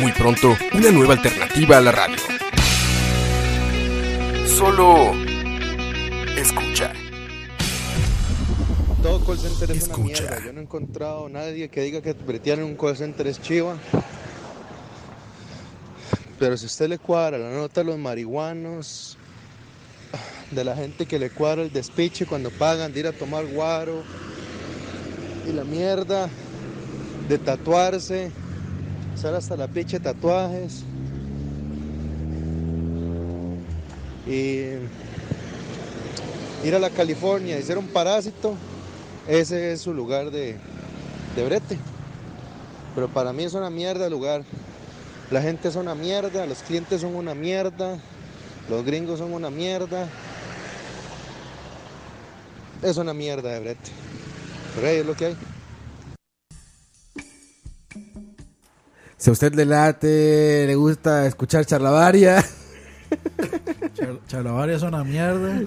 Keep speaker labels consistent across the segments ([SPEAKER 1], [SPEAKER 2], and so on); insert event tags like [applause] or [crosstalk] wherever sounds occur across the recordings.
[SPEAKER 1] Muy pronto, una nueva alternativa a la radio. Solo escucha.
[SPEAKER 2] Todo call center es una
[SPEAKER 1] Escucha.
[SPEAKER 2] mierda. Yo no he encontrado nadie que diga que bretear en un call center es chiva. Pero si a usted le cuadra la nota de los marihuanos, de la gente que le cuadra el despiche cuando pagan de ir a tomar guaro y la mierda, de tatuarse, usar hasta la pinche tatuajes. Y ir a la California y ser un parásito, ese es su lugar de, de brete. Pero para mí es una mierda el lugar. La gente es una mierda, los clientes son una mierda, los gringos son una mierda. Es una mierda de brete. Pero ahí es lo que hay.
[SPEAKER 3] Si a usted le late, le gusta escuchar charlavaria.
[SPEAKER 4] Char- Charlavaria es una mierda.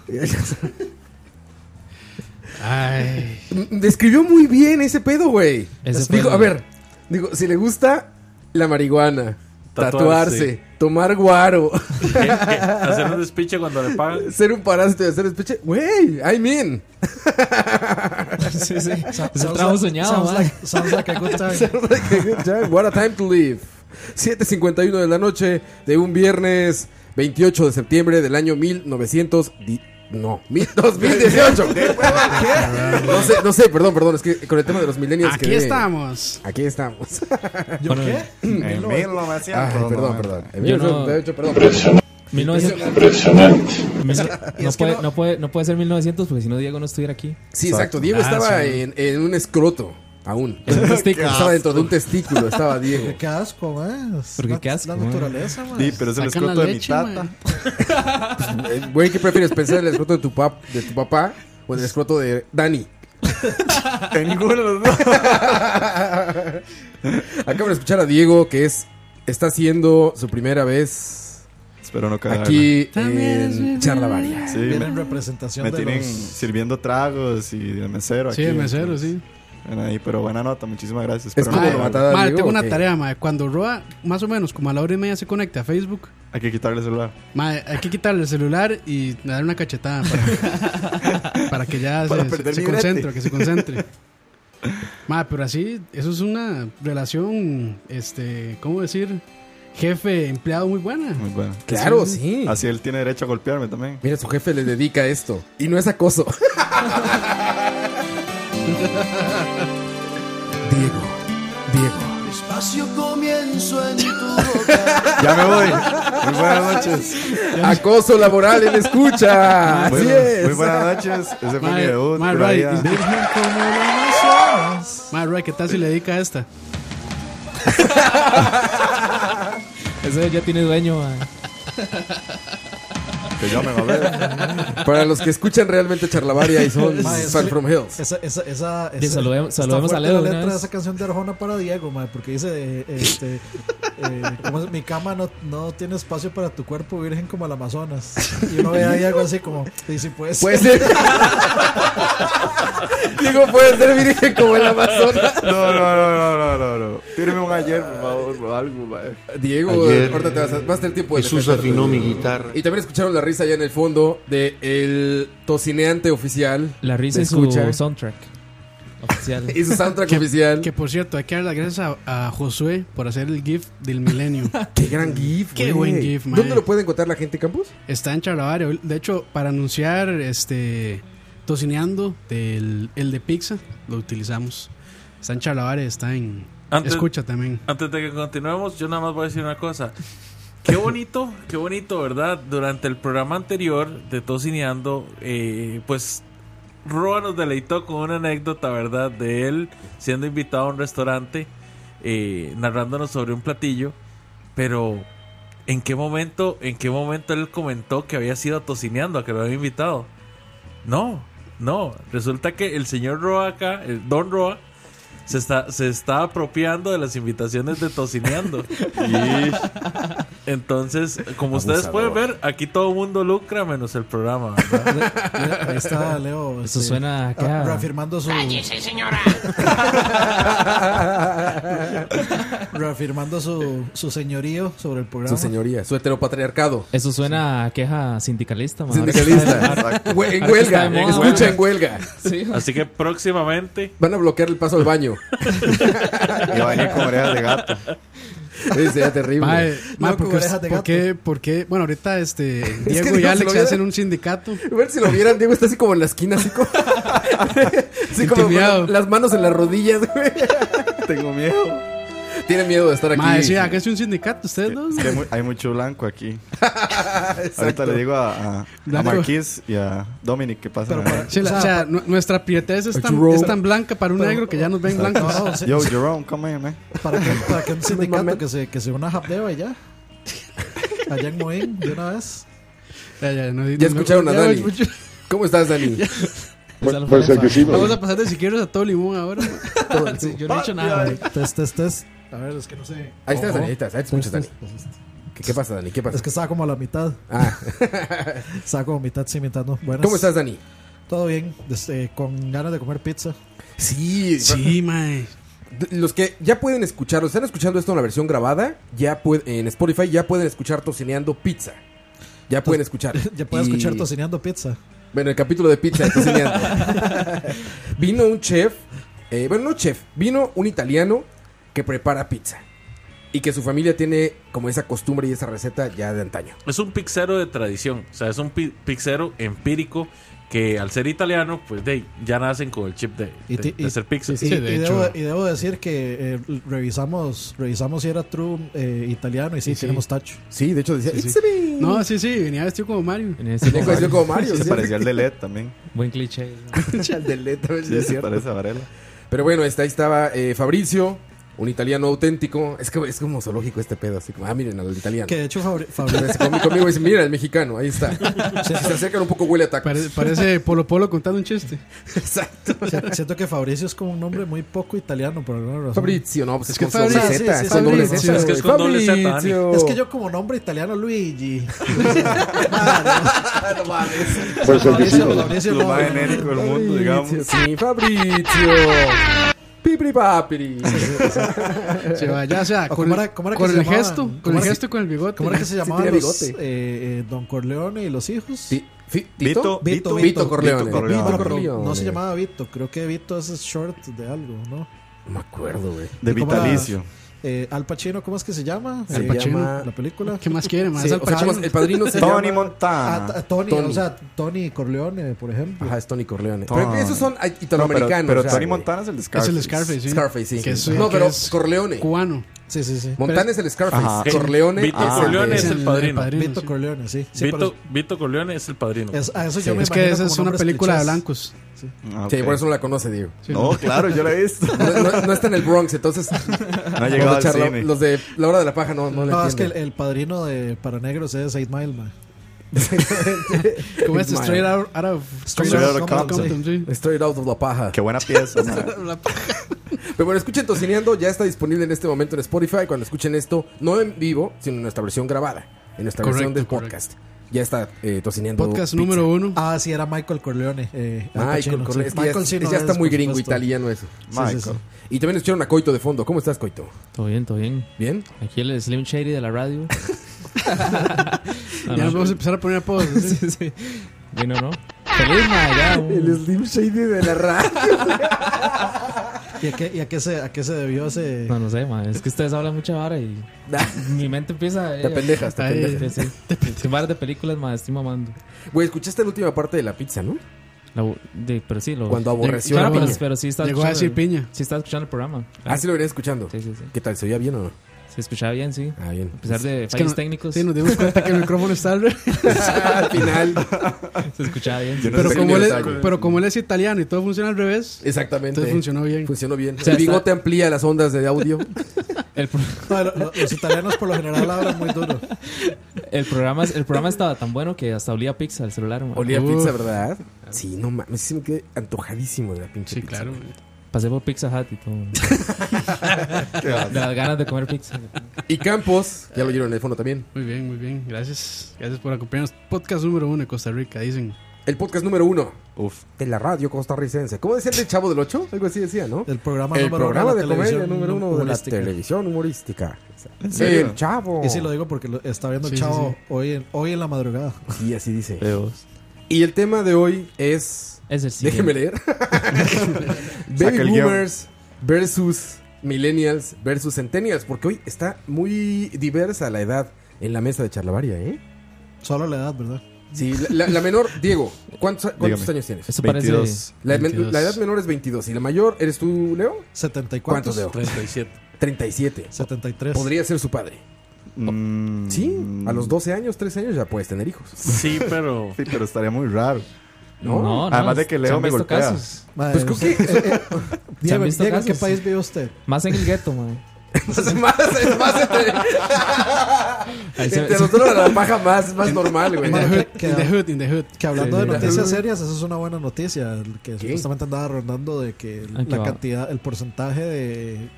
[SPEAKER 4] Ay.
[SPEAKER 3] Describió muy bien ese pedo, güey.
[SPEAKER 5] Ese
[SPEAKER 3] Digo,
[SPEAKER 5] pedo.
[SPEAKER 3] a ver, digo, si le gusta la marihuana, tatuarse,
[SPEAKER 6] Tatuarse.
[SPEAKER 3] tomar guaro,
[SPEAKER 6] ¿Qué? ¿Qué? [laughs] Hacer un despiche cuando le pagan.
[SPEAKER 3] ser un parásito y hacer despeche, güey, I mean.
[SPEAKER 5] [laughs] Sí, sí. Es el
[SPEAKER 4] Sounds
[SPEAKER 5] trabajo
[SPEAKER 4] like-
[SPEAKER 5] soñado,
[SPEAKER 4] sounds
[SPEAKER 5] man.
[SPEAKER 4] like, sounds
[SPEAKER 5] [laughs]
[SPEAKER 4] like a good time.
[SPEAKER 3] What a time to live. 7.51 de la noche de un viernes 28 de septiembre del año 1900... di- No, mil- 2018. No sé, no sé, perdón, perdón, es que con el tema de los millennials
[SPEAKER 7] Aquí
[SPEAKER 3] quedé-
[SPEAKER 7] estamos.
[SPEAKER 3] Aquí estamos.
[SPEAKER 4] [laughs]
[SPEAKER 3] Mm.
[SPEAKER 4] ¿Yo qué?
[SPEAKER 8] En 1900.
[SPEAKER 3] Ay, perdón,
[SPEAKER 8] noventa.
[SPEAKER 3] perdón. eh,
[SPEAKER 5] Yo no-
[SPEAKER 3] 1998, perdón.
[SPEAKER 5] 1900.
[SPEAKER 9] Impresionante.
[SPEAKER 5] No puede, no, puede, no puede ser 1900 porque si no Diego no estuviera aquí. Ah,
[SPEAKER 3] Sí, exacto. Diego estaba en, en un escroto, aún.
[SPEAKER 5] En un testículo.
[SPEAKER 3] Estaba dentro de un testículo, estaba Diego.
[SPEAKER 4] Qué asco, man. Es
[SPEAKER 5] Porque
[SPEAKER 4] la-
[SPEAKER 5] qué asco,
[SPEAKER 4] La
[SPEAKER 5] man.
[SPEAKER 4] naturaleza, man.
[SPEAKER 8] Sí, pero es el
[SPEAKER 7] Sacan la
[SPEAKER 8] escroto de mi
[SPEAKER 7] leche,
[SPEAKER 8] tata.
[SPEAKER 7] man.
[SPEAKER 3] Eh, Güey, ¿qué prefieres pensar en el escroto de tu, pap de tu papá o en el escroto de Dani?
[SPEAKER 8] En ninguno de los
[SPEAKER 3] [laughs]
[SPEAKER 8] dos.
[SPEAKER 3] Acabo de escuchar a Diego que es está haciendo su primera vez
[SPEAKER 8] Espero no cagarla.
[SPEAKER 3] aquí eh,
[SPEAKER 7] También es
[SPEAKER 3] en
[SPEAKER 7] mi
[SPEAKER 3] Charlavaria.
[SPEAKER 8] Sí,
[SPEAKER 4] Viene
[SPEAKER 8] me,
[SPEAKER 4] en representación
[SPEAKER 8] me
[SPEAKER 4] de
[SPEAKER 8] tienen
[SPEAKER 4] los...
[SPEAKER 8] sirviendo tragos y el mesero
[SPEAKER 7] Sí,
[SPEAKER 8] aquí.
[SPEAKER 7] el mesero, sí.
[SPEAKER 8] Ven ahí, pero buena nota, muchísimas gracias.
[SPEAKER 3] Es
[SPEAKER 8] Espero
[SPEAKER 3] como
[SPEAKER 8] no
[SPEAKER 7] Mae,
[SPEAKER 3] lo
[SPEAKER 8] cagarla.
[SPEAKER 3] mataba
[SPEAKER 7] mae,
[SPEAKER 3] Diego,
[SPEAKER 7] tengo una
[SPEAKER 3] ¿o qué?
[SPEAKER 7] tarea, mae. Cuando Roa, más o menos como a la hora y media, se conecta a Facebook,
[SPEAKER 8] Hay que quitarle el celular.
[SPEAKER 7] mae, hay que quitarle el celular y darle una cachetada para,
[SPEAKER 3] [laughs]
[SPEAKER 7] para que ya
[SPEAKER 8] Para
[SPEAKER 7] se- se,
[SPEAKER 8] perder
[SPEAKER 7] se
[SPEAKER 8] mi
[SPEAKER 7] concentre,
[SPEAKER 8] brete.
[SPEAKER 7] que se concentre. Mae, pero así, eso es una relación, este, ¿cómo decir? Jefe, empleado muy buena.
[SPEAKER 8] Muy bueno.
[SPEAKER 3] Claro, sí.
[SPEAKER 8] Así él tiene derecho a golpearme también.
[SPEAKER 3] Mira, su jefe le dedica esto. Y no es acoso. Diego, Diego.
[SPEAKER 10] [laughs]
[SPEAKER 8] Ya me
[SPEAKER 3] [laughs]
[SPEAKER 8] voy. Muy buenas noches.
[SPEAKER 3] Acoso laboral en escucha. Así
[SPEAKER 8] Bueno,
[SPEAKER 3] es.
[SPEAKER 8] Muy buenas noches. Ese fue mi
[SPEAKER 7] Mae,
[SPEAKER 8] debut.
[SPEAKER 7] mae,
[SPEAKER 8] por ahí
[SPEAKER 7] right.
[SPEAKER 8] a-
[SPEAKER 4] Virgen como la naciones.
[SPEAKER 7] Mae, Roa, ¿qué tal si le dedica
[SPEAKER 8] [laughs]
[SPEAKER 7] a esta?
[SPEAKER 5] Eso ya tiene dueño, man.
[SPEAKER 8] Que yo me mamé.
[SPEAKER 3] Para los que escuchan realmente Charlavaria y
[SPEAKER 4] [laughs]
[SPEAKER 3] son
[SPEAKER 4] Mae, es
[SPEAKER 3] fan
[SPEAKER 4] que-
[SPEAKER 3] from Hills.
[SPEAKER 4] Esa, esa, esa,
[SPEAKER 5] Bien, saludemos-
[SPEAKER 4] está
[SPEAKER 5] saludemos a
[SPEAKER 4] fuerte
[SPEAKER 5] Leo de una
[SPEAKER 4] La letra
[SPEAKER 5] vez.
[SPEAKER 4] de esa canción de Arjona para Diego, man, porque dice, eh, este, eh, ¿cómo es? mi cama no, no tiene espacio para tu cuerpo virgen como el Amazonas. Y uno ve a Diego así como, y si puedes,
[SPEAKER 3] Puede ser. Diego puede ser virgen [laughs] como el Amazonas.
[SPEAKER 8] [laughs] No, no, no, no, no, no. no. Tíreme un ayer, por favor, o algo, mae.
[SPEAKER 3] Diego,
[SPEAKER 11] Ayer,
[SPEAKER 3] ahorita te vas a, vas a tener tiempo de
[SPEAKER 11] Jesús
[SPEAKER 3] defenderte.
[SPEAKER 11] afinó mi guitarra.
[SPEAKER 3] Y también escucharon la risa allá en el fondo de el tocineante oficial.
[SPEAKER 5] La risa
[SPEAKER 3] ¿Me
[SPEAKER 5] es su
[SPEAKER 3] escucha?
[SPEAKER 5] soundtrack oficial.
[SPEAKER 3] Y su soundtrack oficial.
[SPEAKER 7] Que por cierto, hay que dar las gracias a, a Josué por hacer el GIF del milenio.
[SPEAKER 3] [laughs] Qué gran GIF.
[SPEAKER 7] Qué
[SPEAKER 3] güey.
[SPEAKER 7] buen GIF, mae.
[SPEAKER 3] ¿Dónde lo puede encontrar la gente, Campos?
[SPEAKER 7] Está en Charlavaria. De hecho, para anunciar este tocineando del, el de pizza, lo utilizamos. Está en Charlavaria, está en
[SPEAKER 6] Antes-
[SPEAKER 7] escucha también.
[SPEAKER 6] Antes de que continuemos, yo nada más voy a decir una cosa. Qué bonito, qué bonito, ¿verdad? Durante el programa anterior de Tocineando, eh, pues Roa nos deleitó con una anécdota, ¿verdad? De él siendo invitado a un restaurante, eh, narrándonos sobre un platillo. Pero, ¿en qué momento, en qué momento él comentó que había sido a tocineando, a que lo había invitado? No, no. Resulta que el señor Roa acá, el Don Roa, se está, se está apropiando de las invitaciones de
[SPEAKER 7] [laughs]
[SPEAKER 6] tocineando. Entonces, como ustedes pueden ver, aquí todo el mundo lucra menos el programa.
[SPEAKER 7] [laughs]
[SPEAKER 6] ¿verdad?
[SPEAKER 4] Ahí
[SPEAKER 5] [laughs]
[SPEAKER 4] está Leo.
[SPEAKER 5] Eso
[SPEAKER 4] este,
[SPEAKER 5] suena acá.
[SPEAKER 4] ah, reafirmando su. [laughs] reafirmando su, su señorío sobre el programa.
[SPEAKER 3] Su señoría, su heteropatriarcado.
[SPEAKER 5] Eso suena a queja sindicalista, man.
[SPEAKER 3] Sindicalista. Hue- en huelga.
[SPEAKER 5] Ahora que está de moda.
[SPEAKER 3] Escucha en huelga.
[SPEAKER 5] Sí,
[SPEAKER 6] [laughs]
[SPEAKER 5] man.
[SPEAKER 6] Así que próximamente
[SPEAKER 3] Van a bloquear el paso al baño.
[SPEAKER 8] [laughs] Y va a venir con orejas de gato.
[SPEAKER 3] Sí, Sería terrible.
[SPEAKER 7] Mae, mae,
[SPEAKER 4] Loco,
[SPEAKER 7] porque
[SPEAKER 4] orejas
[SPEAKER 7] usted-
[SPEAKER 4] de
[SPEAKER 7] ¿por
[SPEAKER 4] gato.
[SPEAKER 7] qué, por qué? Bueno, ahorita
[SPEAKER 3] [laughs]
[SPEAKER 7] este, Diego y
[SPEAKER 3] digo, se lo
[SPEAKER 7] Alex
[SPEAKER 3] voy a-
[SPEAKER 7] hacen un sindicato.
[SPEAKER 3] A ver si lo vieran, Diego está así como en la esquina, así como. [laughs] así como
[SPEAKER 7] Intimidado.
[SPEAKER 3] con las manos en las rodillas, güey.
[SPEAKER 8] Tengo miedo.
[SPEAKER 3] Tiene miedo de estar aquí.
[SPEAKER 7] Mae, sí, háganse un sindicato ustedes dos.
[SPEAKER 8] Es que hay, mu- hay mucho blanco
[SPEAKER 3] [laughs]
[SPEAKER 8] aquí. Ahorita le digo a, a, a
[SPEAKER 7] Blanco.
[SPEAKER 8] Marquís y a Dominic que pasen. a-
[SPEAKER 7] Sí,
[SPEAKER 4] O
[SPEAKER 7] la-
[SPEAKER 4] sea,
[SPEAKER 7] o sea, nu- nuestra prietez es tan,
[SPEAKER 3] Jerome.
[SPEAKER 7] es tan blanca para un
[SPEAKER 4] Pero-
[SPEAKER 7] negro que ya nos ven blancos.
[SPEAKER 4] No, no,
[SPEAKER 7] [laughs]
[SPEAKER 4] se-
[SPEAKER 8] Yo, Jerome, come here, man.
[SPEAKER 4] para, que,
[SPEAKER 5] [laughs]
[SPEAKER 4] para que un
[SPEAKER 3] mames.
[SPEAKER 4] sindicato que se, que se una a Japdeo allá. Allá en Moín, de una vez.
[SPEAKER 7] Ya, ya, no- no-
[SPEAKER 3] Ya escucharon a
[SPEAKER 7] ya,
[SPEAKER 3] Dani.
[SPEAKER 7] mucho-
[SPEAKER 3] ¿Cómo estás,
[SPEAKER 7] [laughs]
[SPEAKER 3] Dani?
[SPEAKER 5] Esa no fue la fa-
[SPEAKER 7] pues, Vamos a pasar de siqueros a todo limón ahora.
[SPEAKER 3] [laughs]
[SPEAKER 5] Sí, Yo no
[SPEAKER 8] Ah,
[SPEAKER 5] he hecho nada, man.
[SPEAKER 4] Test, test, test. A ver, es que no sé.
[SPEAKER 3] Ahí estás,
[SPEAKER 4] Ojo.
[SPEAKER 3] Dani. Ahí estás. Ahí te escuchas,
[SPEAKER 7] Este
[SPEAKER 3] Dani. ¿Qué, qué pasa, Dani?
[SPEAKER 7] [laughs]
[SPEAKER 3] ¿Qué pasa?
[SPEAKER 4] Es que estaba como a la mitad.
[SPEAKER 3] Ah. [laughs]
[SPEAKER 4] Estaba como mitad sí, mitad no. Buenas.
[SPEAKER 3] ¿Cómo estás, Dani?
[SPEAKER 4] Todo bien. Este, con ganas de comer pizza.
[SPEAKER 3] Sí,
[SPEAKER 7] Sí, mae.
[SPEAKER 3] D- Los que ya pueden escucharlo, están escuchando esto en la versión grabada, ya pue- en Spotify ya pueden escuchar Tocineando Pizza. Ya pueden
[SPEAKER 7] [laughs]
[SPEAKER 3] escuchar.
[SPEAKER 4] Ya puedes
[SPEAKER 3] Y-
[SPEAKER 4] escuchar tocineando pizza.
[SPEAKER 3] Bueno, el capítulo de pizza,
[SPEAKER 4] [laughs]
[SPEAKER 3] Tocineando. vino un chef, eh, bueno, no chef, vino un italiano que prepara pizza. Y que su familia tiene como esa costumbre y esa receta ya de antaño.
[SPEAKER 6] es un pizzero de tradición, o sea, es un pi- pizzero empírico que al ser italiano, pues de, ahí, ya nacen con el chip de,
[SPEAKER 4] Y
[SPEAKER 6] de-
[SPEAKER 4] ti-
[SPEAKER 6] de
[SPEAKER 4] y-
[SPEAKER 6] ser pizza.
[SPEAKER 7] Sí,
[SPEAKER 4] y,
[SPEAKER 7] de
[SPEAKER 4] y
[SPEAKER 7] hecho.
[SPEAKER 4] debo, y debo decir que eh, revisamos revisamos si era true eh, italiano y sí,
[SPEAKER 7] sí.
[SPEAKER 4] tenemos tacho.
[SPEAKER 3] Sí, de hecho decía,
[SPEAKER 7] Sí, sí.
[SPEAKER 3] "It's me".
[SPEAKER 7] No, sí, sí, venía vestido como Mario.
[SPEAKER 5] En
[SPEAKER 3] [laughs]
[SPEAKER 5] ese
[SPEAKER 3] Dijo, "Es como Mario.
[SPEAKER 8] Se
[SPEAKER 3] sí.
[SPEAKER 8] parecía al de LED
[SPEAKER 3] [laughs]
[SPEAKER 8] también.
[SPEAKER 5] Buen cliché. man.
[SPEAKER 3] Al de Leto, es
[SPEAKER 8] Sí, se
[SPEAKER 3] cierto.
[SPEAKER 8] parece a Varela.
[SPEAKER 3] Pero bueno, está, ahí estaba eh, Fabricio, un italiano auténtico. Es que es como zoológico este pedo, así como, ah, miren al italiano.
[SPEAKER 4] Que de hecho Fabri- Fabri-
[SPEAKER 3] Entonces, conmigo, conmigo dicen, mira, el mexicano, ahí
[SPEAKER 4] [laughs]
[SPEAKER 3] está. Si se acercan un poco, huele a tacos.
[SPEAKER 7] Pare- parece Polo Polo contando un chiste.
[SPEAKER 3] Exacto.
[SPEAKER 4] si- [laughs] siento que Fabricio es como un nombre muy poco italiano por alguna razón.
[SPEAKER 3] Fabrizio, no, pues
[SPEAKER 7] Es
[SPEAKER 3] es
[SPEAKER 7] que
[SPEAKER 3] con doble
[SPEAKER 7] Fabrizio,
[SPEAKER 3] Z.
[SPEAKER 4] sí,
[SPEAKER 3] Es
[SPEAKER 4] sí,
[SPEAKER 3] con doble
[SPEAKER 4] Fabrizio.
[SPEAKER 3] Z.
[SPEAKER 6] Es que es con doble Z, Dani.
[SPEAKER 3] Fabrizio.
[SPEAKER 4] Es que yo como nombre italiano Luigi. [laughs] Fabricio, Fabricio
[SPEAKER 8] Lo
[SPEAKER 4] no,
[SPEAKER 8] más
[SPEAKER 4] no, no.
[SPEAKER 8] genérico del mundo, digamos.
[SPEAKER 3] Fabrizio, sí, Fabrizio. Pipri papiri.
[SPEAKER 7] Se va, ya, o sea,
[SPEAKER 4] ¿O
[SPEAKER 7] con,
[SPEAKER 4] cómo era-
[SPEAKER 7] el-
[SPEAKER 4] cómo era que
[SPEAKER 7] con
[SPEAKER 4] se
[SPEAKER 7] el
[SPEAKER 4] llamaban?
[SPEAKER 7] gesto, con
[SPEAKER 4] ¿Cómo
[SPEAKER 7] el
[SPEAKER 4] era que-
[SPEAKER 7] gesto y con el bigote.
[SPEAKER 4] ¿Cómo era que se
[SPEAKER 3] tenía
[SPEAKER 4] llamaban los eh,
[SPEAKER 3] bigote.
[SPEAKER 4] eh, Don Corleone y los hijos?
[SPEAKER 3] Ti- fi-
[SPEAKER 4] Vito,
[SPEAKER 3] ¿Tito? Vito
[SPEAKER 4] Vito
[SPEAKER 3] Corleone.
[SPEAKER 8] Vito Corleone.
[SPEAKER 3] Vito
[SPEAKER 4] Bueno, pero
[SPEAKER 3] Corleone.
[SPEAKER 4] no se llamaba Vito, creo que Vito es short de algo, ¿no?
[SPEAKER 3] No me acuerdo, güey.
[SPEAKER 8] De
[SPEAKER 4] ¿Cómo era?
[SPEAKER 8] vitalicio.
[SPEAKER 4] Eh, Al Pacino, ¿cómo es que se llama?
[SPEAKER 3] Se
[SPEAKER 4] Eh,
[SPEAKER 7] Pacino.
[SPEAKER 3] llama-
[SPEAKER 4] La película.
[SPEAKER 7] ¿Qué más quiere, más?
[SPEAKER 3] Sí,
[SPEAKER 7] Al
[SPEAKER 3] o sea,
[SPEAKER 7] Pacino.
[SPEAKER 3] chama- el padrino se
[SPEAKER 8] Tony
[SPEAKER 3] llama...
[SPEAKER 4] Ah,
[SPEAKER 8] Montana.
[SPEAKER 4] t- Tony,
[SPEAKER 3] Tony.
[SPEAKER 4] o sea, Tony Corleone, por ejemplo.
[SPEAKER 3] Ajá, es Tony Corleone.
[SPEAKER 8] Tony.
[SPEAKER 3] Pero esos son ah,
[SPEAKER 8] No, pero,
[SPEAKER 3] italoamericanos.
[SPEAKER 8] pero
[SPEAKER 3] ya,
[SPEAKER 8] Tony
[SPEAKER 3] güey.
[SPEAKER 8] Montana es el de
[SPEAKER 7] Es
[SPEAKER 8] Scarface.
[SPEAKER 7] el Scarface, sí.
[SPEAKER 3] Scarface, sí.
[SPEAKER 7] Que es-
[SPEAKER 3] no,
[SPEAKER 7] que
[SPEAKER 3] pero
[SPEAKER 7] es
[SPEAKER 3] Corleone.
[SPEAKER 7] Cubano.
[SPEAKER 4] Sí, sí, sí.
[SPEAKER 3] Montana es el
[SPEAKER 7] Ah.
[SPEAKER 8] Ajá.
[SPEAKER 3] Scarface.
[SPEAKER 8] Sí.
[SPEAKER 3] Corleone
[SPEAKER 6] Vito
[SPEAKER 3] es el
[SPEAKER 6] Corleone
[SPEAKER 3] de-
[SPEAKER 6] es el padrino.
[SPEAKER 4] Vito
[SPEAKER 7] sí.
[SPEAKER 4] Corleone, sí. Sí,
[SPEAKER 6] Vito,
[SPEAKER 4] pero
[SPEAKER 6] Vito Corleone es el padrino.
[SPEAKER 4] es- a eso
[SPEAKER 3] Sí.
[SPEAKER 4] yo me
[SPEAKER 7] Es que
[SPEAKER 4] imagino
[SPEAKER 7] esa
[SPEAKER 4] como
[SPEAKER 7] es una
[SPEAKER 4] nombres
[SPEAKER 7] película de
[SPEAKER 4] clichés.
[SPEAKER 7] blancos.
[SPEAKER 8] Ah, ok.
[SPEAKER 3] Pues, Sí, por eso no la conoce, Diego.
[SPEAKER 7] Sí,
[SPEAKER 8] No, claro, yo la he
[SPEAKER 3] [laughs]
[SPEAKER 8] visto.
[SPEAKER 3] No, no- no está en el Bronx, entonces
[SPEAKER 8] No ha llegado al
[SPEAKER 3] Los de charla-
[SPEAKER 8] cine.
[SPEAKER 3] Los de La Hora de la Paja no, no, le
[SPEAKER 4] No, es que el, el
[SPEAKER 3] entienden.
[SPEAKER 4] padrino de Para Negros es 8 Mile,
[SPEAKER 3] [laughs]
[SPEAKER 4] este, man.
[SPEAKER 7] Como es
[SPEAKER 3] Smile.
[SPEAKER 7] Straight Out, out of
[SPEAKER 4] Straight
[SPEAKER 8] Outta Compton.
[SPEAKER 7] Compton, sí.
[SPEAKER 3] Straight out of la paja.
[SPEAKER 8] Qué buena
[SPEAKER 3] [laughs]
[SPEAKER 8] pieza. man.
[SPEAKER 3] Pero bueno, escuchen Tocineando, ya está disponible en este momento en Spotify. Cuando escuchen esto, no en vivo, sino en nuestra versión grabada, en nuestra
[SPEAKER 7] Correcto,
[SPEAKER 3] versión del
[SPEAKER 7] correcto.
[SPEAKER 3] podcast. Ya está eh, Tocineando.
[SPEAKER 7] Podcast
[SPEAKER 3] Pizza.
[SPEAKER 7] número uno.
[SPEAKER 4] Ah, sí, era Michael Corleone. Eh, Al
[SPEAKER 3] Michael
[SPEAKER 4] Pacino,
[SPEAKER 3] Corleone.
[SPEAKER 4] sí.
[SPEAKER 3] Es que ya-
[SPEAKER 4] sí,
[SPEAKER 3] ya,
[SPEAKER 4] no
[SPEAKER 3] está
[SPEAKER 4] es,
[SPEAKER 3] muy
[SPEAKER 4] por
[SPEAKER 3] gringo
[SPEAKER 4] supuesto.
[SPEAKER 3] italiano eso.
[SPEAKER 8] Michael.
[SPEAKER 4] sí.
[SPEAKER 3] Y también escucharon a Coito de fondo. ¿Cómo estás, Coito?
[SPEAKER 5] Todo bien, todo bien.
[SPEAKER 3] ¿Bien?
[SPEAKER 5] Aquí el Slim Shady de la
[SPEAKER 3] [laughs]
[SPEAKER 5] radio. Ah,
[SPEAKER 6] Ah,
[SPEAKER 7] Ya nos vamos a empezar a poner apodos.
[SPEAKER 3] [laughs]
[SPEAKER 7] ¿sí?
[SPEAKER 5] Sí, sí. Bueno, no. Feliz Navidad. güey.
[SPEAKER 3] Slim Shady de la radio.
[SPEAKER 4] [laughs] ¿Y, a qué, y a, qué se, a qué se debió ese...?
[SPEAKER 5] No, no sé, man. Es que ustedes hablan mucha vara y mi mente empieza.
[SPEAKER 3] Te pendejas, te
[SPEAKER 7] Ay.
[SPEAKER 3] pendejas.
[SPEAKER 5] Sí, sí. Sin varas de películas, man. Estoy mamando.
[SPEAKER 3] Güey, escuchaste la última parte de la pizza, ¿no?
[SPEAKER 5] La bu- de- pero sí, lo.
[SPEAKER 3] Cuando aborreció
[SPEAKER 5] Claro,
[SPEAKER 3] a la
[SPEAKER 5] pero,
[SPEAKER 3] piña.
[SPEAKER 5] pero sí está
[SPEAKER 7] Llegó a decir
[SPEAKER 5] escuchando
[SPEAKER 7] piña.
[SPEAKER 5] el- Sí está escuchando el programa. Claro.
[SPEAKER 3] Ah, sí lo venía escuchando.
[SPEAKER 5] Sí, sí, sí.
[SPEAKER 3] ¿Qué tal? ¿Se oía bien o no?
[SPEAKER 5] Se escuchaba bien, sí.
[SPEAKER 3] Ah, bien.
[SPEAKER 5] A pesar de
[SPEAKER 7] Es que
[SPEAKER 5] fallos
[SPEAKER 7] no-
[SPEAKER 5] técnicos,
[SPEAKER 7] Sí, nos dimos cuenta que el micrófono está al revés.
[SPEAKER 3] [laughs] Al final.
[SPEAKER 5] se escuchaba bien.
[SPEAKER 8] Yo no
[SPEAKER 7] pero,
[SPEAKER 8] sé
[SPEAKER 7] como
[SPEAKER 8] qué
[SPEAKER 7] él es,
[SPEAKER 8] detalle.
[SPEAKER 7] pero como él es italiano y todo funciona al revés,
[SPEAKER 3] Exactamente.
[SPEAKER 7] entonces funcionó bien.
[SPEAKER 3] Funcionó bien.
[SPEAKER 5] sea, [laughs]
[SPEAKER 3] el bigote amplía las ondas de audio.
[SPEAKER 5] El, pro-
[SPEAKER 4] No, lo- lo- los italianos
[SPEAKER 3] [laughs]
[SPEAKER 4] por lo general hablan muy duro.
[SPEAKER 5] el programa, el programa estaba tan bueno que hasta olía a pizza el celular. man.
[SPEAKER 3] Olía a
[SPEAKER 7] Uf.
[SPEAKER 5] [laughs]
[SPEAKER 3] pizza, ¿verdad? Sí, no mames, sí me quedé antojadísimo de la pinche
[SPEAKER 7] Sí,
[SPEAKER 3] pizza.
[SPEAKER 7] claro.
[SPEAKER 3] güey.
[SPEAKER 5] Pasé por Pizza Hut y todo. man. de las ganas de comer pizza.
[SPEAKER 3] Y Campos, ya lo oyeron en el fondo también.
[SPEAKER 7] Muy bien, muy bien. Gracias. Gracias por acompañarnos. Podcast número uno de Costa Rica, dicen.
[SPEAKER 3] El podcast número uno
[SPEAKER 8] Uf.
[SPEAKER 3] [laughs] de la radio costarricense. ¿Cómo decía el del Chavo del Ocho? Algo así decía, ¿no?
[SPEAKER 4] El programa
[SPEAKER 3] El
[SPEAKER 4] número
[SPEAKER 3] programa
[SPEAKER 4] uno
[SPEAKER 3] de
[SPEAKER 4] la
[SPEAKER 3] comedia
[SPEAKER 4] televisión
[SPEAKER 3] número uno de la
[SPEAKER 4] humorística.
[SPEAKER 3] televisión humorística.
[SPEAKER 8] ¿En serio?
[SPEAKER 3] El Chavo.
[SPEAKER 4] Y sí lo digo porque lo está viendo el
[SPEAKER 7] Sí, sí,
[SPEAKER 4] chavo
[SPEAKER 7] sí.
[SPEAKER 4] Hoy, en, hoy en la
[SPEAKER 3] [laughs]
[SPEAKER 4] madrugada.
[SPEAKER 3] Sí, así dice.
[SPEAKER 6] Feos.
[SPEAKER 3] Y el tema de hoy es...
[SPEAKER 5] Es el
[SPEAKER 8] [laughs]
[SPEAKER 5] siguiente.
[SPEAKER 3] Déjeme leer. Baby
[SPEAKER 8] Saca el guión.
[SPEAKER 3] Boomers versus Millennials versus Centennials. Porque hoy está muy diversa la edad en la mesa de charlavaria, ¿eh?
[SPEAKER 4] Solo la edad, ¿verdad?
[SPEAKER 3] Sí, la, la- la menor, Diego, ¿cuántos, cuántos
[SPEAKER 8] Dígame.
[SPEAKER 3] años tienes?
[SPEAKER 5] Eso parece.
[SPEAKER 8] 22.
[SPEAKER 3] La, men-
[SPEAKER 7] 22.
[SPEAKER 3] la edad menor es 22 y la mayor eres tú, Leo,
[SPEAKER 4] 74.
[SPEAKER 3] ¿Cuántos, Leo?
[SPEAKER 6] 37.
[SPEAKER 3] 37.
[SPEAKER 4] 73.
[SPEAKER 3] Podría ser su padre.
[SPEAKER 8] Mm,
[SPEAKER 3] Sí, a los 12 años, 13 años ya puedes tener hijos.
[SPEAKER 8] [laughs]
[SPEAKER 6] Sí, pero.
[SPEAKER 8] Sí, pero estaría muy raro.
[SPEAKER 5] No, no,
[SPEAKER 8] Además de que
[SPEAKER 5] se
[SPEAKER 8] Leo
[SPEAKER 5] han
[SPEAKER 8] me
[SPEAKER 5] visto
[SPEAKER 8] golpea.
[SPEAKER 5] casos.
[SPEAKER 4] Madre,
[SPEAKER 3] Pues creo
[SPEAKER 4] usted-
[SPEAKER 3] que eso-
[SPEAKER 4] Diego,
[SPEAKER 5] visto
[SPEAKER 4] Diego, ¿en qué
[SPEAKER 5] casos?
[SPEAKER 4] país vive usted?
[SPEAKER 5] Más en el gueto, man.
[SPEAKER 3] [laughs] más, más, más entre,
[SPEAKER 5] Ahí se- Ah,
[SPEAKER 3] entre
[SPEAKER 5] se-
[SPEAKER 3] los dos la paja más, más normal, güey.
[SPEAKER 4] Madre,
[SPEAKER 7] Pues, In the
[SPEAKER 4] que,
[SPEAKER 7] hood, in the hood.
[SPEAKER 4] que hablando de
[SPEAKER 5] Sí, sí.
[SPEAKER 4] noticias serias, eso es una buena noticia. el Que
[SPEAKER 3] ¿Qué?
[SPEAKER 4] supuestamente andaba rondando de que el-
[SPEAKER 5] Ah, que
[SPEAKER 4] la
[SPEAKER 5] va.
[SPEAKER 4] cantidad, el porcentaje de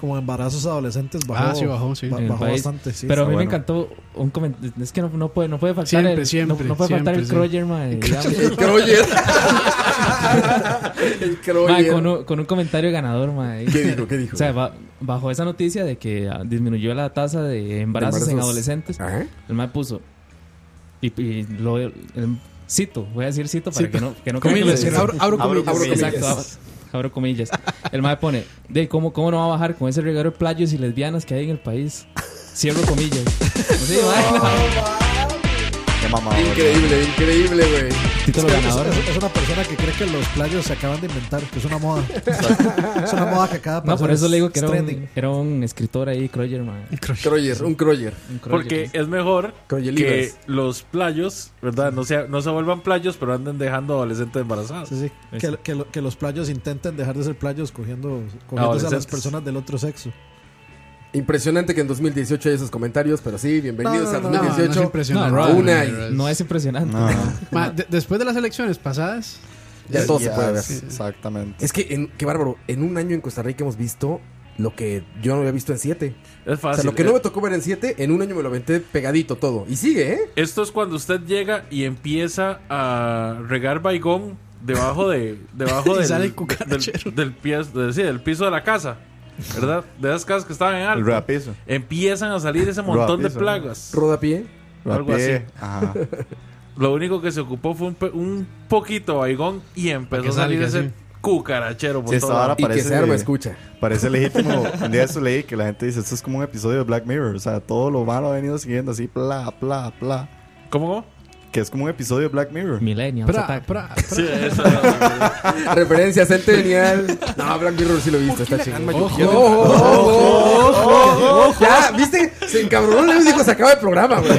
[SPEAKER 4] como embarazos adolescentes bajó.
[SPEAKER 7] Ah, sí, bajó, sí.
[SPEAKER 4] ba-
[SPEAKER 5] En el
[SPEAKER 4] bajó
[SPEAKER 5] país.
[SPEAKER 4] bastante, sí.
[SPEAKER 5] Pero a mí me
[SPEAKER 8] bueno.
[SPEAKER 5] encantó un comentario. Es que no, no puede, no puede faltar
[SPEAKER 7] Siempre,
[SPEAKER 5] el. no-
[SPEAKER 7] siempre,
[SPEAKER 5] no, puede faltar el
[SPEAKER 7] siempre,
[SPEAKER 5] Croyer,
[SPEAKER 4] [laughs]
[SPEAKER 5] man.
[SPEAKER 3] El Croyer. El
[SPEAKER 5] Ma,
[SPEAKER 3] Croyer.
[SPEAKER 5] con, un, con un comentario ganador, ma.
[SPEAKER 3] ¿Qué dijo? ¿Qué dijo?
[SPEAKER 5] O sea, ba- bajo esa noticia de que ah, disminuyó la tasa de embarazos, en
[SPEAKER 3] embarazos.
[SPEAKER 5] adolescentes,
[SPEAKER 3] Ajá.
[SPEAKER 5] el ma puso. Y, y lo. el- cito, voy a decir cito para que no, que no crean que lo
[SPEAKER 3] Comillas,
[SPEAKER 5] estoy-
[SPEAKER 3] abro, abro
[SPEAKER 8] Abro
[SPEAKER 3] comillas.
[SPEAKER 5] Sí, Exacto, abro, abro comillas. El ma pone. De cómo, ¿Cómo no va a bajar con ese regadero de playos y lesbianas que hay en el país? Cierro
[SPEAKER 3] [laughs]
[SPEAKER 5] comillas. Sí, ma, no.
[SPEAKER 8] Qué mamá.
[SPEAKER 3] Increíble, increíble, güey.
[SPEAKER 5] Título
[SPEAKER 4] Es,
[SPEAKER 5] ganador.
[SPEAKER 4] es- es una persona que cree que los playos se acaban de inventar, que es
[SPEAKER 5] [laughs]
[SPEAKER 4] una moda. es una moda que cada
[SPEAKER 5] No,
[SPEAKER 4] persona
[SPEAKER 5] por eso
[SPEAKER 4] es-
[SPEAKER 5] le digo que
[SPEAKER 4] es
[SPEAKER 5] era un,
[SPEAKER 4] trending.
[SPEAKER 5] era un escritor ahí, Croyer, ma.
[SPEAKER 3] Croyer, un Croyer.
[SPEAKER 5] Un Croyer.
[SPEAKER 6] Porque es mejor
[SPEAKER 3] Oye,
[SPEAKER 6] que
[SPEAKER 3] libres.
[SPEAKER 6] los playos, ¿verdad? No, sea, no se vuelvan playos, pero anden dejando adolescentes embarazados.
[SPEAKER 4] Sí, sí. Que, que lo- que los playos intenten dejar de ser playos cogiendo, cogiéndose a las
[SPEAKER 6] Adolescentes.
[SPEAKER 4] personas del otro sexo.
[SPEAKER 3] Impresionante que en 2018 haya esos comentarios, pero sí,
[SPEAKER 4] No,
[SPEAKER 3] bienvenidos
[SPEAKER 4] no,
[SPEAKER 3] al
[SPEAKER 7] No, no es
[SPEAKER 3] 2018.
[SPEAKER 7] impresionante.
[SPEAKER 5] No, no,
[SPEAKER 3] una
[SPEAKER 7] no,
[SPEAKER 5] No es impresionante.
[SPEAKER 7] [laughs]
[SPEAKER 8] No.
[SPEAKER 5] ma.
[SPEAKER 7] Ma, de- después de las elecciones pasadas,
[SPEAKER 3] ya todo se puede ver.
[SPEAKER 8] Exactamente.
[SPEAKER 3] Es que, en, qué bárbaro, en un año en Costa Rica hemos visto lo que yo no había visto en siete.
[SPEAKER 6] Es
[SPEAKER 3] O
[SPEAKER 6] fácil. eh.
[SPEAKER 3] sea, lo que no me tocó ver en siete, en un año me lo aventé pegadito todo. Y sigue, ¿eh?
[SPEAKER 6] Esto es cuando usted llega y empieza a regar baigón debajo de debajo
[SPEAKER 7] [laughs] Y
[SPEAKER 6] del,
[SPEAKER 7] sale el
[SPEAKER 6] del,
[SPEAKER 7] cucarachero.
[SPEAKER 6] del pie- de- sí, del piso de la casa, ¿verdad? De esas casas que estaban en
[SPEAKER 8] El
[SPEAKER 6] alto.
[SPEAKER 8] rapizo.
[SPEAKER 6] Empiezan a salir ese montón de
[SPEAKER 8] Rapizo.
[SPEAKER 6] plagas.
[SPEAKER 3] Rodapié.
[SPEAKER 6] Algo así.
[SPEAKER 8] Rapié. Ajá.
[SPEAKER 6] Lo único que se ocupó fue un, pe- un poquito de baigón y empezó
[SPEAKER 7] que
[SPEAKER 6] a salir
[SPEAKER 7] salga,
[SPEAKER 6] ese
[SPEAKER 7] sí.
[SPEAKER 6] cucarachero por
[SPEAKER 8] Sí,
[SPEAKER 6] todo
[SPEAKER 8] esta vara
[SPEAKER 6] lado.
[SPEAKER 3] Y que
[SPEAKER 8] Parece
[SPEAKER 3] se arma,
[SPEAKER 8] de-
[SPEAKER 3] escucha.
[SPEAKER 8] Parece
[SPEAKER 5] [laughs]
[SPEAKER 8] legítimo. Un día de eso leí que la gente dice: Esto es como un episodio de Black Mirror. O sea, todo lo malo ha venido siguiendo así, pla, pla, pla.
[SPEAKER 6] ¿Cómo?
[SPEAKER 8] Que es como un episodio de Black Mirror.
[SPEAKER 5] Millennials
[SPEAKER 7] pra,
[SPEAKER 5] attack.
[SPEAKER 7] pra,
[SPEAKER 6] Sí, eso era.
[SPEAKER 3] [laughs] Referencia centenial. No, Black Mirror sí lo viste, está chingón. Ojo, ojo, ojo, ojo. Ya, ¿viste? Se encabronó Leo y dijo, se acaba el programa, güey.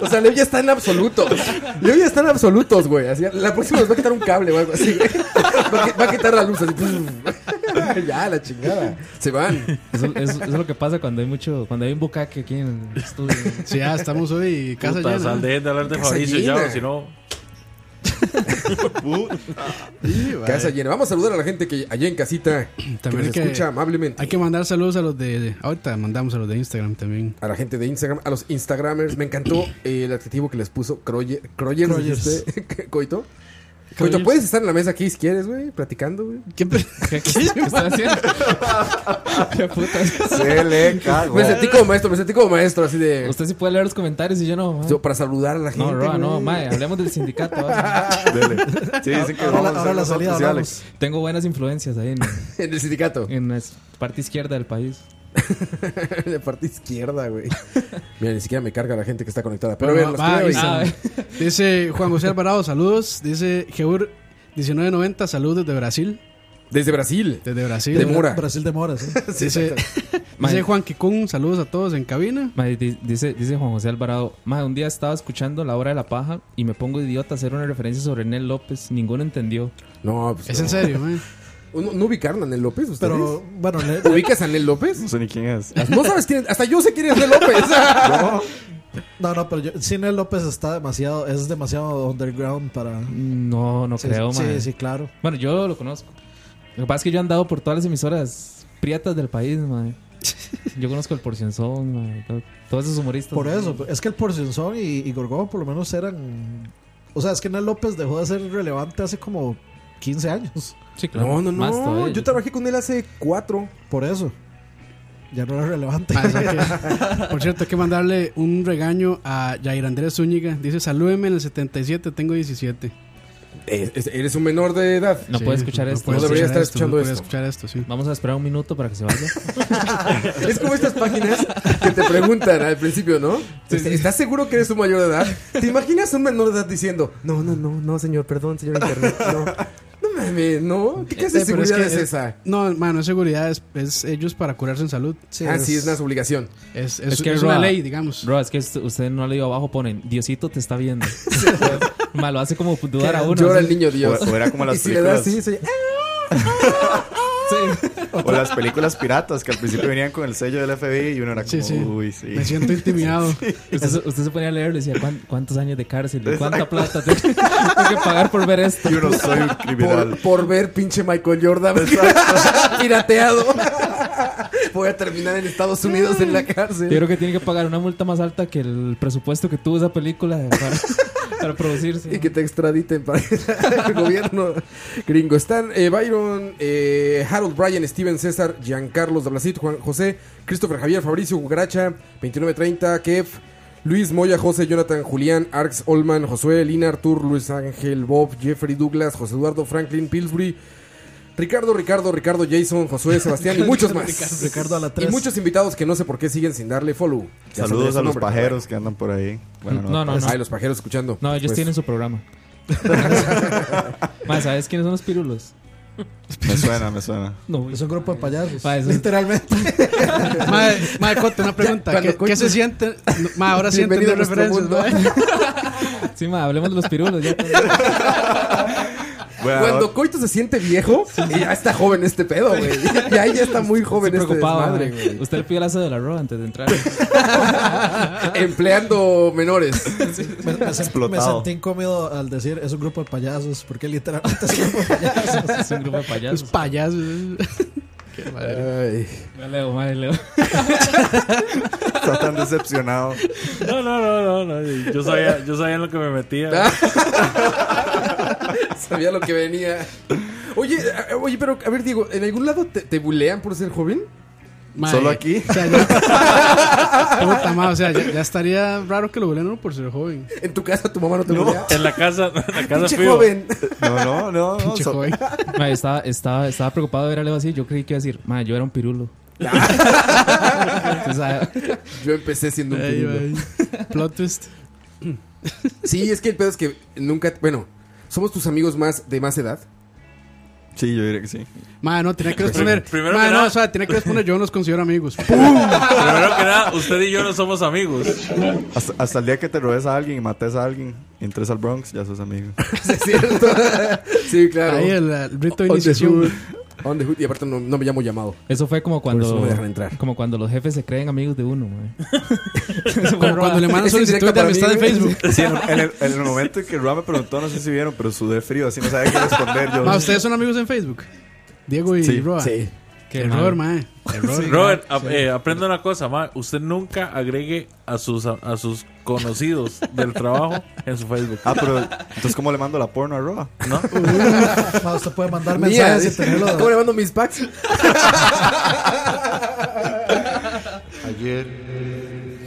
[SPEAKER 3] O sea, Leo ya está en absolutos. Leo ya está en absolutos, güey. Así, la próxima nos va a quitar un cable o algo así, güey. Va a, qui- va a quitar la luz así. pum. [laughs] Ya, la chingada. Se van.
[SPEAKER 5] Eso, eso- eso es lo que pasa cuando hay mucho, cuando hay un bucaque aquí en el estudio.
[SPEAKER 7] Sí, ya estamos hoy casa
[SPEAKER 6] Puta,
[SPEAKER 7] llena.
[SPEAKER 6] sal, dejen de hablar de
[SPEAKER 3] Casa
[SPEAKER 6] Fabricio ya,
[SPEAKER 3] llena.
[SPEAKER 6] o si
[SPEAKER 3] [laughs]
[SPEAKER 6] no.
[SPEAKER 3] Casa llena. Vamos a saludar a la gente que allá en casita
[SPEAKER 7] También
[SPEAKER 3] que nos
[SPEAKER 7] que-
[SPEAKER 3] escucha amablemente.
[SPEAKER 7] Hay que mandar saludos a los de. Ahorita mandamos a los de Instagram también.
[SPEAKER 3] a la gente de Instagram, a los Instagramers. Me encantó eh, el adjetivo que les puso Croyer, Croyers,
[SPEAKER 4] Croyers.
[SPEAKER 3] dijiste, [laughs] Coito. Coito, puedes estar en la mesa aquí si quieres, güey, platicando, güey.
[SPEAKER 7] ¿Qué pe-
[SPEAKER 5] ¿Qué, qué, qué están
[SPEAKER 3] [laughs]
[SPEAKER 5] haciendo? ¿Qué putas?
[SPEAKER 8] Se le cagó.
[SPEAKER 3] Me sentí como maestro, me sentí como maestro, así de.
[SPEAKER 5] Eh, Usted sí puede leer los comentarios y yo no. ma.
[SPEAKER 3] yo, para saludar a la gente.
[SPEAKER 5] No, Roa, no,
[SPEAKER 3] güey.
[SPEAKER 5] mae, hablemos del sindicato. ahora.
[SPEAKER 8] Dele. Sí, dicen que
[SPEAKER 4] Ahora,
[SPEAKER 8] vamos a
[SPEAKER 4] la- ahora
[SPEAKER 8] hacer
[SPEAKER 4] la
[SPEAKER 8] los
[SPEAKER 4] salida
[SPEAKER 8] oficiales.
[SPEAKER 4] hablamos.
[SPEAKER 5] Tengo buenas influencias ahí en,
[SPEAKER 3] En el sindicato.
[SPEAKER 5] en la parte izquierda del país.
[SPEAKER 3] En la parte izquierda, güey. Mira, ni siquiera me carga la gente que está conectada. Pero
[SPEAKER 7] Bueno,
[SPEAKER 3] a ver, los
[SPEAKER 7] va,
[SPEAKER 3] creo y-
[SPEAKER 7] Isa.
[SPEAKER 5] Ah,
[SPEAKER 7] Dice Juan José Alvarado, saludos. Dice Geur 1990, saludos desde Brasil.
[SPEAKER 3] Desde Brasil.
[SPEAKER 7] Desde Brasil.
[SPEAKER 3] De Mora.
[SPEAKER 4] Brasil de Mora, sí.
[SPEAKER 3] [laughs]
[SPEAKER 7] Dice, dice Juan Kikun, saludos a todos en cabina.
[SPEAKER 5] Mae, di- dice, dice Juan José Alvarado, mae, un día estaba escuchando La Hora de la Paja y me pongo idiota a hacer una referencia sobre Nel López. Ninguno entendió.
[SPEAKER 3] No, pues.
[SPEAKER 7] Es
[SPEAKER 3] no. [laughs]
[SPEAKER 7] en serio, man.
[SPEAKER 3] ¿No, no ubicaron a Nel López ustedes?
[SPEAKER 4] Pero bueno, le-
[SPEAKER 3] ¿Ubicas a Nel López?
[SPEAKER 8] No sé ni quién es.
[SPEAKER 3] No sabes quién Hasta yo sé quién es Nel [laughs] López.
[SPEAKER 8] [laughs]
[SPEAKER 4] no, no, pero yo, sí, Nel López está demasiado, es demasiado underground para.
[SPEAKER 5] No, no
[SPEAKER 4] Sí,
[SPEAKER 5] creo,
[SPEAKER 4] sí,
[SPEAKER 5] mae.
[SPEAKER 4] sí, claro.
[SPEAKER 5] Bueno, yo lo conozco. Lo que pasa es que yo he andado por todas las emisoras prietas del país, mae. Yo conozco el Porcienzón, mae, to- todos esos humoristas.
[SPEAKER 4] Por eso, es que el Porcinsón y, y Gorgón por lo menos eran. O sea, es que Nel López dejó de ser relevante hace como 15 años.
[SPEAKER 5] Sí, claro.
[SPEAKER 3] No, no,
[SPEAKER 5] Más
[SPEAKER 3] no.
[SPEAKER 5] todavía.
[SPEAKER 3] Yo trabajé con él hace cuatro.
[SPEAKER 4] Por eso. Ya no era relevante.
[SPEAKER 7] Ah, o sea que- [laughs] por cierto, hay que mandarle un regaño a Jair Andrés Zúñiga. Dice, salúdeme en el 77, tengo 17.
[SPEAKER 3] Eh, es- eres un menor de edad.
[SPEAKER 5] No
[SPEAKER 7] Sí,
[SPEAKER 5] puede escuchar
[SPEAKER 7] no
[SPEAKER 5] esto.
[SPEAKER 7] puede
[SPEAKER 3] No debería estar
[SPEAKER 7] no
[SPEAKER 3] escuchando
[SPEAKER 7] puede
[SPEAKER 3] esto.
[SPEAKER 7] escuchar esto, sí.
[SPEAKER 3] [laughs]
[SPEAKER 5] Vamos a esperar un minuto para que se vaya.
[SPEAKER 3] Es como estas páginas que [laughs] te preguntan ¿eh? al principio, ¿no? ¿Est- ¿Estás seguro que eres un mayor de edad? ¿Te imaginas un menor de edad diciendo, no, no, no, no, señor, perdón, señor internet, no? No mames, no. ¿Qué clase de
[SPEAKER 7] Eh, pero
[SPEAKER 3] seguridad
[SPEAKER 7] que
[SPEAKER 3] es, esa?
[SPEAKER 7] No, mano, es seguridad, es, es ellos para curarse en salud.
[SPEAKER 3] ah, sí, es una obligación.
[SPEAKER 7] Es, es-
[SPEAKER 5] Es que
[SPEAKER 7] es una
[SPEAKER 5] Roa-
[SPEAKER 7] ley, digamos.
[SPEAKER 5] Bro, es que usted usted no ha leído abajo, ponen Diosito te está
[SPEAKER 3] [laughs]
[SPEAKER 5] viendo. [laughs] Mae, lo hace como dudar a uno.
[SPEAKER 3] Llora el
[SPEAKER 5] así.
[SPEAKER 3] niño
[SPEAKER 8] O,
[SPEAKER 3] Dios.
[SPEAKER 8] o era como
[SPEAKER 3] [laughs] y
[SPEAKER 8] las
[SPEAKER 3] si le das
[SPEAKER 8] películas.
[SPEAKER 3] así, soy...
[SPEAKER 8] [laughs] O las películas piratas que al principio venían con el sello del FBI y uno era como,
[SPEAKER 7] Sí, sí.
[SPEAKER 8] uy, sí.
[SPEAKER 7] Me
[SPEAKER 8] [laughs]
[SPEAKER 7] siento intimidado.
[SPEAKER 5] Usted, se- usted se ponía a leer y decía, "¿Cuán- ¿cuántos años de cárcel? ¿Y ¿Cuánta plata tengo, [laughs] que- tengo que pagar por ver esto?
[SPEAKER 8] Y uno soy un
[SPEAKER 3] Por,
[SPEAKER 8] criminal.
[SPEAKER 3] [laughs] por ver pinche Michael Jordan [laughs] pirateado. Voy a terminar en Estados Unidos en la cárcel.
[SPEAKER 5] Yo creo que tiene que pagar una multa más alta que el presupuesto que tuvo esa
[SPEAKER 3] [laughs]
[SPEAKER 5] película para, para producirse.
[SPEAKER 3] Y que te extraditen para [laughs] el gobierno gringo. Están eh, Byron, eh, Harold Bryan, Steven César, Giancarlos Dablacit, Juan José, Christopher Javier, Fabricio Cucaracha, 2930, Kev, Luis Moya, José, Jonathan, Julián, Arx, Olman, Josué, Lina, Artur, Luis Ángel, Bob, Jeffrey, Douglas, José Eduardo, Franklin, Pillsbury, Ricardo, Ricardo, Ricardo, Jason, Josué,
[SPEAKER 4] [laughs]
[SPEAKER 3] Sebastián y muchos más.
[SPEAKER 4] Ricardo, Ricardo a la
[SPEAKER 3] y
[SPEAKER 4] tres.
[SPEAKER 3] muchos invitados que no sé por qué siguen sin darle follow. Ya
[SPEAKER 8] Saludos
[SPEAKER 3] saldría
[SPEAKER 8] a
[SPEAKER 3] su
[SPEAKER 8] los
[SPEAKER 3] nombre,
[SPEAKER 8] pajeros que andan por ahí. Bueno, pues,
[SPEAKER 5] No, no,
[SPEAKER 3] cabrón.
[SPEAKER 5] no.
[SPEAKER 3] Ay, los pajeros escuchando.
[SPEAKER 5] No, ellos
[SPEAKER 3] Pues,
[SPEAKER 5] tienen su
[SPEAKER 3] [laughs]
[SPEAKER 5] programa. [laughs] Más, ¿sabes quiénes son los pirulos? [laughs]
[SPEAKER 8] Me suena, me suena.
[SPEAKER 5] No,
[SPEAKER 4] Es un grupo de payasos.
[SPEAKER 5] Ah, eso es-
[SPEAKER 4] Literalmente.
[SPEAKER 7] Mae, [laughs] mae, Cote, una pregunta.
[SPEAKER 3] cuando
[SPEAKER 7] ¿Qué, qué
[SPEAKER 3] Cote-
[SPEAKER 7] se siente? No, mae, ahora sí entendí
[SPEAKER 3] [laughs] Bienvenido a nuestro
[SPEAKER 7] referencias,
[SPEAKER 3] mundo.
[SPEAKER 7] mae.
[SPEAKER 5] sí, ma, hablemos de los pirulos. ya.
[SPEAKER 7] pues.
[SPEAKER 6] [laughs]
[SPEAKER 8] Bueno,
[SPEAKER 3] Cuando Coito se siente viejo, ya está joven este pedo, güey. Ya, ya está muy joven
[SPEAKER 5] Estoy
[SPEAKER 3] este
[SPEAKER 5] preocupado.
[SPEAKER 3] desmadre,
[SPEAKER 5] ma.
[SPEAKER 3] güey.
[SPEAKER 5] Usted le pidió la de la roba antes de entrar.
[SPEAKER 3] [laughs] Empleando menores.
[SPEAKER 4] Me, me sent- me
[SPEAKER 8] Explotado.
[SPEAKER 4] sentí incómodo al decir es un grupo de payasos. Porque literalmente es un grupo de
[SPEAKER 5] [laughs]
[SPEAKER 4] payasos. Pues,
[SPEAKER 5] es un grupo de
[SPEAKER 7] Los
[SPEAKER 5] payasos.
[SPEAKER 7] payasos. [laughs] Qué madre.
[SPEAKER 3] Ay.
[SPEAKER 5] Ma, Leo, ma, Leo.
[SPEAKER 8] está tan decepcionado.
[SPEAKER 6] No, no, no, no, no. Yo sabía, yo sabía en lo que me metía.
[SPEAKER 7] [laughs]
[SPEAKER 3] Sabía lo que venía. Oye, a- oye, pero a ver, Diego, ¿en algún lado te, te bulean por ser joven?
[SPEAKER 7] Mae,
[SPEAKER 8] Solo aquí.
[SPEAKER 7] O sea, ya, Puta, mae, o sea, ya, ya estaría raro que lo vuelen uno por ser joven.
[SPEAKER 3] En tu casa tu mamá no te bulea.
[SPEAKER 6] En la casa, en la casa
[SPEAKER 3] Pinche
[SPEAKER 6] fui.
[SPEAKER 3] joven.
[SPEAKER 8] No, no, no. no,
[SPEAKER 7] Pinche
[SPEAKER 8] so-
[SPEAKER 5] [laughs]
[SPEAKER 7] joven.
[SPEAKER 5] Ma, estaba, estaba, estaba preocupado de ver a Leo así. Yo creí que iba a decir, ma, yo era un pirulo. [laughs] O sea,
[SPEAKER 3] Yo empecé siendo un
[SPEAKER 7] Ay,
[SPEAKER 3] pirulo. [laughs]
[SPEAKER 7] mae. Plot twist.
[SPEAKER 3] Sí, es que el pedo es que nunca, bueno, somos tus amigos más de más edad.
[SPEAKER 8] Sí, yo diría que sí.
[SPEAKER 7] Mae, no, tenía que responder.
[SPEAKER 6] Primero
[SPEAKER 7] Mae,
[SPEAKER 6] que
[SPEAKER 7] no,
[SPEAKER 6] nada-
[SPEAKER 7] o sea, tenía que responder. Yo no los considero amigos.
[SPEAKER 6] Primero que nada, usted y yo no somos amigos.
[SPEAKER 8] Hasta, hasta el día que te robes a alguien y mates a alguien, y entres al Bronx, ya sos amigo.
[SPEAKER 3] [laughs] Sí, es cierto. Sí, claro.
[SPEAKER 7] Ahí el, el rito de
[SPEAKER 3] On the hood.
[SPEAKER 7] iniciación.
[SPEAKER 3] On the hood. Y aparte no, no me llamo llamado.
[SPEAKER 5] eso fue como
[SPEAKER 3] eso no
[SPEAKER 5] cuando,
[SPEAKER 3] me dejan entrar.
[SPEAKER 5] como cuando los jefes se creen amigos de uno. ma.
[SPEAKER 7] [laughs] Como cuando le mandan
[SPEAKER 3] Es indirecta
[SPEAKER 7] solicitud de
[SPEAKER 3] para mí,
[SPEAKER 7] amistad de
[SPEAKER 3] güey.
[SPEAKER 7] Facebook.
[SPEAKER 8] Sí, en, en
[SPEAKER 3] [laughs]
[SPEAKER 8] el, en el momento en que Roa me preguntó, no sé si vieron, pero sudé frío, así no sabía qué responder.
[SPEAKER 5] [laughs]
[SPEAKER 8] Yo,
[SPEAKER 7] Ma, ¿Ustedes son amigos en Facebook? Diego y
[SPEAKER 8] Sí,
[SPEAKER 7] Roa.
[SPEAKER 3] Sí.
[SPEAKER 5] Qué
[SPEAKER 7] Error,
[SPEAKER 5] mal.
[SPEAKER 7] mae. Error.
[SPEAKER 6] Robert, ap- eh, aprenda una cosa, ma. Usted nunca agregue a sus, a, a sus conocidos del trabajo en su Facebook.
[SPEAKER 8] ah, pero entonces, ¿cómo le mando la porno a Roa?
[SPEAKER 5] [laughs]
[SPEAKER 6] ¿No?
[SPEAKER 4] Ma,
[SPEAKER 5] Uh.
[SPEAKER 4] usted puede mandar
[SPEAKER 3] Mía,
[SPEAKER 4] mensajes y
[SPEAKER 3] dice,
[SPEAKER 4] tenerlo.
[SPEAKER 3] [laughs] ¿Cómo le mando mis packs?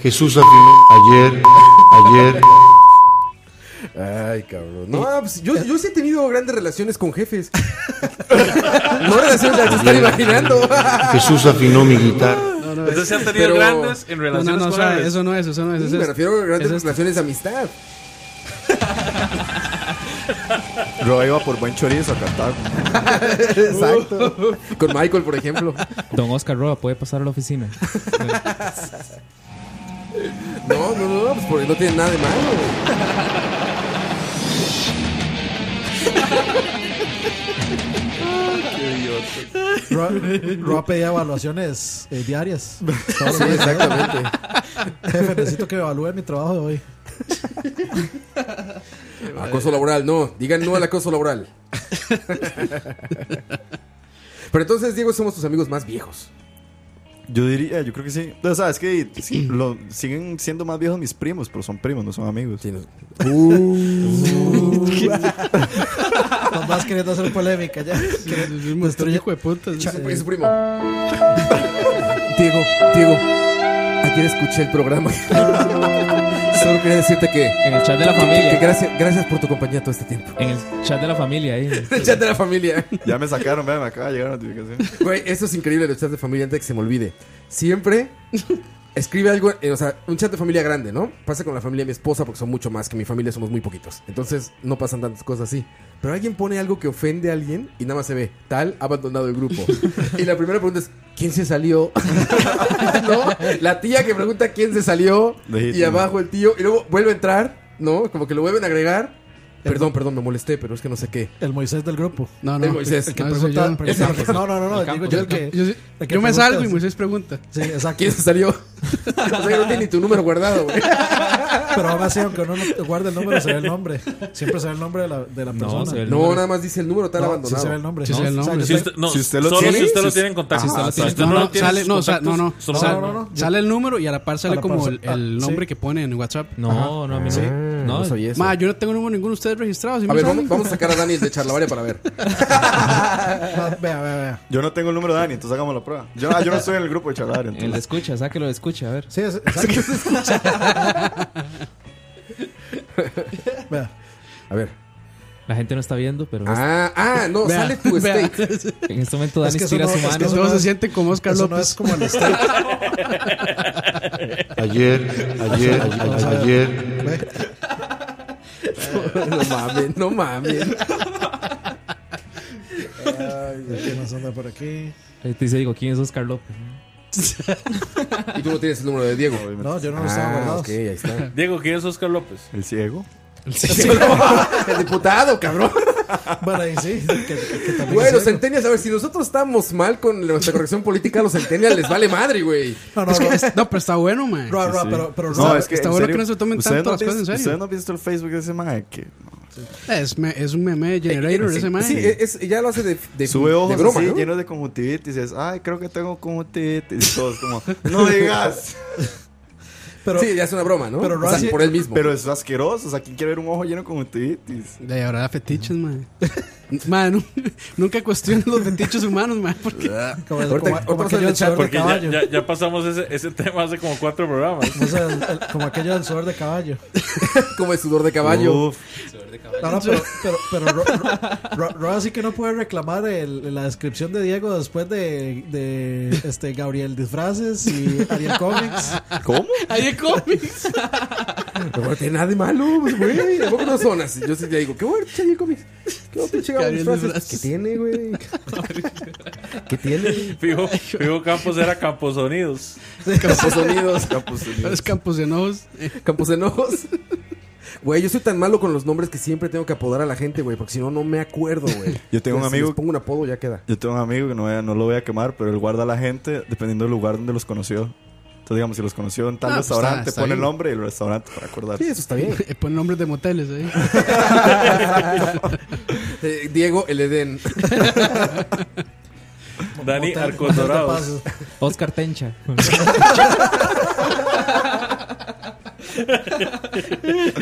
[SPEAKER 9] Jesús afirmó ayer, ayer,
[SPEAKER 3] Ay, cabrón. No, pues yo, yo sí he tenido grandes relaciones con jefes. no relaciones las que están imaginando.
[SPEAKER 9] Jesús afinó mi guitarra.
[SPEAKER 7] No, no,
[SPEAKER 6] Entonces se han tenido
[SPEAKER 3] Pero-
[SPEAKER 6] grandes en
[SPEAKER 7] No, no,
[SPEAKER 6] relaciones
[SPEAKER 7] no, o
[SPEAKER 6] con
[SPEAKER 7] sea,
[SPEAKER 6] hombres.
[SPEAKER 7] eso no es, eso no es.
[SPEAKER 3] Sí,
[SPEAKER 7] eso
[SPEAKER 3] me
[SPEAKER 7] es-
[SPEAKER 3] refiero a grandes
[SPEAKER 7] eso es-
[SPEAKER 3] relaciones
[SPEAKER 7] [laughs]
[SPEAKER 3] de amistad.
[SPEAKER 8] Roa iba [laughs] por buen chorizo a cantar.
[SPEAKER 3] Exacto. Con Michael,
[SPEAKER 7] [laughs]
[SPEAKER 3] por ejemplo.
[SPEAKER 5] Don Oscar Roa puede pasar a la
[SPEAKER 4] [laughs]
[SPEAKER 5] oficina.
[SPEAKER 3] No, no, no, pues porque no tiene nada de malo. güey.
[SPEAKER 4] Ro, Ro pedía evaluaciones eh, diarias. Todos los
[SPEAKER 3] Sí,
[SPEAKER 4] días.
[SPEAKER 3] exactamente.
[SPEAKER 4] Jefe, necesito que evalúe mi trabajo de hoy.
[SPEAKER 3] Acoso laboral, no. Digan no al acoso laboral. Pero entonces, Diego, somos tus amigos más viejos.
[SPEAKER 8] Yo diría, yo creo que sí. O sea, es que sí, [clears throat] lo- siguen siendo más viejos mis primos, pero son primos, no son amigos.
[SPEAKER 3] Sí, nos- Uh.
[SPEAKER 4] Los más queriendo hacer polémica ya.
[SPEAKER 7] Nuestro hijo de puta.
[SPEAKER 3] Cha- es su primo. Diego, Diego, ayer escuché el programa. [laughs] Solo quería decirte que,
[SPEAKER 5] En el chat de la
[SPEAKER 3] que- que
[SPEAKER 5] familia.
[SPEAKER 3] gracias, gracias por tu compañía todo este tiempo.
[SPEAKER 5] En el chat de la familia
[SPEAKER 4] [laughs]
[SPEAKER 5] ahí.
[SPEAKER 3] El chat [laughs] de la familia.
[SPEAKER 8] Ya me sacaron, vean, me acaba de llegar la notificación.
[SPEAKER 3] [laughs] Güey, eso es increíble, los chats de familia, antes de que se me olvide. Siempre escribe algo, eh, o sea, un chat de familia grande, ¿no? Pasa con la familia de mi esposa porque son mucho más, que mi familia somos muy poquitos. Entonces no pasan tantas cosas así. Pero alguien pone algo que ofende a alguien y nada más se ve, tal, ha abandonado el grupo. y la primera pregunta es, ¿quién se salió? [laughs] ¿No? La tía que pregunta quién se salió y
[SPEAKER 8] Legítimo.
[SPEAKER 3] abajo el tío y luego vuelve a entrar, ¿no? Como que lo vuelven a agregar. Perdón, perdón, me molesté, pero es que no sé qué.
[SPEAKER 4] El Moisés del grupo.
[SPEAKER 7] No, no.
[SPEAKER 3] El Moisés, el
[SPEAKER 7] no,
[SPEAKER 3] que
[SPEAKER 7] ese
[SPEAKER 4] Pregunta-
[SPEAKER 7] soy yo.
[SPEAKER 4] pregunta- no, no, no, no,
[SPEAKER 5] El campo.
[SPEAKER 4] digo yo
[SPEAKER 7] Yo,
[SPEAKER 4] el que.
[SPEAKER 7] yo- yo-
[SPEAKER 4] el que
[SPEAKER 7] yo me
[SPEAKER 4] pregunta,
[SPEAKER 7] salgo y
[SPEAKER 4] sí.
[SPEAKER 7] Moisés pregunta.
[SPEAKER 3] [laughs]
[SPEAKER 4] Sí, exacto.
[SPEAKER 3] ¿Quién se
[SPEAKER 4] [laughs]
[SPEAKER 3] salió? o sea, no tiene ni tu número guardado, güey.
[SPEAKER 4] Pero aún así, aunque uno no guarde el número, se ve el nombre. Siempre se ve el nombre de la, de la
[SPEAKER 5] No,
[SPEAKER 4] persona.
[SPEAKER 5] se ve el
[SPEAKER 3] No,
[SPEAKER 5] número.
[SPEAKER 3] nada más dice el número tal
[SPEAKER 4] No, sí
[SPEAKER 3] abandonado.
[SPEAKER 4] se ve el nombre.
[SPEAKER 7] Sí se ve el
[SPEAKER 4] O sea, yo
[SPEAKER 7] nombre.
[SPEAKER 6] Si
[SPEAKER 4] estoy-
[SPEAKER 6] usted, no,
[SPEAKER 8] Si usted lo
[SPEAKER 6] solo
[SPEAKER 8] tiene,
[SPEAKER 6] si usted
[SPEAKER 8] si
[SPEAKER 6] lo
[SPEAKER 8] usted-
[SPEAKER 6] tiene en
[SPEAKER 3] Ah,
[SPEAKER 6] contacto.
[SPEAKER 8] Ajá,
[SPEAKER 6] Si usted
[SPEAKER 7] No,
[SPEAKER 6] lo
[SPEAKER 7] no,
[SPEAKER 6] tiene en
[SPEAKER 7] sale,
[SPEAKER 6] sus
[SPEAKER 7] no, sa- no,
[SPEAKER 6] contactos,
[SPEAKER 7] no,
[SPEAKER 6] solo-
[SPEAKER 7] sale,
[SPEAKER 4] no, no, no.
[SPEAKER 7] sale el número y a la par sale
[SPEAKER 4] A la par
[SPEAKER 7] como
[SPEAKER 4] sa-
[SPEAKER 7] el, el
[SPEAKER 4] ah,
[SPEAKER 7] nombre
[SPEAKER 4] sí.
[SPEAKER 7] que pone en WhatsApp.
[SPEAKER 5] No, no, a mí no. No,
[SPEAKER 3] No sabía eso.
[SPEAKER 7] Ma, yo no tengo número ninguno de ustedes registrados. ¿sí
[SPEAKER 3] A
[SPEAKER 7] me
[SPEAKER 3] ver,
[SPEAKER 7] salen?
[SPEAKER 3] vamos, vamos a sacar a Dani el
[SPEAKER 7] [laughs]
[SPEAKER 3] de Charlavaria para ver.
[SPEAKER 4] Ah, [laughs] Vea, vea, vea.
[SPEAKER 8] Yo no tengo el número de Dani, entonces hagamos la prueba. Yo, ah, yo no
[SPEAKER 3] [laughs]
[SPEAKER 8] estoy en el grupo de Chalabar,
[SPEAKER 5] El de
[SPEAKER 8] entonces.
[SPEAKER 5] escucha, sáquelo de escucha, a ver.
[SPEAKER 4] Sí, es, exacto. Vea.
[SPEAKER 3] A ver.
[SPEAKER 5] La gente no está viendo, pero
[SPEAKER 3] Ah, ah, no,
[SPEAKER 7] Vea,
[SPEAKER 3] sale tu
[SPEAKER 7] vea.
[SPEAKER 5] [laughs]
[SPEAKER 3] steak.
[SPEAKER 5] en este momento
[SPEAKER 4] Es
[SPEAKER 5] Dani
[SPEAKER 4] que eso
[SPEAKER 5] estira
[SPEAKER 4] no-
[SPEAKER 5] su
[SPEAKER 4] es que
[SPEAKER 5] mano.
[SPEAKER 4] eso-
[SPEAKER 7] Todos
[SPEAKER 4] no
[SPEAKER 7] se
[SPEAKER 4] es-
[SPEAKER 7] sienten como Oscar
[SPEAKER 4] Eso
[SPEAKER 7] López.
[SPEAKER 4] no es como el steak.
[SPEAKER 9] ayer, ayer, ayer, ayer.
[SPEAKER 4] Ve.
[SPEAKER 3] [laughs] No mames, no mames.
[SPEAKER 4] Ay, ¿qué más anda por aquí?
[SPEAKER 5] Ahí Te dice, digo, ¿quién es Oscar López?
[SPEAKER 3] Y tú no tienes el número de Diego.
[SPEAKER 4] No, yo no lo estaba
[SPEAKER 3] Ah,
[SPEAKER 4] guardado.
[SPEAKER 3] ok, ahí está.
[SPEAKER 6] Diego, ¿quién es Oscar López?
[SPEAKER 8] El ciego.
[SPEAKER 3] [laughs] El diputado, cabrón.
[SPEAKER 4] Bueno, ahí sí. Que, que también
[SPEAKER 3] Güey, los
[SPEAKER 4] es cierto.
[SPEAKER 3] centenias, a ver, si nosotros estamos mal con nuestra corrección política, a los centenias les vale madre, güey.
[SPEAKER 4] No, no,
[SPEAKER 7] [laughs] Es que-
[SPEAKER 4] no.
[SPEAKER 7] no, pero está bueno, man.
[SPEAKER 4] Roa, roa,
[SPEAKER 8] Sí.
[SPEAKER 4] pero, pero
[SPEAKER 8] No,
[SPEAKER 4] roa,
[SPEAKER 8] es que.
[SPEAKER 7] está
[SPEAKER 8] en
[SPEAKER 7] bueno que
[SPEAKER 8] serio,
[SPEAKER 7] no se tomen
[SPEAKER 8] ¿ustedes
[SPEAKER 7] tanto
[SPEAKER 8] no
[SPEAKER 7] las cosas en
[SPEAKER 8] viste-
[SPEAKER 7] serio?
[SPEAKER 8] ¿Ustedes no han visto el Facebook de ese man? Que Eh,
[SPEAKER 7] Es, me- es un meme generator ese, man.
[SPEAKER 3] Eh, Sí, e, es, ya lo hace de, de,
[SPEAKER 8] sube ojos
[SPEAKER 3] de broma,
[SPEAKER 8] así,
[SPEAKER 3] ¿no?
[SPEAKER 8] llenos de conjuntivitis. Y es, ay, creo que tengo conjuntivitis. Y todos como, no
[SPEAKER 3] [laughs]
[SPEAKER 8] digas.
[SPEAKER 4] pero,
[SPEAKER 3] sí, ya es una broma, ¿no?
[SPEAKER 4] Pero
[SPEAKER 3] o sea,
[SPEAKER 4] Rossi-
[SPEAKER 3] por él mismo.
[SPEAKER 8] Pero es asqueroso. O sea, ¿quién quiere ver un ojo lleno de conjuntivitis?
[SPEAKER 7] De ahora da fetiches, man. man, nu- [laughs] nunca cuestionen los fetiches humanos, man. Porque
[SPEAKER 4] como,
[SPEAKER 3] Ah. Ahorita-
[SPEAKER 4] como- como
[SPEAKER 3] ahorita
[SPEAKER 4] aquello
[SPEAKER 3] en el
[SPEAKER 4] del
[SPEAKER 3] chat,
[SPEAKER 4] sudor de
[SPEAKER 6] Porque ya,
[SPEAKER 4] caballo.
[SPEAKER 6] ya, ya pasamos ese, ese tema hace como cuatro programas.
[SPEAKER 4] O sea, el- el- como aquello del sudor de caballo.
[SPEAKER 3] Como el sudor de caballo.
[SPEAKER 8] Uf,
[SPEAKER 4] No, no, pero, pero, pero Ro- Ro- Ro- Roa sí que no puede reclamar el- la descripción de Diego después de, de este Gabriel Disfraces y Ariel Comics.
[SPEAKER 8] ¿Cómo?
[SPEAKER 7] ahí hay cómics.
[SPEAKER 3] Pero no tiene nada de malo, pues, güey. Tampoco no son así. Yo sí te digo, qué bueno, pinche Diego Comics. Qué bueno, pinche Gabo
[SPEAKER 7] Gabriel
[SPEAKER 3] Disfraces.
[SPEAKER 7] Disfraces.
[SPEAKER 3] ¿Qué tiene, güey? ¿Qué tiene?
[SPEAKER 6] Fijo, fijo Campos era Campos Sonidos.
[SPEAKER 3] Campos Unidos, Campos
[SPEAKER 7] Los campos de enojos. Eh,
[SPEAKER 3] [laughs] Campos Enojos. Güey, yo soy tan malo con los nombres que siempre tengo que apodar a la gente, güey, porque si no, no me acuerdo, güey.
[SPEAKER 8] [laughs] Yo tengo un
[SPEAKER 3] Entonces, Si
[SPEAKER 8] amigo-
[SPEAKER 3] les pongo un apodo, ya queda.
[SPEAKER 8] Yo tengo un amigo que no, voy a- no lo voy a quemar, pero él guarda a la gente dependiendo del lugar donde los conoció. Entonces, digamos, si los conoció en tal
[SPEAKER 7] Ah, pues,
[SPEAKER 8] restaurante,
[SPEAKER 7] está- está
[SPEAKER 8] pone el
[SPEAKER 7] bien.
[SPEAKER 8] nombre y el restaurante para acordar.
[SPEAKER 3] Sí, eso
[SPEAKER 7] [laughs]
[SPEAKER 3] está bien.
[SPEAKER 7] eh, Ponen nombres de moteles ahí.
[SPEAKER 3] [laughs] Eh, Diego,
[SPEAKER 7] [laughs]
[SPEAKER 3] el Edén.
[SPEAKER 6] Dani
[SPEAKER 4] Motel-
[SPEAKER 6] Arcos
[SPEAKER 4] motel de
[SPEAKER 6] Dorados.
[SPEAKER 4] paso.
[SPEAKER 5] Oscar Tencha.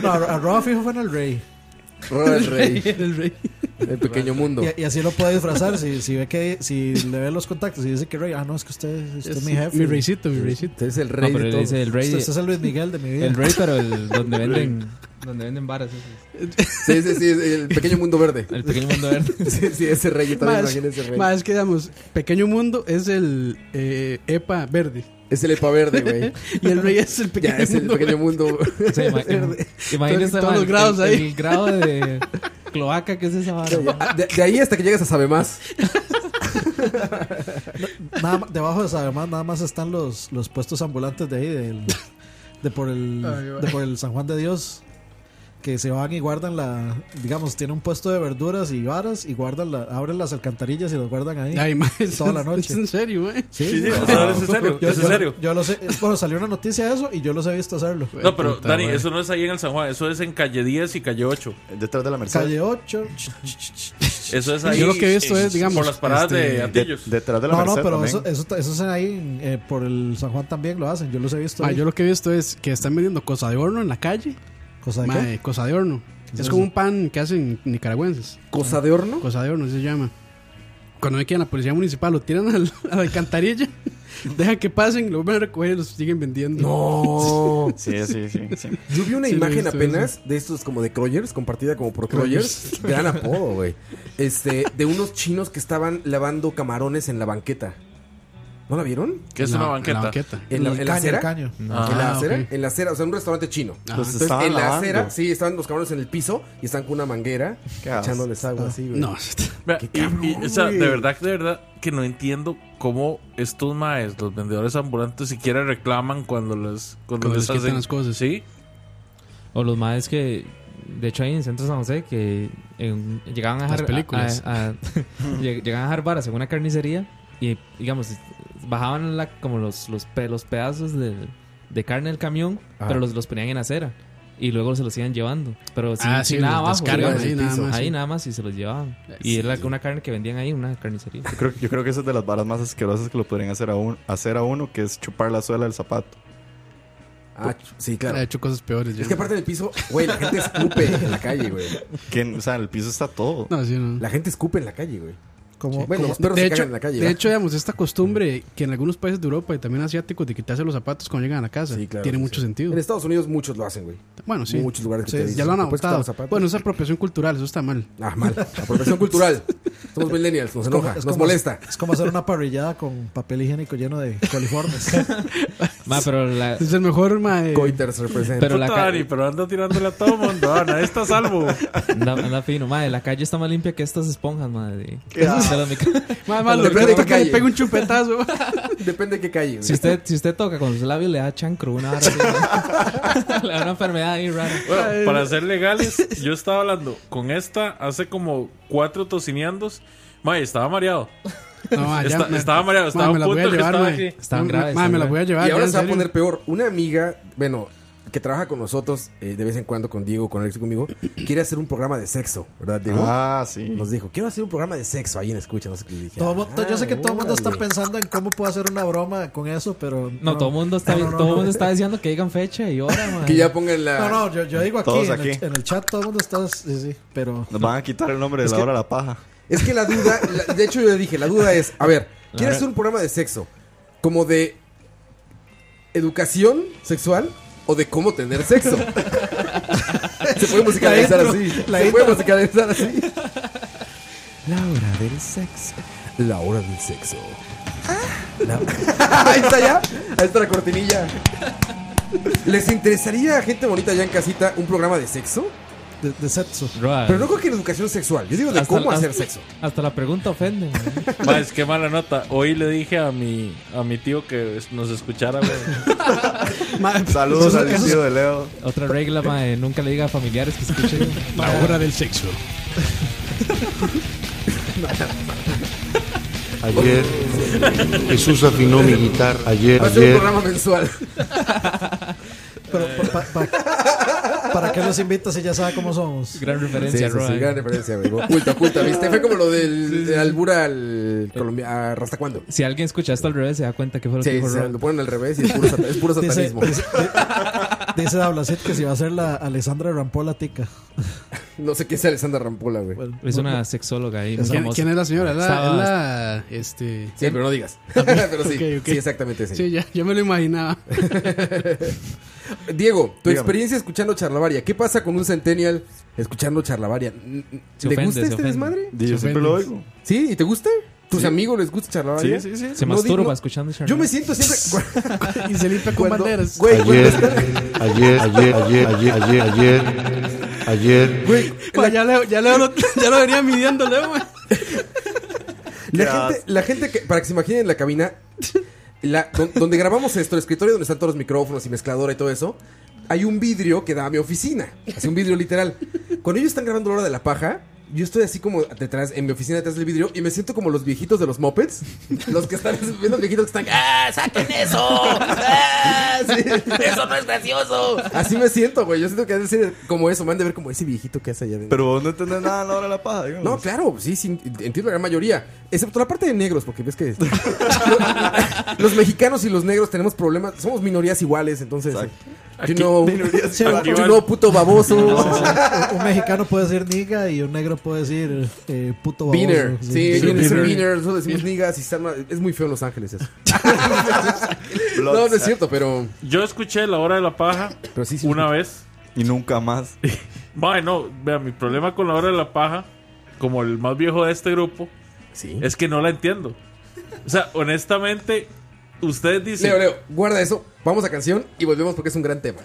[SPEAKER 4] No, a Ro- a Roa fijo fue en el rey.
[SPEAKER 3] Rora el Rey.
[SPEAKER 7] [laughs] El rey.
[SPEAKER 3] El pequeño mundo.
[SPEAKER 4] Y, y así lo puede disfrazar. Si, si ve que si le ve los contactos y dice que rey, ah, no, es que usted, usted es mi jefe.
[SPEAKER 7] Mi reycito, mi reycito.
[SPEAKER 3] Entonces, el
[SPEAKER 5] No,
[SPEAKER 3] rey
[SPEAKER 5] pero
[SPEAKER 3] de
[SPEAKER 5] le
[SPEAKER 3] todo.
[SPEAKER 5] dice el rey.
[SPEAKER 4] Usted, usted es el Luis Miguel de mi vida.
[SPEAKER 5] El rey, pero
[SPEAKER 4] [laughs]
[SPEAKER 5] el donde venden. Donde venden varas. ese.
[SPEAKER 3] Sí, sí, sí, es el pequeño mundo verde.
[SPEAKER 5] El pequeño mundo verde.
[SPEAKER 3] [laughs] Sí, sí, ese rey, yo también
[SPEAKER 7] Más,
[SPEAKER 3] imagino ese rey.
[SPEAKER 7] más que digamos, Pequeño Mundo es el eh, EPA verde.
[SPEAKER 3] Es el epa verde, güey.
[SPEAKER 7] [laughs] Y el rey es el pequeño
[SPEAKER 3] Ya, es el
[SPEAKER 7] mundo.
[SPEAKER 3] pequeño mundo. [laughs]
[SPEAKER 5] Sí, ima- Imagínese
[SPEAKER 7] Todos los
[SPEAKER 5] man,
[SPEAKER 7] grados
[SPEAKER 5] el-
[SPEAKER 7] ahí.
[SPEAKER 5] El grado de cloaca que es esa vara. man.
[SPEAKER 3] Ah, De, de ahí hasta que llegas a Sabe Más.
[SPEAKER 4] Nada ma- debajo de esa además nada más están
[SPEAKER 6] [laughs]
[SPEAKER 4] los, los puestos ambulantes de ahí del, de por el
[SPEAKER 7] Ay, va.
[SPEAKER 4] de por el San Juan de Dios que se van y guardan la, digamos, tiene un puesto de verduras y varas y guardan la, abren las alcantarillas y las guardan ahí
[SPEAKER 7] Ay, ma,
[SPEAKER 4] toda la noche.
[SPEAKER 7] Es en serio, güey.
[SPEAKER 6] Sí, sí, o sea, es en serio,
[SPEAKER 4] Yo,
[SPEAKER 6] es en
[SPEAKER 4] yo-
[SPEAKER 6] serio.
[SPEAKER 4] yo lo sé, bueno, salió una noticia de eso y yo los he visto hacerlo.
[SPEAKER 6] No, pero
[SPEAKER 7] Puta
[SPEAKER 6] Dani,
[SPEAKER 7] madre.
[SPEAKER 6] eso no es ahí en el San Juan, eso es en calle 10 y calle 8.
[SPEAKER 8] Detrás de la Merced.
[SPEAKER 4] Calle 8.
[SPEAKER 6] Eso es ahí.
[SPEAKER 7] Yo lo que he visto es,
[SPEAKER 6] Por
[SPEAKER 7] digamos,
[SPEAKER 6] las paradas
[SPEAKER 7] este,
[SPEAKER 6] de
[SPEAKER 7] de-
[SPEAKER 8] De-
[SPEAKER 6] Atillos.
[SPEAKER 8] detrás de la
[SPEAKER 4] No, no,
[SPEAKER 8] Merced
[SPEAKER 4] pero
[SPEAKER 8] también.
[SPEAKER 4] eso, eso, ta- eso es ahí en, eh, por el San Juan también lo hacen, yo los he visto.
[SPEAKER 7] Ma,
[SPEAKER 4] ahí.
[SPEAKER 7] Ah, yo lo que he visto es que están vendiendo cosa de horno en la calle.
[SPEAKER 4] Cosa de
[SPEAKER 7] Ma,
[SPEAKER 4] qué?
[SPEAKER 7] eh, cosa de horno. Es
[SPEAKER 4] eso?
[SPEAKER 7] como un pan que hacen nicaragüenses.
[SPEAKER 3] ¿Cosa de horno?
[SPEAKER 7] Cosa de horno se llama. Cuando ve que la policía municipal lo tiran [laughs] al- a la alcantarilla, [laughs] dejan que pasen, lo vuelven a recoger y los siguen vendiendo. [laughs]
[SPEAKER 3] No.
[SPEAKER 8] [laughs] Sí, sí, sí. sí.
[SPEAKER 3] Yo vi una
[SPEAKER 7] Sí, lo he
[SPEAKER 3] imagen
[SPEAKER 7] visto,
[SPEAKER 3] apenas de estos como de Croyers, compartida como por Croyers. [laughs] Gran apodo, güey. Este, de unos chinos que estaban lavando camarones en la banqueta. ¿No la vieron?
[SPEAKER 6] Que es
[SPEAKER 7] En
[SPEAKER 6] una
[SPEAKER 7] la- en
[SPEAKER 6] banqueta.
[SPEAKER 7] la banqueta.
[SPEAKER 3] En la, en la
[SPEAKER 4] caño, el
[SPEAKER 3] acera.
[SPEAKER 4] caño.
[SPEAKER 6] Ah,
[SPEAKER 3] en la
[SPEAKER 7] ok. Ah,
[SPEAKER 3] acera, en la acera, o sea, un restaurante chino.
[SPEAKER 8] Los
[SPEAKER 3] Entonces,
[SPEAKER 8] estaban
[SPEAKER 3] en la
[SPEAKER 8] Pues lavando.
[SPEAKER 3] acera, sí, estaban los cabrones en el piso y están con una manguera
[SPEAKER 8] Qué asco.
[SPEAKER 3] echándoles agua así, güey.
[SPEAKER 7] No,
[SPEAKER 6] Vea,
[SPEAKER 3] Qué
[SPEAKER 6] y- y,
[SPEAKER 3] cabrón,
[SPEAKER 6] o sea, de
[SPEAKER 3] güey.
[SPEAKER 6] verdad, de verdad que no entiendo cómo estos maes, los vendedores ambulantes, siquiera reclaman cuando les, cuando
[SPEAKER 7] Cuando
[SPEAKER 6] les
[SPEAKER 7] les quitan
[SPEAKER 6] hacen
[SPEAKER 7] las cosas.
[SPEAKER 6] Sí,
[SPEAKER 5] O los madres que. De hecho, ahí en Centro San José, que en- llegaban a
[SPEAKER 7] Las
[SPEAKER 5] dejar.
[SPEAKER 7] películas.
[SPEAKER 5] a- [laughs] a- lleg- llegaban a dejar varas en una carnicería y, digamos, bajaban la, como los, los, pe- los pedazos de, de carne del camión,
[SPEAKER 7] Ah.
[SPEAKER 3] Ajá.
[SPEAKER 5] pero los, los ponían en acera y luego se los iban llevando. Pero sin,
[SPEAKER 7] Ah,
[SPEAKER 5] sin
[SPEAKER 7] sí,
[SPEAKER 5] nada
[SPEAKER 7] los
[SPEAKER 5] abajo.
[SPEAKER 7] descargan
[SPEAKER 5] digamos.
[SPEAKER 7] ahí nada más,
[SPEAKER 5] Ahí
[SPEAKER 7] sí.
[SPEAKER 5] nada más y se los llevaban.
[SPEAKER 7] Sí,
[SPEAKER 5] Y era
[SPEAKER 7] sí.
[SPEAKER 5] una carne que vendían ahí en una carnicería.
[SPEAKER 8] Yo creo, yo creo que esa es de las varas más asquerosas que lo podrían hacer a, un, hacer a uno, que es chupar la suela del zapato.
[SPEAKER 3] Ah, ch- sí, claro.
[SPEAKER 7] ha hecho cosas peores. ya.
[SPEAKER 3] Es que aparte [laughs] del piso, güey, la gente escupe en la calle, güey.
[SPEAKER 8] Que, o sea, en el piso está todo.
[SPEAKER 7] No, sí, no.
[SPEAKER 3] La gente escupe en la calle, güey.
[SPEAKER 4] Como,
[SPEAKER 3] Bueno, los perros
[SPEAKER 7] de
[SPEAKER 3] se
[SPEAKER 7] hecho,
[SPEAKER 3] cagan en la calle.
[SPEAKER 7] de
[SPEAKER 3] ¿va?
[SPEAKER 7] hecho, digamos, esta costumbre que en algunos países de Europa y también asiáticos de quitarse los zapatos cuando llegan a la casa
[SPEAKER 3] Sí, claro,
[SPEAKER 7] tiene
[SPEAKER 3] sí,
[SPEAKER 7] mucho
[SPEAKER 3] sí.
[SPEAKER 7] [laughs] sentido.
[SPEAKER 3] En Estados Unidos muchos lo hacen, güey.
[SPEAKER 7] Bueno, sí.
[SPEAKER 3] Muchos lugares que
[SPEAKER 7] Sí,
[SPEAKER 3] te dicen,
[SPEAKER 7] ya lo han
[SPEAKER 3] "¿Te puedes quitar
[SPEAKER 7] adoptado.
[SPEAKER 3] los zapatos?"
[SPEAKER 7] Bueno, es apropiación cultural, eso está mal.
[SPEAKER 3] Ah, mal. Apropiación cultural. Somos millennials, nos enoja, nos molesta.
[SPEAKER 4] Es como [laughs] hacer una parrillada con papel higiénico lleno de coliformes.
[SPEAKER 5] [laughs] Ma, pero la.
[SPEAKER 7] Es el mejor, ma, eh,
[SPEAKER 3] Coiters representa.
[SPEAKER 5] Pero la
[SPEAKER 6] Puta,
[SPEAKER 5] ca-
[SPEAKER 6] Dani, pero anda tirándole a todo mundo. ah, Nadie está a salvo.
[SPEAKER 5] Anda, anda fino, madre. La calle está más limpia que estas esponjas, madre. [laughs]
[SPEAKER 3] [laughs]
[SPEAKER 7] ma, ma,
[SPEAKER 3] Pero
[SPEAKER 7] lo que
[SPEAKER 3] depende de qué
[SPEAKER 7] toca le
[SPEAKER 3] calle.
[SPEAKER 7] pega un chupetazo.
[SPEAKER 3] [laughs] Depende de qué calle, güey.
[SPEAKER 5] Si usted, si usted toca con sus labios, le da chancro una vara así,
[SPEAKER 7] [laughs]
[SPEAKER 5] ¿no? Le da una enfermedad ahí rara.
[SPEAKER 6] Bueno, para ser legales, yo estaba hablando con esta hace como cuatro tocineandos. Mae, estaba mareado.
[SPEAKER 7] No, ma, ya,
[SPEAKER 6] Está-
[SPEAKER 7] ma,
[SPEAKER 6] estaba mareado,
[SPEAKER 7] ma,
[SPEAKER 6] estaba a
[SPEAKER 7] me la voy
[SPEAKER 6] punto
[SPEAKER 7] a
[SPEAKER 6] que
[SPEAKER 7] llevar,
[SPEAKER 6] estaba
[SPEAKER 7] ma.
[SPEAKER 6] aquí.
[SPEAKER 5] Estaban
[SPEAKER 7] Ma,
[SPEAKER 5] graves,
[SPEAKER 7] ma, me la
[SPEAKER 5] estaban
[SPEAKER 7] voy a llevar.
[SPEAKER 3] y
[SPEAKER 7] ya,
[SPEAKER 3] ahora
[SPEAKER 7] en
[SPEAKER 3] se va a
[SPEAKER 7] serio.
[SPEAKER 3] poner peor. Una amiga, bueno, que trabaja con nosotros eh, de vez en cuando con Diego, con Alex y conmigo, quiere hacer un programa de sexo, ¿verdad, Diego?
[SPEAKER 8] Ah, sí.
[SPEAKER 3] Nos dijo, quiero hacer un programa de sexo ahí en Escucha, no sé qué. Y dije,
[SPEAKER 4] Todo mu- to- yo sé que todo el mundo está
[SPEAKER 3] órale.
[SPEAKER 4] pensando en cómo puedo hacer una broma con eso, pero.
[SPEAKER 5] [laughs] No, todo el mundo está,
[SPEAKER 4] No, no, no,
[SPEAKER 5] todo
[SPEAKER 4] no.
[SPEAKER 5] mundo está diciendo que digan fecha y hora,
[SPEAKER 3] [laughs]
[SPEAKER 5] madre.
[SPEAKER 3] Que ya pongan la...
[SPEAKER 4] No, no, yo, yo digo aquí,
[SPEAKER 8] Todos
[SPEAKER 4] en, El,
[SPEAKER 8] aquí.
[SPEAKER 4] en el chat todo el mundo está. Sí, sí, pero.
[SPEAKER 8] Nos van a quitar el nombre de la hora a la paja.
[SPEAKER 3] Es que la duda, la- de hecho yo le dije, la duda es, a ver,
[SPEAKER 5] A ver.
[SPEAKER 3] ¿quieres hacer un programa de sexo? ¿Como de educación sexual o de cómo tener sexo? [laughs] Se puede musicalizar
[SPEAKER 4] La
[SPEAKER 3] así.
[SPEAKER 4] intro, la
[SPEAKER 3] Se
[SPEAKER 4] intro.
[SPEAKER 3] puede musicalizar así. [laughs] La hora del sexo. La hora del sexo. La- [laughs] Ahí está ya. Ahí está la cortinilla. ¿Les interesaría a gente bonita ya en casita un programa de sexo?
[SPEAKER 4] De, de sexo.
[SPEAKER 5] Roa,
[SPEAKER 3] Pero no creo que en educación sexual. Yo digo de
[SPEAKER 5] Hasta-
[SPEAKER 3] cómo hacer
[SPEAKER 5] hasta-
[SPEAKER 3] sexo.
[SPEAKER 5] Hasta la pregunta ofende,
[SPEAKER 3] [laughs]
[SPEAKER 5] madre.
[SPEAKER 6] Mae, es que mala nota. Hoy le dije a mi, a mi tío que es- nos escuchara, güey.
[SPEAKER 7] Ma,
[SPEAKER 3] pues,
[SPEAKER 8] Saludos
[SPEAKER 7] eso-
[SPEAKER 8] al
[SPEAKER 7] eso-
[SPEAKER 8] tío de Leo.
[SPEAKER 5] Otra regla, madre. Nunca le diga a familiares que escuchen.
[SPEAKER 7] [laughs] La hora del sexo.
[SPEAKER 9] Ayer Jesús afinó mi guitarra. Ayer,
[SPEAKER 3] Va a ser un
[SPEAKER 9] ayer.
[SPEAKER 3] programa mensual.
[SPEAKER 4] [laughs] Pero, pa- pa- pa- ¿para qué los invitas si ya sabe cómo somos?
[SPEAKER 5] Gran
[SPEAKER 3] Sí,
[SPEAKER 5] referencia,
[SPEAKER 3] sí,
[SPEAKER 5] Roa.
[SPEAKER 3] sí, gran referencia, güey. Oculta, oculta, ¿viste? Fue como lo del de albura al Colombia, ¿hasta cuándo?
[SPEAKER 5] [laughs] Si alguien escucha esto al revés, se da cuenta que fue lo que
[SPEAKER 3] Sí,
[SPEAKER 5] dijo
[SPEAKER 3] o sea,
[SPEAKER 5] Roa.
[SPEAKER 3] lo ponen al revés y es puro, sata-
[SPEAKER 5] [laughs]
[SPEAKER 3] es puro
[SPEAKER 4] Dice,
[SPEAKER 3] satanismo.
[SPEAKER 4] dice, di- dice Dablacet que si va a ser la Alessandra Rampola Tica.
[SPEAKER 3] No sé qué es Alessandra Rampola, güey.
[SPEAKER 4] Bueno,
[SPEAKER 5] Es
[SPEAKER 4] no-
[SPEAKER 5] una sexóloga ahí. muy
[SPEAKER 7] ¿Quién,
[SPEAKER 5] famosa.
[SPEAKER 7] quién es la señora? Es la-
[SPEAKER 5] Estaba-
[SPEAKER 7] es la, este...
[SPEAKER 3] Sí, pero
[SPEAKER 7] [laughs]
[SPEAKER 3] no digas. [laughs] pero sí,
[SPEAKER 7] ok, ok.
[SPEAKER 3] sí, exactamente ese.
[SPEAKER 7] Sí, ya, ya me lo
[SPEAKER 3] [laughs]
[SPEAKER 7] imaginaba.
[SPEAKER 3] Diego, tu
[SPEAKER 8] Dígame.
[SPEAKER 3] experiencia escuchando charlavaria. ¿Qué pasa con un centennial escuchando charlavaria? ¿N- n-
[SPEAKER 5] Se
[SPEAKER 3] ¿Le
[SPEAKER 5] ofende,
[SPEAKER 3] gusta
[SPEAKER 5] se
[SPEAKER 3] este
[SPEAKER 5] ofende.
[SPEAKER 3] desmadre?
[SPEAKER 8] Yo siempre lo oigo.
[SPEAKER 3] ¿Sí? ¿Y te gusta? ¿Tus amigos les gusta charlavaria?
[SPEAKER 8] Sí, sí, sí.
[SPEAKER 5] Se
[SPEAKER 3] No, di-
[SPEAKER 5] masturba
[SPEAKER 3] no.
[SPEAKER 5] escuchando Charlie.
[SPEAKER 3] Yo me
[SPEAKER 5] [laughs]
[SPEAKER 3] siento siempre...
[SPEAKER 7] y se limpia con
[SPEAKER 3] cuando-
[SPEAKER 7] banderas.
[SPEAKER 3] Güey, cuando
[SPEAKER 9] Ayer,
[SPEAKER 3] están-
[SPEAKER 9] ayer, ayer, ayer, ayer, ayer, ayer.
[SPEAKER 3] Güey,
[SPEAKER 7] Ma, ya, Leo, ya, Leo lo, [laughs] ya lo venía midiendo, Leo, ma.
[SPEAKER 3] La gente, la gente que, para que se imaginen la cabina, la, don- donde grabamos esto, el escritorio donde están todos los micrófonos y mezcladora y todo eso, hay un vidrio que da a mi oficina. Así un vidrio literal. Cuando ellos están grabando la hora de la paja, yo estoy así como detrás, en mi oficina detrás del vidrio, y me siento como los viejitos de los mopeds. Los que están viendo los viejitos que están. ¡Ah! ¡Saquen eso! ¡Ah, sí! ¡Eso no es gracioso! Así me siento, güey. Yo siento que es decir como eso, me han de ver como ese viejito que hace allá adentro.
[SPEAKER 8] Pero vos no entendés nada a la hora de la paja, digamos.
[SPEAKER 3] No, claro, sí, sí, entiendo la gran mayoría. Excepto la parte de negros, porque
[SPEAKER 8] [laughs]
[SPEAKER 3] ves que los mexicanos y los negros tenemos problemas, somos minorías iguales, entonces. You know, you know, puto baboso.
[SPEAKER 4] Un- Un mexicano puede decir niga y un negro puede decir eh, puto baboso.
[SPEAKER 3] Beaner, sí,
[SPEAKER 4] sí.
[SPEAKER 3] yo decir beaner, nosotros decimos niggas y están mal- es muy feo en Los
[SPEAKER 8] [laughs]
[SPEAKER 3] Ángeles eso. No, no es cierto, pero,
[SPEAKER 6] Yo escuché la hora de la paja
[SPEAKER 3] pero sí, sí.
[SPEAKER 6] una vez.
[SPEAKER 8] Y
[SPEAKER 6] [laughs]
[SPEAKER 8] nunca más.
[SPEAKER 6] Mae, no, vea, mi problema con la hora de la paja, como el más viejo de este grupo,
[SPEAKER 3] Sí.
[SPEAKER 6] es que no la entiendo. O sea, honestamente, ustedes dicen.
[SPEAKER 3] Leo, Leo, guarda eso, vamos a canción y volvemos porque es un gran tema.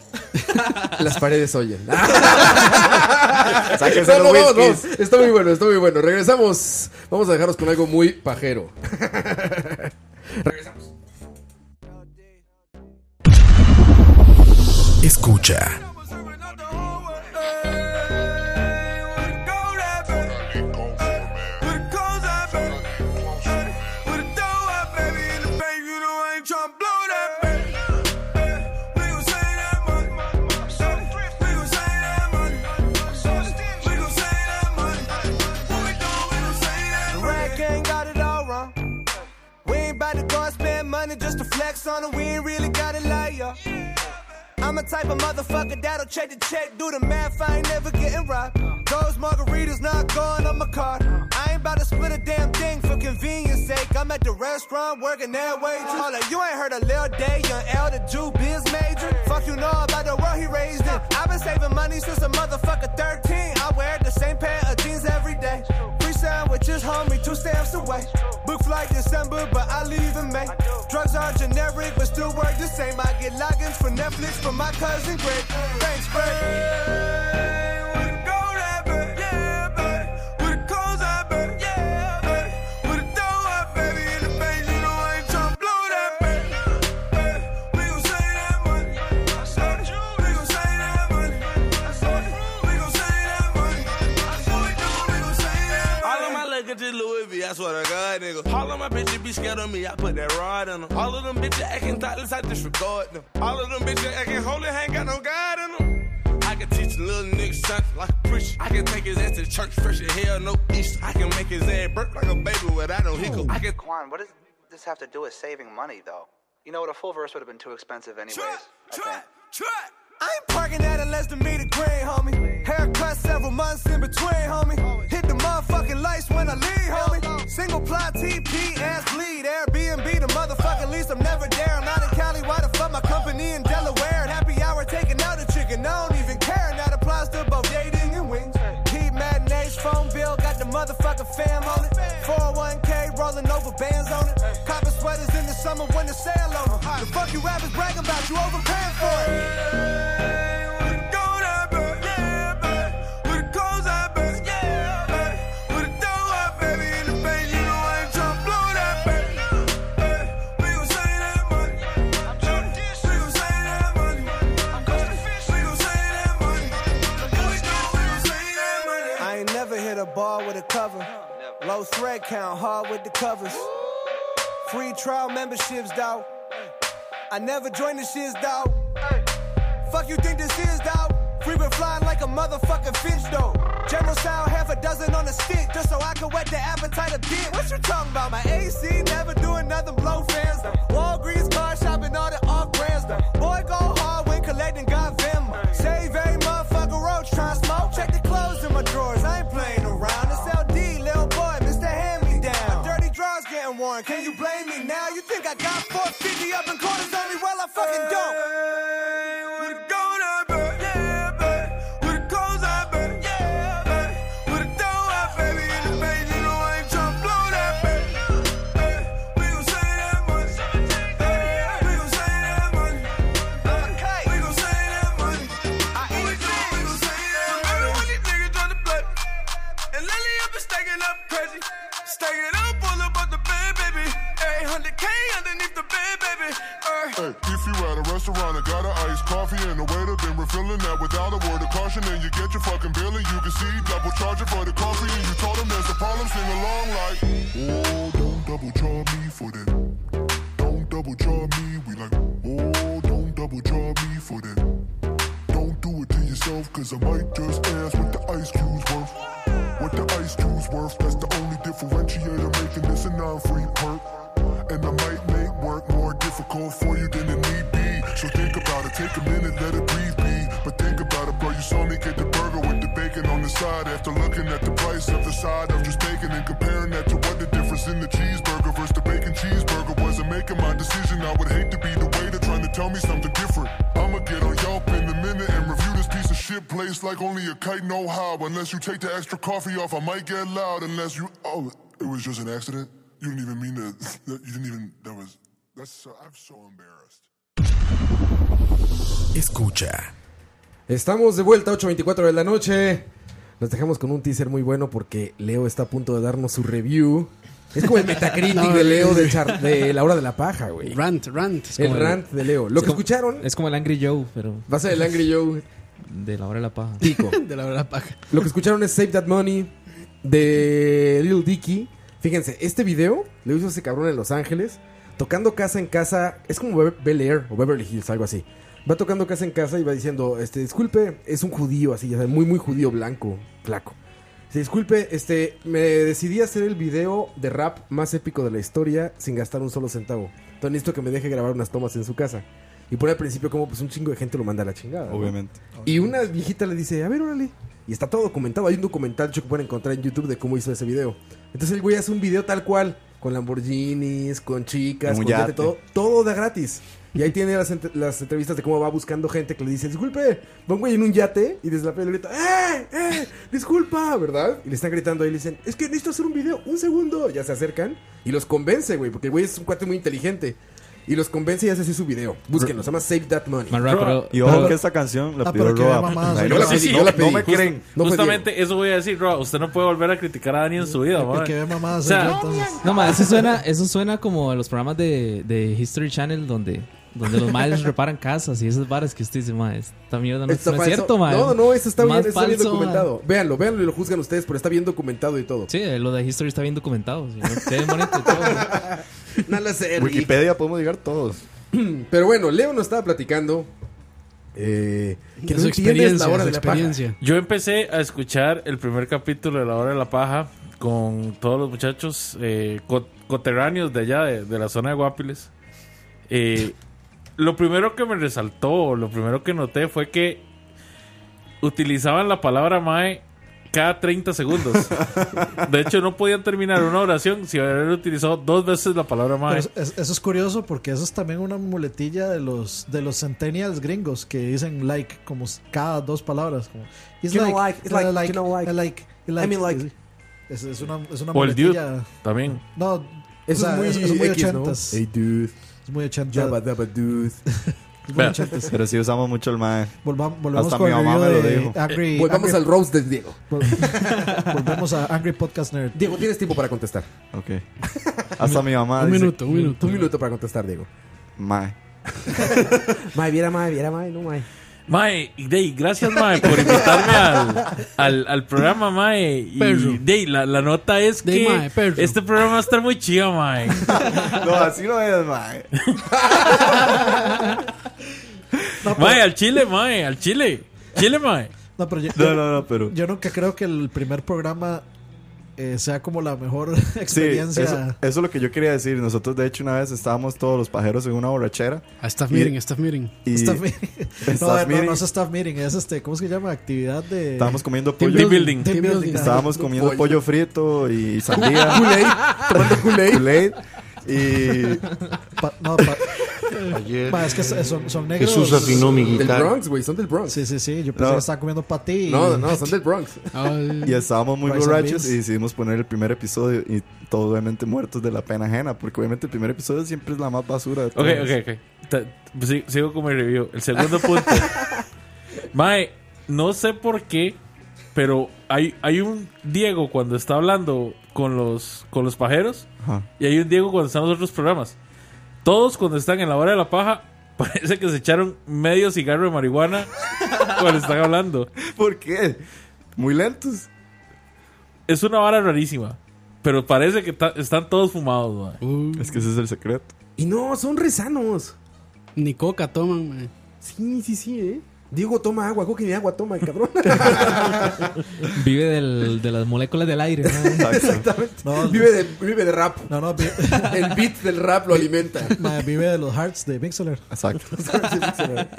[SPEAKER 3] Las paredes oyen.
[SPEAKER 7] [laughs]
[SPEAKER 3] [laughs]
[SPEAKER 8] Sáquense
[SPEAKER 3] No, no,
[SPEAKER 8] los
[SPEAKER 3] vamos,
[SPEAKER 8] whiskies.
[SPEAKER 3] vamos. Está muy bueno, está muy bueno. Regresamos. Vamos a dejaros con algo muy pajero. Regresamos.
[SPEAKER 1] Escucha.
[SPEAKER 11] Just to flex on 'em, we ain't really gotta lie, you I'm a type of motherfucker that'll check the check, do the math, I ain't never getting robbed. Those margaritas not going on my card. I ain't about to split a damn thing for convenience sake. I'm at the restaurant working that way. too. Hold up, you ain't heard a Lil Day, young L, the Jew biz major. Fuck you know about the world he raised in. I've been saving money since a motherfucker 13. I wear the same pair of jeans every day. Free sandwiches, homie, two stamps away. Book flight December, but I leave in May. Drugs are generic, but still work the same. I get logins for Netflix for my cousin Greg. Thanks,
[SPEAKER 12] All of my luggage is Louis V, I swear to God, nigga. All of my bitches be scared of me, I put that rod in them. All of them bitches acting thoughtless, I disregard them. All of them bitches acting holy, ain't got no God in them. I can teach a little nigga something like a preacher. I can take his ass to church fresh as hell, no east. I can make his ass burp like a baby without no hiccup. I can
[SPEAKER 11] Quan, what does this have to do with saving money, though? You know what? A full verse would have been too expensive, anyways. I ain't parking at it less than me to green, homie. Haircut several months in between, homie. Hit the motherfucking lights when I leave, homie. Single plot TP ass bleed. Airbnb the motherfucking lease. I'm never there. I'm not in Cali. Why the fuck my company in Delaware? And happy hour taking out a chicken. I don't even care. And that applies to both dating and wings. Heat matinees, phone bill. Got the motherfucking fam on it. 401k rolling over bands on it. Copper sweaters in the summer when the sale over. The fuck you rappers bragging about? You overpaying for it. I ain't never hit a bar with a cover. Low thread count, hard with the covers. Free trial memberships, dawg. I never joined the shiz, dawg. Fuck you think this is, dawg? We been flying like a motherfucking fish, though. General style, half a dozen on a stick, just so I can whet the appetite a bit. What you talking about? My AC never doing nothing, blow fans, though. Walgreens car shopping, all the off brands, though. Boy, go hard when collecting, got Venmo. Save a motherfucker roach, try smoke. Check the clothes in my drawers, I ain't playing around. It's LD, lil boy, Mr. Hand Me Down. Dirty drugs getting worn, can you blame me now? You think I got 450 up in quarters on me? Well, I fucking don't. Stack it up, pull up on the bed, baby. 800K underneath the bed, baby. Uh,
[SPEAKER 13] around and got an iced coffee and the waiter been refilling that without a word of caution. And you get your fucking bill and you can see he double charging for the coffee. And you told him there's a problem, sing along like, oh, don't double charge me for that. Don't double charge me. We like, oh, don't double charge me for that. Don't do it to yourself, cause I might just ask what the ice cube's worth. What the ice cube's worth, that's the only differentiator making this a non-free perk. And I might make work more difficult for you than it need be. So think about it, take a minute, let it breathe be. But think about it, bro. You saw me get the burger with the bacon on the side. After looking at the price of the side, I'm just taking and comparing that to what the difference in the cheeseburger versus the bacon cheeseburger was. And making my decision, I would hate to be the waiter trying to tell me something different. I'ma get on Yelp in a minute and review this piece of shit place like only a kite know how. Unless you take the extra coffee off, I might get loud. Unless you, oh, it was just an accident. You didn't even mean to. [laughs] You didn't even. That was. That's so. I'm so embarrassed.
[SPEAKER 3] Escucha. Estamos de vuelta, 8.24 de la noche. Nos dejamos con un teaser muy bueno porque Leo está a punto de darnos su review. Es como el Metacritic
[SPEAKER 7] No,
[SPEAKER 3] de Leo de,
[SPEAKER 7] sí.
[SPEAKER 3] Char- de la hora de la paja, güey.
[SPEAKER 7] Rant, rant.
[SPEAKER 3] El rant de Leo. Lo que escucharon
[SPEAKER 5] Es como el Angry Joe, pero.
[SPEAKER 3] va a ser el Angry Joe
[SPEAKER 5] De la hora de la
[SPEAKER 3] [laughs]
[SPEAKER 5] paja.
[SPEAKER 3] tico.
[SPEAKER 7] [laughs] de la verdad paja.
[SPEAKER 3] Lo que escucharon es Save That Money de Lil Dicky. Fíjense, este video lo hizo ese cabrón en Los Ángeles, tocando casa en casa. Es como Be- Bel Air o Beverly Hills, algo así. Va tocando casa en casa y va diciendo, este, disculpe, es un judío así, ya saben, muy, muy judío blanco, flaco. Se disculpe, este, me decidí a hacer el video de rap más épico de la historia sin gastar un solo centavo. Entonces necesito que me deje grabar unas tomas en su casa. Y pone al principio como pues un chingo de gente lo manda a la chingada. ¿no?
[SPEAKER 8] Obviamente.
[SPEAKER 3] Y una viejita le dice, a ver, órale. Y está todo documentado. Hay un documental de hecho, que pueden encontrar en YouTube de cómo hizo ese video. Entonces el güey hace un video tal cual. Con Lamborghinis, con chicas,
[SPEAKER 8] En un
[SPEAKER 3] con yate,
[SPEAKER 8] yate.
[SPEAKER 3] todo. Todo da gratis. Y ahí tiene las, ent- las entrevistas de cómo va buscando gente que le dice, disculpe, va un güey en un yate. Y desde la pelea le grita, ¡eh! ¡eh! ¡Disculpa! ¿Verdad? Y le están gritando ahí. Le dicen, es que necesito hacer un video. ¡Un segundo! Ya se acercan. Y los convence, güey. Porque el güey es un cuate muy inteligente. Y los convence y hace así su video. Búsquenlo. Se llama Save That Money.
[SPEAKER 5] Marra, pero-
[SPEAKER 8] Y ojo que esta canción la
[SPEAKER 4] Ah,
[SPEAKER 8] pidió
[SPEAKER 4] pero qué
[SPEAKER 8] Roa.
[SPEAKER 4] mamadas.
[SPEAKER 8] Ahí
[SPEAKER 3] Yo
[SPEAKER 8] no-
[SPEAKER 3] la pedí,
[SPEAKER 8] no-
[SPEAKER 3] yo la
[SPEAKER 8] no
[SPEAKER 3] pedí.
[SPEAKER 8] me creen.
[SPEAKER 3] No fue
[SPEAKER 6] Justamente eso voy a decir, Rob. Usted no puede volver a criticar a Dani en su vida,
[SPEAKER 4] El
[SPEAKER 6] mae.
[SPEAKER 4] que ve
[SPEAKER 6] O
[SPEAKER 4] mamadas soy yo,
[SPEAKER 6] sea,
[SPEAKER 4] entonces.
[SPEAKER 5] No, ma, eso suena, eso suena como a los programas de, de History Channel donde, donde los madres reparan casas y esas varas que usted dice, ma, esta mierda no,
[SPEAKER 3] Está
[SPEAKER 5] no es
[SPEAKER 3] falso.
[SPEAKER 5] cierto, ma.
[SPEAKER 3] No, no, eso está bien,
[SPEAKER 5] Más
[SPEAKER 3] está bien
[SPEAKER 5] falso, ma.
[SPEAKER 3] documentado. Véanlo, véanlo y lo juzgan ustedes, pero está bien documentado y todo.
[SPEAKER 5] Sí, lo de History está bien documentado. sí, ¿no? Está bien bonito y todo.
[SPEAKER 3] No lo sé,
[SPEAKER 8] [laughs]
[SPEAKER 3] Rick.
[SPEAKER 8] Wikipedia podemos llegar todos.
[SPEAKER 3] [clears throat] Pero bueno, Leo nos estaba platicando eh, que
[SPEAKER 7] De
[SPEAKER 3] no
[SPEAKER 7] su
[SPEAKER 3] entiendes
[SPEAKER 7] experiencia,
[SPEAKER 3] la hora
[SPEAKER 7] su
[SPEAKER 3] de la paja.
[SPEAKER 7] experiencia.
[SPEAKER 6] Yo empecé a escuchar el primer capítulo de La Hora de la Paja con todos los muchachos eh, co- coterráneos de allá, de, de la zona de Guapiles. Eh, lo primero que me resaltó, lo primero que noté fue que utilizaban la palabra mae cada 30
[SPEAKER 3] [laughs]
[SPEAKER 6] segundos. De hecho, no podían terminar una oración si habían utilizado dos veces la palabra mae.
[SPEAKER 4] Pero es- es- eso es curioso porque eso es también una muletilla de los de los centennials gringos que dicen like como s- cada dos palabras como it's
[SPEAKER 3] You don't like, it's like,
[SPEAKER 4] I
[SPEAKER 3] you don't like.
[SPEAKER 4] I like, I
[SPEAKER 3] I mean like.
[SPEAKER 4] es, es una es una
[SPEAKER 6] O el dude
[SPEAKER 4] muletilla
[SPEAKER 6] también.
[SPEAKER 4] no o
[SPEAKER 3] Eso
[SPEAKER 4] sea,
[SPEAKER 3] es muy,
[SPEAKER 4] es, es muy
[SPEAKER 3] X, ¿no?
[SPEAKER 4] ochentas
[SPEAKER 3] Hey, dude.
[SPEAKER 4] es muy ochentas
[SPEAKER 3] Jabba dabba dude.
[SPEAKER 4] es muy
[SPEAKER 6] Vea.
[SPEAKER 4] ochentas
[SPEAKER 8] Pero sí usamos mucho el mae.
[SPEAKER 4] Volvam- volvamos
[SPEAKER 8] Hasta
[SPEAKER 4] con
[SPEAKER 8] mi
[SPEAKER 4] el
[SPEAKER 8] mamá me lo
[SPEAKER 4] review de
[SPEAKER 3] [laughs]
[SPEAKER 8] dijo.
[SPEAKER 4] Angry,
[SPEAKER 3] Eh, Volvamos
[SPEAKER 4] Angry-
[SPEAKER 3] al roast de Diego.
[SPEAKER 4] [laughs] vol- volvemos a Angry Podcast Nerd
[SPEAKER 3] Diego, tienes tiempo para contestar. [laughs]
[SPEAKER 8] Ok. Hasta mi mamá
[SPEAKER 7] Un
[SPEAKER 8] dice,
[SPEAKER 7] minuto, un minuto.
[SPEAKER 3] Un minuto para contestar, Diego.
[SPEAKER 8] Mae.
[SPEAKER 3] [laughs] Mae, viera, mae, viera, mae, no, mae.
[SPEAKER 6] Mae, y Dey, gracias Mae por invitarme al, al, al programa Mae. Y
[SPEAKER 7] Perro.
[SPEAKER 6] Dey, la, la nota es
[SPEAKER 7] Dey,
[SPEAKER 6] que
[SPEAKER 7] mae, perro.
[SPEAKER 6] este programa va a estar muy chido
[SPEAKER 7] [laughs]
[SPEAKER 6] Mae.
[SPEAKER 8] No, así no es, mae.
[SPEAKER 3] [laughs]
[SPEAKER 7] pues.
[SPEAKER 6] Mae, al chile Mae, al chile. Chile Mae.
[SPEAKER 4] no pero yo-
[SPEAKER 8] No, no, no, pero.
[SPEAKER 4] Yo nunca creo que el primer programa eh, sea como la mejor [laughs]
[SPEAKER 8] Sí, eso,
[SPEAKER 4] experiencia.
[SPEAKER 8] eso es lo que yo quería decir. Nosotros, de hecho, una vez estábamos todos los pajeros en una borrachera.
[SPEAKER 7] A Ah, staff meeting, a staff meeting.
[SPEAKER 8] Y
[SPEAKER 4] Staff [laughs] meeting. no,
[SPEAKER 8] [laughs] staff
[SPEAKER 4] no,
[SPEAKER 8] meeting.
[SPEAKER 4] no es staff meeting, es este, ¿cómo es que se llama? Actividad de.
[SPEAKER 8] estábamos comiendo
[SPEAKER 6] Team
[SPEAKER 8] pollo.
[SPEAKER 6] building.
[SPEAKER 4] team building.
[SPEAKER 8] Estábamos comiendo
[SPEAKER 3] Pollo.
[SPEAKER 8] pollo. frito y sandía.
[SPEAKER 3] Kool-Aid, tomando Kool-Aid.
[SPEAKER 8] Kool-Aid. Y
[SPEAKER 4] Pa- no, pa-
[SPEAKER 9] Ayer
[SPEAKER 4] pa, es que son, son negros.
[SPEAKER 9] Jesús afinó mi
[SPEAKER 3] Del
[SPEAKER 9] guitarra.
[SPEAKER 3] Bronx, güey, son del Bronx.
[SPEAKER 4] Sí, sí, sí. Yo pensé
[SPEAKER 8] No.
[SPEAKER 4] que estaba comiendo patí.
[SPEAKER 3] No, no, son del Bronx.
[SPEAKER 8] Y estábamos muy
[SPEAKER 4] Rice and
[SPEAKER 8] borrachos
[SPEAKER 4] beans.
[SPEAKER 8] y decidimos poner el primer episodio y todos obviamente muertos de la pena ajena, porque obviamente el primer episodio siempre es la más basura de
[SPEAKER 6] Ok,
[SPEAKER 8] todas.
[SPEAKER 6] ok, ok. Ta- si- sigo con mi review. El segundo
[SPEAKER 8] [laughs]
[SPEAKER 6] punto. Mae, no sé por qué, pero hay, hay un Diego cuando está hablando con los, con los pajeros
[SPEAKER 8] Ajá.
[SPEAKER 6] y hay un Diego cuando están los otros programas. Todos cuando están en la hora de la paja [laughs] Parece que se echaron medio cigarro de marihuana cuando están hablando.
[SPEAKER 8] ¿Por qué? Muy lentos.
[SPEAKER 6] Es una vara rarísima. Pero parece que ta- están todos fumados, mae.
[SPEAKER 8] Es que ese es el secreto.
[SPEAKER 3] Y no, son rezanos.
[SPEAKER 7] Ni coca toman, man.
[SPEAKER 3] Sí, sí, sí, eh. Diego toma agua, coca ni agua toma, el cabrón.
[SPEAKER 14] Vive del- de las moléculas del aire. ¿no?
[SPEAKER 3] Exactamente. vive, de, vive de rap.
[SPEAKER 4] No, no, vi-
[SPEAKER 3] [laughs] El beat del [laughs] rap lo alimenta.
[SPEAKER 4] Mae, vive de los hearts de Mixler.
[SPEAKER 3] [laughs]
[SPEAKER 8] Exacto.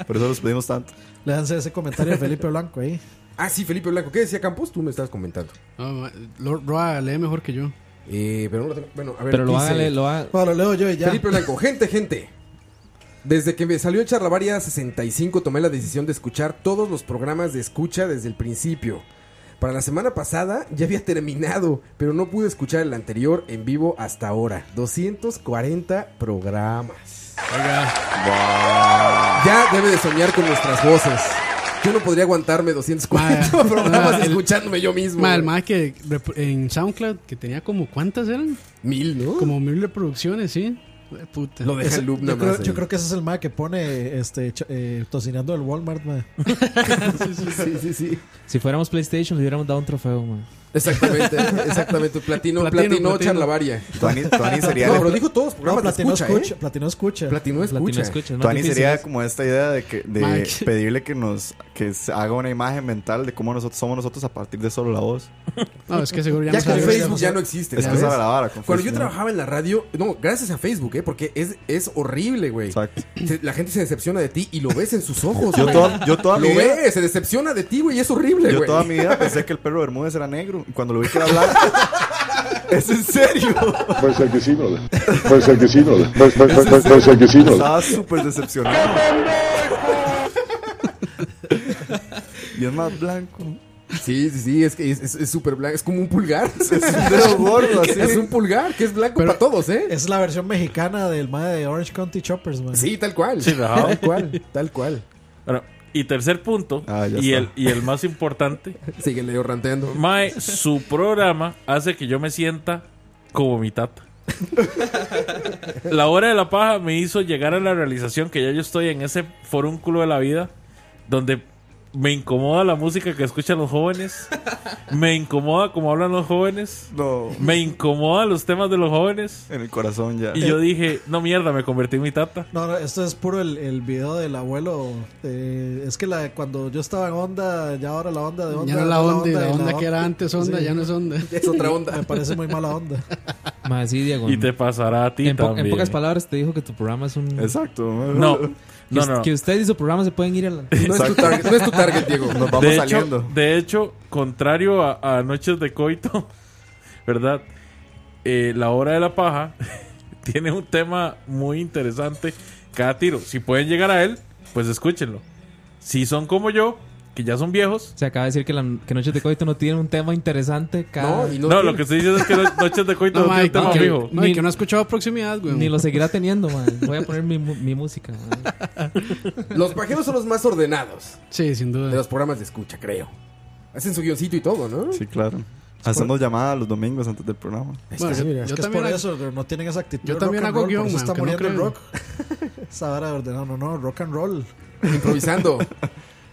[SPEAKER 8] Por eso los pedimos tanto.
[SPEAKER 4] Le dan ese comentario a Felipe Blanco ahí.
[SPEAKER 3] Ah, sí, Felipe Blanco. ¿Qué decía Campos? Tú me estabas comentando.
[SPEAKER 7] [laughs] No, ma, lo- Roa lee mejor que yo.
[SPEAKER 3] Eh, pero no lo tengo- Bueno, a ver.
[SPEAKER 7] Pero lo
[SPEAKER 3] dice-
[SPEAKER 7] hágale, lo ha- Bueno, leo yo y ya.
[SPEAKER 3] Felipe Blanco. Gente, gente. Desde que me salió Charlavaria 65 tomé la decisión de escuchar todos los programas de escucha desde el principio. Para la semana pasada ya había terminado, pero no pude escuchar el anterior en vivo hasta ahora. 240 programas. Ya debe de soñar con nuestras voces. Yo no podría aguantarme 240 [laughs] programas
[SPEAKER 7] Ah, el-
[SPEAKER 3] escuchándome yo mismo.
[SPEAKER 7] Ma, el más que rep- en SoundCloud, que tenía como, ¿cuántas eran?
[SPEAKER 3] Mil, ¿no?
[SPEAKER 7] Como mil reproducciones, sí. Ay, Puta.
[SPEAKER 3] Lo deja
[SPEAKER 4] Ese-
[SPEAKER 3] el
[SPEAKER 4] [laughs]
[SPEAKER 3] loop
[SPEAKER 4] yo,
[SPEAKER 3] nada
[SPEAKER 4] creo,
[SPEAKER 3] más eh.
[SPEAKER 4] yo
[SPEAKER 3] ahí.
[SPEAKER 4] creo que ese es el mae que pone este, cha- eh, tocinando el Walmart,
[SPEAKER 7] [laughs]
[SPEAKER 4] mae.
[SPEAKER 3] Sí, sí, sí.
[SPEAKER 14] Si fuéramos PlayStation, le hubiéramos dado un trofeo, man.
[SPEAKER 3] Exactamente, [laughs] exactamente. Platino, platino, charlavaria. [laughs] No, pero dijo todos los programas de
[SPEAKER 4] Platino
[SPEAKER 3] escucha, ¿eh?
[SPEAKER 4] escucha, Platino escucha.
[SPEAKER 3] Platino escucha. Platino escucha, es más
[SPEAKER 8] Tuani
[SPEAKER 3] difícil
[SPEAKER 8] sería
[SPEAKER 3] eso.
[SPEAKER 8] como esta idea de, que, de
[SPEAKER 3] Mike.
[SPEAKER 8] pedirle que nos que se haga una imagen mental de cómo nosotros somos nosotros a partir de solo la voz.
[SPEAKER 7] No, es que seguro ya,
[SPEAKER 3] Ya
[SPEAKER 7] no
[SPEAKER 3] con
[SPEAKER 7] sabe.
[SPEAKER 3] Facebook ya no existe.
[SPEAKER 8] Es que
[SPEAKER 3] ¿sabes?
[SPEAKER 8] esa era la vara, con
[SPEAKER 3] Cuando
[SPEAKER 8] Facebook,
[SPEAKER 3] yo
[SPEAKER 8] ¿no?
[SPEAKER 3] trabajaba en la radio, no, gracias a Facebook, ¿eh? Porque es, es horrible, güey. Se- La gente se decepciona de ti y lo ves en sus ojos.
[SPEAKER 8] Yo
[SPEAKER 3] güey.
[SPEAKER 8] toda- yo toda
[SPEAKER 3] Lo
[SPEAKER 8] mi vida-
[SPEAKER 3] ves, se decepciona de ti, güey, es horrible,
[SPEAKER 8] Yo
[SPEAKER 3] güey.
[SPEAKER 8] toda mi vida pues,
[SPEAKER 3] [laughs]
[SPEAKER 8] pensé que el perro Bermúdez era negro. Y Cuando lo vi que era blanco. [laughs] es en serio.
[SPEAKER 9] Puede ser que sí, brother. Puede
[SPEAKER 8] Pues
[SPEAKER 9] ser que sí,
[SPEAKER 4] [laughs]
[SPEAKER 9] brother. Puede, puede- puede- puede- puede ser que sí, brother.
[SPEAKER 8] Estaba súper decepcionado. y es más blanco.
[SPEAKER 3] Sí, sí, sí, es que es- es es súper blanco. Es como un pulgar. Es un
[SPEAKER 8] dedo
[SPEAKER 3] [laughs]
[SPEAKER 8] gordo, así.
[SPEAKER 3] Es un pulgar que es blanco para todos, ¿eh?
[SPEAKER 4] Es la versión mexicana del mae de Orange County Choppers, mae.
[SPEAKER 3] Sí, tal cual.
[SPEAKER 6] Sí, rajado.
[SPEAKER 3] tal cual, tal cual.
[SPEAKER 6] Bueno, y tercer punto,
[SPEAKER 3] Ah, ya
[SPEAKER 6] y,
[SPEAKER 3] está.
[SPEAKER 6] el, y el más importante.
[SPEAKER 3] [laughs] Sigue Leo ranteando.
[SPEAKER 6] Mae, su programa hace que yo me sienta como mi
[SPEAKER 3] [laughs]
[SPEAKER 6] tata. la hora de la paja me hizo llegar a la realización que ya yo estoy en ese forúnculo de la vida donde me incomoda la música que escuchan los jóvenes, me incomoda cómo hablan los jóvenes, me incomoda los temas de los jóvenes.
[SPEAKER 8] En el corazón ya.
[SPEAKER 6] Y yo dije, no mierda, me convertí en mi tata.
[SPEAKER 4] No, no, esto es puro el, el video del abuelo. eh, es que la, cuando yo estaba en onda, ya ahora la onda de onda.
[SPEAKER 7] Ya no la onda, y la
[SPEAKER 4] y
[SPEAKER 7] onda que era antes onda,
[SPEAKER 4] Sí.
[SPEAKER 7] ya no es onda.
[SPEAKER 3] Es otra onda.
[SPEAKER 4] Me parece muy mala onda.
[SPEAKER 14] Más sí, Diego.
[SPEAKER 6] Y te pasará a ti
[SPEAKER 14] en, po- en
[SPEAKER 6] también.
[SPEAKER 14] pocas palabras te dijo que tu programa es un...
[SPEAKER 8] Exacto.
[SPEAKER 6] No.
[SPEAKER 14] Que,
[SPEAKER 6] No,
[SPEAKER 14] us-
[SPEAKER 6] no.
[SPEAKER 14] que ustedes y su programa se pueden ir a la... [laughs] No
[SPEAKER 6] Exacto.
[SPEAKER 8] Nos vamos
[SPEAKER 6] de
[SPEAKER 8] saliendo.
[SPEAKER 6] Hecho, de hecho, contrario a, a Noches de Coito, [laughs] ¿verdad? Eh, la hora de la paja [laughs] tiene un tema muy interesante cada tiro. Si pueden llegar a él, pues escúchenlo. Si son como yo, que ya son viejos.
[SPEAKER 14] Se acaba de decir que, la, que Noches de Coito no tiene un tema interesante. Cada...
[SPEAKER 6] No, lo que estoy diciendo es que no- Noches de Coito no,
[SPEAKER 14] No,
[SPEAKER 6] tiene
[SPEAKER 14] Mike,
[SPEAKER 6] un tema
[SPEAKER 14] no, que-
[SPEAKER 6] fijo.
[SPEAKER 7] No, y
[SPEAKER 14] Ni-
[SPEAKER 7] que no ha escuchado proximidad, güey.
[SPEAKER 14] Ni lo seguirá teniendo, man. Voy a poner mi, mu- mi música, man.
[SPEAKER 3] Los pajeros son los más ordenados
[SPEAKER 7] Sí, sin duda.
[SPEAKER 3] de los programas de escucha, creo. Hacen su guioncito y todo, ¿no?
[SPEAKER 8] Sí, claro. Hacemos llamada los domingos antes del programa.
[SPEAKER 4] Bueno,
[SPEAKER 3] sí, mira.
[SPEAKER 4] es
[SPEAKER 3] Yo
[SPEAKER 4] que es
[SPEAKER 3] también
[SPEAKER 4] por
[SPEAKER 3] hago-
[SPEAKER 4] eso, pero no tienen esa actitud.
[SPEAKER 7] Yo
[SPEAKER 4] de
[SPEAKER 7] también
[SPEAKER 4] rock and
[SPEAKER 7] hago
[SPEAKER 4] roll,
[SPEAKER 7] guión,
[SPEAKER 4] por eso
[SPEAKER 7] man,
[SPEAKER 4] está
[SPEAKER 7] que no
[SPEAKER 4] muriendo el
[SPEAKER 7] creo.
[SPEAKER 4] rock. Esa vara de ordenado, no, no, rock and roll.
[SPEAKER 3] Improvisando.
[SPEAKER 4] [laughs]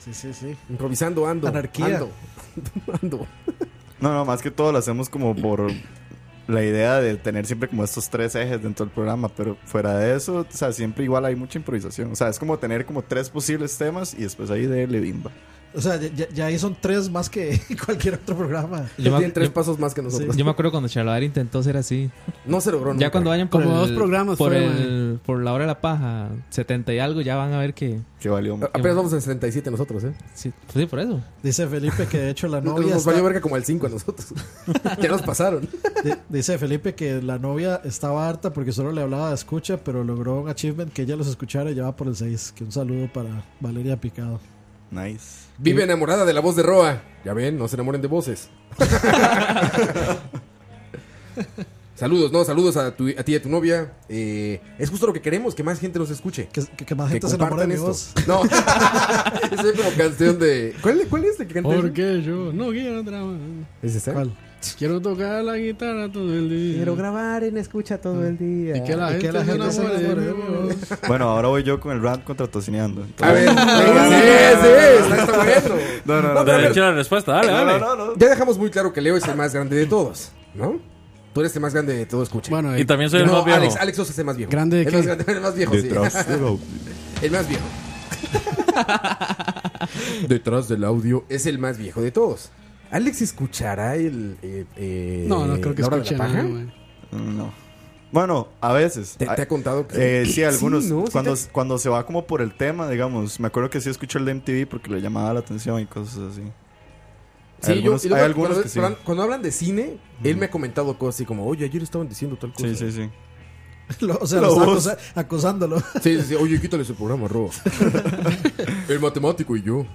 [SPEAKER 4] Sí, sí, sí.
[SPEAKER 3] Improvisando ando.
[SPEAKER 4] Anarquía.
[SPEAKER 3] Ando. [laughs] ando.
[SPEAKER 8] No, no, más que todo lo hacemos como por la idea de tener siempre como estos tres ejes dentro del programa, pero fuera de eso, o sea, siempre igual hay mucha improvisación. O sea, es como tener como tres posibles temas y después ahí de Bimba.
[SPEAKER 4] O sea, ya- ya, ya ahí son tres más que [laughs] cualquier otro programa.
[SPEAKER 14] Yo me-
[SPEAKER 3] Tienen tres
[SPEAKER 14] yo-
[SPEAKER 3] pasos más que nosotros.
[SPEAKER 14] Yo me acuerdo cuando Charlotte intentó ser así.
[SPEAKER 3] No se logró
[SPEAKER 14] Ya
[SPEAKER 3] nunca.
[SPEAKER 14] cuando vayan por
[SPEAKER 3] Como
[SPEAKER 14] el-
[SPEAKER 3] dos programas
[SPEAKER 14] por,
[SPEAKER 3] fue,
[SPEAKER 14] el- por la hora de la paja, 70 y algo, ya van a ver que...
[SPEAKER 8] Que valió.
[SPEAKER 3] A- Apenas vamos en 77 nosotros, ¿eh?
[SPEAKER 14] Sí, sí, por eso.
[SPEAKER 4] Dice Felipe que de hecho la
[SPEAKER 3] No,
[SPEAKER 4] novia.
[SPEAKER 3] [laughs] nos
[SPEAKER 4] está-
[SPEAKER 3] valió verga como al 5 a nosotros. ya nos pasaron.
[SPEAKER 4] [laughs] Di- Dice Felipe que la novia estaba harta porque solo le hablaba de escucha, pero logró un achievement que ella los escuchara y ya va por el 6. Que un saludo para Valeria Picado.
[SPEAKER 8] Nice.
[SPEAKER 3] Vive enamorada de la voz de Roa. Ya ven, no se enamoren
[SPEAKER 4] [laughs]
[SPEAKER 3] de voces. saludos, no, saludos a, tu- a ti y a tu novia. Eh, es justo lo que queremos, que más gente nos escuche.
[SPEAKER 4] Que, que más gente se enamore de
[SPEAKER 3] compartan
[SPEAKER 4] mi
[SPEAKER 3] esto.
[SPEAKER 4] voz. [laughs]
[SPEAKER 3] No, [laughs] esa es como canción de... ¿Cuál, cuál es la que canta?
[SPEAKER 7] ¿Por qué yo? No, guía, no drama.
[SPEAKER 3] ¿Es esa?
[SPEAKER 4] ¿Cuál?
[SPEAKER 7] Quiero tocar la guitarra todo el día.
[SPEAKER 15] Quiero grabar en escucha todo el día.
[SPEAKER 7] Y que la gente se enamore de mi voz.
[SPEAKER 8] Bueno, ahora voy yo con el rant contra tocineando.
[SPEAKER 3] A [laughs] ver, venga, sí, Ah. sí, está- está bueno.
[SPEAKER 8] No, no, no.
[SPEAKER 3] pero a ver.
[SPEAKER 8] Derecho a la respuesta, dale, dale.
[SPEAKER 3] Ya dejamos muy claro que Leo es el más grande de todos, ¿no? Tú eres el más grande de todos, escucha.
[SPEAKER 7] Bueno, Y también soy el
[SPEAKER 3] No,
[SPEAKER 7] más viejo.
[SPEAKER 3] Alex, Alex Sosa es el más viejo.
[SPEAKER 7] ¿Grande de
[SPEAKER 3] el
[SPEAKER 7] qué?
[SPEAKER 3] más grande, el más viejo, sí.
[SPEAKER 7] Detrás del audio.
[SPEAKER 3] El más viejo. Detrás del audio es el más viejo de todos. ¿Alex escuchará el. eh, eh,
[SPEAKER 7] No, no creo que
[SPEAKER 3] la hora de la
[SPEAKER 7] escuche
[SPEAKER 3] paja?
[SPEAKER 7] nada, güey.
[SPEAKER 8] No. Bueno, a veces.
[SPEAKER 3] ¿Te- te ha contado que-
[SPEAKER 8] que
[SPEAKER 3] que-
[SPEAKER 8] Sí,
[SPEAKER 3] sí,
[SPEAKER 8] algunos.
[SPEAKER 3] ¿no? Sí
[SPEAKER 8] cuando,
[SPEAKER 3] te-
[SPEAKER 8] cuando se va como por el tema, digamos. Me acuerdo que sí escuché el de MTV porque le llamaba la atención y cosas así.
[SPEAKER 3] Sí,
[SPEAKER 8] hay algunos,
[SPEAKER 3] yo, y luego
[SPEAKER 8] hay algunos
[SPEAKER 3] cuando,
[SPEAKER 8] que sí.
[SPEAKER 3] cuando- cuando hablan de cine, él me ha comentado cosas así como, oye, ayer estaban diciendo tal cosa.
[SPEAKER 8] Sí, sí,
[SPEAKER 3] [laughs]
[SPEAKER 8] sí.
[SPEAKER 4] [laughs] Lo- o sea, lo,
[SPEAKER 3] La
[SPEAKER 4] está
[SPEAKER 3] voz.
[SPEAKER 4] acosa- acosándolo.
[SPEAKER 3] Sí, sí,
[SPEAKER 4] [laughs]
[SPEAKER 3] sí, oye, quítale ese programa, Rob. el matemático y yo.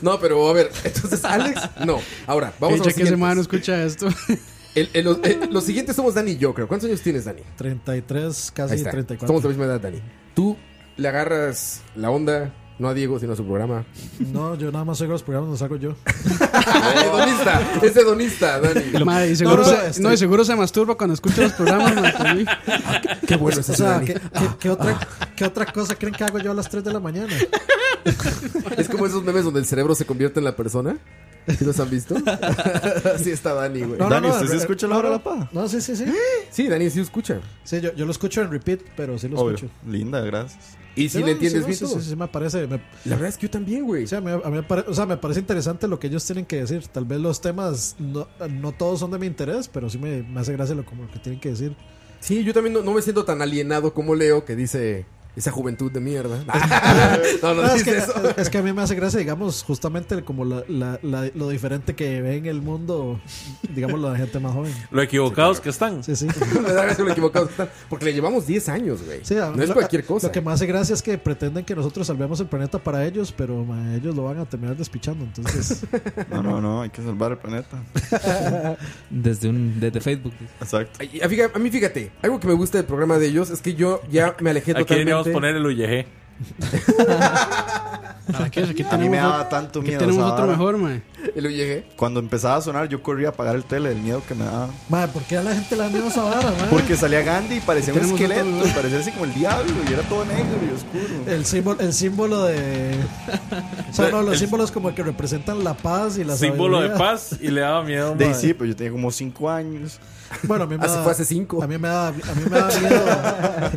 [SPEAKER 3] No, pero a ver, entonces Alex, no. Ahora, vamos a
[SPEAKER 7] Echa
[SPEAKER 3] los
[SPEAKER 7] que ese
[SPEAKER 3] siguientes.
[SPEAKER 7] man no escucha
[SPEAKER 3] [laughs]
[SPEAKER 7] esto. [laughs]
[SPEAKER 3] El- el- los, eh, los siguientes somos Dani y yo, creo. ¿Cuántos años tienes, Dani?
[SPEAKER 4] 33,
[SPEAKER 3] Ahí
[SPEAKER 4] casi
[SPEAKER 3] está.
[SPEAKER 4] 34.
[SPEAKER 3] Somos de la misma edad, Dani. Tú le agarras la onda, no a Diego, sino a su programa.
[SPEAKER 4] No, yo nada más oigo los programas, los hago yo.
[SPEAKER 3] Ah,
[SPEAKER 4] Oh.
[SPEAKER 3] hedonista, [laughs] es hedonista, Dani.
[SPEAKER 7] Ma, y seguro se, no, y seguro se masturba cuando escucha los
[SPEAKER 3] [laughs]
[SPEAKER 7] programas. ma, también.
[SPEAKER 3] Qué bueno
[SPEAKER 4] O
[SPEAKER 3] es eso,
[SPEAKER 4] sea,
[SPEAKER 3] Dani.
[SPEAKER 4] ¿qué, qué, qué otra, ¿qué otra cosa creen que hago yo a las 3 de la
[SPEAKER 3] [laughs]
[SPEAKER 4] mañana?
[SPEAKER 3] Es como esos memes donde el cerebro se convierte en la persona. ¿Sí los
[SPEAKER 4] [laughs]
[SPEAKER 3] han visto? Así está Dani, güey.
[SPEAKER 4] la hora de la paja? No, sí, sí, sí.
[SPEAKER 3] Sí, Dani sí escucha.
[SPEAKER 4] Sí, yo, yo lo escucho en repeat, pero sí lo
[SPEAKER 8] Obvio.
[SPEAKER 4] escucho.
[SPEAKER 8] Linda, gracias.
[SPEAKER 3] ¿Y si
[SPEAKER 4] Sí, no,
[SPEAKER 3] le
[SPEAKER 4] sí,
[SPEAKER 3] entiendes
[SPEAKER 4] no,
[SPEAKER 3] bien
[SPEAKER 4] sí,
[SPEAKER 3] todo?
[SPEAKER 4] Sí, sí, me parece. me-
[SPEAKER 3] La verdad es que yo también, güey.
[SPEAKER 4] O, sea, me- a mí me pare- o sea, me parece interesante lo que ellos tienen que decir. Tal vez los temas no, no todos son de mi interés, pero sí me, me hace gracia lo, como lo que tienen que decir.
[SPEAKER 3] Sí, yo también no, no me siento tan alienado como Leo que dice esa juventud de
[SPEAKER 4] [laughs]
[SPEAKER 3] mierda. [laughs] no, no,
[SPEAKER 4] No, es,
[SPEAKER 3] dice
[SPEAKER 4] que,
[SPEAKER 3] eso.
[SPEAKER 4] es- es que a mí me hace gracia, digamos, justamente como la- la- la- lo diferente que ve en el mundo, digamos, la gente más joven.
[SPEAKER 6] Lo equivocados que están.
[SPEAKER 3] [laughs]
[SPEAKER 4] Sí, sí.
[SPEAKER 3] Me da gracia lo equivocado que están, Porque le llevamos 10 años, güey.
[SPEAKER 4] Sí, a-
[SPEAKER 3] no es
[SPEAKER 4] lo-
[SPEAKER 3] cualquier cosa.
[SPEAKER 4] Lo que me hace gracia es que pretenden que nosotros salvemos el planeta para ellos, pero ma, ellos lo van a terminar despichando.
[SPEAKER 3] [laughs]
[SPEAKER 4] Entonces,
[SPEAKER 8] No, no, no. Hay que salvar el
[SPEAKER 4] [laughs]
[SPEAKER 8] planeta.
[SPEAKER 14] Desde, un, desde Facebook.
[SPEAKER 8] Exacto.
[SPEAKER 3] Y a fija- a mí, fíjate, algo que me gusta del programa de ellos es que yo ya me alejé
[SPEAKER 6] Aquí
[SPEAKER 3] totalmente.
[SPEAKER 6] deberíamos poner el UYG.
[SPEAKER 4] Ah,
[SPEAKER 7] ¿Para qué? Aquí
[SPEAKER 8] a mí me
[SPEAKER 7] tenemos
[SPEAKER 8] daba
[SPEAKER 7] otro-
[SPEAKER 8] tanto
[SPEAKER 7] aquí
[SPEAKER 8] miedo.
[SPEAKER 7] tenemos
[SPEAKER 8] esa
[SPEAKER 7] otro
[SPEAKER 8] vara.
[SPEAKER 7] mejor, man.
[SPEAKER 3] Y lo llegué.
[SPEAKER 8] Cuando empezaba a sonar, yo corría a apagar el tele del miedo que me daba.
[SPEAKER 4] ma, ¿por qué a la gente la miedo esa vara, ma?
[SPEAKER 8] Porque salía Gandhi y parecía un
[SPEAKER 4] Tenemos otro
[SPEAKER 8] esqueleto,
[SPEAKER 4] lugar.
[SPEAKER 8] y parecía así como el diablo, y era todo negro y oscuro.
[SPEAKER 4] El símbolo, el símbolo de. O sea, no, los símbolos como que representan la paz y la
[SPEAKER 6] Símbolo de
[SPEAKER 4] sabiduría.
[SPEAKER 6] paz y le daba miedo.
[SPEAKER 8] De ahí
[SPEAKER 6] madre.
[SPEAKER 8] sí, pero yo tenía como 5 años.
[SPEAKER 4] Bueno, a mí me
[SPEAKER 8] Hace-
[SPEAKER 4] da,
[SPEAKER 8] fue hace
[SPEAKER 4] A mí me da, a mí me da miedo.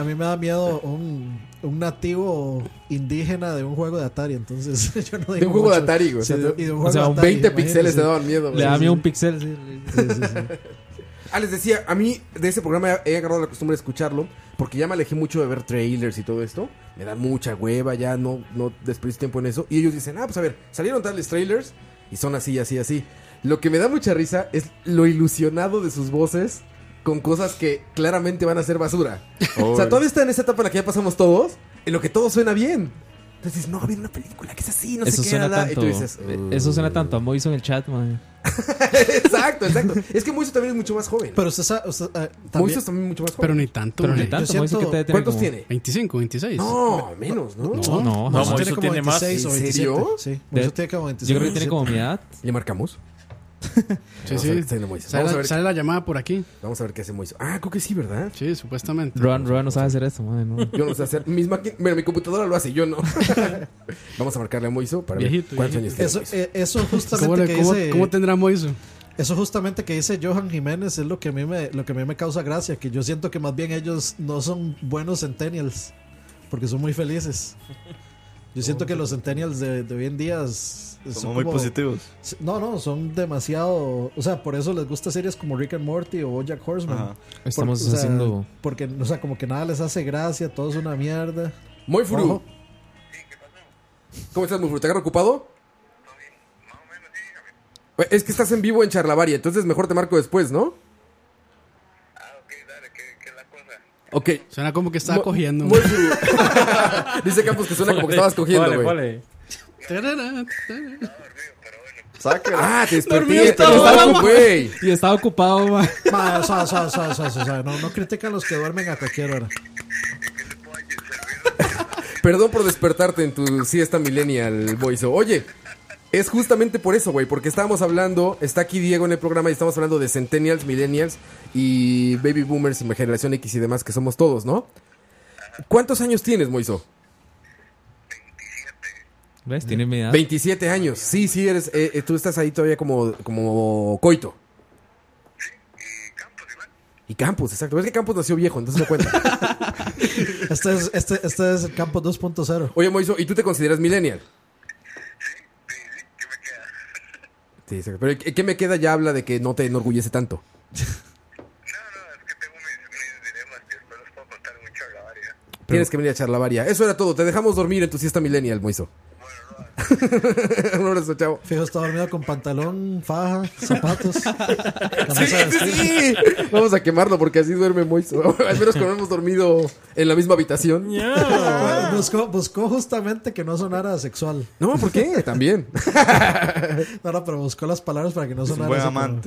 [SPEAKER 4] a mí me da miedo un, un nativo indígena de un juego de Atari. Entonces, [laughs] yo no
[SPEAKER 3] [laughs]
[SPEAKER 4] digo
[SPEAKER 3] De un juego de
[SPEAKER 4] mucho.
[SPEAKER 3] Atari, güey.
[SPEAKER 4] Sí,
[SPEAKER 3] O sea,
[SPEAKER 4] y de un
[SPEAKER 3] o
[SPEAKER 4] juego
[SPEAKER 3] sea,
[SPEAKER 4] de
[SPEAKER 3] un
[SPEAKER 4] Atari,
[SPEAKER 3] 20 píxeles
[SPEAKER 4] imagínense.
[SPEAKER 3] te daban miedo, güey.
[SPEAKER 14] Le da
[SPEAKER 3] Sí,
[SPEAKER 14] miedo
[SPEAKER 3] sí.
[SPEAKER 14] un pixel, sí.
[SPEAKER 3] [laughs] Ah, les decía, a mí de ese programa he agarrado la costumbre de escucharlo porque ya me alejé mucho de ver trailers y todo esto. Me da mucha hueva, ya no, no desperdicio tiempo en eso. Y ellos dicen, ah, pues a ver, salieron tales trailers y son así, así, así. Lo que me da mucha risa es lo ilusionado de sus voces con cosas que claramente van a ser basura. O sea, todavía está en esa etapa en la que ya pasamos todos, en lo que todo suena bien. Entonces dices, no, viene una película que es así, no
[SPEAKER 14] eso,
[SPEAKER 3] sé qué,
[SPEAKER 14] suena
[SPEAKER 3] la, la",
[SPEAKER 14] tanto,
[SPEAKER 3] y tú dices, "Uh".
[SPEAKER 14] eh, eso suena tanto a Moiso en el chat, man.
[SPEAKER 3] exacto, exacto. Es que Moiso también es mucho más joven.
[SPEAKER 4] Pero usted sabe. usted, eh, también-
[SPEAKER 3] Moiso es también mucho más joven.
[SPEAKER 7] Pero ni tanto.
[SPEAKER 14] Pero
[SPEAKER 7] ma.
[SPEAKER 14] ni tanto,
[SPEAKER 4] yo Moiso, siento- ¿qué puede tener
[SPEAKER 3] ¿Cuántos como- tiene?
[SPEAKER 7] 25, 26.
[SPEAKER 3] No, menos, ¿no?
[SPEAKER 7] No, no,
[SPEAKER 6] Moiso
[SPEAKER 4] tiene como
[SPEAKER 6] tiene más.
[SPEAKER 4] 26 o
[SPEAKER 3] ¿En
[SPEAKER 4] 27.
[SPEAKER 3] serio?
[SPEAKER 4] Sí,
[SPEAKER 14] De-
[SPEAKER 4] Moiso tiene como 26.
[SPEAKER 14] Yo creo que tiene como mi edad.
[SPEAKER 4] [laughs]
[SPEAKER 3] ¿Le marcamos?
[SPEAKER 7] Sí,
[SPEAKER 3] Vamos
[SPEAKER 7] sí.
[SPEAKER 3] a ver qué sale Moisés.
[SPEAKER 7] Sale,
[SPEAKER 3] Vamos a
[SPEAKER 7] la,
[SPEAKER 3] ver
[SPEAKER 7] sale la llamada por aquí.
[SPEAKER 3] qué- vamos a ver qué hace Moisés. Ah, creo que sí, ¿verdad?
[SPEAKER 7] Sí, supuestamente.
[SPEAKER 14] Roan, Roan no sabe hacer eso, man. no.
[SPEAKER 3] Yo no sé hacer. Mis máquin- Mira, mi computadora lo hace,
[SPEAKER 4] [laughs]
[SPEAKER 3] yo no. vamos a marcarle a Moiso para ver
[SPEAKER 7] Viejito,
[SPEAKER 3] cuántos
[SPEAKER 7] viejito.
[SPEAKER 3] años
[SPEAKER 4] Eso, eh, eso justamente
[SPEAKER 7] Este, pues, ¿Cómo, le-
[SPEAKER 4] que
[SPEAKER 7] cómo-
[SPEAKER 4] dice.
[SPEAKER 7] cómo tendrá Moiso?
[SPEAKER 4] Eso justamente que dice Johan Jiménez es lo que a mí me, lo que a mí me causa gracia, que yo siento que más bien ellos no son buenos centennials, porque son muy felices. Yo siento que los centennials de, de hoy en día s- son
[SPEAKER 8] Somos muy
[SPEAKER 4] como-
[SPEAKER 8] positivos.
[SPEAKER 4] No, no, son demasiado, o sea, por eso les gusta series como Rick and Morty o Jack Horseman.
[SPEAKER 8] Ajá.
[SPEAKER 4] Por-
[SPEAKER 14] Estamos
[SPEAKER 4] o sea,
[SPEAKER 14] haciendo-
[SPEAKER 4] porque o sea, como que nada les hace gracia, todo es una mierda.
[SPEAKER 3] Muy furu.
[SPEAKER 4] Ojo.
[SPEAKER 3] ¿Cómo estás, Mufru? ¿Te agarro ocupado? Eh, Es que estás en vivo en Charlavaria, entonces mejor te marco después, ¿no? Ah, ok, dale, ¿qué,
[SPEAKER 7] Suena como que estaba
[SPEAKER 3] Mo-
[SPEAKER 7] cogiendo.
[SPEAKER 3] es la cosa? Ok. Mufru. [laughs] Dice Campos que suena como que estabas cogiendo, güey.
[SPEAKER 5] [laughs]
[SPEAKER 7] Tarara.
[SPEAKER 8] Sáquelo.
[SPEAKER 3] Ah, te desperté,
[SPEAKER 14] Dormido
[SPEAKER 3] pero
[SPEAKER 14] estaba,
[SPEAKER 3] estaba,
[SPEAKER 14] ma.
[SPEAKER 3] güey.
[SPEAKER 14] Y estaba ocupado, man.
[SPEAKER 4] Ma, o sea, o sea, o sea, o sea, o sea, no, no critican a los que duermen a cualquier hora.
[SPEAKER 3] Perdón por despertarte en tu siesta millennial, Boiso. Oye, Es justamente por eso, güey, porque estábamos hablando, está aquí Diego en el programa y estamos hablando de Centennials, Millennials y Baby Boomers y mi Generación X y demás, que somos todos, ¿no? ¿Cuántos años tienes, Moiso?
[SPEAKER 5] ¿Ves? Tiene mi
[SPEAKER 3] ¿Ah?
[SPEAKER 5] edad.
[SPEAKER 3] 27 años. Sí, sí, eres, eh, eh, tú estás ahí todavía como, como coito. Y Campos, exacto. Ves que Campos nació viejo, entonces no cuenta.
[SPEAKER 4] [laughs] Este es, este, este es el campo 2.0.
[SPEAKER 3] Oye, Moiso, ¿y tú te consideras millennial? Sí, exacto. Pero ¿qué qué me queda ya habla de que no te
[SPEAKER 4] [laughs]
[SPEAKER 3] enorgullece tanto? Tienes que venir a charlavaria. Eso era todo. Te dejamos dormir en tu siesta millennial, [laughs] Moiso. [laughs] Un abrazo, chavo.
[SPEAKER 4] Fijo, está dormido con pantalón, faja,
[SPEAKER 14] [laughs]
[SPEAKER 4] zapatos. camisa de vestir.
[SPEAKER 3] Sí, Vamos a quemarlo porque así duerme Moiso. [laughs] Al menos cuando hemos dormido en la misma habitación.
[SPEAKER 4] Bueno, Buscó, buscó justamente que no sonara sexual.
[SPEAKER 3] No,
[SPEAKER 4] [laughs]
[SPEAKER 3] ¿por qué? También.
[SPEAKER 4] No, no, pero buscó las palabras para que no sonara
[SPEAKER 5] ¿eh?
[SPEAKER 4] esa palabra.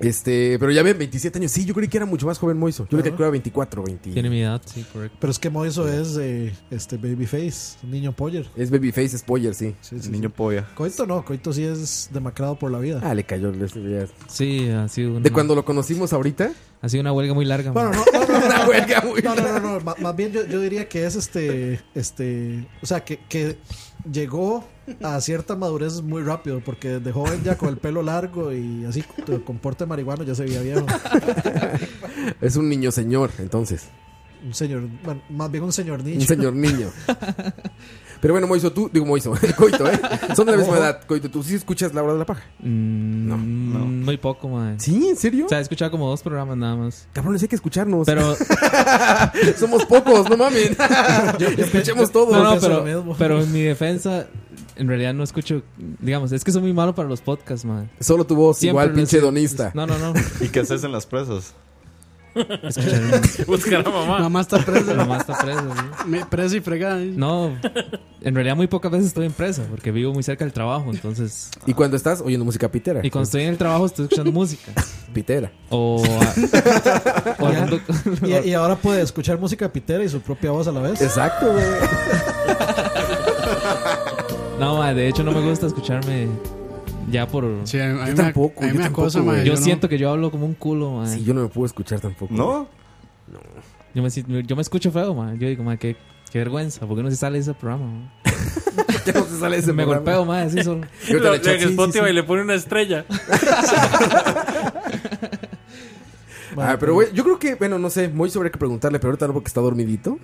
[SPEAKER 3] Este, pero ya ven, 27 años. Sí, yo creí que era mucho más joven Moiso. Yo le
[SPEAKER 4] Ajá.
[SPEAKER 3] calculaba 24, 20.
[SPEAKER 5] Tiene mi edad, sí, correcto.
[SPEAKER 4] Pero es que Moiso es eh, este Babyface, un niño poller.
[SPEAKER 3] Es Babyface Spoiler, sí.
[SPEAKER 4] sí,
[SPEAKER 8] Niño
[SPEAKER 4] sí.
[SPEAKER 8] polla.
[SPEAKER 4] Coito no, Coito sí es
[SPEAKER 3] [laughs]
[SPEAKER 4] demacrado por la vida.
[SPEAKER 3] Ah, le cayó. le- le-
[SPEAKER 5] Sí, ha sido una...
[SPEAKER 3] ¿De cuando lo conocimos ahorita?
[SPEAKER 5] Ha sido una huelga muy larga.
[SPEAKER 4] Bueno,
[SPEAKER 5] man.
[SPEAKER 4] no, no, no, no, no. No,
[SPEAKER 3] [laughs]
[SPEAKER 4] no, no, no, ma- Más bien yo, yo diría que es este, este, o sea, que, que llegó a cierta madurez muy rápido, porque de joven ya con el pelo largo y así t- con porte marihuano ya se veía viejo.
[SPEAKER 3] Es un niño señor, entonces.
[SPEAKER 4] Un señor, bueno, más bien un señor niño.
[SPEAKER 3] Un señor
[SPEAKER 4] [laughs]
[SPEAKER 3] [laughs] niño. Pero bueno, Moiso, tú, digo Moiso, [laughs] Coito, ¿eh? Son de la misma
[SPEAKER 5] Ojo.
[SPEAKER 3] edad, Coito. ¿Tú sí escuchas La Hora de la Paja? [laughs]
[SPEAKER 5] Mm, no, Muy poco, man.
[SPEAKER 3] ¿Sí? ¿En serio?
[SPEAKER 5] O sea, he escuchado como dos programas nada más.
[SPEAKER 3] Cabrones, hay que escucharnos.
[SPEAKER 5] Pero...
[SPEAKER 3] [laughs] Somos pocos, Pues
[SPEAKER 5] [laughs]
[SPEAKER 4] [laughs]
[SPEAKER 3] no mamen. [laughs] Escuchemos todos.
[SPEAKER 5] No, no, pero, pero en mi defensa, en realidad no escucho... Digamos, es que soy muy malo para los podcasts, man.
[SPEAKER 3] Solo tu voz,
[SPEAKER 5] Siempre
[SPEAKER 3] igual
[SPEAKER 5] lo
[SPEAKER 3] pinche
[SPEAKER 5] sé.
[SPEAKER 3] donista.
[SPEAKER 5] No, no,
[SPEAKER 3] [laughs]
[SPEAKER 5] no.
[SPEAKER 8] ¿Y qué haces en las presas?
[SPEAKER 6] Buscar a mamá.
[SPEAKER 7] Mamá está presa.
[SPEAKER 5] Mamá está presa, sí.
[SPEAKER 7] Me- presa y fregada. ¿eh?
[SPEAKER 5] No, en realidad muy pocas veces estoy en presa porque vivo muy cerca del trabajo, entonces...
[SPEAKER 3] ¿Y cuando estás oyendo música pitera?
[SPEAKER 5] Y cuando estoy en el trabajo estoy
[SPEAKER 3] [laughs]
[SPEAKER 5] escuchando música.
[SPEAKER 3] Pitera.
[SPEAKER 5] O... o hablando-
[SPEAKER 4] Y, y ahora puede escuchar música pitera y su propia voz a la vez.
[SPEAKER 3] Exacto, güey.
[SPEAKER 5] No, ma, de hecho no me gusta escucharme ya por...
[SPEAKER 7] Sí, a- a mí me-
[SPEAKER 3] tampoco,
[SPEAKER 7] a mí
[SPEAKER 3] yo
[SPEAKER 7] me da
[SPEAKER 3] tampoco,
[SPEAKER 7] cosa,
[SPEAKER 3] güey.
[SPEAKER 7] ma,
[SPEAKER 5] Yo
[SPEAKER 7] no-
[SPEAKER 5] siento que yo hablo como un culo, ma.
[SPEAKER 3] Sí, yo no me puedo escuchar tampoco.
[SPEAKER 8] ¿No?
[SPEAKER 5] Yo me, siento- yo me escucho feo, ma. Yo digo, ma, qué, qué vergüenza. ¿Por qué no se sale ese programa,
[SPEAKER 3] [laughs]
[SPEAKER 5] ma?
[SPEAKER 3] Ya no se sale ese
[SPEAKER 5] Me
[SPEAKER 3] programa.
[SPEAKER 5] golpeo, ma, así
[SPEAKER 6] [laughs]
[SPEAKER 5] solo.
[SPEAKER 3] Yo te
[SPEAKER 6] Lo-
[SPEAKER 3] la eché,
[SPEAKER 6] en
[SPEAKER 3] sí, sí,
[SPEAKER 6] Spotify
[SPEAKER 3] sí.
[SPEAKER 6] le pone una estrella.
[SPEAKER 3] [laughs]
[SPEAKER 6] [laughs]
[SPEAKER 3] Ah, pero
[SPEAKER 8] pues.
[SPEAKER 3] güey, yo creo que, bueno, no sé, muy sobre que preguntarle, pero ahorita no porque
[SPEAKER 8] [laughs]
[SPEAKER 3] está dormidito.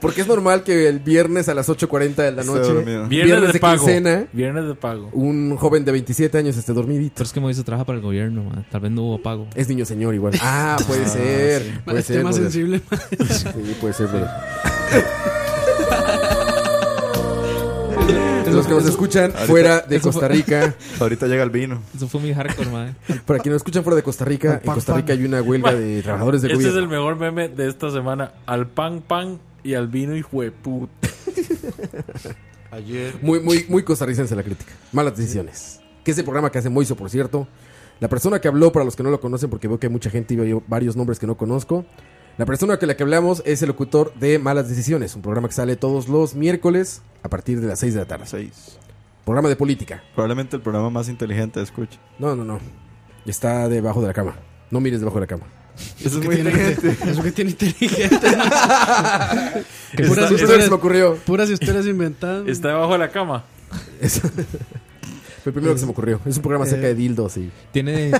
[SPEAKER 3] porque es normal que el viernes a las 8.40 de la
[SPEAKER 8] Está
[SPEAKER 3] noche,
[SPEAKER 8] dormido.
[SPEAKER 3] viernes,
[SPEAKER 6] Viernes
[SPEAKER 3] de,
[SPEAKER 6] de pago.
[SPEAKER 3] quincena,
[SPEAKER 6] Viernes de pago.
[SPEAKER 3] un joven de 27 años esté dormidito.
[SPEAKER 5] Pero es que me hizo trabaja para el gobierno, ma. Tal vez no hubo pago.
[SPEAKER 3] Es niño
[SPEAKER 5] [laughs]
[SPEAKER 3] señor igual. Ah, puede ser. Puede
[SPEAKER 7] Es
[SPEAKER 5] Este
[SPEAKER 3] ser.
[SPEAKER 7] tema
[SPEAKER 3] brother.
[SPEAKER 7] sensible. ma.
[SPEAKER 3] [laughs] Sí, puede
[SPEAKER 5] [laughs]
[SPEAKER 3] ser, brother. Los que nos escuchan
[SPEAKER 8] Ahorita-
[SPEAKER 3] fuera de
[SPEAKER 5] eso fue- [laughs]
[SPEAKER 3] Costa Rica,
[SPEAKER 8] Ahorita llega el vino.
[SPEAKER 5] Eso fue muy hardcore, ma.
[SPEAKER 3] para quienes nos escuchan fuera de Costa Rica, en
[SPEAKER 4] pan,
[SPEAKER 3] Costa Rica
[SPEAKER 4] pan.
[SPEAKER 3] hay una huelga de trabajadores de
[SPEAKER 6] Este es el
[SPEAKER 3] gobierno.
[SPEAKER 6] mejor meme de esta semana. Al pan pan y al vino y jueputa. Ayer.
[SPEAKER 3] Muy, muy, muy costarricense la crítica. Malas decisiones. Que es el programa que hace Moiso, por cierto. La persona que habló, para los que no lo conocen, porque veo que hay mucha gente y veo varios nombres que no conozco. La persona que la que hablamos es el locutor de Malas Decisiones, un programa que sale todos los miércoles a partir de las 6 de la tarde.
[SPEAKER 8] Seis.
[SPEAKER 3] Programa de política.
[SPEAKER 8] Probablemente el programa más inteligente, escucha.
[SPEAKER 3] No, no, no. Está debajo de la cama. No mires debajo de la cama.
[SPEAKER 8] Eso es
[SPEAKER 7] Que
[SPEAKER 8] muy
[SPEAKER 7] tiene inte-
[SPEAKER 8] inteligente.
[SPEAKER 7] Eso que tiene inteligente.
[SPEAKER 3] [laughs]
[SPEAKER 7] ma.
[SPEAKER 3] Está-
[SPEAKER 7] puras,
[SPEAKER 3] eso se
[SPEAKER 7] historias,
[SPEAKER 3] me ocurrió.
[SPEAKER 7] puras historias inventadas.
[SPEAKER 6] Está debajo de la cama.
[SPEAKER 3] Eso- Fue el primero que se me ocurrió. Es un programa acerca de dildos y...
[SPEAKER 5] Eh,
[SPEAKER 3] [laughs]
[SPEAKER 5] Tiene...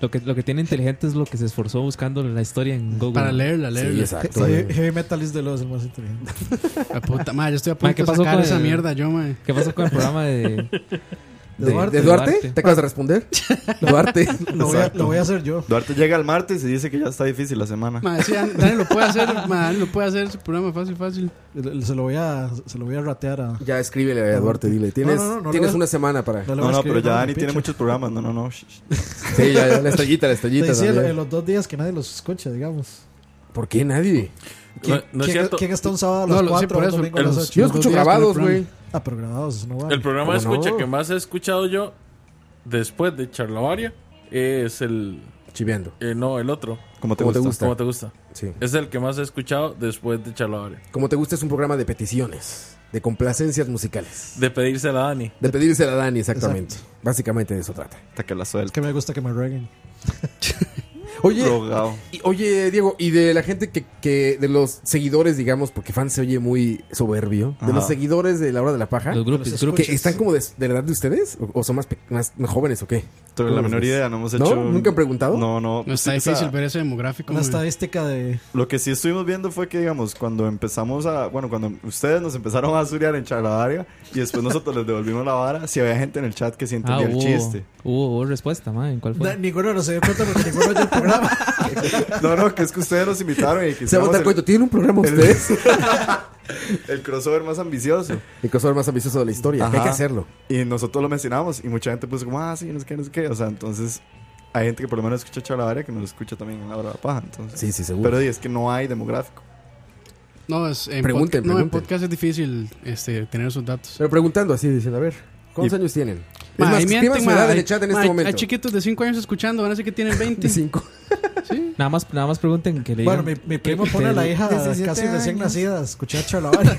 [SPEAKER 5] lo, que, lo que tiene inteligente es lo que se esforzó buscando la historia en Google.
[SPEAKER 7] Para
[SPEAKER 5] ma.
[SPEAKER 7] leerla,
[SPEAKER 3] Sí,
[SPEAKER 7] leerla.
[SPEAKER 3] exacto. Eh.
[SPEAKER 4] Heavy, heavy Metal is the Law es el más inteligente.
[SPEAKER 7] [laughs] La puta, ma, yo estoy a
[SPEAKER 5] Ma,
[SPEAKER 7] punto
[SPEAKER 5] ¿qué
[SPEAKER 7] de
[SPEAKER 5] pasó
[SPEAKER 7] sacar
[SPEAKER 5] con
[SPEAKER 7] esa
[SPEAKER 5] el-
[SPEAKER 7] mierda, yo, ma.
[SPEAKER 5] ¿Qué pasó con el programa de...
[SPEAKER 3] ¿De,
[SPEAKER 4] Duarte.
[SPEAKER 3] de Duarte?
[SPEAKER 5] Duarte.
[SPEAKER 3] ¿Te acabas
[SPEAKER 4] [laughs]
[SPEAKER 3] de responder? Duarte.
[SPEAKER 4] Lo voy, a,
[SPEAKER 8] Exacto.
[SPEAKER 4] lo voy a hacer yo.
[SPEAKER 8] Duarte llega el martes y dice que ya está difícil la semana.
[SPEAKER 7] Ma, sí, Dan- Dani lo puede hacer, ma, Dani lo puede hacer, su programa fácil, fácil.
[SPEAKER 4] Se lo voy a, se lo voy a ratear a.
[SPEAKER 3] Ya escríbele a Duarte, dile. Tienes,
[SPEAKER 4] no, no, no
[SPEAKER 3] tienes
[SPEAKER 4] lo-
[SPEAKER 3] una semana para...
[SPEAKER 4] le voy
[SPEAKER 8] No,
[SPEAKER 4] a
[SPEAKER 8] no,
[SPEAKER 4] escribir
[SPEAKER 8] pero ya
[SPEAKER 4] nada,
[SPEAKER 8] Dani tiene
[SPEAKER 4] picha.
[SPEAKER 8] muchos programas. No, no, no. Shh, shh.
[SPEAKER 3] [laughs] Sí, ya, ya, la estrellita, la estrellita.
[SPEAKER 4] Te decía
[SPEAKER 3] también.
[SPEAKER 4] en los dos días que nadie los escucha, digamos.
[SPEAKER 3] ¿Por qué nadie?
[SPEAKER 6] No,
[SPEAKER 4] ¿Quién,
[SPEAKER 6] no es
[SPEAKER 4] quién-
[SPEAKER 6] cierto.
[SPEAKER 4] quién está un sábado a
[SPEAKER 7] No,
[SPEAKER 4] las
[SPEAKER 7] lo- sí,
[SPEAKER 4] 4
[SPEAKER 7] por
[SPEAKER 4] un
[SPEAKER 7] eso,
[SPEAKER 4] domingo a
[SPEAKER 7] el-
[SPEAKER 4] las
[SPEAKER 7] yo
[SPEAKER 3] Yo
[SPEAKER 4] 8?
[SPEAKER 7] escucho días
[SPEAKER 3] escucho
[SPEAKER 7] con el
[SPEAKER 3] grabados,
[SPEAKER 7] programa.
[SPEAKER 3] güey.
[SPEAKER 4] Ah, pero grabados, eso no vale.
[SPEAKER 6] El programa de
[SPEAKER 3] ¿Cómo
[SPEAKER 6] escucha
[SPEAKER 3] no?
[SPEAKER 6] que más he escuchado yo después de Charlavaria es el.
[SPEAKER 3] Chiveando.
[SPEAKER 6] eh, no, el otro.
[SPEAKER 8] Como te
[SPEAKER 3] Como te
[SPEAKER 8] gusta.
[SPEAKER 3] gusta.
[SPEAKER 6] Como te gusta.
[SPEAKER 3] Sí.
[SPEAKER 6] Es el que más he escuchado después de Charlavaria.
[SPEAKER 3] Como te gusta, es un programa de peticiones. de complacencias musicales.
[SPEAKER 6] De pedírsela a Dani.
[SPEAKER 3] De pedírsela a Dani, exactamente. Básicamente de eso trata.
[SPEAKER 8] Hasta que la suelte.
[SPEAKER 4] Que me gusta que me rueguen.
[SPEAKER 3] [laughs] Oye,
[SPEAKER 8] Rogao.
[SPEAKER 3] y- oye, Diego, y de la gente que, que- de los seguidores, digamos, porque fan se oye muy soberbio, de
[SPEAKER 8] Ajá.
[SPEAKER 3] los seguidores de La Hora de la Paja,
[SPEAKER 8] Los grupos, Los
[SPEAKER 3] que
[SPEAKER 8] escuchas.
[SPEAKER 3] están como de, de la edad de ustedes, o, o son más, pe- más, más jóvenes o qué?
[SPEAKER 8] Tengo la menor idea, no hemos hecho.
[SPEAKER 3] ¿Nunca han preguntado?
[SPEAKER 8] No, no. Sí, o sea,
[SPEAKER 7] ese demográfico.
[SPEAKER 4] Una
[SPEAKER 8] man.
[SPEAKER 4] estadística de.
[SPEAKER 8] Lo que sí estuvimos viendo fue que, digamos, cuando empezamos a. Bueno, cuando ustedes nos empezaron a azurear en charlavaria y después nosotros les devolvimos la vara, si había gente en el chat que sí
[SPEAKER 14] Ah,
[SPEAKER 8] entendía el
[SPEAKER 14] hubo,
[SPEAKER 8] chiste.
[SPEAKER 14] hubo, hubo respuesta, man. ¿en ¿Cuál fue?
[SPEAKER 4] Na- ninguno no se dio cuenta porque ninguno oyó el programa.
[SPEAKER 14] [laughs]
[SPEAKER 8] No, no, que es que ustedes nos invitaron y que
[SPEAKER 3] Se va a
[SPEAKER 8] hiciéramos
[SPEAKER 3] dar
[SPEAKER 8] el-
[SPEAKER 3] cuenta, ¿tienen un programa
[SPEAKER 8] el- [laughs]
[SPEAKER 3] ustedes?
[SPEAKER 8] [laughs] El crossover más ambicioso.
[SPEAKER 3] El crossover más ambicioso de la historia, que hay que
[SPEAKER 8] Ajá.
[SPEAKER 3] hacerlo.
[SPEAKER 8] Y nosotros lo mencionamos y mucha gente puso como, ah, sí, no sé qué, no sé qué. O sea, entonces hay gente que por lo menos escucha Charlavaria que nos escucha también en la hora de la paja. Entonces.
[SPEAKER 3] Sí, sí, seguro.
[SPEAKER 8] Pero di, es que no hay demográfico.
[SPEAKER 7] No, es, en,
[SPEAKER 3] Pregunten,
[SPEAKER 7] podca- no, en
[SPEAKER 3] pregunten.
[SPEAKER 7] podcast es difícil este, tener esos datos.
[SPEAKER 3] Pero preguntando así, diciendo, a ver, ¿cuántos
[SPEAKER 7] Y-
[SPEAKER 3] [laughs] años tienen? Es
[SPEAKER 7] Ma,
[SPEAKER 3] más,
[SPEAKER 7] ahí
[SPEAKER 3] escriban
[SPEAKER 7] mienten,
[SPEAKER 3] su
[SPEAKER 7] ma,
[SPEAKER 3] edad en
[SPEAKER 7] hay-
[SPEAKER 3] el chat en
[SPEAKER 7] ma,
[SPEAKER 3] este
[SPEAKER 7] hay-
[SPEAKER 3] momento.
[SPEAKER 7] Hay chiquitos de 5 años escuchando, van a decir que tienen 20.
[SPEAKER 3] [laughs]
[SPEAKER 7] De
[SPEAKER 3] 5.
[SPEAKER 14] Nada más, nada más pregunten que le
[SPEAKER 4] Bueno, mi,
[SPEAKER 14] digan-
[SPEAKER 4] mi
[SPEAKER 14] que-
[SPEAKER 4] primo
[SPEAKER 14] que
[SPEAKER 4] pone a la
[SPEAKER 14] le- [laughs]
[SPEAKER 4] hija
[SPEAKER 15] 17
[SPEAKER 4] casi recién
[SPEAKER 15] años.
[SPEAKER 4] nacida a escuchar Chalabaria.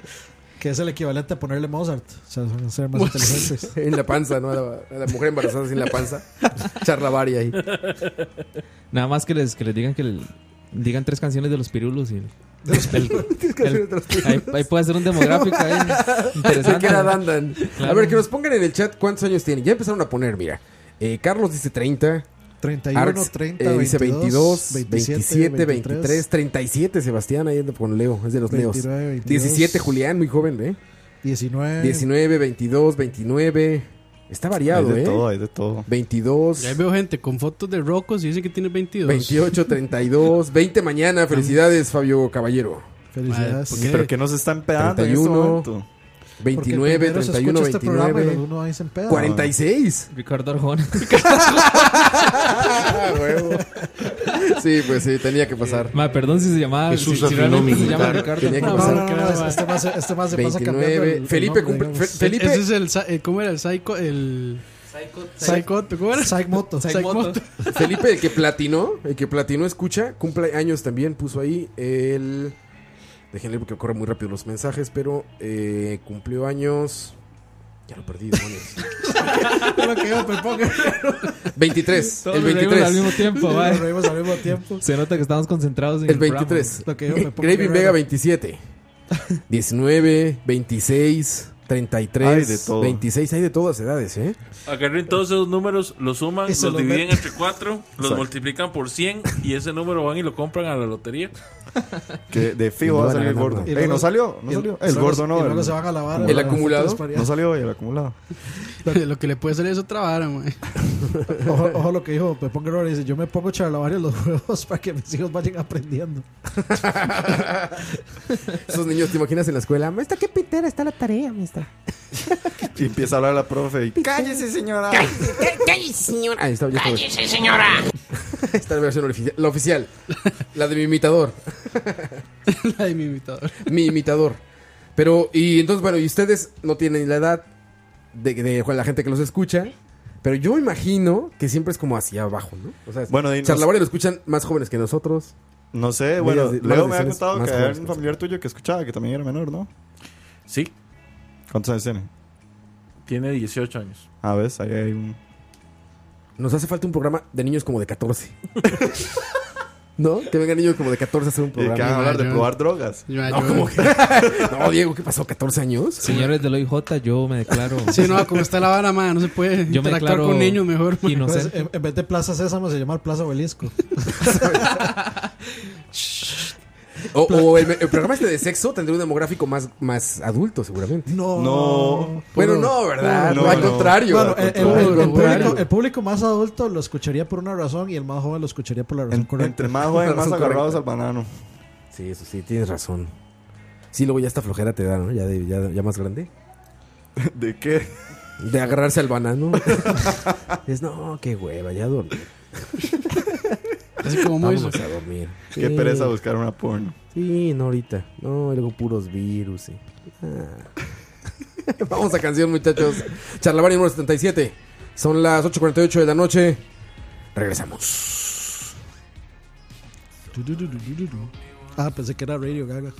[SPEAKER 4] [laughs] que es el equivalente a ponerle Mozart. O sea, son ser más inteligentes.
[SPEAKER 3] [laughs] en la panza, ¿no? A la, a la mujer embarazada sin la panza. Charla varia ahí.
[SPEAKER 14] Nada más que les, que les digan que le- digan tres canciones de los pirulos y el-
[SPEAKER 3] Tres canciones de los pirulos.
[SPEAKER 14] ahí, ahí puede ser un demográfico
[SPEAKER 4] [laughs]
[SPEAKER 3] [laughs]
[SPEAKER 14] ahí interesante.
[SPEAKER 3] Se queda andan. A
[SPEAKER 14] Claro.
[SPEAKER 3] ver, que nos pongan en el chat cuántos años tienen. Ya empezaron a poner, mira. Eh, Carlos dice 30.
[SPEAKER 4] 31, 30,
[SPEAKER 3] dice 22,
[SPEAKER 4] 27,
[SPEAKER 3] 27, 23, 37. Sebastián ahí anda con Leo, es de los
[SPEAKER 4] 29,
[SPEAKER 3] Leos.
[SPEAKER 4] 22.
[SPEAKER 3] 17, Julián, muy joven, ¿eh?
[SPEAKER 4] 19.
[SPEAKER 3] 19, 22, 29. Está variado,
[SPEAKER 8] Hay de
[SPEAKER 3] ¿eh?
[SPEAKER 8] todo, hay de todo.
[SPEAKER 3] 22.
[SPEAKER 7] Ya veo gente con fotos de rocos y dice que tiene 22.
[SPEAKER 3] 28, 32, 20 mañana. Felicidades, Fabio Caballero.
[SPEAKER 4] Felicidades.
[SPEAKER 8] ¿por qué- pero qué nos están pedando en este
[SPEAKER 3] 31,
[SPEAKER 8] momento?
[SPEAKER 4] Porque
[SPEAKER 3] 29,
[SPEAKER 4] primero se
[SPEAKER 3] 31,
[SPEAKER 4] escucha este programa y
[SPEAKER 3] 29,
[SPEAKER 4] los uno ahí se empeda.
[SPEAKER 3] 46.
[SPEAKER 14] Ricardo
[SPEAKER 3] [laughs]
[SPEAKER 14] Arjona.
[SPEAKER 3] Ah, huevo. Sí, pues sí, tenía que pasar.
[SPEAKER 14] Ma, perdón si se llamaba
[SPEAKER 3] Jesús
[SPEAKER 14] si, si realmente se
[SPEAKER 3] Afrinó
[SPEAKER 14] llama
[SPEAKER 3] Militar.
[SPEAKER 14] Ricardo.
[SPEAKER 3] Tenía que
[SPEAKER 14] No,
[SPEAKER 3] pasar.
[SPEAKER 14] no, no, no,
[SPEAKER 4] Este- Este más, este más se pasa cambiando. el- el
[SPEAKER 3] Felipe
[SPEAKER 4] nombre,
[SPEAKER 3] cumple-
[SPEAKER 4] digamos.
[SPEAKER 3] Fe- Felipe-
[SPEAKER 7] E-, Ese es el. sa- eh, ¿Cómo era? El Psycho. El. Psycho. ¿Cómo era?
[SPEAKER 4] Psychmoto.
[SPEAKER 7] Psychmoto.
[SPEAKER 3] Felipe, el que platinó, el que platinó escucha, cumple años también, puso ahí el... Déjenle porque corre muy rápido los mensajes, pero eh, cumplió años... Ya lo perdí, demonios.
[SPEAKER 4] Lo que yo me pongo.
[SPEAKER 3] 23,
[SPEAKER 14] Todos
[SPEAKER 3] el
[SPEAKER 14] nos reímos
[SPEAKER 3] 23.
[SPEAKER 14] al mismo tiempo, va.
[SPEAKER 4] Nos reímos al mismo tiempo.
[SPEAKER 14] Se nota que estamos concentrados en
[SPEAKER 3] El 23.
[SPEAKER 14] programa.
[SPEAKER 3] Gravy Vega
[SPEAKER 7] [laughs]
[SPEAKER 3] 27. 19, 26, 33.
[SPEAKER 6] Hay de todo.
[SPEAKER 3] 26, hay de todas edades, ¿eh?
[SPEAKER 6] Agarren todos esos números, los suman,
[SPEAKER 3] Eso
[SPEAKER 6] los
[SPEAKER 3] lo
[SPEAKER 6] dividen
[SPEAKER 3] meten.
[SPEAKER 6] entre cuatro, los
[SPEAKER 3] Exacto.
[SPEAKER 6] multiplican por 100 y ese número van y lo compran a la lotería.
[SPEAKER 8] Que de fijo va a salir el gordo.
[SPEAKER 6] Y
[SPEAKER 8] Ey,
[SPEAKER 6] luego-
[SPEAKER 8] no salió, no
[SPEAKER 6] y-
[SPEAKER 8] salió.
[SPEAKER 6] y
[SPEAKER 8] El
[SPEAKER 6] luego-
[SPEAKER 8] gordo no.
[SPEAKER 6] y luego se van a lavar
[SPEAKER 8] El
[SPEAKER 6] a las
[SPEAKER 4] pues,
[SPEAKER 8] acumulado.
[SPEAKER 6] fotos para
[SPEAKER 8] No salió hoy el acumulado.
[SPEAKER 7] [laughs] Lo que le puede salir es otra vara, man.
[SPEAKER 4] [laughs] Ojo, ojo lo que dijo Pepón Guerrero. Dice: Yo me pongo Chalabaria en los juegos para que mis hijos vayan aprendiendo.
[SPEAKER 3] Esos niños, ¿te imaginas en la escuela? Maestra, qué pitera está la tarea, maestra.
[SPEAKER 8] Y empieza a hablar la profe. Y,
[SPEAKER 3] ¡Cállese, señora! ¡Cállese, señora! Ah, Ahí está, ya está.
[SPEAKER 10] ¡Cállese, señora!
[SPEAKER 3] [laughs] Esta es la versión ofici- la oficial. La de mi imitador.
[SPEAKER 7] [laughs] la de mi imitador.
[SPEAKER 3] [laughs] Mi imitador. Pero, y entonces, bueno, y ustedes no tienen la edad de, de la gente que los escucha. Pero yo imagino que siempre es como hacia abajo, ¿no? O sea,
[SPEAKER 8] Bueno, y nos-
[SPEAKER 3] Charlavaria lo escuchan más jóvenes que nosotros.
[SPEAKER 8] No sé,
[SPEAKER 3] Medias
[SPEAKER 8] bueno,
[SPEAKER 3] de-
[SPEAKER 8] Leo me
[SPEAKER 3] medias
[SPEAKER 8] ha
[SPEAKER 3] de
[SPEAKER 8] contado
[SPEAKER 3] más
[SPEAKER 8] que había
[SPEAKER 3] jóvenes
[SPEAKER 8] un
[SPEAKER 3] que
[SPEAKER 8] familiar tuyo que escuchaba, que también era menor, ¿no?
[SPEAKER 6] Sí.
[SPEAKER 8] ¿Cuántos años tiene?
[SPEAKER 6] Tiene 18 años.
[SPEAKER 8] A ver, ahí hay un...
[SPEAKER 3] Nos hace falta un programa de niños como de 14. [laughs] ¿No? Que vengan niños como de 14 a hacer un
[SPEAKER 8] Y que
[SPEAKER 3] programa.
[SPEAKER 8] van a hablar de probar drogas.
[SPEAKER 3] No, ¿cómo que? [laughs] No, Diego, ¿qué pasó? ¿14 años?
[SPEAKER 14] Señores del OIJ, yo me
[SPEAKER 3] [laughs]
[SPEAKER 14] declaro.
[SPEAKER 7] Sí, no, como está la vara, man, no se puede
[SPEAKER 14] Yo me
[SPEAKER 7] interactuar
[SPEAKER 14] declaro
[SPEAKER 7] con niños mejor. man.
[SPEAKER 4] Pues, en, en vez de Plaza Sésamo se llama Plaza Obelisco. [laughs]
[SPEAKER 3] O, o el, el programa este de sexo tendría un demográfico más, más adulto, seguramente.
[SPEAKER 4] No.
[SPEAKER 8] No.
[SPEAKER 3] Bueno, no, ¿verdad?
[SPEAKER 8] No,
[SPEAKER 3] No, al
[SPEAKER 8] no.
[SPEAKER 3] contrario.
[SPEAKER 8] Bueno,
[SPEAKER 3] al
[SPEAKER 4] El- el-
[SPEAKER 3] contrario.
[SPEAKER 4] el,
[SPEAKER 3] Al contrario.
[SPEAKER 4] público, el público más adulto lo escucharía por una razón y el más joven lo escucharía por la razón correcta.
[SPEAKER 8] Entre más
[SPEAKER 4] [laughs]
[SPEAKER 8] jóvenes, más
[SPEAKER 3] Razón
[SPEAKER 8] agarrados
[SPEAKER 3] correcta.
[SPEAKER 8] al banano.
[SPEAKER 3] Sí, eso sí, tienes razón. Sí, luego ya esta flojera te da, ¿no? Ya, de- ya, ya más grande.
[SPEAKER 8] [laughs] ¿De qué?
[SPEAKER 3] De agarrarse al banano. [laughs] es, no, qué hueva, ya dormir.
[SPEAKER 7] Así como Moiso.
[SPEAKER 3] Vámonos a dormir.
[SPEAKER 8] Qué pereza buscar una porno.
[SPEAKER 3] Sí, no ahorita. No, y luego puros virus. y- Ah. [laughs] Vamos a canción, muchachos. Charlavaria número 77. Son las 8.48 de la noche. Regresamos.
[SPEAKER 4] Ah, pensé que era Radio Gaga. [laughs]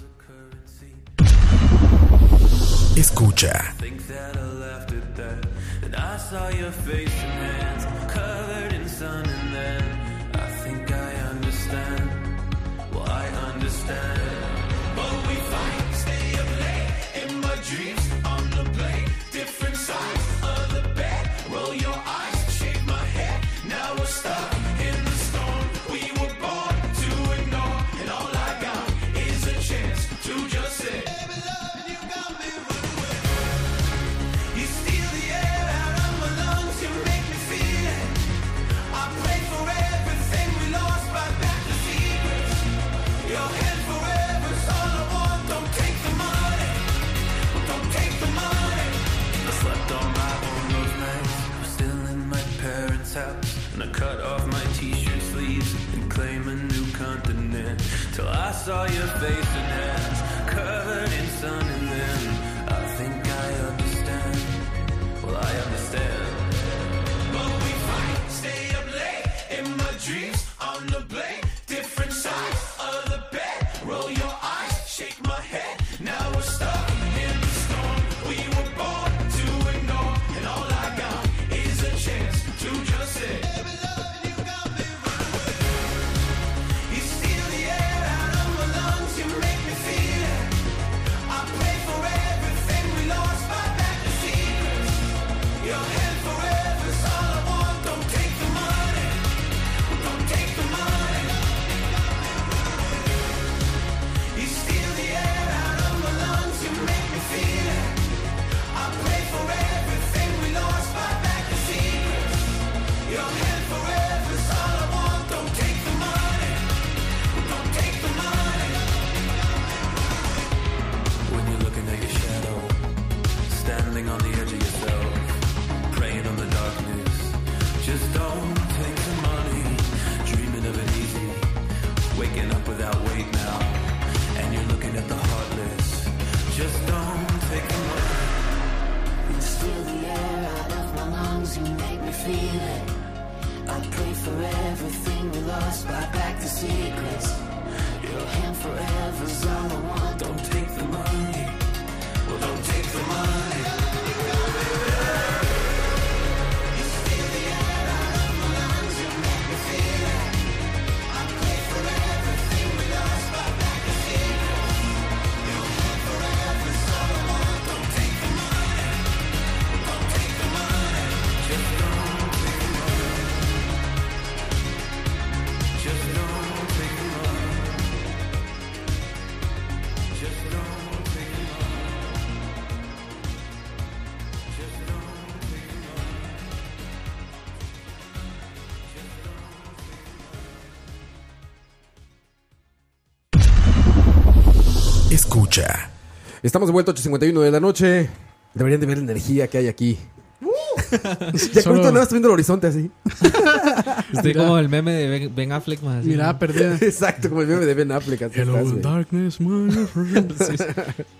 [SPEAKER 16] Escucha.
[SPEAKER 1] think that I left it there. And I saw your face and hands covered in sun, and then I think I understand. Well, I understand. But we fight, stay up late in my dreams on the plane, different sides of the bed. Roll your eyes, shave my head. Now we're stuck in the storm. We were born to ignore, and all I got is a chance to just sit. You steal the air out of my lungs, you make me feel it. I pray for everything we lost, buy back the secrets. Your hand forever's all I want. Don't take the money, don't take the money. I slept on my own those nights. I'm still in my parents' house, and I cut off my t-shirt sleeves and claim a new continent. Till I saw your face and hands covered in sun, and then I think I understand. Well, I understand. But we fight, stay up late in my dreams on the blade, different sides of the bed. Roll your eyes, shake my head. Now we're stuck in the storm. We were born to ignore, and all I got is a chance to just sit. You steal the air out of my lungs, you make me feel it. I pray for everything we lost, buy back the secrets. Your hand forever's all I want. Don't take the money. Don't take the money. You steal the air out of my lungs. You make me feel it. I pray for everything we lost. Buy back the secrets. Your hand forever's all I want. Don't take the money. Don't take the money. When you're looking at your shadow, standing on the edge of yourself, praying on the darkness. Just don't take the money, dreaming of it easy, waking up without weight now, and you're looking at the heartless. Just don't take the money.
[SPEAKER 10] You steal the air out of my lungs, you make me feel it. I pray for everything we lost, buy back the secrets. Your hand forever's all I want. Don't take the money.
[SPEAKER 1] Well, don't take the money.
[SPEAKER 16] Escucha.
[SPEAKER 3] Estamos de vuelta 8.51 de la noche. Deberían de ver la energía que hay aquí. ya
[SPEAKER 7] Solo-
[SPEAKER 3] cuento nada, estoy viendo el horizonte así.
[SPEAKER 5] Estoy
[SPEAKER 3] Mira.
[SPEAKER 5] como el meme de Ben, Ben Affleck más. así.
[SPEAKER 3] [laughs] Exacto, como el meme de Ben Affleck. así
[SPEAKER 5] Hello,
[SPEAKER 3] estás, güey.
[SPEAKER 7] Darkness,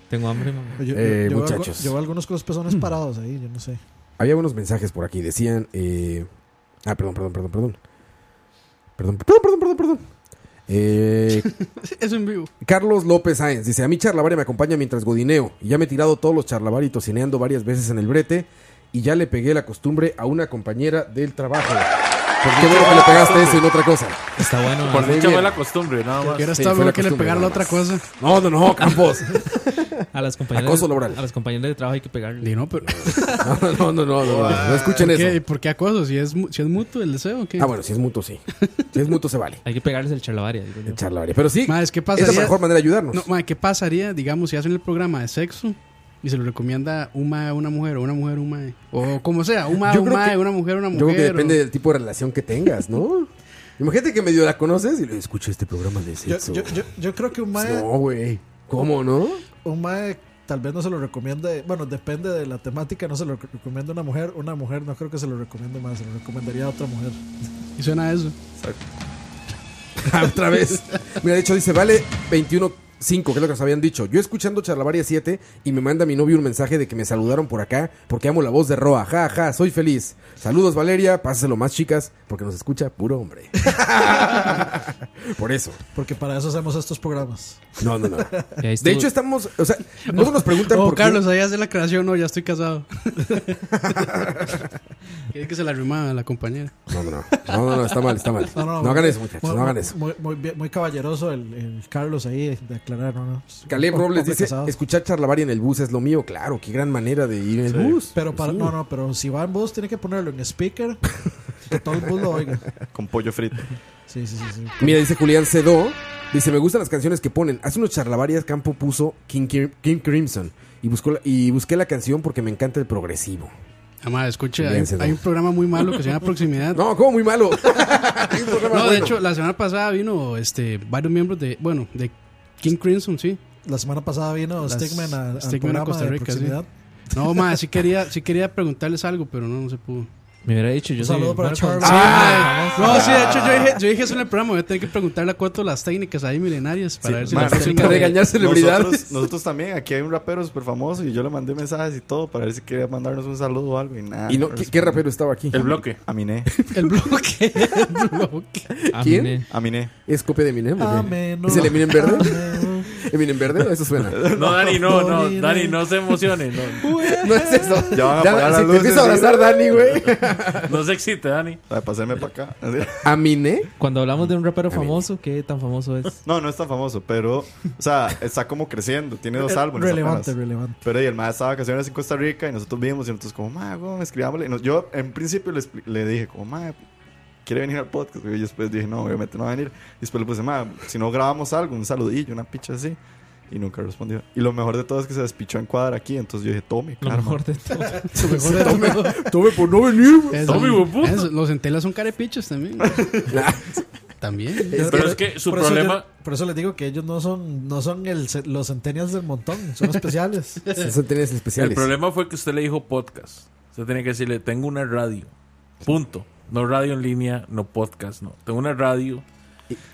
[SPEAKER 5] Tengo hambre, mamá.
[SPEAKER 4] Yo, yo-
[SPEAKER 3] Eh,
[SPEAKER 4] yo veo
[SPEAKER 3] muchachos.
[SPEAKER 4] algo- yo veo algunos pezones parados ahí, yo no sé.
[SPEAKER 3] Había unos mensajes por aquí. Decían. eh, Ah, perdón, perdón, perdón, perdón. Perdón, perdón, perdón, perdón, perdón. Eh,
[SPEAKER 7] Eso en vivo.
[SPEAKER 3] Carlos López Sáenz dice: A mí Charlavaria me acompaña mientras godineo. Y ya me he tirado todos los charlavaritos cineando varias veces en el brete. Y ya le pegué la costumbre a una compañera del trabajo. Porque bueno que le pegaste eso y no otra cosa.
[SPEAKER 5] Está bueno.
[SPEAKER 6] Por
[SPEAKER 3] Muy
[SPEAKER 6] mucha
[SPEAKER 3] bien.
[SPEAKER 6] mala costumbre, nada más.
[SPEAKER 3] Que ahora Sí, está fue bueno la que le costumbre, pegara la nada otra más. cosa. No, no, no, Campos.
[SPEAKER 5] A las compañeras.
[SPEAKER 3] Acoso laboral.
[SPEAKER 5] A las compañeras de trabajo hay que pegarle.
[SPEAKER 7] no, pero.
[SPEAKER 3] No, no, no, no, no, no escuchen
[SPEAKER 7] ¿Por qué?
[SPEAKER 3] eso.
[SPEAKER 7] Ah, ¿Por qué acoso? Si es, mu- si es mutuo el deseo, ¿o ¿qué?
[SPEAKER 3] Ah, bueno, si es mutuo, sí. Si es mutuo, se vale.
[SPEAKER 5] Hay que pegarles el charlavaria.
[SPEAKER 3] El charlavaria. Pero sí,
[SPEAKER 7] Madre, ¿qué
[SPEAKER 3] es la
[SPEAKER 7] pasaría?
[SPEAKER 3] mejor manera de ayudarnos.
[SPEAKER 7] No, madre, ¿qué pasaría, digamos, si hacen el programa de sexo y se lo recomienda un mae a una mujer o una mujer a un mae? O como sea, un mae a
[SPEAKER 3] Yo
[SPEAKER 7] un
[SPEAKER 3] creo
[SPEAKER 7] mae,
[SPEAKER 3] que-
[SPEAKER 7] una mujer a una mujer.
[SPEAKER 3] Yo creo que
[SPEAKER 7] o-
[SPEAKER 3] depende del tipo de relación que tengas, ¿no? Imagínate que medio la conoces y le escucha este programa de
[SPEAKER 4] Yo,
[SPEAKER 3] sexo.
[SPEAKER 4] yo- yo- yo creo que un mae,
[SPEAKER 3] No, güey. ¿Cómo no?
[SPEAKER 4] un mae tal vez no se lo recomiende, bueno, depende de la temática, no se lo recomienda una mujer, una mujer no creo que se lo recomiende más, se lo recomendaría a otra mujer.
[SPEAKER 7] Y
[SPEAKER 3] [laughs]
[SPEAKER 7] suena a eso.
[SPEAKER 3] Ah, Otra vez. Mira, de hecho dice, vale 21 5, que es lo que nos habían dicho. Yo escuchando Charlavaria 7 y me manda mi novio un mensaje de que me saludaron por acá porque amo la voz de Roa. Ja, ja, soy feliz. Saludos, Valeria. Pásaselo más, chicas, porque nos escucha puro hombre. por eso.
[SPEAKER 4] Porque para eso hacemos estos programas.
[SPEAKER 3] No,
[SPEAKER 4] [laughs]
[SPEAKER 7] [laughs]
[SPEAKER 3] no, no. De hecho, estamos. O sea, luego nos preguntan
[SPEAKER 7] Oh,
[SPEAKER 3] por qué-
[SPEAKER 7] Carlos, ahí hace la creación. No, ya estoy
[SPEAKER 3] [laughs]
[SPEAKER 7] casado. Quería que se la arrimaba a la compañera.
[SPEAKER 3] No, no, no. No, no, no, está mal, está mal. No, hagan eso, muchachos,
[SPEAKER 4] muy-
[SPEAKER 3] no hagan
[SPEAKER 4] muy-
[SPEAKER 3] eso.
[SPEAKER 4] Muy, muy bien- muy caballeroso el, el Carlos ahí de aclarar, ¿no? no.
[SPEAKER 3] Caleb
[SPEAKER 4] Hombre
[SPEAKER 3] Robles dice:
[SPEAKER 4] casado.
[SPEAKER 3] Escuchar Charlavaria en el bus es lo mío. Claro, qué gran manera de ir en el
[SPEAKER 4] Sí.
[SPEAKER 3] bus.
[SPEAKER 4] Pero para,
[SPEAKER 3] Sí.
[SPEAKER 4] no, no, pero si va en bus tiene que ponerlo en speaker, que todo el bus pues lo
[SPEAKER 3] [laughs]
[SPEAKER 4] oiga.
[SPEAKER 8] Con pollo frito.
[SPEAKER 4] Sí, sí, sí, sí.
[SPEAKER 3] Mira, dice Julián Cedó. Dice, me gustan las canciones que ponen. Hace unos charlavarias Campo puso King, Crim- King Crimson. Y, buscó la- y busqué la canción porque me encanta
[SPEAKER 6] [laughs]
[SPEAKER 3] el progresivo.
[SPEAKER 7] Amada, escuche, hay,
[SPEAKER 3] Fíjense,
[SPEAKER 7] hay
[SPEAKER 3] ¿no?
[SPEAKER 7] un programa muy malo que se
[SPEAKER 3] [laughs]
[SPEAKER 7] llama Proximidad.
[SPEAKER 3] No, ¿cómo muy malo? [laughs]
[SPEAKER 7] [laughs] no, de hecho, la semana pasada vino este, varios miembros de, bueno, de King Crimson, sí.
[SPEAKER 4] La semana pasada vino
[SPEAKER 7] Las-
[SPEAKER 4] Stigman a, al
[SPEAKER 7] Stigman
[SPEAKER 4] programa
[SPEAKER 7] a Costa
[SPEAKER 4] de
[SPEAKER 7] Rica, sí.
[SPEAKER 4] proximidad.
[SPEAKER 7] No, más,
[SPEAKER 4] [laughs]
[SPEAKER 7] sí quería, sí quería preguntarles algo, pero no, no se pudo.
[SPEAKER 14] Me hubiera dicho, yo
[SPEAKER 7] Un
[SPEAKER 14] soy-
[SPEAKER 7] saludo para
[SPEAKER 14] bueno,
[SPEAKER 7] Charles.
[SPEAKER 14] pues-
[SPEAKER 7] Ah, no, sí, de hecho, yo dije, yo dije eso en el programa. Voy a tener que preguntarle a Cuato las técnicas ahí milenarias para ver si la próxima-
[SPEAKER 8] Nosotros, nosotros también, aquí hay un rapero súper famoso y yo le mandé mensajes y todo para ver si quería mandarnos un saludo o algo y nada.
[SPEAKER 3] ¿Y no, ¿qué, qué rapero estaba aquí?
[SPEAKER 8] El bloque. Aminé.
[SPEAKER 7] El bloque. El bloque.
[SPEAKER 3] [laughs] ¿Quién?
[SPEAKER 8] Aminé.
[SPEAKER 3] ¿Es copia de Eminem? o qué?
[SPEAKER 8] Ameno.
[SPEAKER 3] ¿Es el
[SPEAKER 4] [laughs]
[SPEAKER 3] Eminem verde? ¿Eminem verde? No, eso suena.
[SPEAKER 6] [laughs] No, Dani, no, no, Dani, no se emocione. No,
[SPEAKER 3] [laughs] No es eso.
[SPEAKER 8] [laughs] Ya van a apagar las
[SPEAKER 3] si te
[SPEAKER 8] luces,
[SPEAKER 3] empiezo a
[SPEAKER 8] ¿sí?
[SPEAKER 3] abrazar, Dani,
[SPEAKER 8] [laughs]
[SPEAKER 3] güey.
[SPEAKER 6] no se excite, Dani.
[SPEAKER 8] Para pasarme para acá. [laughs]
[SPEAKER 3] ¿Aminé?
[SPEAKER 14] Cuando hablamos de un rapero famoso, ¿qué tan famoso es?
[SPEAKER 8] No, no es tan famoso, pero, o sea, está como creciendo. Tiene
[SPEAKER 3] [laughs]
[SPEAKER 8] dos
[SPEAKER 14] Re-
[SPEAKER 8] álbumes.
[SPEAKER 14] relevante,
[SPEAKER 4] relevante.
[SPEAKER 8] Pero y el más estaba de vacaciones en Costa Rica y nosotros vimos y nosotros, como, ma, weón, escribámosle. Y nos- yo en principio le, expli- le dije, como, ma, quiere venir al podcast. Y después dije, no, obviamente no va a venir. Y después le puse, ma, si no grabamos algo, un saludillo, una picha así. Y nunca respondió. Y lo mejor de todo es que se despichó en cuadra aquí. Entonces yo dije, tome,
[SPEAKER 14] Lo
[SPEAKER 8] karma".
[SPEAKER 14] mejor de todo.
[SPEAKER 7] [laughs] Lo mejor de todo. [laughs]
[SPEAKER 3] Tome por no venir. güey.
[SPEAKER 7] Eso,
[SPEAKER 8] Tome, hueputa.
[SPEAKER 7] eso, los entelas son carepichos también. también.
[SPEAKER 6] Pero es que su
[SPEAKER 4] Por eso
[SPEAKER 6] problema-
[SPEAKER 4] yo- por eso les digo que ellos no son, no son el, ce- los centennials del montón, son especiales.
[SPEAKER 6] El problema fue que usted le dijo podcast. Usted tenía que decirle, tengo una radio. Punto. No radio en línea, no podcast, no. Tengo una radio.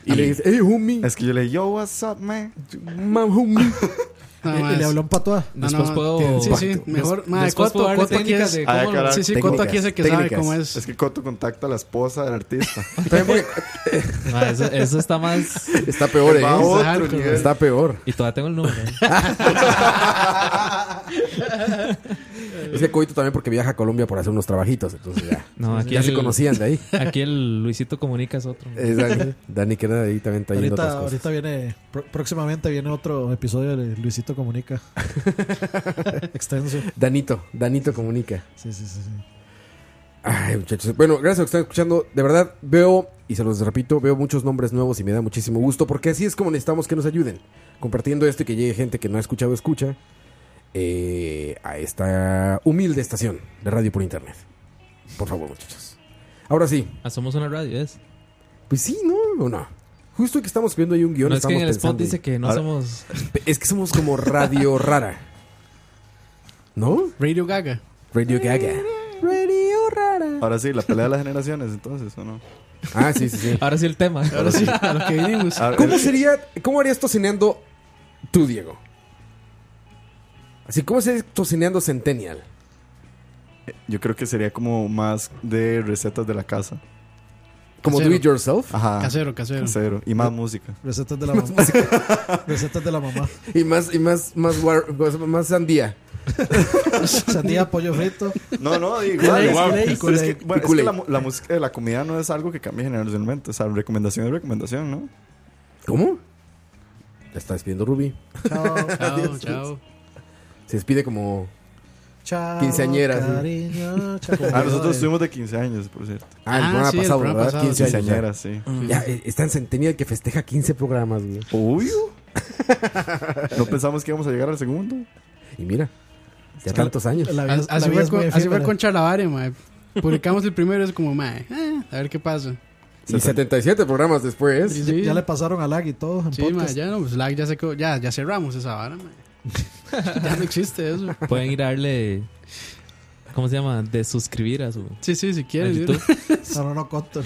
[SPEAKER 3] Y le dice, hey, homie.
[SPEAKER 8] Es que yo le dije, yo, what's up, man?
[SPEAKER 3] Man, homie.
[SPEAKER 7] [laughs] Nada
[SPEAKER 4] Y- y
[SPEAKER 7] más.
[SPEAKER 4] le habló en patois.
[SPEAKER 7] No,
[SPEAKER 4] Después
[SPEAKER 7] no,
[SPEAKER 4] puedo-
[SPEAKER 7] tiene- Sí, sí,
[SPEAKER 4] Pacto.
[SPEAKER 7] mejor.
[SPEAKER 4] Des-
[SPEAKER 7] Madre,
[SPEAKER 4] después
[SPEAKER 7] Coto,
[SPEAKER 4] puedo darles
[SPEAKER 7] Coto aquí
[SPEAKER 4] técnicas
[SPEAKER 7] es.
[SPEAKER 4] de
[SPEAKER 8] Ah, hay que hablar
[SPEAKER 7] Sí, sí,
[SPEAKER 8] técnicas.
[SPEAKER 7] Coto aquí es el que sabe
[SPEAKER 8] Técnicas.
[SPEAKER 7] cómo es.
[SPEAKER 8] Es que Coto contacta a la esposa del [laughs] artista.
[SPEAKER 7] [laughs]
[SPEAKER 14] También Ah, eso- eso está más-
[SPEAKER 3] Está peor,
[SPEAKER 8] Va a otro
[SPEAKER 3] ¿eh?
[SPEAKER 8] nivel.
[SPEAKER 3] Está peor.
[SPEAKER 14] Y todavía tengo el número. ¿eh?
[SPEAKER 3] Es que Coito también porque viaja a Colombia por hacer unos trabajitos. Entonces ya,
[SPEAKER 14] No, aquí
[SPEAKER 3] ya se
[SPEAKER 14] el-
[SPEAKER 3] conocían de ahí.
[SPEAKER 14] [laughs] Aquí el Luisito Comunica es otro.
[SPEAKER 3] Exacto. Dani que nada ahí también está yendo
[SPEAKER 4] Ahorita,
[SPEAKER 3] otras cosas.
[SPEAKER 4] ahorita viene, pr- próximamente viene otro episodio de Luisito Comunica. Extenso.
[SPEAKER 3] Danito, Danito comunica.
[SPEAKER 4] Sí, sí, sí. sí.
[SPEAKER 3] Ay, muchachos. Bueno, gracias a los que están escuchando. De verdad, veo, y se los repito, veo muchos nombres nuevos y me da muchísimo gusto porque así es como necesitamos que nos ayuden. Compartiendo esto y que llegue gente que no ha escuchado, escucha eh, a esta humilde estación de radio por internet. Por favor, muchachos. Ahora sí.
[SPEAKER 14] Ah, somos una radio, ¿es?
[SPEAKER 3] Pues sí, ¿no? ¿O no? Justo que estamos viendo ahí un guión.
[SPEAKER 14] No, es que
[SPEAKER 3] estamos
[SPEAKER 14] en el spot
[SPEAKER 3] pensando y-
[SPEAKER 14] dice que no
[SPEAKER 3] Ahora-
[SPEAKER 14] somos-
[SPEAKER 3] Es que somos como [laughs]
[SPEAKER 5] [laughs]
[SPEAKER 3] radio rara. ¿No?
[SPEAKER 7] Radio Gaga.
[SPEAKER 3] Radio Gaga.
[SPEAKER 10] Radio rara.
[SPEAKER 8] Ahora sí, la pelea de las generaciones, entonces, ¿o no?
[SPEAKER 3] Ah, sí, sí, sí.
[SPEAKER 14] [laughs] Ahora sí el tema.
[SPEAKER 7] Ahora sí, a lo que vinimos.
[SPEAKER 8] Ahora-
[SPEAKER 3] ¿Cómo sería, cómo harías tocineando tú, Diego? Así, ¿cómo sería tocineando Centennial?
[SPEAKER 8] Eh, Yo creo que sería como más de recetas de la casa.
[SPEAKER 3] ¿Como
[SPEAKER 8] Casero.
[SPEAKER 3] do it yourself?
[SPEAKER 8] Ajá.
[SPEAKER 7] Casero, casero.
[SPEAKER 8] Casero. Y más música.
[SPEAKER 4] Recetas de
[SPEAKER 8] [laughs]
[SPEAKER 4] la
[SPEAKER 3] Más
[SPEAKER 4] mamá.
[SPEAKER 3] música.
[SPEAKER 4] Recetas de la mamá.
[SPEAKER 3] Y más, y más, más, guar- más, más sandía.
[SPEAKER 4] [laughs] Sandía, pollo frito.
[SPEAKER 8] No, no,
[SPEAKER 4] Culé,
[SPEAKER 8] igual. igual.
[SPEAKER 4] culé,
[SPEAKER 8] Pero
[SPEAKER 4] culé.
[SPEAKER 8] es que, bueno, es
[SPEAKER 4] Culé.
[SPEAKER 8] que la, mu- la música de la comida no es algo que cambie generacionalmente. O sea, recomendación es recomendación, ¿no?
[SPEAKER 3] ¿Cómo? La está despidiendo Ruby.
[SPEAKER 4] [laughs]
[SPEAKER 7] Chao,
[SPEAKER 3] Adiós.
[SPEAKER 7] chao.
[SPEAKER 3] Se despide como
[SPEAKER 4] Chao,
[SPEAKER 3] quinceañera. sí.
[SPEAKER 8] [laughs]
[SPEAKER 3] [laughs]
[SPEAKER 4] cariño, chao.
[SPEAKER 8] Ah, nosotros estuvimos de 15 años, por cierto.
[SPEAKER 3] Ah, el programa pasado, ¿verdad? 15 años.
[SPEAKER 8] Quinceañeras,
[SPEAKER 3] ya.
[SPEAKER 8] sí.
[SPEAKER 3] Ya, eh, está en Centennial que festeja 15 programas, güey.
[SPEAKER 8] Uy. No pensamos que íbamos a llegar al segundo.
[SPEAKER 3] Y mira, ya tantos años.
[SPEAKER 4] La vida-
[SPEAKER 7] Así
[SPEAKER 4] la vida
[SPEAKER 7] fue
[SPEAKER 4] es muy
[SPEAKER 7] con- así fue
[SPEAKER 4] efímera.
[SPEAKER 7] con Charlavare, mae. Publicamos el primero, es como, mae, eh, a ver qué pasa.
[SPEAKER 3] Y 77 programas después.
[SPEAKER 7] Sí.
[SPEAKER 4] Ya le pasaron a lag y todo. En
[SPEAKER 7] Sí, mae,
[SPEAKER 4] podcast.
[SPEAKER 7] ya no, pues lag ya se quedó- ya, ya cerramos esa vara, mae. ya no existe eso.
[SPEAKER 14] Pueden ir a darle. ¿Cómo se llama? De suscribir a su.
[SPEAKER 7] Sí, sí, si
[SPEAKER 14] a
[SPEAKER 7] quieren.
[SPEAKER 4] [laughs]
[SPEAKER 7] [laughs]
[SPEAKER 14] YouTube.
[SPEAKER 4] No, no, no, conto.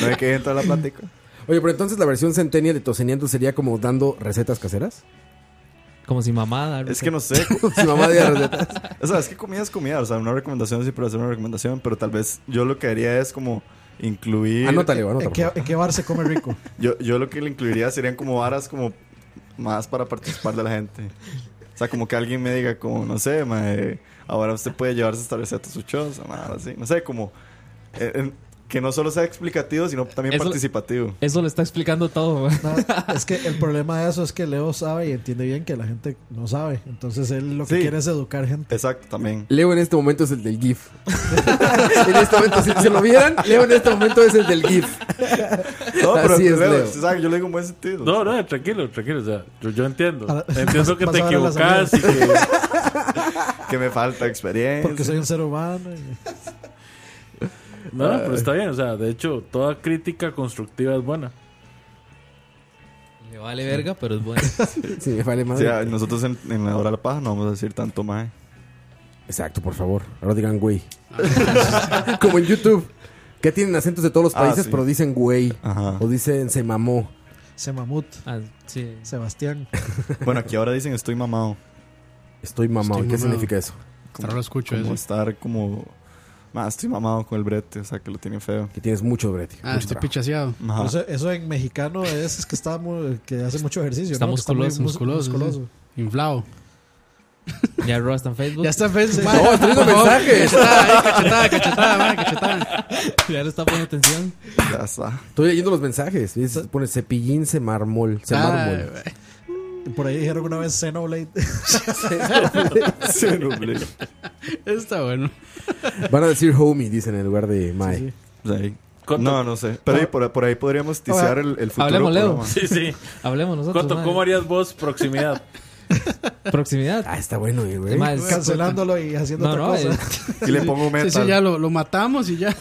[SPEAKER 8] No hay que entrar a la plática.
[SPEAKER 3] Oye, pero entonces la versión centenial de Tocineando sería como dando recetas caseras.
[SPEAKER 5] Como si mamá da
[SPEAKER 8] Es que no
[SPEAKER 4] [laughs]
[SPEAKER 8] sé.
[SPEAKER 3] si mamá diera recetas.
[SPEAKER 8] O sea, es que comida es comida. O sea, una recomendación siempre va a ser una recomendación, pero tal vez yo lo que haría es como
[SPEAKER 4] Ah,
[SPEAKER 8] incluir.
[SPEAKER 4] ¿En qué, en qué bar se come rico?
[SPEAKER 8] Yo, yo lo que le incluiría serían como varas como más para participar de la gente. O sea, como que alguien me diga como, no sé, mae, ahora usted puede llevarse esta receta a su choza, mae, así. No sé, como... eh, eh, que no solo sea explicativo, sino también
[SPEAKER 5] Eso-
[SPEAKER 8] participativo.
[SPEAKER 5] Eso lo está explicando todo.
[SPEAKER 4] Es que el problema de eso es que Leo sabe y entiende bien que la gente no sabe. Entonces él lo que
[SPEAKER 8] Sí.
[SPEAKER 4] quiere es educar gente.
[SPEAKER 8] Exacto, también.
[SPEAKER 3] Leo en este momento es el del GIF. [laughs] en este momento, si se lo vieran, Leo en este momento es el del GIF.
[SPEAKER 8] No, pero
[SPEAKER 3] Así es,
[SPEAKER 8] Leo,
[SPEAKER 3] Leo.
[SPEAKER 8] usted sabe que yo le digo en buen sentido.
[SPEAKER 6] No, no, tranquilo, tranquilo. O sea, yo, yo entiendo.
[SPEAKER 8] Ahora- [laughs]
[SPEAKER 6] Entiendo que
[SPEAKER 8] vas
[SPEAKER 6] te
[SPEAKER 8] a ver a las
[SPEAKER 6] equivocas y que.
[SPEAKER 8] amigas. [laughs] que me falta experiencia.
[SPEAKER 4] Porque soy un ser humano. y- Ah,
[SPEAKER 6] No, no, pero está bien. O sea, de hecho, toda crítica constructiva es buena.
[SPEAKER 5] Le vale verga, pero es bueno.
[SPEAKER 3] [laughs] Sí, me vale
[SPEAKER 8] O
[SPEAKER 3] más.
[SPEAKER 8] sea, nosotros en, en la hora de la paja no vamos a decir tanto mae.
[SPEAKER 3] Exacto, por favor. Ahora digan güey. Como en YouTube, que tienen acentos de todos los
[SPEAKER 8] Ah,
[SPEAKER 3] países,
[SPEAKER 8] sí.
[SPEAKER 3] pero dicen güey.
[SPEAKER 8] Ajá.
[SPEAKER 3] O dicen se mamó.
[SPEAKER 4] Se mamut. Sebastián.
[SPEAKER 8] [laughs] Bueno, aquí ahora dicen estoy mamado.
[SPEAKER 3] Estoy mamado. ¿Qué significa eso?
[SPEAKER 8] Como,
[SPEAKER 7] Ahora lo escucho ¿eh?
[SPEAKER 8] como
[SPEAKER 7] eso.
[SPEAKER 8] estar como... "Ma, estoy mamado con el brete, o sea, que lo tienen feo.
[SPEAKER 3] Que tienes mucho brete.
[SPEAKER 7] Ah, estoy pichaseado.
[SPEAKER 8] Ajá.
[SPEAKER 4] Eso, eso en mexicano es, es que está mu- que hace mucho ejercicio.
[SPEAKER 7] Está
[SPEAKER 4] ¿no? Que muy
[SPEAKER 7] musculoso,
[SPEAKER 4] mus-
[SPEAKER 7] musculoso, sí. Inflado.
[SPEAKER 5] Ya Roa está en Facebook.
[SPEAKER 7] Ya está en
[SPEAKER 4] pues,
[SPEAKER 7] Facebook,
[SPEAKER 5] Por favor,
[SPEAKER 7] madre. No, eh, estoy viendo
[SPEAKER 5] por favor,
[SPEAKER 7] mensajes.
[SPEAKER 5] Cachetada, ahí, cachetada, cachetada, madre, cachetada. Ya no está poniendo atención.
[SPEAKER 8] Ya está.
[SPEAKER 3] Estoy leyendo los mensajes. Dice, Pone cepillín, se marmol. Se
[SPEAKER 4] Ah,
[SPEAKER 3] mármol.
[SPEAKER 4] Por ahí dijeron una vez Xenoblade.
[SPEAKER 8] Xenoblade.
[SPEAKER 7] [laughs] Está bueno.
[SPEAKER 3] [laughs] Van a decir homie, dicen en lugar de mae.
[SPEAKER 8] O sea, Pues ahí- No, no sé. Pero ahí, por, por ahí podríamos ticiar el, el futuro. programa.
[SPEAKER 6] Sí, sí.
[SPEAKER 5] Hablemos nosotros,
[SPEAKER 6] Coto,
[SPEAKER 5] madre.
[SPEAKER 6] ¿cómo harías vos proximidad?
[SPEAKER 5] Proximidad.
[SPEAKER 3] Ah, está bueno, güey.
[SPEAKER 5] Más-
[SPEAKER 4] [laughs] Cancelándolo y haciendo otra cosa.
[SPEAKER 8] [laughs]
[SPEAKER 5] es-
[SPEAKER 7] Sí, sí, ya lo, lo matamos y ya.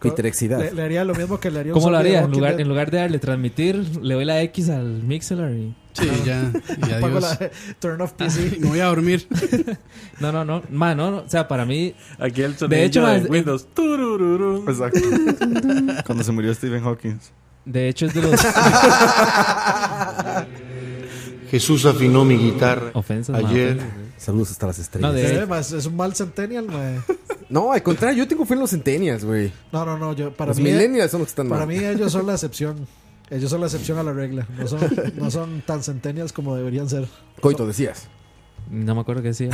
[SPEAKER 3] Pitrexidad.
[SPEAKER 4] Le, le haría lo mismo que le haría un
[SPEAKER 5] ¿Cómo lo
[SPEAKER 4] zombie de
[SPEAKER 5] haría? En
[SPEAKER 4] Walking
[SPEAKER 5] lugar,
[SPEAKER 4] Dead.
[SPEAKER 5] en lugar de darle transmitir, le doy la X al Mixler y.
[SPEAKER 7] Sí, ya.
[SPEAKER 4] [laughs]
[SPEAKER 7] Y
[SPEAKER 4] Apago
[SPEAKER 7] adiós.
[SPEAKER 4] la turn off PC.
[SPEAKER 7] Me voy a dormir.
[SPEAKER 5] [laughs] No, no, no. Ma, no, no. O sea, para mí.
[SPEAKER 6] Aquí el
[SPEAKER 5] De hecho,
[SPEAKER 6] sonidillo
[SPEAKER 5] ma,
[SPEAKER 6] de Windows. Turururu.
[SPEAKER 3] [laughs]
[SPEAKER 8] Exacto. Cuando se murió Stephen Hawking.
[SPEAKER 5] de hecho es de
[SPEAKER 7] [laughs]
[SPEAKER 5] los. [laughs]
[SPEAKER 2] Jesús afinó mi guitarra
[SPEAKER 5] Ofensas, ma,
[SPEAKER 2] ayer.
[SPEAKER 5] ofensas,
[SPEAKER 3] Saludos hasta las estrellas.
[SPEAKER 5] No, de-
[SPEAKER 4] Sí, ma, es- es un mal centennial, mae.
[SPEAKER 3] No, al contrario, yo tengo fe en los centenias, güey.
[SPEAKER 4] No, no, no. Yo, para
[SPEAKER 3] Los
[SPEAKER 4] mí, eh,
[SPEAKER 3] millennials son los que están
[SPEAKER 4] Para
[SPEAKER 3] mal.
[SPEAKER 4] mí ellos son la
[SPEAKER 3] [laughs]
[SPEAKER 4] excepción. Ellos son la excepción a la regla. No son, no son tan centennials como deberían
[SPEAKER 3] [laughs]
[SPEAKER 4] ser.
[SPEAKER 3] Coito, decías.
[SPEAKER 5] No me acuerdo qué decía.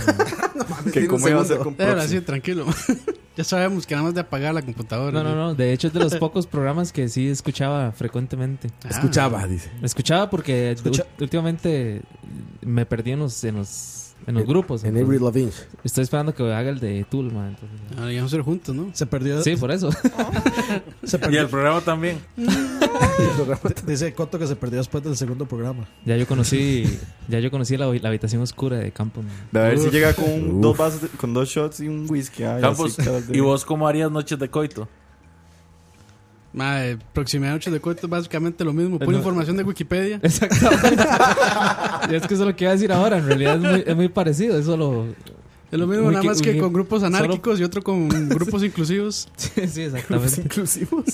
[SPEAKER 8] Que cómo iba a ser con
[SPEAKER 7] Déjalo
[SPEAKER 8] Proxy.
[SPEAKER 7] así, tranquilo. [laughs] ya sabemos que nada más de apagar la computadora.
[SPEAKER 5] No, no, no. De hecho, es
[SPEAKER 7] [laughs]
[SPEAKER 5] de los pocos programas que sí escuchaba frecuentemente.
[SPEAKER 7] Ah.
[SPEAKER 3] Escuchaba, dice.
[SPEAKER 5] Escuchaba porque
[SPEAKER 3] Escucha-
[SPEAKER 5] ult- últimamente me perdí en los, en los, en los grupos.
[SPEAKER 3] En
[SPEAKER 5] entonces-
[SPEAKER 3] Every Lavigne.
[SPEAKER 5] Estoy esperando que haga el de Tool, man. entonces-
[SPEAKER 7] Ahora ya vamos a ser juntos, ¿no?
[SPEAKER 4] Se perdió.
[SPEAKER 5] Sí, por
[SPEAKER 4] [laughs]
[SPEAKER 5] eso.
[SPEAKER 6] Y el programa también.
[SPEAKER 4] Dice Coto que se perdió después del segundo programa.
[SPEAKER 5] Ya yo
[SPEAKER 7] [laughs]
[SPEAKER 5] conocí, ya yo conocí la, la habitación oscura de Campo. man.
[SPEAKER 8] De a ver si
[SPEAKER 5] Uf.
[SPEAKER 8] llega con un- dos
[SPEAKER 5] Uf.
[SPEAKER 8] vasos de- con dos shots y un whisky. Ay,
[SPEAKER 6] Campos,
[SPEAKER 8] así, caras de-
[SPEAKER 6] ¿y vos cómo harías noches de coito?
[SPEAKER 7] Madre, proximidad 8 de coito, básicamente lo mismo. Pon
[SPEAKER 5] No.
[SPEAKER 7] información
[SPEAKER 4] [laughs]
[SPEAKER 7] de Wikipedia.
[SPEAKER 5] Exacto. Y es que eso es lo que iba a decir ahora. En realidad es muy, es muy parecido. Es solo.
[SPEAKER 7] Es lo mismo, nada más que con grupos anárquicos y
[SPEAKER 4] [laughs]
[SPEAKER 7] otro con grupos inclusivos.
[SPEAKER 5] Sí, sí, exactamente.
[SPEAKER 7] inclusivos.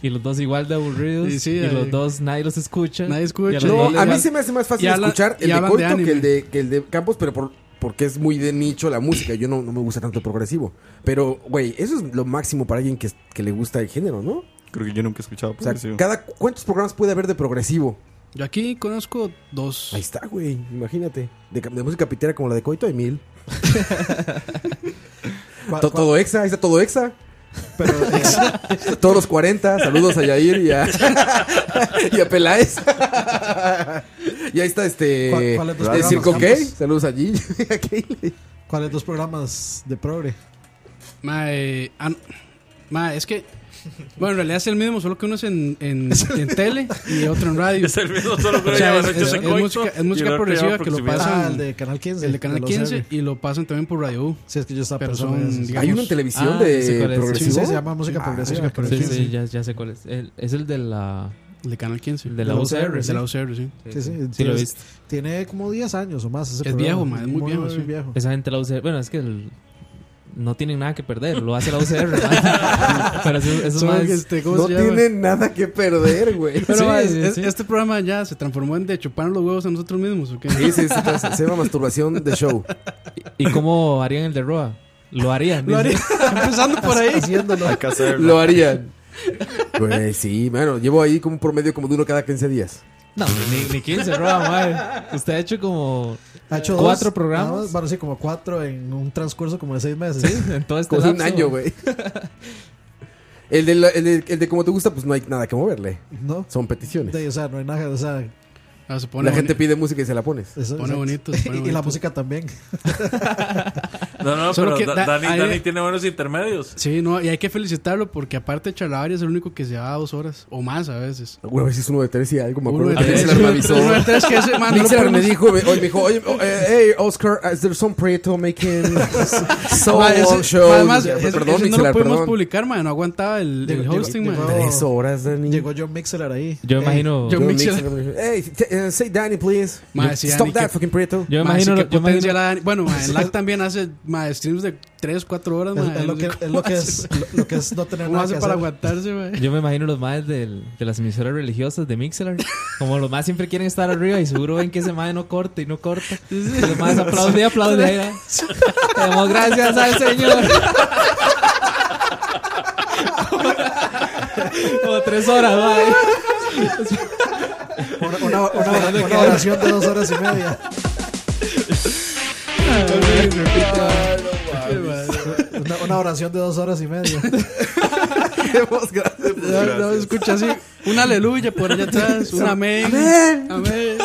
[SPEAKER 5] Y los dos igual de aburridos.
[SPEAKER 7] Sí, sí,
[SPEAKER 5] y
[SPEAKER 7] eh.
[SPEAKER 5] los dos nadie los escucha.
[SPEAKER 7] Nadie escucha.
[SPEAKER 5] Y a los
[SPEAKER 3] No,
[SPEAKER 5] dos les-
[SPEAKER 3] a mí se me hace más fácil
[SPEAKER 5] y hablan-
[SPEAKER 3] escuchar el
[SPEAKER 5] y
[SPEAKER 3] de
[SPEAKER 5] hablan de
[SPEAKER 3] Coito que
[SPEAKER 5] anime.
[SPEAKER 3] el de, que el de Campos, pero por- porque es muy de nicho la música. Yo no, no me gusta tanto el progresivo. Pero, güey, eso es lo máximo para alguien que, que le gusta el género, ¿no?
[SPEAKER 8] Creo que yo nunca he escuchado
[SPEAKER 3] O sea,
[SPEAKER 8] progresivo.
[SPEAKER 3] cada, ¿cuántos programas puede haber de progresivo?
[SPEAKER 7] Yo aquí conozco dos.
[SPEAKER 3] Ahí está, güey,
[SPEAKER 7] [laughs]
[SPEAKER 3] imagínate. De, ca- de música pitera como la de Coito
[SPEAKER 5] [laughs]
[SPEAKER 3] hay mil.
[SPEAKER 4] ¿Cuál-
[SPEAKER 3] To- todo exa, ahí está todo exa.
[SPEAKER 4] Pero,
[SPEAKER 5] eh,
[SPEAKER 3] [laughs] Todos los 40, saludos a Yair y a, [laughs] y a Peláez. y ahí está
[SPEAKER 4] ¿Cuál-
[SPEAKER 3] este
[SPEAKER 4] cuál es tu
[SPEAKER 3] el
[SPEAKER 4] programa,
[SPEAKER 3] Circo K,
[SPEAKER 4] Campos?
[SPEAKER 3] saludos a Gigi. [laughs]
[SPEAKER 4] ¿Cuáles dos programas de progre?
[SPEAKER 7] Mae, ah, no. Mae, es que. Bueno, en realidad es el mismo, solo que uno es en,
[SPEAKER 3] [laughs]
[SPEAKER 7] en, en tele y otro en radio.
[SPEAKER 6] Es el mismo, solo que
[SPEAKER 7] O sea,
[SPEAKER 6] uno
[SPEAKER 7] es,
[SPEAKER 6] lleva
[SPEAKER 7] es-
[SPEAKER 6] ocho
[SPEAKER 7] es
[SPEAKER 6] coito
[SPEAKER 7] música, es
[SPEAKER 6] y
[SPEAKER 7] música
[SPEAKER 6] el otro
[SPEAKER 7] progresiva
[SPEAKER 6] lleva
[SPEAKER 7] que lo
[SPEAKER 6] proximidad.
[SPEAKER 7] pasan.
[SPEAKER 6] Ah, el
[SPEAKER 4] de Canal 15.
[SPEAKER 7] El de Canal
[SPEAKER 4] de los
[SPEAKER 7] 15
[SPEAKER 4] R.
[SPEAKER 7] y lo pasan también por Radio U.
[SPEAKER 4] Sí, es que yo estaba
[SPEAKER 7] Pero
[SPEAKER 4] pensando en
[SPEAKER 7] son,
[SPEAKER 4] eso, sí.
[SPEAKER 7] digamos,
[SPEAKER 3] Hay una en televisión
[SPEAKER 5] Ah,
[SPEAKER 3] de
[SPEAKER 5] ya sé cuál es.
[SPEAKER 3] progresivo.
[SPEAKER 5] Sí, sí,
[SPEAKER 4] se llama música progresiva,
[SPEAKER 5] Sí,
[SPEAKER 4] pero
[SPEAKER 5] sí,
[SPEAKER 4] sí, sí.
[SPEAKER 5] ya, ya sé cuál es. El- es el de la.
[SPEAKER 7] El de Canal 15.
[SPEAKER 5] de la UCR.
[SPEAKER 7] De la UCR, sí.
[SPEAKER 4] Sí, sí,
[SPEAKER 5] Sí, lo
[SPEAKER 4] tiene-
[SPEAKER 5] viste.
[SPEAKER 4] Tiene como 10 años o más. Ese
[SPEAKER 7] Es
[SPEAKER 4] programa.
[SPEAKER 7] viejo, mae, es muy viejo, sí.
[SPEAKER 5] Esa gente la UCR. Bueno, es que el. no tienen nada que perder. Lo hace la
[SPEAKER 4] [laughs]
[SPEAKER 5] UCR. ¿verdad? [laughs] Pero eso, eso
[SPEAKER 7] Son,
[SPEAKER 5] más...
[SPEAKER 7] este, ¿cómo se llama? Pero,
[SPEAKER 5] Sí,
[SPEAKER 7] ma, es-
[SPEAKER 5] sí,
[SPEAKER 7] es-
[SPEAKER 5] sí.
[SPEAKER 7] este programa ya se transformó en de chuparnos los huevos a nosotros mismos. ¿o qué?
[SPEAKER 3] Sí, sí, sí, se- se llama masturbación de show.
[SPEAKER 5] ¿Y cómo harían el de Roa? Lo harían.
[SPEAKER 7] Lo
[SPEAKER 5] dice.
[SPEAKER 7] haría- [laughs] Empezando por ahí. Haciéndolo. Hay que hacerlo.
[SPEAKER 3] Lo harían. Güey, sí, bueno, llevo ahí como un promedio como de uno cada 15 días.
[SPEAKER 5] No, ni, ni 15, Roa, mae. Usted ha hecho como
[SPEAKER 4] Ha hecho dos,
[SPEAKER 5] cuatro
[SPEAKER 4] nada más,
[SPEAKER 5] programas.
[SPEAKER 4] bueno, sí, como cuatro en un transcurso como de seis meses.
[SPEAKER 5] Sí, en todo este
[SPEAKER 3] Como un año, güey. El de, la- el, de, el de como te gusta, pues no hay nada que moverle.
[SPEAKER 4] [laughs] No.
[SPEAKER 3] Son peticiones.
[SPEAKER 4] De- o sea, no hay nada, o sea...
[SPEAKER 5] Ah,
[SPEAKER 3] la gente pide música y se la pones.
[SPEAKER 4] Eso, exacto. [laughs] Y- Y la música
[SPEAKER 3] [laughs]
[SPEAKER 4] también.
[SPEAKER 6] No, no,
[SPEAKER 7] Solo
[SPEAKER 6] pero
[SPEAKER 7] que
[SPEAKER 6] Da-
[SPEAKER 7] da-
[SPEAKER 6] Dani,
[SPEAKER 7] hay-
[SPEAKER 6] Dani tiene buenos intermedios.
[SPEAKER 7] Sí, no, y hay que felicitarlo porque aparte Chalabaria es el único que se va a dos horas o más a veces.
[SPEAKER 3] Una vez hizo uno de tres y algo, me acuerdo.
[SPEAKER 7] Uno de
[SPEAKER 3] que
[SPEAKER 7] tres,
[SPEAKER 3] Pixelar me
[SPEAKER 7] uno de
[SPEAKER 3] avisó.
[SPEAKER 7] tres, uno de tres, que ese man no lo
[SPEAKER 3] Pixelar me
[SPEAKER 7] podemos-
[SPEAKER 3] dijo, me- hoy me dijo, oye, oh, eh, hey, Oscar, is there some
[SPEAKER 7] [laughs]
[SPEAKER 3] Preto making [laughs] so
[SPEAKER 7] Ma, ese-
[SPEAKER 3] long show?
[SPEAKER 7] ma, Además,
[SPEAKER 3] Ya, pues,
[SPEAKER 7] ese-
[SPEAKER 3] perdón,
[SPEAKER 7] ese no lo
[SPEAKER 3] Pixelar,
[SPEAKER 7] pudimos
[SPEAKER 3] perdón.
[SPEAKER 7] publicar, man. No aguantaba el, el hosting, man.
[SPEAKER 3] horas, Dani.
[SPEAKER 4] Llegó John Mixelar ahí.
[SPEAKER 5] Yo imagino-
[SPEAKER 3] Yo
[SPEAKER 5] John
[SPEAKER 3] Hey, t- eh, say Danny, please.
[SPEAKER 7] Ma, sí,
[SPEAKER 3] Stop
[SPEAKER 7] Dani,
[SPEAKER 3] that,
[SPEAKER 7] qué-
[SPEAKER 3] fucking Preto.
[SPEAKER 5] Yo
[SPEAKER 7] Ma,
[SPEAKER 5] imagino-
[SPEAKER 7] sí, qué
[SPEAKER 5] yo imagino-
[SPEAKER 7] potencia la Dani. Bueno, ma,
[SPEAKER 3] [laughs]
[SPEAKER 7] en LAC también hace ma, streams de 3, 4 horas, ma.
[SPEAKER 4] Es- es lo
[SPEAKER 7] no sé
[SPEAKER 4] que-
[SPEAKER 7] cómo
[SPEAKER 4] es lo que
[SPEAKER 7] hace,
[SPEAKER 4] es-
[SPEAKER 7] ma.
[SPEAKER 4] lo- lo que es no tener
[SPEAKER 7] ¿Cómo
[SPEAKER 4] nada
[SPEAKER 7] hace
[SPEAKER 4] que
[SPEAKER 7] para
[SPEAKER 4] hacer?
[SPEAKER 7] aguantarse,
[SPEAKER 4] [laughs]
[SPEAKER 7] ma?
[SPEAKER 5] Yo me imagino los maes del- de las emisoras religiosas de Mixelar. Como los maes siempre quieren estar arriba y seguro ven que ese mae no corta y no corta. Y los maes aplauden y aplauden. ahí, ¿eh? Te damos gracias al Señor. Como tres horas, mae.
[SPEAKER 4] Una, una- una- una oración de dos horas y
[SPEAKER 3] [laughs]
[SPEAKER 4] media. [laughs] Ah, una, una oración de dos horas y media.
[SPEAKER 3] [laughs] Demos gracias.
[SPEAKER 7] No, no, escucha así, un aleluya por allá atrás, un amén.
[SPEAKER 3] Amén.
[SPEAKER 7] Amén.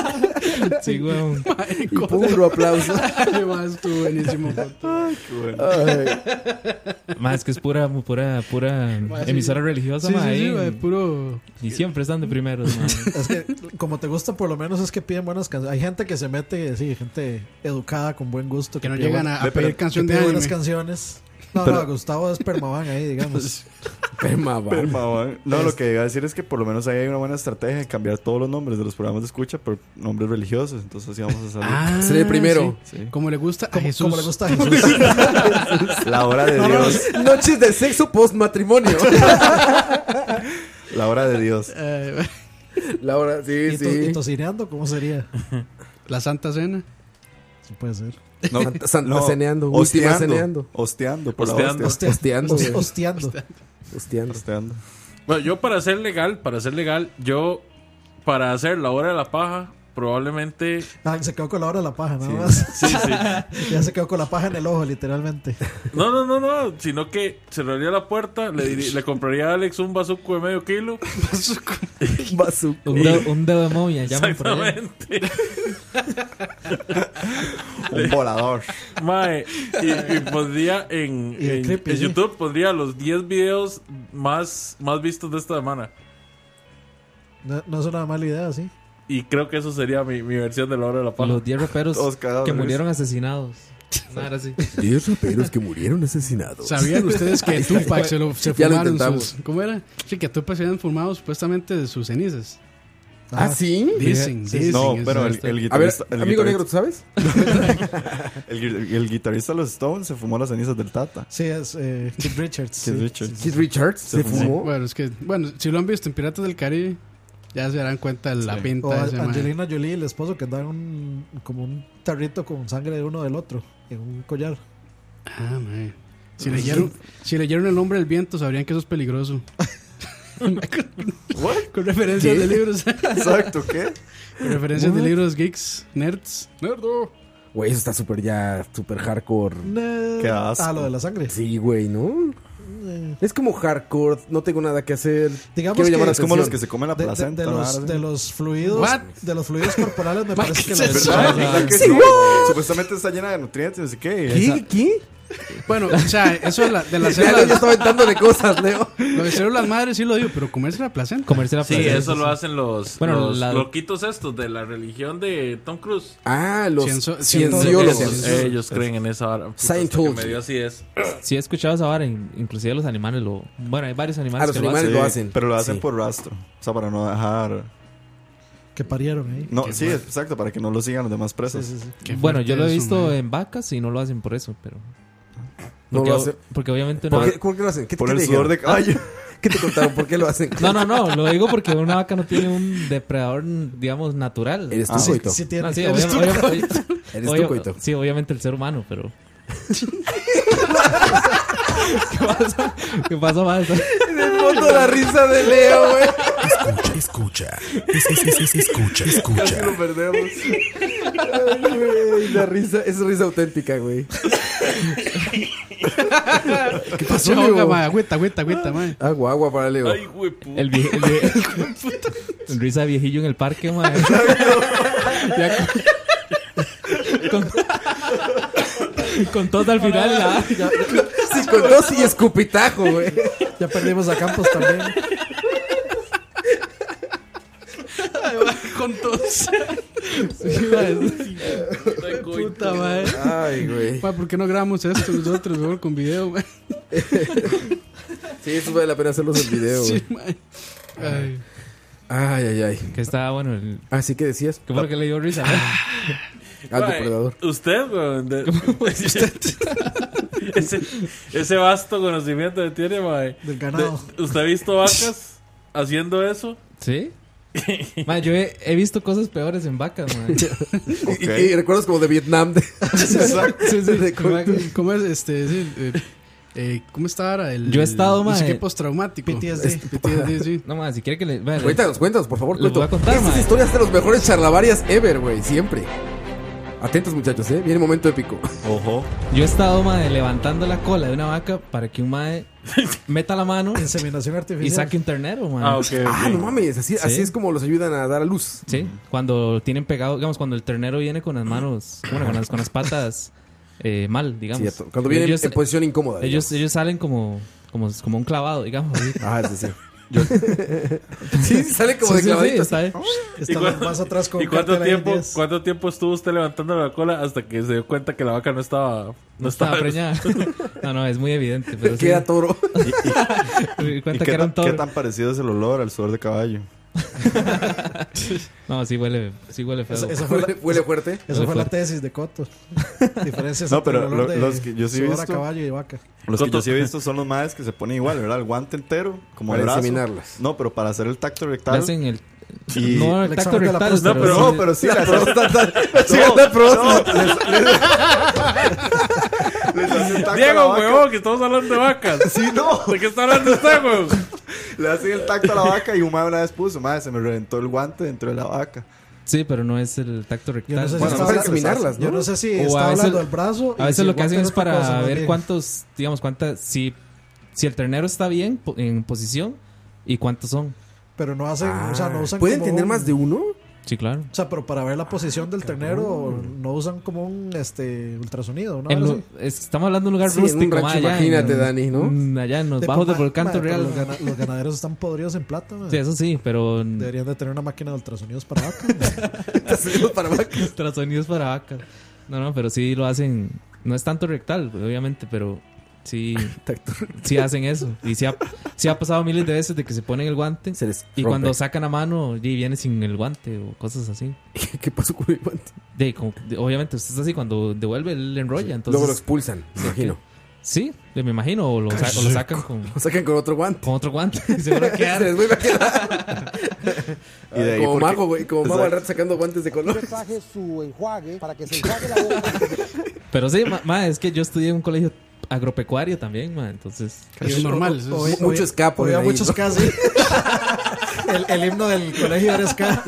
[SPEAKER 5] Sí,
[SPEAKER 7] [laughs]
[SPEAKER 5] weón.
[SPEAKER 3] Y puro aplauso.
[SPEAKER 7] Ay, ma, estuvo buenísimo. Ay, qué
[SPEAKER 5] Mae, es que es pura, pura, pura
[SPEAKER 7] Ma, sí.
[SPEAKER 5] emisora religiosa,
[SPEAKER 7] Sí, sí,
[SPEAKER 5] mae.
[SPEAKER 7] sí,
[SPEAKER 5] ahí.
[SPEAKER 7] mae, puro-
[SPEAKER 5] Y siempre están de primeros,
[SPEAKER 7] [laughs]
[SPEAKER 5] mae.
[SPEAKER 4] Es que, como te gustan, por lo menos es que piden buenas canciones. Hay gente que se mete, sí, gente educada, con buen gusto. Que,
[SPEAKER 7] no
[SPEAKER 4] pide
[SPEAKER 7] llegan
[SPEAKER 4] buena-
[SPEAKER 7] a- a pedir
[SPEAKER 4] que
[SPEAKER 7] canción
[SPEAKER 4] pide
[SPEAKER 7] de
[SPEAKER 4] buenas
[SPEAKER 7] anime.
[SPEAKER 4] canciones. No,
[SPEAKER 8] Pero-
[SPEAKER 4] no, Gustavo es permaban
[SPEAKER 6] [laughs]
[SPEAKER 4] ahí, digamos.
[SPEAKER 8] [laughs]
[SPEAKER 3] Permaban.
[SPEAKER 8] Permaban. No,
[SPEAKER 4] Es-
[SPEAKER 3] Este.
[SPEAKER 8] lo que iba a decir es que por lo menos ahí hay una buena estrategia de cambiar todos los nombres de los programas de escucha por nombres religiosos. Entonces así vamos a salir.
[SPEAKER 7] Ah,
[SPEAKER 3] Seré el primero.
[SPEAKER 7] sí. Como le gusta a Jesús.
[SPEAKER 4] como le gusta a Jesús. [laughs]
[SPEAKER 8] La hora de
[SPEAKER 3] No, no,
[SPEAKER 8] Dios.
[SPEAKER 3] Noches de sexo post matrimonio.
[SPEAKER 8] La hora de Dios.
[SPEAKER 7] Eh,
[SPEAKER 3] La hora, sí,
[SPEAKER 4] ¿Y, to- y
[SPEAKER 3] sí.
[SPEAKER 4] tocineando? ¿Cómo sería?
[SPEAKER 7] la Santa Cena.
[SPEAKER 4] Sí, puede ser.
[SPEAKER 8] [laughs] No,
[SPEAKER 3] Santa- Santa ceneando, última ceneando.
[SPEAKER 8] Hosteando, por
[SPEAKER 6] Hosteando.
[SPEAKER 8] la hostia.
[SPEAKER 3] Hosteando,
[SPEAKER 4] Hosti-
[SPEAKER 3] güey.
[SPEAKER 4] Hosteando.
[SPEAKER 3] Hosteando.
[SPEAKER 8] Hosteando.
[SPEAKER 6] Bueno, yo para ser legal, para ser legal, yo para hacer la hora de la paja, probablemente
[SPEAKER 4] Ah, se quedó con la hora de la paja, nada más.
[SPEAKER 6] Sí, sí.
[SPEAKER 4] [laughs] ya se quedó con la paja en el ojo, literalmente.
[SPEAKER 6] No, no, no, no, sino que cerraría la puerta, le, diri- le compraría a Alex un bazuco de medio kilo. [laughs]
[SPEAKER 3] Bazooka.
[SPEAKER 5] Un dedo, un dedo de momia, llaman por allá.
[SPEAKER 6] Exactamente.
[SPEAKER 8] Un volador.
[SPEAKER 6] Mae, y, y pondría en,
[SPEAKER 4] Y el
[SPEAKER 6] en-
[SPEAKER 4] clip,
[SPEAKER 6] en
[SPEAKER 4] sí.
[SPEAKER 6] YouTube, pondría los 10 videos más, más vistos de esta semana.
[SPEAKER 4] No, no es una mala idea, ¿sí?
[SPEAKER 6] Y creo que eso sería mi, mi versión de la hora de la paja.
[SPEAKER 5] Los 10 raperos
[SPEAKER 8] Todos cagados
[SPEAKER 5] que
[SPEAKER 8] de risa.
[SPEAKER 5] murieron asesinados. Nada, era así.
[SPEAKER 3] [laughs] Diez raperos que murieron asesinados.
[SPEAKER 7] ¿Sabían
[SPEAKER 3] [laughs]
[SPEAKER 8] [laughs]
[SPEAKER 7] ustedes que Tupac se, lo, se
[SPEAKER 3] Ya lo
[SPEAKER 7] fumaron
[SPEAKER 3] intentamos.
[SPEAKER 7] sus... ¿Cómo era? Sí, que a Tupac se habían fumado supuestamente de sus cenizas.
[SPEAKER 3] ¿Ah, sí?
[SPEAKER 7] Dicen,
[SPEAKER 5] Sí,
[SPEAKER 7] dicen.
[SPEAKER 8] No,
[SPEAKER 7] eso
[SPEAKER 8] pero el,
[SPEAKER 7] está-
[SPEAKER 8] el
[SPEAKER 3] A ver,
[SPEAKER 8] guitarrista. el
[SPEAKER 3] amigo
[SPEAKER 8] guitarrista-
[SPEAKER 3] negro, ¿tú sabes?
[SPEAKER 8] [laughs] El, gui- el guitarrista de los Stones se fumó las cenizas del Tata.
[SPEAKER 4] Sí, es eh, Keith Richards.
[SPEAKER 8] Keith
[SPEAKER 4] sí.
[SPEAKER 8] Richards.
[SPEAKER 3] Keith Richards se fumó.
[SPEAKER 7] Bueno, es que... Bueno, si lo han visto en Piratas del Caribe, ya se darán cuenta de la pinta
[SPEAKER 4] O
[SPEAKER 7] de
[SPEAKER 4] a-
[SPEAKER 7] ese man.
[SPEAKER 4] Angelina Jolie, el esposo, que dan un, como un tarrito con sangre de uno del otro en un collar. Pues,
[SPEAKER 7] Ah, mae. Si leyeron, si leyeron El Hombre del Viento, sabrían que eso es
[SPEAKER 3] [laughs]
[SPEAKER 7] peligroso. Con referencias
[SPEAKER 3] ¿Qué?
[SPEAKER 7] de libros.
[SPEAKER 8] Exacto, ¿qué?
[SPEAKER 7] Con referencias de
[SPEAKER 3] What?
[SPEAKER 7] libros geeks, nerds. Nerdo.
[SPEAKER 3] Güey, eso está súper ya, súper hardcore.
[SPEAKER 4] No.
[SPEAKER 8] Qué asco.
[SPEAKER 4] Ah, lo de la sangre.
[SPEAKER 3] Sí, güey, ¿no?
[SPEAKER 4] eh,
[SPEAKER 3] Es como hardcore, no tengo nada que hacer.
[SPEAKER 4] Digamos
[SPEAKER 3] Quiero
[SPEAKER 4] que
[SPEAKER 3] llamar la
[SPEAKER 8] Es como los que
[SPEAKER 3] atención.
[SPEAKER 8] se comen la
[SPEAKER 4] De, de-
[SPEAKER 8] placenta.
[SPEAKER 4] de
[SPEAKER 8] ¿no?
[SPEAKER 4] los, de los fluidos
[SPEAKER 7] What?
[SPEAKER 4] de
[SPEAKER 5] [laughs]
[SPEAKER 4] los fluidos corporales me parece que
[SPEAKER 7] ¿qué es
[SPEAKER 4] los-
[SPEAKER 7] eso?
[SPEAKER 8] ¿Verdad?
[SPEAKER 7] Sí,
[SPEAKER 8] ¿Verdad que
[SPEAKER 3] sí,
[SPEAKER 8] no?
[SPEAKER 3] güey.
[SPEAKER 8] Supuestamente está llena de nutrientes, no sé qué.
[SPEAKER 3] ¿Qué? ¿Qué?
[SPEAKER 7] Bueno, o sea, eso de, la- de las
[SPEAKER 3] [laughs] Ya, Leo ya
[SPEAKER 7] células.
[SPEAKER 3] está aventando de cosas, Leo.
[SPEAKER 7] Lo de células madres sí lo digo, pero comerse la placenta.
[SPEAKER 5] Comerse la
[SPEAKER 6] Sí,
[SPEAKER 5] placenta,
[SPEAKER 6] eso lo
[SPEAKER 5] sí.
[SPEAKER 6] hacen los,
[SPEAKER 5] Bueno,
[SPEAKER 6] los
[SPEAKER 5] la-
[SPEAKER 6] loquitos estos de la religión de Tom Cruise.
[SPEAKER 3] Ah, los
[SPEAKER 7] Cienzo-
[SPEAKER 3] cienciólogos.
[SPEAKER 6] Ellos, ellos creen en esa hora. Puta, hasta que
[SPEAKER 3] Scientology.
[SPEAKER 6] Me dio así es.
[SPEAKER 5] Sí, he escuchado esa vara, in- inclusive los animales lo. Bueno, hay varios animales
[SPEAKER 3] A Ah, los
[SPEAKER 5] que lo
[SPEAKER 3] animales
[SPEAKER 5] hacen.
[SPEAKER 3] lo hacen.
[SPEAKER 8] Pero lo hacen
[SPEAKER 3] Sí.
[SPEAKER 8] por rastro. O sea, para no dejar.
[SPEAKER 4] que parieron ¿eh? ahí.
[SPEAKER 8] No, sí, exacto, para que no lo sigan los demás presos.
[SPEAKER 4] Sí, sí, sí.
[SPEAKER 7] Qué
[SPEAKER 5] Bueno,
[SPEAKER 7] fuerte
[SPEAKER 5] yo lo he
[SPEAKER 7] eso,
[SPEAKER 5] visto
[SPEAKER 7] mae.
[SPEAKER 5] en vacas y no lo hacen por eso, pero.
[SPEAKER 3] No
[SPEAKER 5] Porque-
[SPEAKER 3] lo hacen.
[SPEAKER 5] porque obviamente
[SPEAKER 3] ¿Por
[SPEAKER 5] no-
[SPEAKER 3] qué, por qué lo hacen? ¿Qué,
[SPEAKER 5] Por
[SPEAKER 3] qué
[SPEAKER 5] el
[SPEAKER 3] te
[SPEAKER 5] sudor
[SPEAKER 3] dijeron? Ah,
[SPEAKER 5] de caballo.
[SPEAKER 3] [laughs] ¿Qué te contaron? ¿Por qué lo hacen?
[SPEAKER 5] No, no, no, lo digo porque una vaca no tiene un depredador, digamos, natural.
[SPEAKER 3] Eres tú,
[SPEAKER 5] Ah, sí,
[SPEAKER 3] Coito.
[SPEAKER 5] sí tiene.
[SPEAKER 3] No,
[SPEAKER 5] sí,
[SPEAKER 3] eres
[SPEAKER 5] obvia-
[SPEAKER 3] tú,
[SPEAKER 5] obvia-
[SPEAKER 3] Coito.
[SPEAKER 5] obvia-
[SPEAKER 3] Eres tú,
[SPEAKER 5] obvia-
[SPEAKER 3] Coito.
[SPEAKER 5] Sí, obviamente el ser humano, pero... [laughs] ¿Qué pasa? ¿Qué pasa más?
[SPEAKER 10] En el fondo la risa de Leo, güey.
[SPEAKER 1] Escucha, escucha, escucha,
[SPEAKER 5] [laughs]
[SPEAKER 3] Casi lo perdemos. [laughs] Ay, güey, la risa, es risa auténtica, güey. ¿Qué pasó,
[SPEAKER 7] Chao,
[SPEAKER 3] Leo?
[SPEAKER 7] ma, agüita, agüita, agüita, ma.
[SPEAKER 3] Agua, agua para Leo.
[SPEAKER 7] Ay,
[SPEAKER 6] güey,
[SPEAKER 5] El, vie- el, vie- el risa de viejillo en el parque,
[SPEAKER 3] [laughs]
[SPEAKER 5] madre. Ya con... con- con tos al final. la-
[SPEAKER 3] [laughs] Sí, con dos y escupitajo, güey.
[SPEAKER 4] Ya perdimos a Campos también.
[SPEAKER 7] Con todos. Puta, madre.
[SPEAKER 3] Ay, güey.
[SPEAKER 7] Ma, ¿por qué no grabamos esto nosotros, mejor con video, ma?
[SPEAKER 3] [laughs] Sí, eso vale la pena hacerlos en video,
[SPEAKER 7] Sí,
[SPEAKER 3] güey.
[SPEAKER 7] ma. Ay.
[SPEAKER 3] Ay, ay, ay.
[SPEAKER 5] Que estaba bueno.
[SPEAKER 3] Así que decías.
[SPEAKER 5] ¿Qué fue lo que le dio risa?
[SPEAKER 3] Ah, Al
[SPEAKER 6] Mae,
[SPEAKER 3] depredador.
[SPEAKER 6] Usted, weón. de- [laughs] ese, ese vasto conocimiento que tiene, mae.
[SPEAKER 4] Del ganado.
[SPEAKER 6] De- ¿Usted ha visto vacas haciendo
[SPEAKER 3] [laughs]
[SPEAKER 6] eso?
[SPEAKER 5] ¿Sí?
[SPEAKER 3] Ah.
[SPEAKER 5] Ma, yo he, he visto cosas peores en vacas,
[SPEAKER 3] [laughs]
[SPEAKER 5] ma.
[SPEAKER 3] Y, y recuerdos como de Vietnam. de-
[SPEAKER 7] Sí, sí.
[SPEAKER 3] de
[SPEAKER 7] Ma,
[SPEAKER 3] Coito.
[SPEAKER 7] ¿Cómo es este? sí, eh, eh, ¿Cómo está ahora? El,
[SPEAKER 5] Yo he estado,
[SPEAKER 7] no sé
[SPEAKER 5] ma,
[SPEAKER 7] qué
[SPEAKER 5] eh,
[SPEAKER 7] postraumático. Este,
[SPEAKER 5] PTSD. [laughs]
[SPEAKER 7] PTSD, sí.
[SPEAKER 5] No, ma, si quiere que le. ma, le-
[SPEAKER 3] Cuéntanos, cuéntanos, por favor, [laughs]
[SPEAKER 5] Les voy
[SPEAKER 3] Coito.
[SPEAKER 5] a contar,
[SPEAKER 3] Estas
[SPEAKER 5] mae.
[SPEAKER 3] historias de los mejores charlavarias ever, güey. Siempre. Atentos, muchachos, ¿eh? Viene momento épico.
[SPEAKER 6] Ojo.
[SPEAKER 5] Yo he estado, madre, levantando la cola de una vaca para que
[SPEAKER 6] [laughs]
[SPEAKER 5] un madre meta la mano.
[SPEAKER 4] Inseminación artificial.
[SPEAKER 5] Y saque un ternero, madre.
[SPEAKER 3] Ah, ok, ok. Ah, no mames, así- así es como los ayudan a dar a luz.
[SPEAKER 5] Sí, cuando tienen pegado, digamos, cuando el ternero viene con las manos, bueno, con las, con las patas eh, mal, digamos.
[SPEAKER 3] Cierto, cuando viene en posición incómoda,
[SPEAKER 5] Ellos, ellos salen como, como, como un clavado, digamos.
[SPEAKER 3] [laughs] Ah, sí, sí.
[SPEAKER 5] [laughs]
[SPEAKER 3] Sí, sale como de clavadito, así.
[SPEAKER 5] está,
[SPEAKER 4] Está más atrás con
[SPEAKER 6] ¿Y cuánto
[SPEAKER 4] cartera
[SPEAKER 6] tiempo,
[SPEAKER 4] indias.
[SPEAKER 6] cuánto tiempo estuvo usted levantando la cola hasta que se dio cuenta que la vaca no estaba... No,
[SPEAKER 5] No
[SPEAKER 6] [laughs]
[SPEAKER 5] estaba preñada. No, no, es muy evidente. Pero
[SPEAKER 3] Que era toro.
[SPEAKER 5] Me
[SPEAKER 8] ¿Y
[SPEAKER 5] cuenta
[SPEAKER 8] qué,
[SPEAKER 5] que era un
[SPEAKER 8] tan, qué
[SPEAKER 5] toro.
[SPEAKER 8] tan parecido es el olor al sudor de caballo?
[SPEAKER 5] No, sí huele, sí huele feo.
[SPEAKER 4] Esa- esa fue la- Esa
[SPEAKER 5] Huele
[SPEAKER 4] fue la
[SPEAKER 5] fuerte.
[SPEAKER 4] tesis
[SPEAKER 5] [laughs]
[SPEAKER 4] de Coto. Diferencias
[SPEAKER 8] No,
[SPEAKER 4] entre
[SPEAKER 8] pero
[SPEAKER 4] el olor
[SPEAKER 8] lo-
[SPEAKER 4] de
[SPEAKER 8] los que yo sí he
[SPEAKER 4] sudor a
[SPEAKER 8] visto-
[SPEAKER 4] caballo y vaca.
[SPEAKER 8] Los que yo sí he visto son los más que se ponen igual, ¿verdad? El guante entero, como
[SPEAKER 3] Para
[SPEAKER 8] el brazo.
[SPEAKER 3] inseminarlas.
[SPEAKER 8] No, pero para hacer el tacto
[SPEAKER 5] Le
[SPEAKER 8] rectal.
[SPEAKER 5] hacen el...
[SPEAKER 8] Y-
[SPEAKER 5] No, el tacto rectal.
[SPEAKER 8] No, pero, no, pero sí, la próstata.
[SPEAKER 5] [laughs]
[SPEAKER 8] Sí, la próstata. Les hace un taco a la
[SPEAKER 6] Diego,
[SPEAKER 8] vaca.
[SPEAKER 6] weón, que estamos hablando de vacas.
[SPEAKER 8] Sí, no.
[SPEAKER 6] ¿De qué está hablando usted, weón?
[SPEAKER 8] Le hacen el tacto a la vaca y un mae una vez puso, madre, se me reventó el guante dentro de la vaca.
[SPEAKER 5] Sí, pero no es el tacto rectal.
[SPEAKER 8] no sé si Bueno, está para hablando- inseminarlas, ¿no?
[SPEAKER 4] Yo no sé si
[SPEAKER 5] O
[SPEAKER 4] está
[SPEAKER 5] a veces-
[SPEAKER 4] hablando del brazo. y
[SPEAKER 5] A veces
[SPEAKER 4] si
[SPEAKER 5] lo que
[SPEAKER 4] guante
[SPEAKER 5] hacen
[SPEAKER 4] era
[SPEAKER 5] es
[SPEAKER 4] otra
[SPEAKER 5] para
[SPEAKER 4] cosa, más
[SPEAKER 5] ver
[SPEAKER 4] bien.
[SPEAKER 5] cuántos, digamos, cuántas. Si, si el ternero está bien po- en posición y cuántos son.
[SPEAKER 4] Pero no hacen, o sea,
[SPEAKER 5] Ah,
[SPEAKER 4] no usan
[SPEAKER 3] ¿Pueden
[SPEAKER 4] como
[SPEAKER 3] tener
[SPEAKER 4] un-
[SPEAKER 3] más de uno?
[SPEAKER 5] Sí, claro.
[SPEAKER 4] O sea, pero para ver la posición del ternero no usan como un este ultrasonido, ¿no?
[SPEAKER 5] En lu- es- estamos hablando de un lugar
[SPEAKER 4] Sí, en un
[SPEAKER 5] rústico,
[SPEAKER 4] rancho,
[SPEAKER 5] ma, allá
[SPEAKER 4] imagínate,
[SPEAKER 5] en-
[SPEAKER 4] Dani, ¿no?
[SPEAKER 5] mm, Allá en los
[SPEAKER 4] De
[SPEAKER 5] bajos
[SPEAKER 4] pa-
[SPEAKER 5] del volcán
[SPEAKER 4] ma, pero
[SPEAKER 5] Torreal.
[SPEAKER 4] Los, gana- los ganaderos están podridos en plata, ma.
[SPEAKER 5] Sí, eso sí, pero.
[SPEAKER 4] Deberían de tener una máquina de ultrasonidos para
[SPEAKER 5] [laughs]
[SPEAKER 4] vaca.
[SPEAKER 3] Ultrasonidos para vacas.
[SPEAKER 5] Ultrasonidos para vacas. No, no, pero sí lo hacen. No es tanto rectal, obviamente, pero
[SPEAKER 3] [laughs]
[SPEAKER 5] sí. sí hacen eso. Y sí ha, sí ha pasado miles de veces de que se ponen el guante. y
[SPEAKER 3] rompe.
[SPEAKER 5] cuando sacan a mano, y viene sin el guante o cosas así.
[SPEAKER 3] [laughs] ¿Qué pasó con el guante?
[SPEAKER 5] obviamente, usted es así, cuando devuelve, él le enrolla. Entonces,
[SPEAKER 3] Luego lo expulsan, me imagino.
[SPEAKER 5] Sí, me imagino. O lo, sa- o lo sacan con.
[SPEAKER 3] [laughs] Lo sacan [laughs] con otro guante.
[SPEAKER 5] Con otro guante. [laughs] Se
[SPEAKER 3] [laughs]
[SPEAKER 5] vuelve a quedar.
[SPEAKER 3] Se les vuelve a quedar.
[SPEAKER 5] [laughs]
[SPEAKER 8] Y de ahí,
[SPEAKER 3] como
[SPEAKER 8] porque-
[SPEAKER 3] mago, güey. Como mago al
[SPEAKER 8] Exacto.
[SPEAKER 3] rato sacando guantes de color.
[SPEAKER 17] Traje su enjuague para que se enjuague la boca.
[SPEAKER 5] Pero sí, ma, ma, es que yo estudié en un colegio agropecuario también, ma, entonces.
[SPEAKER 4] Eso es normal, eso es- Oye, oye,
[SPEAKER 5] escapo
[SPEAKER 4] oye, mucho ska, sí. [laughs] el, el himno del colegio era ska.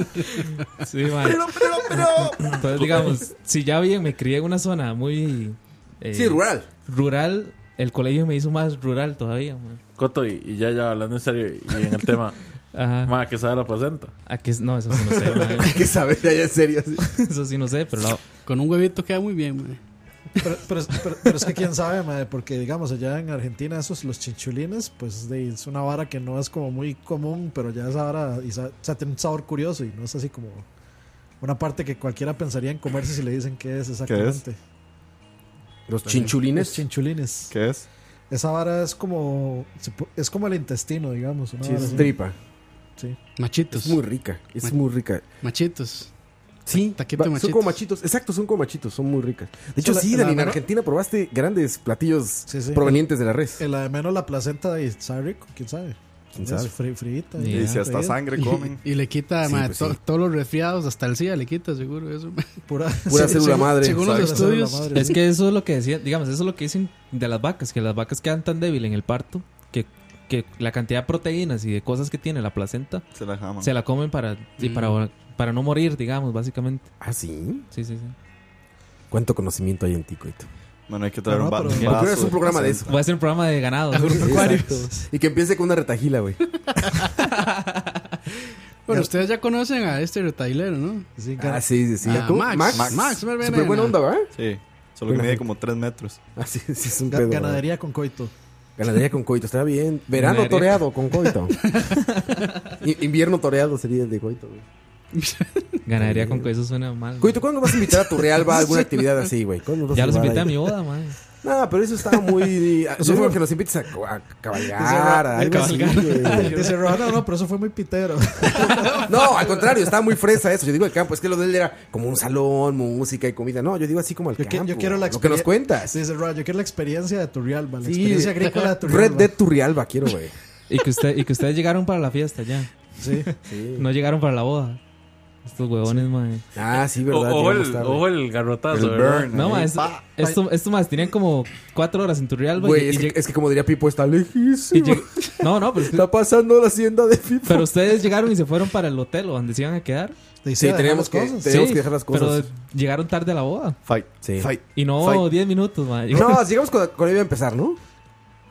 [SPEAKER 5] Sí, ma.
[SPEAKER 4] Pero, pero, pero.
[SPEAKER 5] Entonces, digamos, si ya bien me crié en una zona muy. eh,
[SPEAKER 6] Sí, rural.
[SPEAKER 5] Rural, el colegio me hizo más rural todavía, ma.
[SPEAKER 6] Coto, y, y ya, ya, hablando en serio y en el tema.
[SPEAKER 5] [laughs] Ajá.
[SPEAKER 6] Mae, ¿qué sabe la placenta?
[SPEAKER 5] ¿A qué? No, eso sí no sé, ma.
[SPEAKER 3] que saber allá en serio.
[SPEAKER 5] [laughs] Eso sí no sé, pero la-
[SPEAKER 7] Con un huevito queda muy bien, ma.
[SPEAKER 4] Pero, pero es- pero- pero es que quién sabe, madre, porque digamos allá en Argentina esos los chinchulines, pues de, es una vara que no es como muy común, pero ya es ahora, y sa- o sea, tiene un sabor curioso y no es así como una parte que cualquiera pensaría en comerse si le dicen qué es exactamente. Eh,
[SPEAKER 3] Los chinchulines.
[SPEAKER 4] Los chinchulines.
[SPEAKER 8] ¿Qué es?
[SPEAKER 4] Esa vara es como se pu- es como el intestino, digamos. una
[SPEAKER 3] Sí,
[SPEAKER 4] vara
[SPEAKER 3] es
[SPEAKER 4] así.
[SPEAKER 3] tripa.
[SPEAKER 4] Sí.
[SPEAKER 7] Machitos.
[SPEAKER 3] Es muy rica. Es
[SPEAKER 7] Ma-
[SPEAKER 3] muy rica.
[SPEAKER 7] Machitos.
[SPEAKER 3] Sí,
[SPEAKER 7] Taquito
[SPEAKER 3] va- son
[SPEAKER 7] machitos.
[SPEAKER 3] como machitos. Exacto, son como machitos, son muy ricas. De hecho,
[SPEAKER 4] Sí, la-
[SPEAKER 3] sí,
[SPEAKER 4] la
[SPEAKER 3] Dani, en
[SPEAKER 4] mano-
[SPEAKER 3] Argentina probaste grandes platillos provenientes de la res.
[SPEAKER 4] El de menos la placenta y sabe rico, quién sabe.
[SPEAKER 3] ¿Quién
[SPEAKER 4] Es
[SPEAKER 3] sabe?
[SPEAKER 4] fri- frita.
[SPEAKER 3] Y
[SPEAKER 5] ah,
[SPEAKER 3] si hasta
[SPEAKER 4] freída.
[SPEAKER 3] sangre
[SPEAKER 7] Y- [laughs] Y, le quita
[SPEAKER 4] Sí,
[SPEAKER 7] ma,
[SPEAKER 4] pues
[SPEAKER 7] to-
[SPEAKER 4] sí.
[SPEAKER 7] todos los resfriados, hasta el CIA le quita, seguro. Eso.
[SPEAKER 5] [laughs]
[SPEAKER 4] Pura,
[SPEAKER 7] según- Según los estudios.
[SPEAKER 5] Es
[SPEAKER 3] [laughs]
[SPEAKER 5] que eso es lo que decían, digamos, eso es lo que dicen de las vacas, que las vacas quedan tan débiles en el parto que, que la cantidad de proteínas y de cosas que tiene la placenta
[SPEAKER 8] Se la jaman.
[SPEAKER 5] comen para, y
[SPEAKER 8] Mm.
[SPEAKER 5] para, para no morir, digamos, básicamente.
[SPEAKER 3] ¿Ah, sí?
[SPEAKER 5] Sí, sí, sí.
[SPEAKER 3] ¿Cuánto conocimiento hay en ti, Coito?
[SPEAKER 8] Bueno, hay que
[SPEAKER 5] traer Ah, no, un va- pero- un
[SPEAKER 3] Porque voy a hacer
[SPEAKER 5] vaso
[SPEAKER 3] un programa
[SPEAKER 5] de
[SPEAKER 3] de eso.
[SPEAKER 5] Voy a hacer un programa de ganado. Agropecuario.
[SPEAKER 3] Exacto. Y que empiece con una retajila, güey.
[SPEAKER 7] Bueno, ustedes ya conocen a este retailero, ¿no?
[SPEAKER 3] Ah, sí, sí, sí. ¿Cómo?
[SPEAKER 7] Max, Max, Max, Verbena.
[SPEAKER 3] Súper buena onda, ¿verdad?
[SPEAKER 8] Sí. Solo que
[SPEAKER 3] Buena
[SPEAKER 8] mide
[SPEAKER 3] gente. Ah,
[SPEAKER 8] como 3 metros.
[SPEAKER 3] Así es, es un
[SPEAKER 4] Ga-
[SPEAKER 3] pedo. ¿verdad?
[SPEAKER 4] Ganadería con coito.
[SPEAKER 3] Ganadería con coito, está bien. Verano
[SPEAKER 4] Ganadería.
[SPEAKER 3] toreado con
[SPEAKER 5] [laughs]
[SPEAKER 3] coito. I- invierno toreado sería el de coito, güey.
[SPEAKER 5] Ganadería con que eso suena mal.
[SPEAKER 3] Coito, ¿cuándo vas a invitar a tu real a alguna actividad así, güey? ¿Cuándo vas
[SPEAKER 5] Ya los
[SPEAKER 3] llevar
[SPEAKER 5] invité a
[SPEAKER 3] ahí?
[SPEAKER 5] mi boda, man.
[SPEAKER 3] No, pero eso estaba
[SPEAKER 5] [laughs]
[SPEAKER 3] muy.
[SPEAKER 5] Eso
[SPEAKER 3] Yo
[SPEAKER 5] fue-
[SPEAKER 3] creo que nos invites a, a cabalgar, a algo así, güey.
[SPEAKER 5] [laughs]
[SPEAKER 4] [laughs]
[SPEAKER 3] Ah,
[SPEAKER 4] Dice Rojano, no, pero eso fue muy pitero.
[SPEAKER 3] [laughs] No, al contrario, estaba muy fresa eso. Yo digo el campo, es que lo de él era como un salón, música y comida. No, yo digo así como el
[SPEAKER 4] Yo, [laughs] que-
[SPEAKER 3] campo.
[SPEAKER 4] yo quiero la
[SPEAKER 3] pues, Lo que nos
[SPEAKER 4] experien-
[SPEAKER 3] cuentas.
[SPEAKER 4] Dice Roa, yo quiero la experiencia de Turrialba, la
[SPEAKER 3] Sí,
[SPEAKER 4] experiencia agrícola de Turrialba.
[SPEAKER 3] Red Dead Turrialba, quiero, güey.
[SPEAKER 5] Y que, usted, y que ustedes llegaron para la fiesta ya.
[SPEAKER 4] Sí.
[SPEAKER 5] No llegaron para la boda. Estos huevones, man.
[SPEAKER 3] Ah, sí,
[SPEAKER 6] verdad, O- o llegamos el- tarde. o el garrotazo, El ¿verdad? burn, ahí,
[SPEAKER 5] no,
[SPEAKER 3] ¿eh?
[SPEAKER 5] ma, es-
[SPEAKER 6] pa.
[SPEAKER 5] esto, esto más, tenían como cuatro horas en Turrialba.
[SPEAKER 3] Güey, es, que- es que como diría Pipo, está lejísimo.
[SPEAKER 5] No, no, pero
[SPEAKER 3] Está pasando la hacienda de Pipo.
[SPEAKER 5] Pero ustedes llegaron y se fueron para el hotel o donde se iban a quedar.
[SPEAKER 3] Sí, sí, teníamos que- teníamos que dejar las
[SPEAKER 5] Pero
[SPEAKER 3] cosas.
[SPEAKER 5] llegaron tarde a la boda.
[SPEAKER 8] Fight.
[SPEAKER 3] Sí.
[SPEAKER 5] Y no
[SPEAKER 3] Fight.
[SPEAKER 5] 10 minutos, ma. [laughs]
[SPEAKER 3] No, sigamos con, con iba a empezar, ¿no?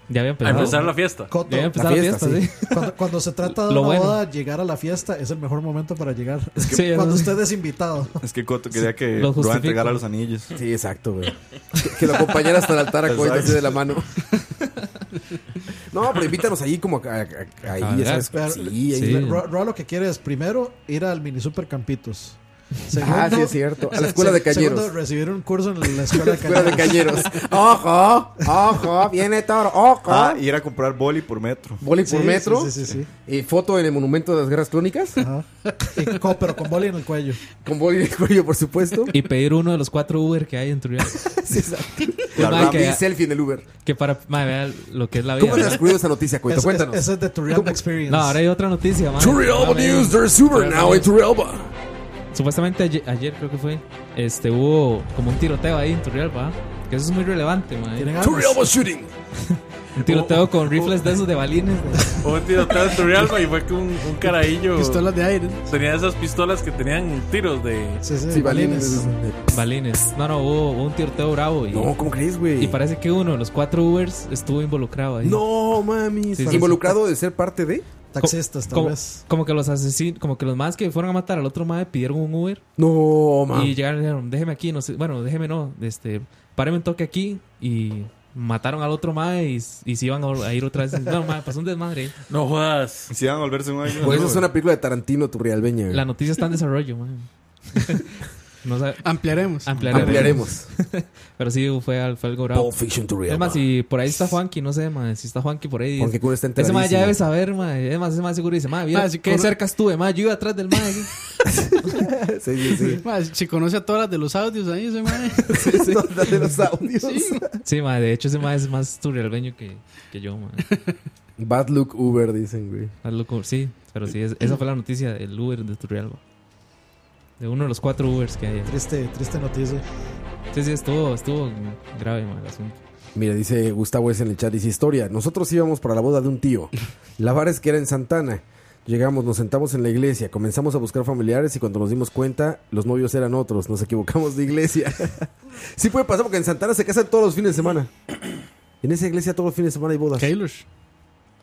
[SPEAKER 5] Ya había
[SPEAKER 6] A
[SPEAKER 5] empezado.
[SPEAKER 6] empezar la fiesta.
[SPEAKER 5] Ya había empezado la fiesta, sí.
[SPEAKER 4] Cuando, cuando se trata de
[SPEAKER 5] Lo
[SPEAKER 4] una
[SPEAKER 5] bueno.
[SPEAKER 4] boda, llegar a la fiesta es el mejor momento para llegar.
[SPEAKER 8] que-
[SPEAKER 5] Sí, ¿no?
[SPEAKER 4] cuando usted es
[SPEAKER 5] [laughs]
[SPEAKER 4] invitado.
[SPEAKER 8] Es que Coto quería que
[SPEAKER 5] Lo
[SPEAKER 8] Ruan
[SPEAKER 5] justifico.
[SPEAKER 8] entregara los anillos.
[SPEAKER 3] Sí, exacto, güey. Que, que lo acompañara hasta el altar a Coito
[SPEAKER 8] Exacto.
[SPEAKER 3] así de la mano. No, pero invítanos ahí como a, a- a-
[SPEAKER 5] Ah,
[SPEAKER 3] ahí, ya sabes.
[SPEAKER 4] Pero-
[SPEAKER 3] Sí, ahí.
[SPEAKER 4] Ro- Roa lo que quiere es primero ir al mini super Campitos.
[SPEAKER 3] Ah, sí, es cierto. A la escuela de cañeros.
[SPEAKER 4] Segundo, recibir un curso en la escuela de
[SPEAKER 3] Escuela
[SPEAKER 4] cañeros.
[SPEAKER 3] de cañeros. Ojo, ojo, viene toro, ojo.
[SPEAKER 8] Ah, y ir a comprar boli por metro.
[SPEAKER 3] Boli por
[SPEAKER 4] Sí,
[SPEAKER 3] metro.
[SPEAKER 4] sí, sí, sí,
[SPEAKER 3] Y foto en el monumento de las guerras crónicas.
[SPEAKER 4] Y co- pero con boli en el cuello.
[SPEAKER 3] Con boli en el [laughs] cuello, por supuesto.
[SPEAKER 5] Y pedir uno de los cuatro Uber que hay en Turrialba.
[SPEAKER 3] [laughs] Sí, exacto.
[SPEAKER 5] Pues, ma, que-
[SPEAKER 3] Y selfie en el Uber.
[SPEAKER 5] Que para ma, vea lo que es la vida.
[SPEAKER 3] ¿Cómo te has cuidado esa noticia, Coito?
[SPEAKER 5] Eso-
[SPEAKER 3] Cuéntanos.
[SPEAKER 5] eso
[SPEAKER 4] es de Turrialba Experience.
[SPEAKER 5] No, ahora hay otra noticia, man.
[SPEAKER 3] Turrialba
[SPEAKER 5] Ah, man.
[SPEAKER 3] News, there's Uber now eh, in Turrialba.
[SPEAKER 5] Supuestamente ayer, ayer creo que fue, este hubo como un tiroteo ahí en Turrialba. ¿ah? Que eso es muy relevante, man.
[SPEAKER 3] Turrialba shooting.
[SPEAKER 5] [laughs] Un tiroteo con rifles de esos de balines.
[SPEAKER 6] O Oh, [laughs] un tiroteo en Turrialba y fue que un, un carajillo.
[SPEAKER 5] Pistolas de aire.
[SPEAKER 6] Tenía esas pistolas que tenían tiros de.
[SPEAKER 5] Sí, Balines. No, no, hubo, hubo un tiroteo bravo. Y,
[SPEAKER 3] No, ¿cómo crees, güey?
[SPEAKER 5] Y parece que uno de los cuatro Ubers estuvo involucrado ahí.
[SPEAKER 3] No, mami.
[SPEAKER 5] Sí, sí,
[SPEAKER 3] Involucrado de ser parte de.
[SPEAKER 4] Taxistas, tal
[SPEAKER 5] como,
[SPEAKER 4] vez.
[SPEAKER 5] Como que los asesinos, como que los más que fueron a matar al otro mae pidieron un Uber.
[SPEAKER 3] No, man.
[SPEAKER 5] Y llegaron y dijeron, déjeme aquí, no sé, bueno, déjeme no, este, páreme un toque aquí y mataron al otro mae y, y se iban a, a ir otra vez. No, mae, pasó un desmadre.
[SPEAKER 6] [laughs] No jodas.
[SPEAKER 8] Si van a volverse un año.
[SPEAKER 3] Pues eso
[SPEAKER 8] no,
[SPEAKER 3] es una película de Tarantino, Turrialbeña. güey.
[SPEAKER 5] La noticia está en desarrollo,
[SPEAKER 3] [laughs]
[SPEAKER 5] mae. No sabe-
[SPEAKER 7] Ampliaremos.
[SPEAKER 5] Ampliaremos.
[SPEAKER 3] Ampliaremos.
[SPEAKER 5] [laughs] Pero sí, fue, al- fue algo bravo.
[SPEAKER 3] Pulp Fiction to real,
[SPEAKER 5] Es más, si por ahí está Juanqui, no sé, mae, si está Juanqui por ahí.
[SPEAKER 3] Juanqui Cura está
[SPEAKER 5] Ese mae ya
[SPEAKER 3] enteradísimo. [laughs]
[SPEAKER 5] debe saber, mae. Es más, ese mae seguro dice, mae, mira,
[SPEAKER 7] Ah, sí,
[SPEAKER 5] qué
[SPEAKER 7] con-
[SPEAKER 5] cerca estuve, mae, yo iba atrás del
[SPEAKER 7] [laughs]
[SPEAKER 5] mae.
[SPEAKER 3] Sí, sí, sí.
[SPEAKER 7] Ma, si conoce a todas las de los audios ahí, ese
[SPEAKER 3] [laughs]
[SPEAKER 7] mae.
[SPEAKER 3] Todas de los audios.
[SPEAKER 5] Sí, mae, de hecho ese mae es más turrialbeño que, que yo, mae.
[SPEAKER 3] Bad Look Uber, dicen, güey.
[SPEAKER 5] Al loco- Sí, pero sí, es- esa fue la noticia del Uber de Turrialba. De uno de los cuatro Ubers que hay. ahí.
[SPEAKER 4] Triste, triste noticia.
[SPEAKER 5] Sí, sí, estuvo, estuvo grave man, el asunto.
[SPEAKER 3] Mira, dice Gustavo S en el chat, dice historia. Nosotros íbamos para la boda de un
[SPEAKER 5] [laughs]
[SPEAKER 3] tío. La vara es que era en Santana. Llegamos, nos sentamos en la iglesia, comenzamos a buscar familiares y cuando nos dimos cuenta, los novios eran otros. Nos equivocamos de iglesia. [laughs] sí puede pasar porque en Santana se casan todos los fines de
[SPEAKER 5] [coughs]
[SPEAKER 3] semana. En esa iglesia todos los fines de semana hay bodas. Keylor.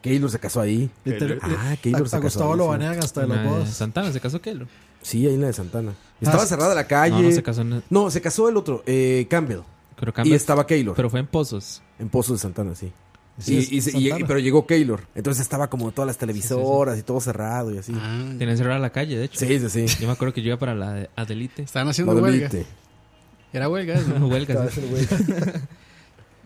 [SPEAKER 3] Keylor se casó ahí.
[SPEAKER 4] Keylor.
[SPEAKER 3] Ah, Keylor
[SPEAKER 4] A-
[SPEAKER 3] se
[SPEAKER 4] a
[SPEAKER 3] casó
[SPEAKER 4] Gustavo
[SPEAKER 3] ahí,
[SPEAKER 4] lo
[SPEAKER 3] sí.
[SPEAKER 4] banean hasta de las
[SPEAKER 5] Nah,
[SPEAKER 4] bodas.
[SPEAKER 5] Santana se casó Keylor.
[SPEAKER 3] Sí, ahí en la de Santana. Estaba
[SPEAKER 5] Ah,
[SPEAKER 3] cerrada la calle.
[SPEAKER 5] no, no se casó en-
[SPEAKER 3] No, se casó el otro, eh, Campbell.
[SPEAKER 5] Pero Campbell-
[SPEAKER 3] Y estaba Keylor.
[SPEAKER 5] Pero fue en Pozos.
[SPEAKER 3] En Pozos de Santana, sí.
[SPEAKER 5] Sí,
[SPEAKER 3] Y-
[SPEAKER 5] es-
[SPEAKER 3] y se- y-
[SPEAKER 5] Santana.
[SPEAKER 3] pero llegó Keylor. Entonces estaba como todas las televisoras y todo cerrado y así.
[SPEAKER 5] Tenían cerrada la calle, de hecho.
[SPEAKER 3] Sí, sí, sí.
[SPEAKER 5] Yo me acuerdo que yo iba para la de Adelite.
[SPEAKER 7] Estaban haciendo huelga. Era huelga eso.
[SPEAKER 5] [laughs] Huelga, sí.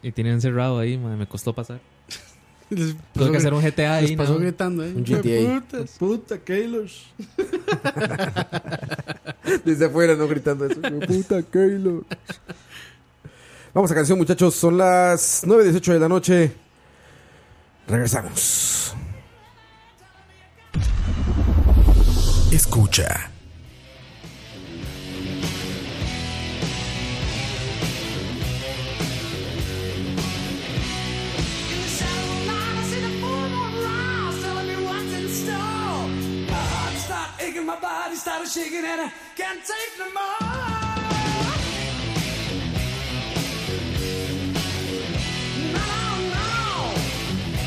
[SPEAKER 5] y tenían cerrado ahí, man, me costó pasar.
[SPEAKER 7] [laughs] Les
[SPEAKER 5] Tuve
[SPEAKER 7] pasó
[SPEAKER 5] que hacer un
[SPEAKER 7] gri-
[SPEAKER 5] GTA
[SPEAKER 7] les
[SPEAKER 5] ahí.
[SPEAKER 7] pasó ¿eh?
[SPEAKER 5] ¿no?
[SPEAKER 7] gritando ahí.
[SPEAKER 5] Un GTA.
[SPEAKER 7] Puta, puta, Keylor.
[SPEAKER 3] Desde afuera, no gritando eso. "Hijo de Puta, Keylor. [laughs] Vamos a canción, muchachos. Son las 9.18 de la noche. Regresamos.
[SPEAKER 1] Escucha.
[SPEAKER 10] In the shadow line, I see the full moon rise, telling me what's in store. My heart start aching, my body started shaking, and I can't take no more. No, no.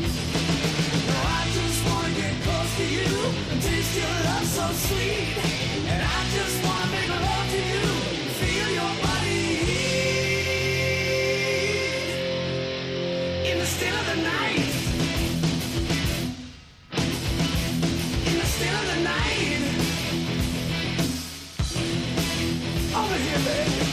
[SPEAKER 10] No, I just wanna get close to you and taste your love so sweet. And I just wanna make love to you, feel your body in the still of the night. In the still of the night. Over here, baby.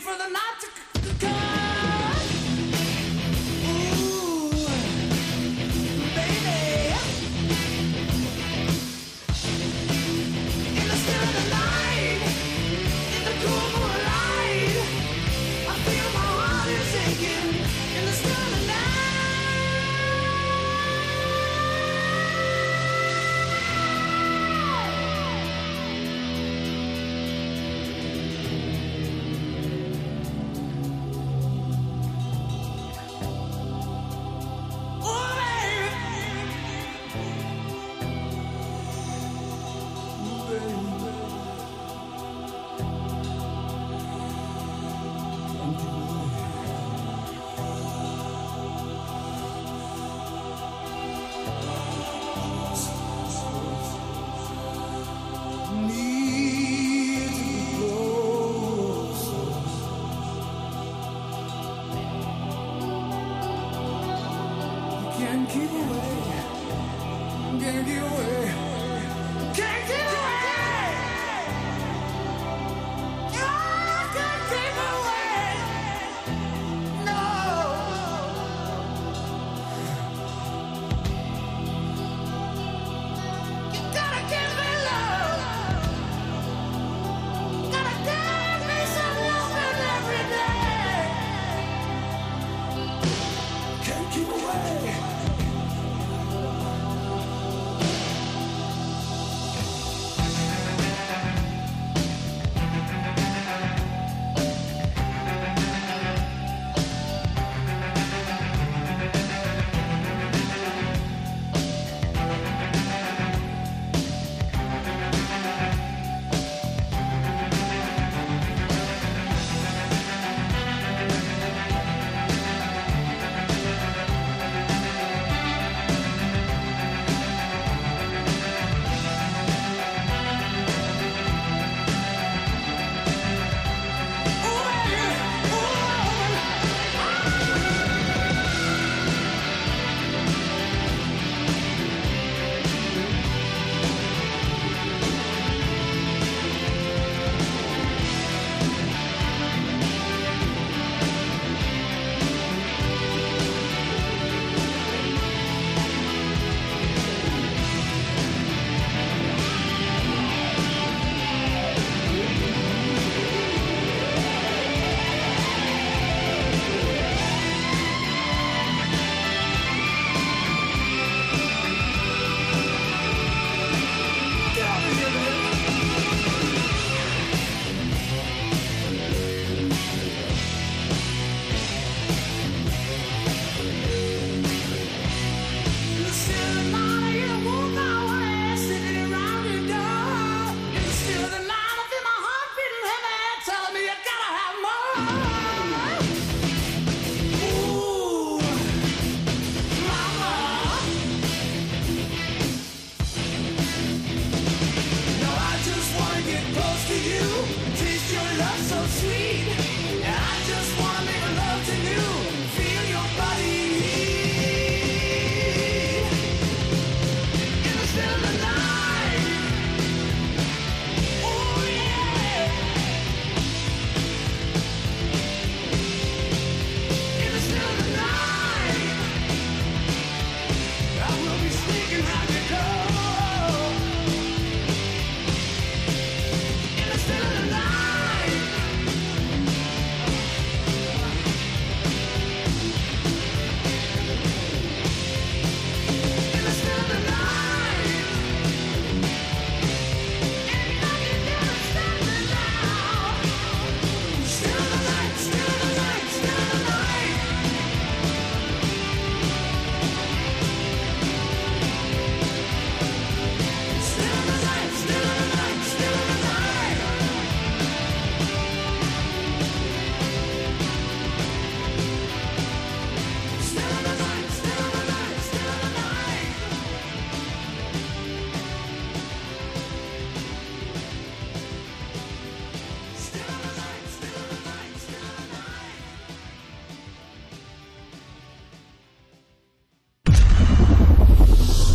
[SPEAKER 10] For the night to c- to come, ooh, baby, in the still of the night, in the cool moonlight, I feel my heart is aching. In the still of the night. Can't keep away. Can't get away. Can't get away. No, I can't keep away. No. You gotta give me love. Gotta give me some love every day. Can't keep away.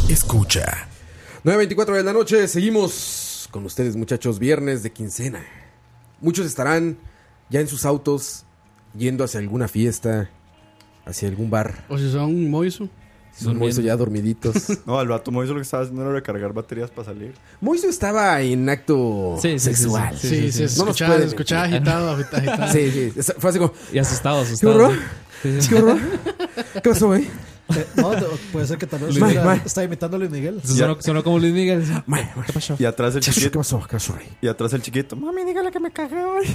[SPEAKER 1] escucha.
[SPEAKER 3] 9.24 de la noche, seguimos con ustedes muchachos, viernes de quincena. Muchos estarán ya en sus autos, yendo hacia alguna fiesta, hacia algún bar.
[SPEAKER 7] O si son Moiso.
[SPEAKER 3] Son Moiso ya dormiditos.
[SPEAKER 8] [laughs] No, el vato Moiso lo que estaba haciendo era recargar baterías para salir.
[SPEAKER 3] Moiso estaba en acto
[SPEAKER 7] Sí, sí, sí,
[SPEAKER 3] sexual.
[SPEAKER 7] sí, sí, sí, sí.
[SPEAKER 3] No nos
[SPEAKER 7] Escuchaba-
[SPEAKER 3] puede
[SPEAKER 7] escuchaba
[SPEAKER 3] mentir. [laughs]
[SPEAKER 7] agitado, agita- agitado.
[SPEAKER 3] Sí, sí. Esa- Fue así como...
[SPEAKER 14] Y asustado,
[SPEAKER 3] ¿Qué
[SPEAKER 14] asustado.
[SPEAKER 3] horror?
[SPEAKER 14] Sí, sí.
[SPEAKER 3] ¿Qué horror? ¿Qué pasó, güey?
[SPEAKER 4] Eh, no, no, puede ser que tal vez
[SPEAKER 3] Mae,
[SPEAKER 4] era-
[SPEAKER 3] mae.
[SPEAKER 4] está imitando a Luis Miguel.
[SPEAKER 14] Sonó, sonó como Luis Miguel.
[SPEAKER 3] ¿Qué pasó?
[SPEAKER 8] Y atrás el chiquito. ¿Qué
[SPEAKER 3] pasó?
[SPEAKER 8] Y atrás el chiquito. Mami, dígale que me cagué [laughs] hoy.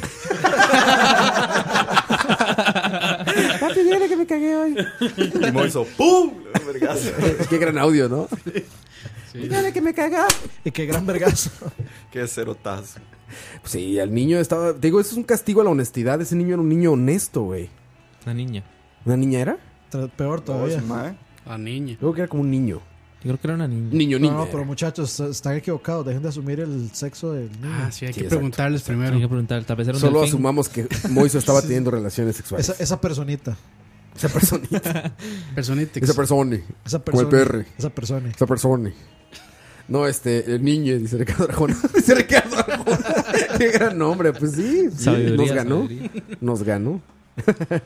[SPEAKER 10] Papi, dile que me cagué hoy.
[SPEAKER 8] Y Moiso, ¡pum! Vergazo.
[SPEAKER 3] [laughs] Qué gran audio, ¿no?
[SPEAKER 10] Dile que me cagué.
[SPEAKER 4] Y qué gran vergazo.
[SPEAKER 8] Qué cerotazo.
[SPEAKER 3] Pues Sí, al niño estaba... Te digo, eso es un castigo a la honestidad. Ese niño era un niño honesto, güey.
[SPEAKER 14] Una niña.
[SPEAKER 3] ¿Una niña era?
[SPEAKER 4] Tra- Peor todavía.
[SPEAKER 7] La niña.
[SPEAKER 3] Creo que era como un niño.
[SPEAKER 14] Yo creo que era una niña.
[SPEAKER 3] Niño, niño.
[SPEAKER 4] No, pero muchachos, eh, están equivocados. Dejen de asumir el sexo del niño.
[SPEAKER 7] Ah, sí, hay que preguntarles primero.
[SPEAKER 14] Hay que preguntar, tal vez era un
[SPEAKER 3] Solo
[SPEAKER 14] delfín. [laughs]
[SPEAKER 3] asumamos que Moiso estaba
[SPEAKER 4] Sí.
[SPEAKER 3] teniendo relaciones sexuales.
[SPEAKER 4] Esa, esa personita.
[SPEAKER 7] [laughs]
[SPEAKER 3] Esa personita.
[SPEAKER 7] Personitex.
[SPEAKER 3] Esa persona.
[SPEAKER 4] Esa
[SPEAKER 3] Como el
[SPEAKER 4] persona.
[SPEAKER 3] PR.
[SPEAKER 4] Esa persona.
[SPEAKER 3] Esa persona. No, este, el niño, dice Ricardo Arjona. [laughs] dice Ricardo Arjona. [laughs] Qué gran nombre. Pues sí,
[SPEAKER 4] [laughs]
[SPEAKER 3] sí,
[SPEAKER 14] Sabiduría,
[SPEAKER 3] nos ganó.
[SPEAKER 14] sabiduría.
[SPEAKER 3] Nos ganó. [laughs]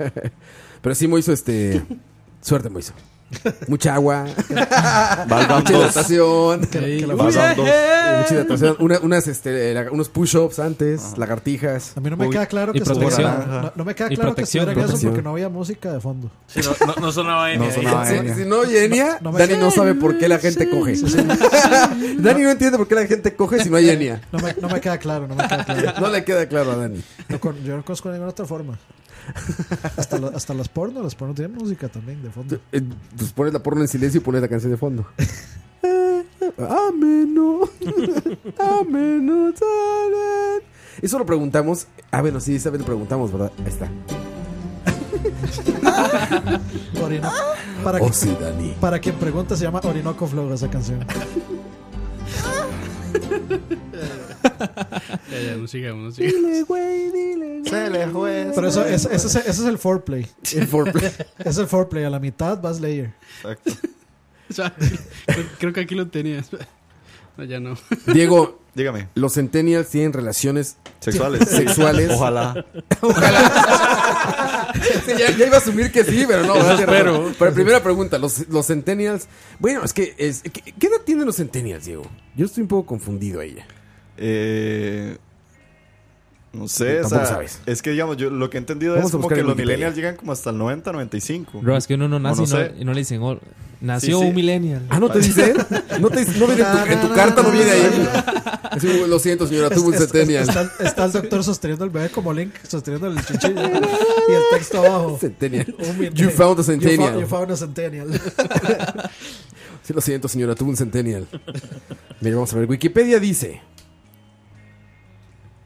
[SPEAKER 3] Pero sí, Moiso, este. Suerte, Moiso. Mucha agua.
[SPEAKER 10] Valgan
[SPEAKER 3] mucha
[SPEAKER 10] dos.
[SPEAKER 3] hidratación.
[SPEAKER 10] Que- que la-
[SPEAKER 3] Mucha
[SPEAKER 10] Valgan dos.
[SPEAKER 3] hidratación. Una- unas, este, la- unos push-ups antes, lagartijas.
[SPEAKER 4] A mí no me queda claro que estuvieran- no, no me queda claro que estuvieran eso porque no había música de fondo.
[SPEAKER 6] Sí, no, no, no sonaba Enya
[SPEAKER 3] No
[SPEAKER 6] ahí.
[SPEAKER 3] sonaba Si- Enya. si no oye Enya, Dani no sabe por qué la gente coge. [laughs] Dani no entiende por qué la gente coge si no
[SPEAKER 4] [laughs]
[SPEAKER 3] hay Enya.
[SPEAKER 4] No me, no me queda claro, no me queda claro.
[SPEAKER 3] No le queda claro a Dani.
[SPEAKER 4] No con- yo no conozco ninguna otra forma. Hasta, la- hasta las porno, las porno tienen música también de fondo.
[SPEAKER 3] Eh, Pues pones la porno en silencio y pones la canción de fondo. [laughs] Ameno. Ameno. taran. Eso lo preguntamos. Ah, bueno, sí, esa vez lo preguntamos, ¿verdad? Ahí está.
[SPEAKER 4] Orino- para,
[SPEAKER 3] Oh,
[SPEAKER 4] que-
[SPEAKER 3] sí, Dani.
[SPEAKER 4] para quien pregunta, se llama Orinoco Flow esa canción.
[SPEAKER 7] [laughs] Ya, ya, no sigamos, no sigamos.
[SPEAKER 10] Dile, güey, dile.
[SPEAKER 8] Se le fue.
[SPEAKER 4] Pero eso, es- ese, es- ese es el foreplay.
[SPEAKER 3] El foreplay.
[SPEAKER 4] es el foreplay. A la mitad vas layer.
[SPEAKER 8] Exacto.
[SPEAKER 7] [laughs] O sea, creo- creo que aquí lo tenías. [laughs] No, ya no.
[SPEAKER 3] Diego.
[SPEAKER 8] [laughs] Dígame.
[SPEAKER 3] Los centennials tienen relaciones
[SPEAKER 8] Sexuales.
[SPEAKER 3] [laughs] [laughs] sexuales.
[SPEAKER 8] Ojalá.
[SPEAKER 3] Ojalá. [laughs] Sí, ya, ya iba a asumir que sí, pero no.
[SPEAKER 8] Eso
[SPEAKER 3] gracias,
[SPEAKER 8] espero.
[SPEAKER 3] Rafa. Pero primera pregunta, los, los centennials. Bueno, es que es- ¿qué, qué edad tienen los centennials, Diego? Yo estoy un poco confundido ahí.
[SPEAKER 8] Eh, no sé, o
[SPEAKER 3] Tampoco
[SPEAKER 8] sea,
[SPEAKER 3] sabes.
[SPEAKER 8] es que digamos, yo lo que he entendido
[SPEAKER 3] Vamos
[SPEAKER 8] es
[SPEAKER 3] a
[SPEAKER 8] como
[SPEAKER 3] buscar
[SPEAKER 8] que
[SPEAKER 3] en
[SPEAKER 8] los
[SPEAKER 3] Wikipedia.
[SPEAKER 8] millennials llegan como hasta el 90, 95.
[SPEAKER 14] Bro, es que uno no
[SPEAKER 8] O
[SPEAKER 14] nace y, no,
[SPEAKER 8] sé.
[SPEAKER 14] y no le dicen, oh, nació
[SPEAKER 8] Sí, sí.
[SPEAKER 14] un millennial.
[SPEAKER 3] Ah, ¿no te dicen? No, te, no viene en tu, en tu carta, no viene ahí. Así, lo siento, señora, tuvo un
[SPEAKER 4] Es- es-
[SPEAKER 3] centennial.
[SPEAKER 4] Está, está el doctor sosteniendo el bebé como Link, sosteniendo el chinchillo. y el texto abajo.
[SPEAKER 3] Centennial.
[SPEAKER 4] Un millennial.
[SPEAKER 3] You found
[SPEAKER 4] You
[SPEAKER 3] a
[SPEAKER 4] fou-
[SPEAKER 3] centennial.
[SPEAKER 4] You found a centennial. [laughs]
[SPEAKER 3] Sí, lo siento, señora, tuvo un centennial. Mira, vamos a ver. Wikipedia dice.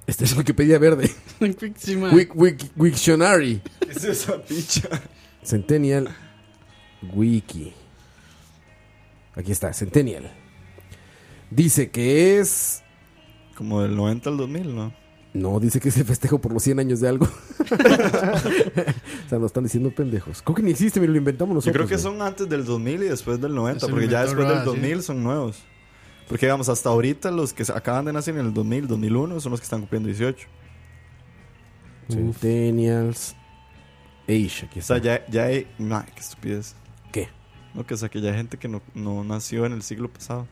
[SPEAKER 3] Esta es Wikipedia verde.
[SPEAKER 7] Sí, man.
[SPEAKER 3] Wik- Wik- Wiktionary.
[SPEAKER 8] ¿Qué es esa picha?
[SPEAKER 3] Centennial Wiki. Aquí está, Centennial. Dice que es.
[SPEAKER 8] Como del 90 al 2000, ¿no?
[SPEAKER 3] No, dice que es el festejo por los 100
[SPEAKER 8] [laughs]
[SPEAKER 3] años de algo. o sea, nos están diciendo pendejos. Creo que ni existe, mira, lo inventamos
[SPEAKER 8] Yo
[SPEAKER 3] nosotros.
[SPEAKER 8] creo que
[SPEAKER 3] güey.
[SPEAKER 8] son antes del 2000 y después del 90,
[SPEAKER 7] Es el
[SPEAKER 8] porque ya
[SPEAKER 7] inventor
[SPEAKER 8] después del
[SPEAKER 7] Roa, sí.
[SPEAKER 8] 2000 son nuevos. Porque digamos, hasta ahorita los que se- acaban de nacer en el 2000, 2001 son los que están cumpliendo 18.
[SPEAKER 3] Centennials Age. Aquí
[SPEAKER 8] O sea,
[SPEAKER 3] está.
[SPEAKER 8] ya, ya hay... Nah, qué estupidez.
[SPEAKER 3] ¿Qué?
[SPEAKER 8] No, que o sea, que ya hay gente que no, no nació en el siglo pasado.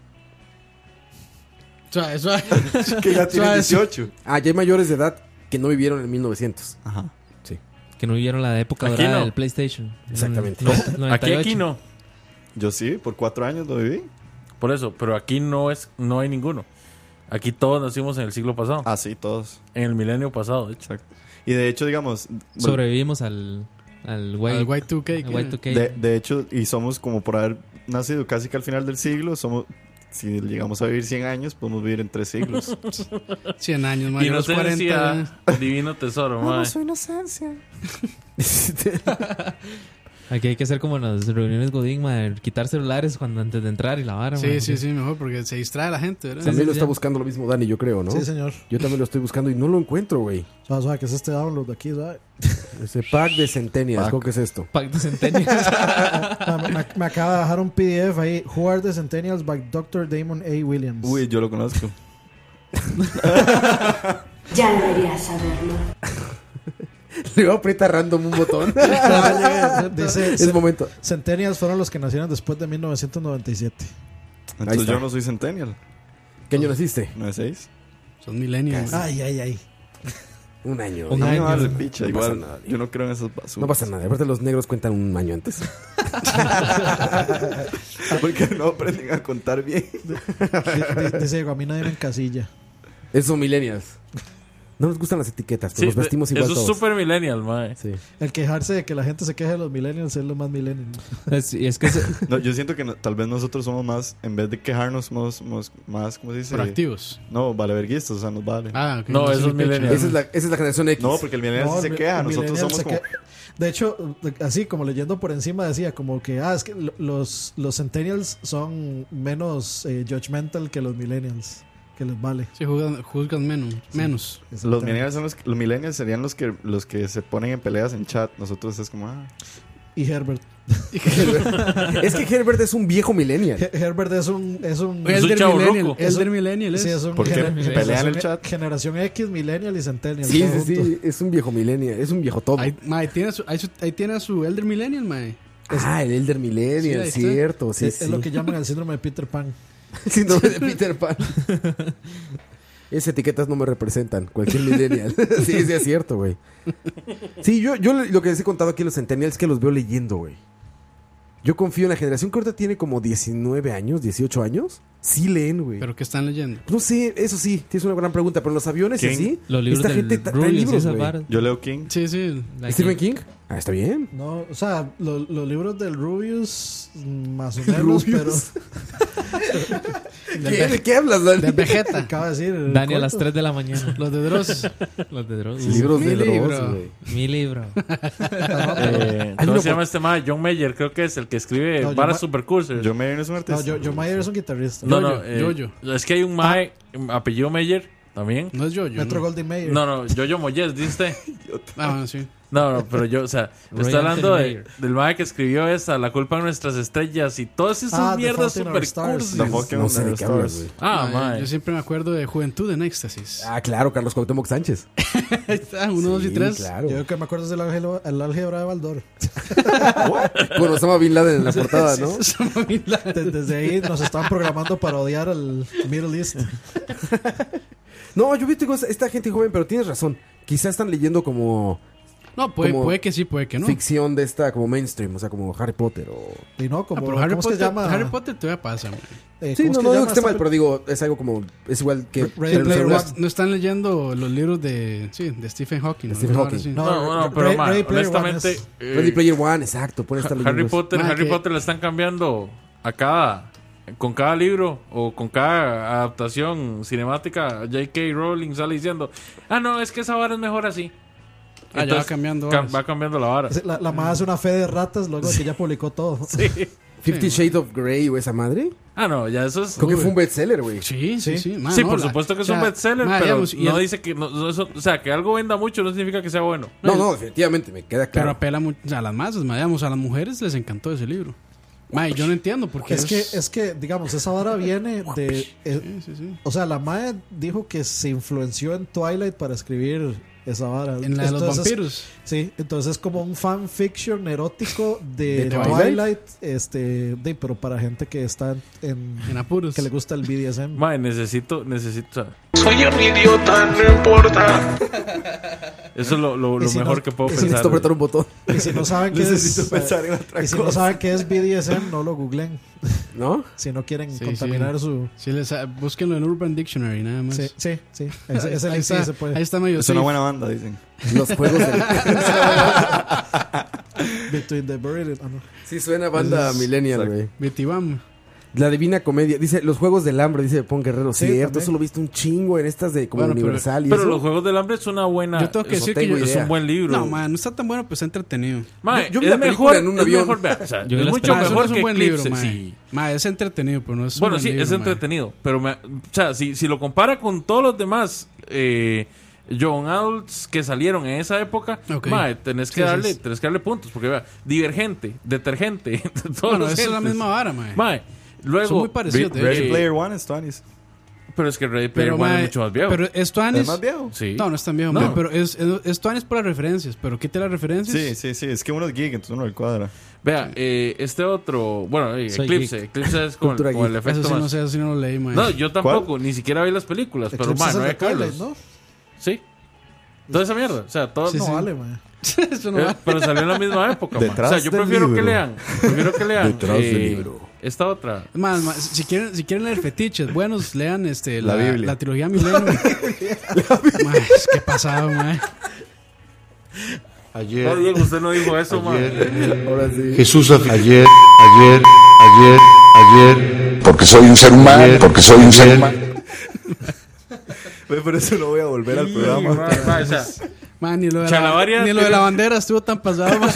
[SPEAKER 7] Suave, suave.
[SPEAKER 8] que ya tiene
[SPEAKER 7] Suave,
[SPEAKER 8] 18.
[SPEAKER 3] Ah, ya hay mayores de edad que no vivieron en 1900.
[SPEAKER 8] Ajá.
[SPEAKER 3] Sí.
[SPEAKER 14] [laughs] Que no vivieron la época
[SPEAKER 6] Aquí
[SPEAKER 14] dorada
[SPEAKER 6] no.
[SPEAKER 14] del PlayStation.
[SPEAKER 3] Exactamente.
[SPEAKER 14] No,
[SPEAKER 6] Aquí,
[SPEAKER 14] 98.
[SPEAKER 6] aquí no.
[SPEAKER 8] Yo sí, por cuatro años lo viví.
[SPEAKER 6] Por eso, pero aquí no es, no hay ninguno. Aquí todos nacimos en el siglo pasado.
[SPEAKER 8] Ah, sí, todos.
[SPEAKER 6] En el milenio pasado, de hecho.
[SPEAKER 8] Exacto. Y de hecho, digamos...
[SPEAKER 14] Sobrevivimos al. Al
[SPEAKER 7] Al
[SPEAKER 14] Y
[SPEAKER 7] Y2K, que era.
[SPEAKER 8] De, de hecho, y somos como por haber nacido casi que al final del siglo, somos... Si llegamos a vivir 100 años, podemos vivir en tres
[SPEAKER 3] [laughs]
[SPEAKER 8] siglos.
[SPEAKER 7] 100 años, man.
[SPEAKER 6] Y
[SPEAKER 7] yo
[SPEAKER 6] no
[SPEAKER 7] los
[SPEAKER 6] se
[SPEAKER 7] 40.
[SPEAKER 6] Ah,
[SPEAKER 8] [laughs]
[SPEAKER 6] decía divino tesoro, mae.
[SPEAKER 10] inocencia.
[SPEAKER 5] Aquí hay que hacer como en las reuniones Godín, mae, quitar celulares cuando antes de entrar y la vara,
[SPEAKER 7] Sí,
[SPEAKER 5] mae.
[SPEAKER 7] sí, sí, mejor porque se distrae la gente, ¿verdad?
[SPEAKER 3] También lo está buscando lo mismo Dani, yo creo, ¿no?
[SPEAKER 7] Sí, señor.
[SPEAKER 3] Yo también lo estoy buscando y no lo encuentro, güey.
[SPEAKER 4] Suave, suave, que es este download de aquí, suave.
[SPEAKER 3] Ese pack de centenias, ¿cómo que es esto?
[SPEAKER 5] Pack de centenias.
[SPEAKER 4] [laughs] Ah, me, me- me acaba de dejar un PDF ahí. Who are the Centennials by Dr. Damon A. Williams.
[SPEAKER 8] Uy, yo lo conozco.
[SPEAKER 10] Ya deberías saberlo.
[SPEAKER 3] [laughs] Le iba a apretar random un botón.
[SPEAKER 4] Dice,
[SPEAKER 3] [laughs] es el momento.
[SPEAKER 4] Centennials fueron los que nacieron después de 1997.
[SPEAKER 3] Ahí
[SPEAKER 8] Entonces
[SPEAKER 3] está.
[SPEAKER 8] yo
[SPEAKER 4] [laughs]
[SPEAKER 8] no soy centennial.
[SPEAKER 3] ¿Qué año naciste?
[SPEAKER 8] ¿No es seis?
[SPEAKER 7] Son millennials.
[SPEAKER 3] Ah,
[SPEAKER 4] Ay, ay, ay.
[SPEAKER 3] Un año.
[SPEAKER 8] Un
[SPEAKER 3] güey.
[SPEAKER 8] año. vale,
[SPEAKER 3] No
[SPEAKER 8] picha,
[SPEAKER 3] pasa
[SPEAKER 8] igual.
[SPEAKER 3] nada.
[SPEAKER 8] yo no creo en esas basuras.
[SPEAKER 3] No pasa nada. Aparte, los negros cuentan un año antes.
[SPEAKER 8] [laughs]
[SPEAKER 3] [laughs]
[SPEAKER 8] Porque no aprenden a contar bien.
[SPEAKER 4] Di- di- Dice, Diego, a mí nadie me encasilla.
[SPEAKER 3] Esos son millennials. No nos gustan las etiquetas, pero
[SPEAKER 6] Sí,
[SPEAKER 3] nos vestimos igual
[SPEAKER 6] eso es
[SPEAKER 3] todos.
[SPEAKER 6] super millennial, mae.
[SPEAKER 4] El quejarse de que la gente se queje de los millennials es lo más millennial.
[SPEAKER 5] Es, que
[SPEAKER 8] [laughs] No, yo siento que no- tal vez nosotros somos más, en vez de quejarnos, somos, somos más, ¿cómo se dice?
[SPEAKER 7] Proactivos.
[SPEAKER 8] No, valeverguistas, o sea, nos vale.
[SPEAKER 7] Ah, ok.
[SPEAKER 8] No,
[SPEAKER 7] No,
[SPEAKER 8] eso es
[SPEAKER 7] sí,
[SPEAKER 8] millennial.
[SPEAKER 3] Esa es la- esa es la generación X.
[SPEAKER 8] No, porque el millennial
[SPEAKER 4] No,
[SPEAKER 8] sí se
[SPEAKER 4] el-
[SPEAKER 8] queja,
[SPEAKER 4] el
[SPEAKER 8] nosotros
[SPEAKER 4] millennial
[SPEAKER 8] somos
[SPEAKER 4] se
[SPEAKER 8] como...
[SPEAKER 4] que- De hecho, así como leyendo por encima decía, como que, ah, es que lo- los, los centennials son menos eh, judgmental que los millennials, que les vale.
[SPEAKER 7] Sí, juzgan, juzgan menos. menos.
[SPEAKER 8] Los millennials, son los, que- los millennials serían los que, los que se ponen en peleas en chat. Nosotros es como, ah,
[SPEAKER 4] Y Herbert.
[SPEAKER 3] [laughs] es que Herbert es un viejo millennial.
[SPEAKER 4] He- Herbert es un... Es un
[SPEAKER 7] Es Es un del chavo millennial, roco. es
[SPEAKER 4] un-
[SPEAKER 7] del millennial, es.
[SPEAKER 4] Sí, es un
[SPEAKER 3] ¿Por qué?
[SPEAKER 4] gener-
[SPEAKER 3] Pelea en el
[SPEAKER 4] generación-
[SPEAKER 3] chat.
[SPEAKER 4] Generación X, millennial y centennial.
[SPEAKER 3] Sí,
[SPEAKER 4] todo
[SPEAKER 3] sí,
[SPEAKER 4] junto.
[SPEAKER 3] sí. Es un viejo millennial. Es un viejo todo.
[SPEAKER 7] Ahí, mae, tiene a su, ahí, su- ahí tiene a su Elder Millennial, mae.
[SPEAKER 3] Ah, el Elder Millennial,
[SPEAKER 7] Sí, ahí está.
[SPEAKER 3] cierto. Sí,
[SPEAKER 4] es, es
[SPEAKER 3] sí.
[SPEAKER 4] lo que llaman el síndrome de Peter Pan.
[SPEAKER 3] El [laughs] síndrome
[SPEAKER 4] [laughs]
[SPEAKER 3] de Peter Pan. Esas etiquetas no me representan. Cualquier millennial. [laughs] sí, sí, es cierto, güey. Sí, yo, yo le- lo que les he contado aquí a los centennials es que los veo leyendo, güey. Yo confío en la generación que ahorita tiene como 19 años, 18 años. Sí leen, güey.
[SPEAKER 7] ¿Pero qué están leyendo?
[SPEAKER 3] No sé, eso sí, tienes una gran pregunta, pero en los aviones y
[SPEAKER 7] ¿Quién?
[SPEAKER 3] así,
[SPEAKER 7] Los libros
[SPEAKER 3] Pues esta
[SPEAKER 7] del
[SPEAKER 3] gente tra- trae
[SPEAKER 7] Rubius y
[SPEAKER 3] libros,
[SPEAKER 7] esas
[SPEAKER 3] güey.
[SPEAKER 7] varas.
[SPEAKER 8] yo leo King.
[SPEAKER 7] Sí, sí.
[SPEAKER 3] ¿Stephen King? Ah, está bien.
[SPEAKER 4] No, o sea, lo- los libros del Rubius, mm,
[SPEAKER 3] [laughs]
[SPEAKER 4] más o menos, pero. [laughs]
[SPEAKER 3] ¿Qué- de qué hablas, Dani?
[SPEAKER 4] De Vegeta. Acaba de decir. el
[SPEAKER 5] Dani a
[SPEAKER 4] corto.
[SPEAKER 5] las 3 de la
[SPEAKER 4] [laughs]
[SPEAKER 5] mañana.
[SPEAKER 7] Los de Dross.
[SPEAKER 5] Los de Dross.
[SPEAKER 3] Libros de
[SPEAKER 5] Mi
[SPEAKER 3] Dross,
[SPEAKER 5] libro.
[SPEAKER 3] güey.
[SPEAKER 5] Mi
[SPEAKER 4] [laughs]
[SPEAKER 5] libro.
[SPEAKER 6] Eh, ¿Cómo se llama este mae? John Mayer, creo que es el que escribe
[SPEAKER 4] No, John
[SPEAKER 6] Para
[SPEAKER 4] Ma-
[SPEAKER 6] Supercursors.
[SPEAKER 8] John Mayer es un
[SPEAKER 4] No, yo, yo Mayer es un guitarrista.
[SPEAKER 6] No, no, eh, es que hay un mae, apellido Mayer también.
[SPEAKER 7] No es yo, yo.
[SPEAKER 4] Metro Goldie Mayer.
[SPEAKER 6] No, no, Jojo Moyes,
[SPEAKER 8] [laughs]
[SPEAKER 6] ¿diste?
[SPEAKER 7] Ah, bueno, sí.
[SPEAKER 6] No, no, pero yo, o
[SPEAKER 7] [laughs]
[SPEAKER 6] sea,
[SPEAKER 7] Roy
[SPEAKER 6] estoy hablando
[SPEAKER 7] Anthony
[SPEAKER 6] de-
[SPEAKER 7] Mayer.
[SPEAKER 6] del mae que escribió esta, La culpa de nuestras estrellas y todas esas
[SPEAKER 4] Ah, The
[SPEAKER 6] mierdas
[SPEAKER 4] Fault in Our
[SPEAKER 6] super
[SPEAKER 4] Stars.
[SPEAKER 6] cursis.
[SPEAKER 8] The Fault in No sé de Our qué hablas, Stars. güey.
[SPEAKER 6] Ah,
[SPEAKER 7] Mae,
[SPEAKER 6] mae.
[SPEAKER 7] Yo siempre me acuerdo de Juventud en Éxtasis.
[SPEAKER 3] Ah, claro, Carlos Cuauhtémoc Sánchez.
[SPEAKER 7] Ahí está, uno, dos y tres.
[SPEAKER 3] claro.
[SPEAKER 4] Yo que me acuerdo es del álgebra, el álgebra de [laughs] Baldor.
[SPEAKER 3] Con Osama Bin Laden en la portada, ¿no?
[SPEAKER 4] De- Desde ahí nos están programando para odiar al Middle East.
[SPEAKER 3] No, yo vi, te digo, esta gente joven, pero tienes razón. Quizás están leyendo como...
[SPEAKER 7] No, puede,
[SPEAKER 3] como
[SPEAKER 7] puede que sí, puede que no.
[SPEAKER 3] Ficción de esta, como mainstream, o sea, como Harry Potter o...
[SPEAKER 4] Y no,
[SPEAKER 7] Ah,
[SPEAKER 4] como.
[SPEAKER 7] pero
[SPEAKER 4] ¿Cómo
[SPEAKER 7] Harry
[SPEAKER 4] es que
[SPEAKER 7] Potter,
[SPEAKER 4] se llama?
[SPEAKER 7] Harry Potter todavía pasa, mae.
[SPEAKER 4] Eh,
[SPEAKER 3] Sí,
[SPEAKER 4] ¿cómo
[SPEAKER 3] no,
[SPEAKER 4] es llama
[SPEAKER 3] no digo que esté
[SPEAKER 4] esta
[SPEAKER 3] mal, pero digo, es algo como... Es igual que...
[SPEAKER 4] Ready
[SPEAKER 3] el-
[SPEAKER 4] Player
[SPEAKER 3] el-
[SPEAKER 7] No, no están leyendo los libros de, sí, de Stephen Hawking.
[SPEAKER 3] Stephen
[SPEAKER 7] ¿no?
[SPEAKER 3] Hawking.
[SPEAKER 7] Sí.
[SPEAKER 6] No, no, no, pero
[SPEAKER 4] Ray-
[SPEAKER 6] mae,
[SPEAKER 4] Ray Player One
[SPEAKER 6] honestamente.
[SPEAKER 4] es-
[SPEAKER 6] eh,
[SPEAKER 3] Ready Player One, exacto. Pueden estar leyendo
[SPEAKER 6] Harry
[SPEAKER 3] eso.
[SPEAKER 6] Potter,
[SPEAKER 7] Mae,
[SPEAKER 6] Harry
[SPEAKER 7] que-
[SPEAKER 6] Potter le están cambiando a cada con cada libro o con cada adaptación cinemática, J.K. Rowling sale diciendo, "Ah, no, es que esa vara es mejor así."
[SPEAKER 7] Ah, ya va cambiando
[SPEAKER 6] cam-
[SPEAKER 7] varas.
[SPEAKER 6] va cambiando la vara.
[SPEAKER 4] Es- La, la madre hace una fe de ratas luego de que ya publicó todo. [laughs]
[SPEAKER 6] Sí.
[SPEAKER 3] Fifty Shades of Grey o esa madre.
[SPEAKER 6] Ah, no, ya eso es
[SPEAKER 3] Creo que fue un bestseller, güey.
[SPEAKER 7] Sí, sí, sí. mae,
[SPEAKER 6] Sí,
[SPEAKER 7] no,
[SPEAKER 6] por
[SPEAKER 7] la-
[SPEAKER 6] supuesto que
[SPEAKER 7] o
[SPEAKER 6] es un
[SPEAKER 7] sea,
[SPEAKER 6] bestseller,
[SPEAKER 7] mae,
[SPEAKER 6] pero
[SPEAKER 7] digamos, y
[SPEAKER 6] no
[SPEAKER 7] el-
[SPEAKER 6] dice que no- no- eso- o sea, que algo venda mucho no significa que sea bueno.
[SPEAKER 3] No, no, definitivamente, me queda
[SPEAKER 7] Pero
[SPEAKER 3] claro.
[SPEAKER 7] apela mucho a las masas, mae, digamos, a las mujeres les encantó ese libro. Mae, yo no entiendo por qué
[SPEAKER 4] Es que,
[SPEAKER 7] ellos-
[SPEAKER 4] es que, digamos, esa vara viene de. eh,
[SPEAKER 7] Sí, sí.
[SPEAKER 4] o sea, la madre dijo que se influenció en Twilight para escribir esa vara.
[SPEAKER 7] En la de los
[SPEAKER 4] Entonces,
[SPEAKER 7] vampiros.
[SPEAKER 4] Sí, entonces es como un fanfiction erótico de,
[SPEAKER 7] ¿De
[SPEAKER 4] Twilight,
[SPEAKER 7] Twilight?
[SPEAKER 4] este, de, pero para gente que está en,
[SPEAKER 7] En apuros.
[SPEAKER 4] que le gusta el BDSM.
[SPEAKER 6] Mae, necesito necesito, o sea,
[SPEAKER 10] Soy un idiota, no importa.
[SPEAKER 6] eso es lo, lo-
[SPEAKER 4] Y
[SPEAKER 6] lo
[SPEAKER 4] si no-
[SPEAKER 6] mejor que puedo
[SPEAKER 4] y si
[SPEAKER 6] pensar.
[SPEAKER 3] Necesito apretar un botón.
[SPEAKER 4] Y si no saben qué
[SPEAKER 8] Necesito
[SPEAKER 4] [laughs] es,
[SPEAKER 8] pensar en otra
[SPEAKER 4] y si no
[SPEAKER 8] cosa.
[SPEAKER 4] saben qué es BDSM, no lo googlen.
[SPEAKER 3] [laughs] ¿No?
[SPEAKER 4] Si no quieren
[SPEAKER 7] Sí,
[SPEAKER 4] contaminar
[SPEAKER 7] sí.
[SPEAKER 4] su.
[SPEAKER 7] Sí, les, ah, búsquenlo en Urban Dictionary, nada más.
[SPEAKER 4] Sí, sí, sí. Ese, ese
[SPEAKER 7] [laughs] ahí,
[SPEAKER 4] link sí
[SPEAKER 7] está,
[SPEAKER 4] se puede.
[SPEAKER 7] ahí está medio
[SPEAKER 8] Es una
[SPEAKER 7] safe.
[SPEAKER 8] buena banda, dicen.
[SPEAKER 3] Los juegos
[SPEAKER 7] [laughs]
[SPEAKER 3] del...
[SPEAKER 4] [laughs]
[SPEAKER 3] [laughs]
[SPEAKER 4] Between the buried and- ah, no.
[SPEAKER 3] Sí suena a banda
[SPEAKER 7] Entonces,
[SPEAKER 3] millennial, güey.
[SPEAKER 7] Betty Bam.
[SPEAKER 3] La Divina Comedia. Dice, los Juegos del Hambre, dice Pon Guerrero.
[SPEAKER 6] Sí,
[SPEAKER 3] Cierto,
[SPEAKER 6] también.
[SPEAKER 3] eso lo viste un chingo en estas de como
[SPEAKER 6] Bueno, pero-
[SPEAKER 3] Universal y
[SPEAKER 6] pero
[SPEAKER 3] eso. [laughs]
[SPEAKER 6] los Juegos del Hambre es una buena.
[SPEAKER 3] Yo tengo que
[SPEAKER 6] es-
[SPEAKER 3] decir que yo-
[SPEAKER 6] es un buen libro.
[SPEAKER 7] No, man, no está tan bueno, pero está entretenido.
[SPEAKER 6] Mae, Yo- yo vi es la película mejor- en un es avión. mejor, vea, o sea, es mucho
[SPEAKER 7] Ah, eso no
[SPEAKER 6] mejor
[SPEAKER 7] es un
[SPEAKER 6] que
[SPEAKER 7] buen libro,
[SPEAKER 6] Eclipse,
[SPEAKER 7] man.
[SPEAKER 6] sí.
[SPEAKER 7] Man, es entretenido, pero no es un
[SPEAKER 6] bueno,
[SPEAKER 7] buen
[SPEAKER 6] sí,
[SPEAKER 7] libro,
[SPEAKER 6] es
[SPEAKER 7] man.
[SPEAKER 6] entretenido. Pero, me- o sea, si, si lo compara con todos los demás eh, Young Adults que salieron en esa época,
[SPEAKER 7] Ok.
[SPEAKER 6] mae, tenés,
[SPEAKER 7] Sí,
[SPEAKER 6] que
[SPEAKER 7] sí,
[SPEAKER 6] darle,
[SPEAKER 7] sí.
[SPEAKER 6] tenés que darle puntos. Porque, vea, divergente, detergente. [laughs] todos
[SPEAKER 7] Bueno,
[SPEAKER 6] los
[SPEAKER 7] eso es la
[SPEAKER 6] gentes.
[SPEAKER 7] misma vara, mae.
[SPEAKER 6] luego.
[SPEAKER 7] Son muy parecidos, de
[SPEAKER 8] Ready
[SPEAKER 6] eh,
[SPEAKER 8] Player One es Twanis.
[SPEAKER 6] Pero es que Ready Player One
[SPEAKER 7] mae,
[SPEAKER 6] es mucho más viejo.
[SPEAKER 7] Pero es Tuanis.
[SPEAKER 8] ¿Es más viejo?
[SPEAKER 6] Sí.
[SPEAKER 7] No, no es tan viejo,
[SPEAKER 8] No.
[SPEAKER 7] man, pero es, es, es Tuanis por las referencias. Pero quita las referencias.
[SPEAKER 8] Sí, sí, sí. Es que uno es geek, entonces uno le cuadra.
[SPEAKER 6] Vea, eh, este otro. Bueno, eh,
[SPEAKER 8] Soy
[SPEAKER 6] Eclipse.
[SPEAKER 8] geek.
[SPEAKER 6] Eclipse
[SPEAKER 7] [laughs]
[SPEAKER 6] es como, el-
[SPEAKER 8] Cultura
[SPEAKER 6] como el
[SPEAKER 8] geek.
[SPEAKER 6] efecto
[SPEAKER 7] Eso sí,
[SPEAKER 6] más.
[SPEAKER 7] no sé, eso sí no lo leí, mae.
[SPEAKER 6] No, yo tampoco, ni siquiera vi las películas, pero
[SPEAKER 7] Eclipse
[SPEAKER 6] man,
[SPEAKER 7] es
[SPEAKER 6] no
[SPEAKER 7] el
[SPEAKER 6] había
[SPEAKER 7] de Twilight,
[SPEAKER 6] Carlos.
[SPEAKER 7] ¿no?
[SPEAKER 6] Sí. Toda esa mierda. O sea, todo
[SPEAKER 4] Sí,
[SPEAKER 6] no
[SPEAKER 4] sí.
[SPEAKER 6] vale,
[SPEAKER 4] man.
[SPEAKER 7] [laughs] Eso no
[SPEAKER 6] Eh,
[SPEAKER 7] vale.
[SPEAKER 6] Pero salió en la misma época, man. O
[SPEAKER 7] Detrás
[SPEAKER 6] sea, yo
[SPEAKER 7] del
[SPEAKER 6] prefiero que
[SPEAKER 7] libro.
[SPEAKER 6] lean. Prefiero que lean. eh,
[SPEAKER 7] Detrás del
[SPEAKER 8] libro.
[SPEAKER 6] Esta otra.
[SPEAKER 7] Man, man, si quieren, si quieren leer fetiches buenos, lean este,
[SPEAKER 6] La
[SPEAKER 7] la,
[SPEAKER 6] Biblia.
[SPEAKER 7] la trilogía Milenio.
[SPEAKER 8] [laughs]
[SPEAKER 7] Man, es que pasado, man.
[SPEAKER 18] Ayer.
[SPEAKER 6] No, Diego, usted no dijo eso, man.
[SPEAKER 3] Ahora sí.
[SPEAKER 6] [laughs]
[SPEAKER 18] Jesús afi- ayer, ayer, ayer, ayer.
[SPEAKER 9] Porque soy un ser humano, porque soy un ser humano.
[SPEAKER 8] Ve, Por eso no voy a volver al programa.
[SPEAKER 7] Man, ni lo de,
[SPEAKER 6] Chalabaria
[SPEAKER 7] la, ni lo de la
[SPEAKER 6] tiene-
[SPEAKER 7] bandera estuvo tan pasado, man.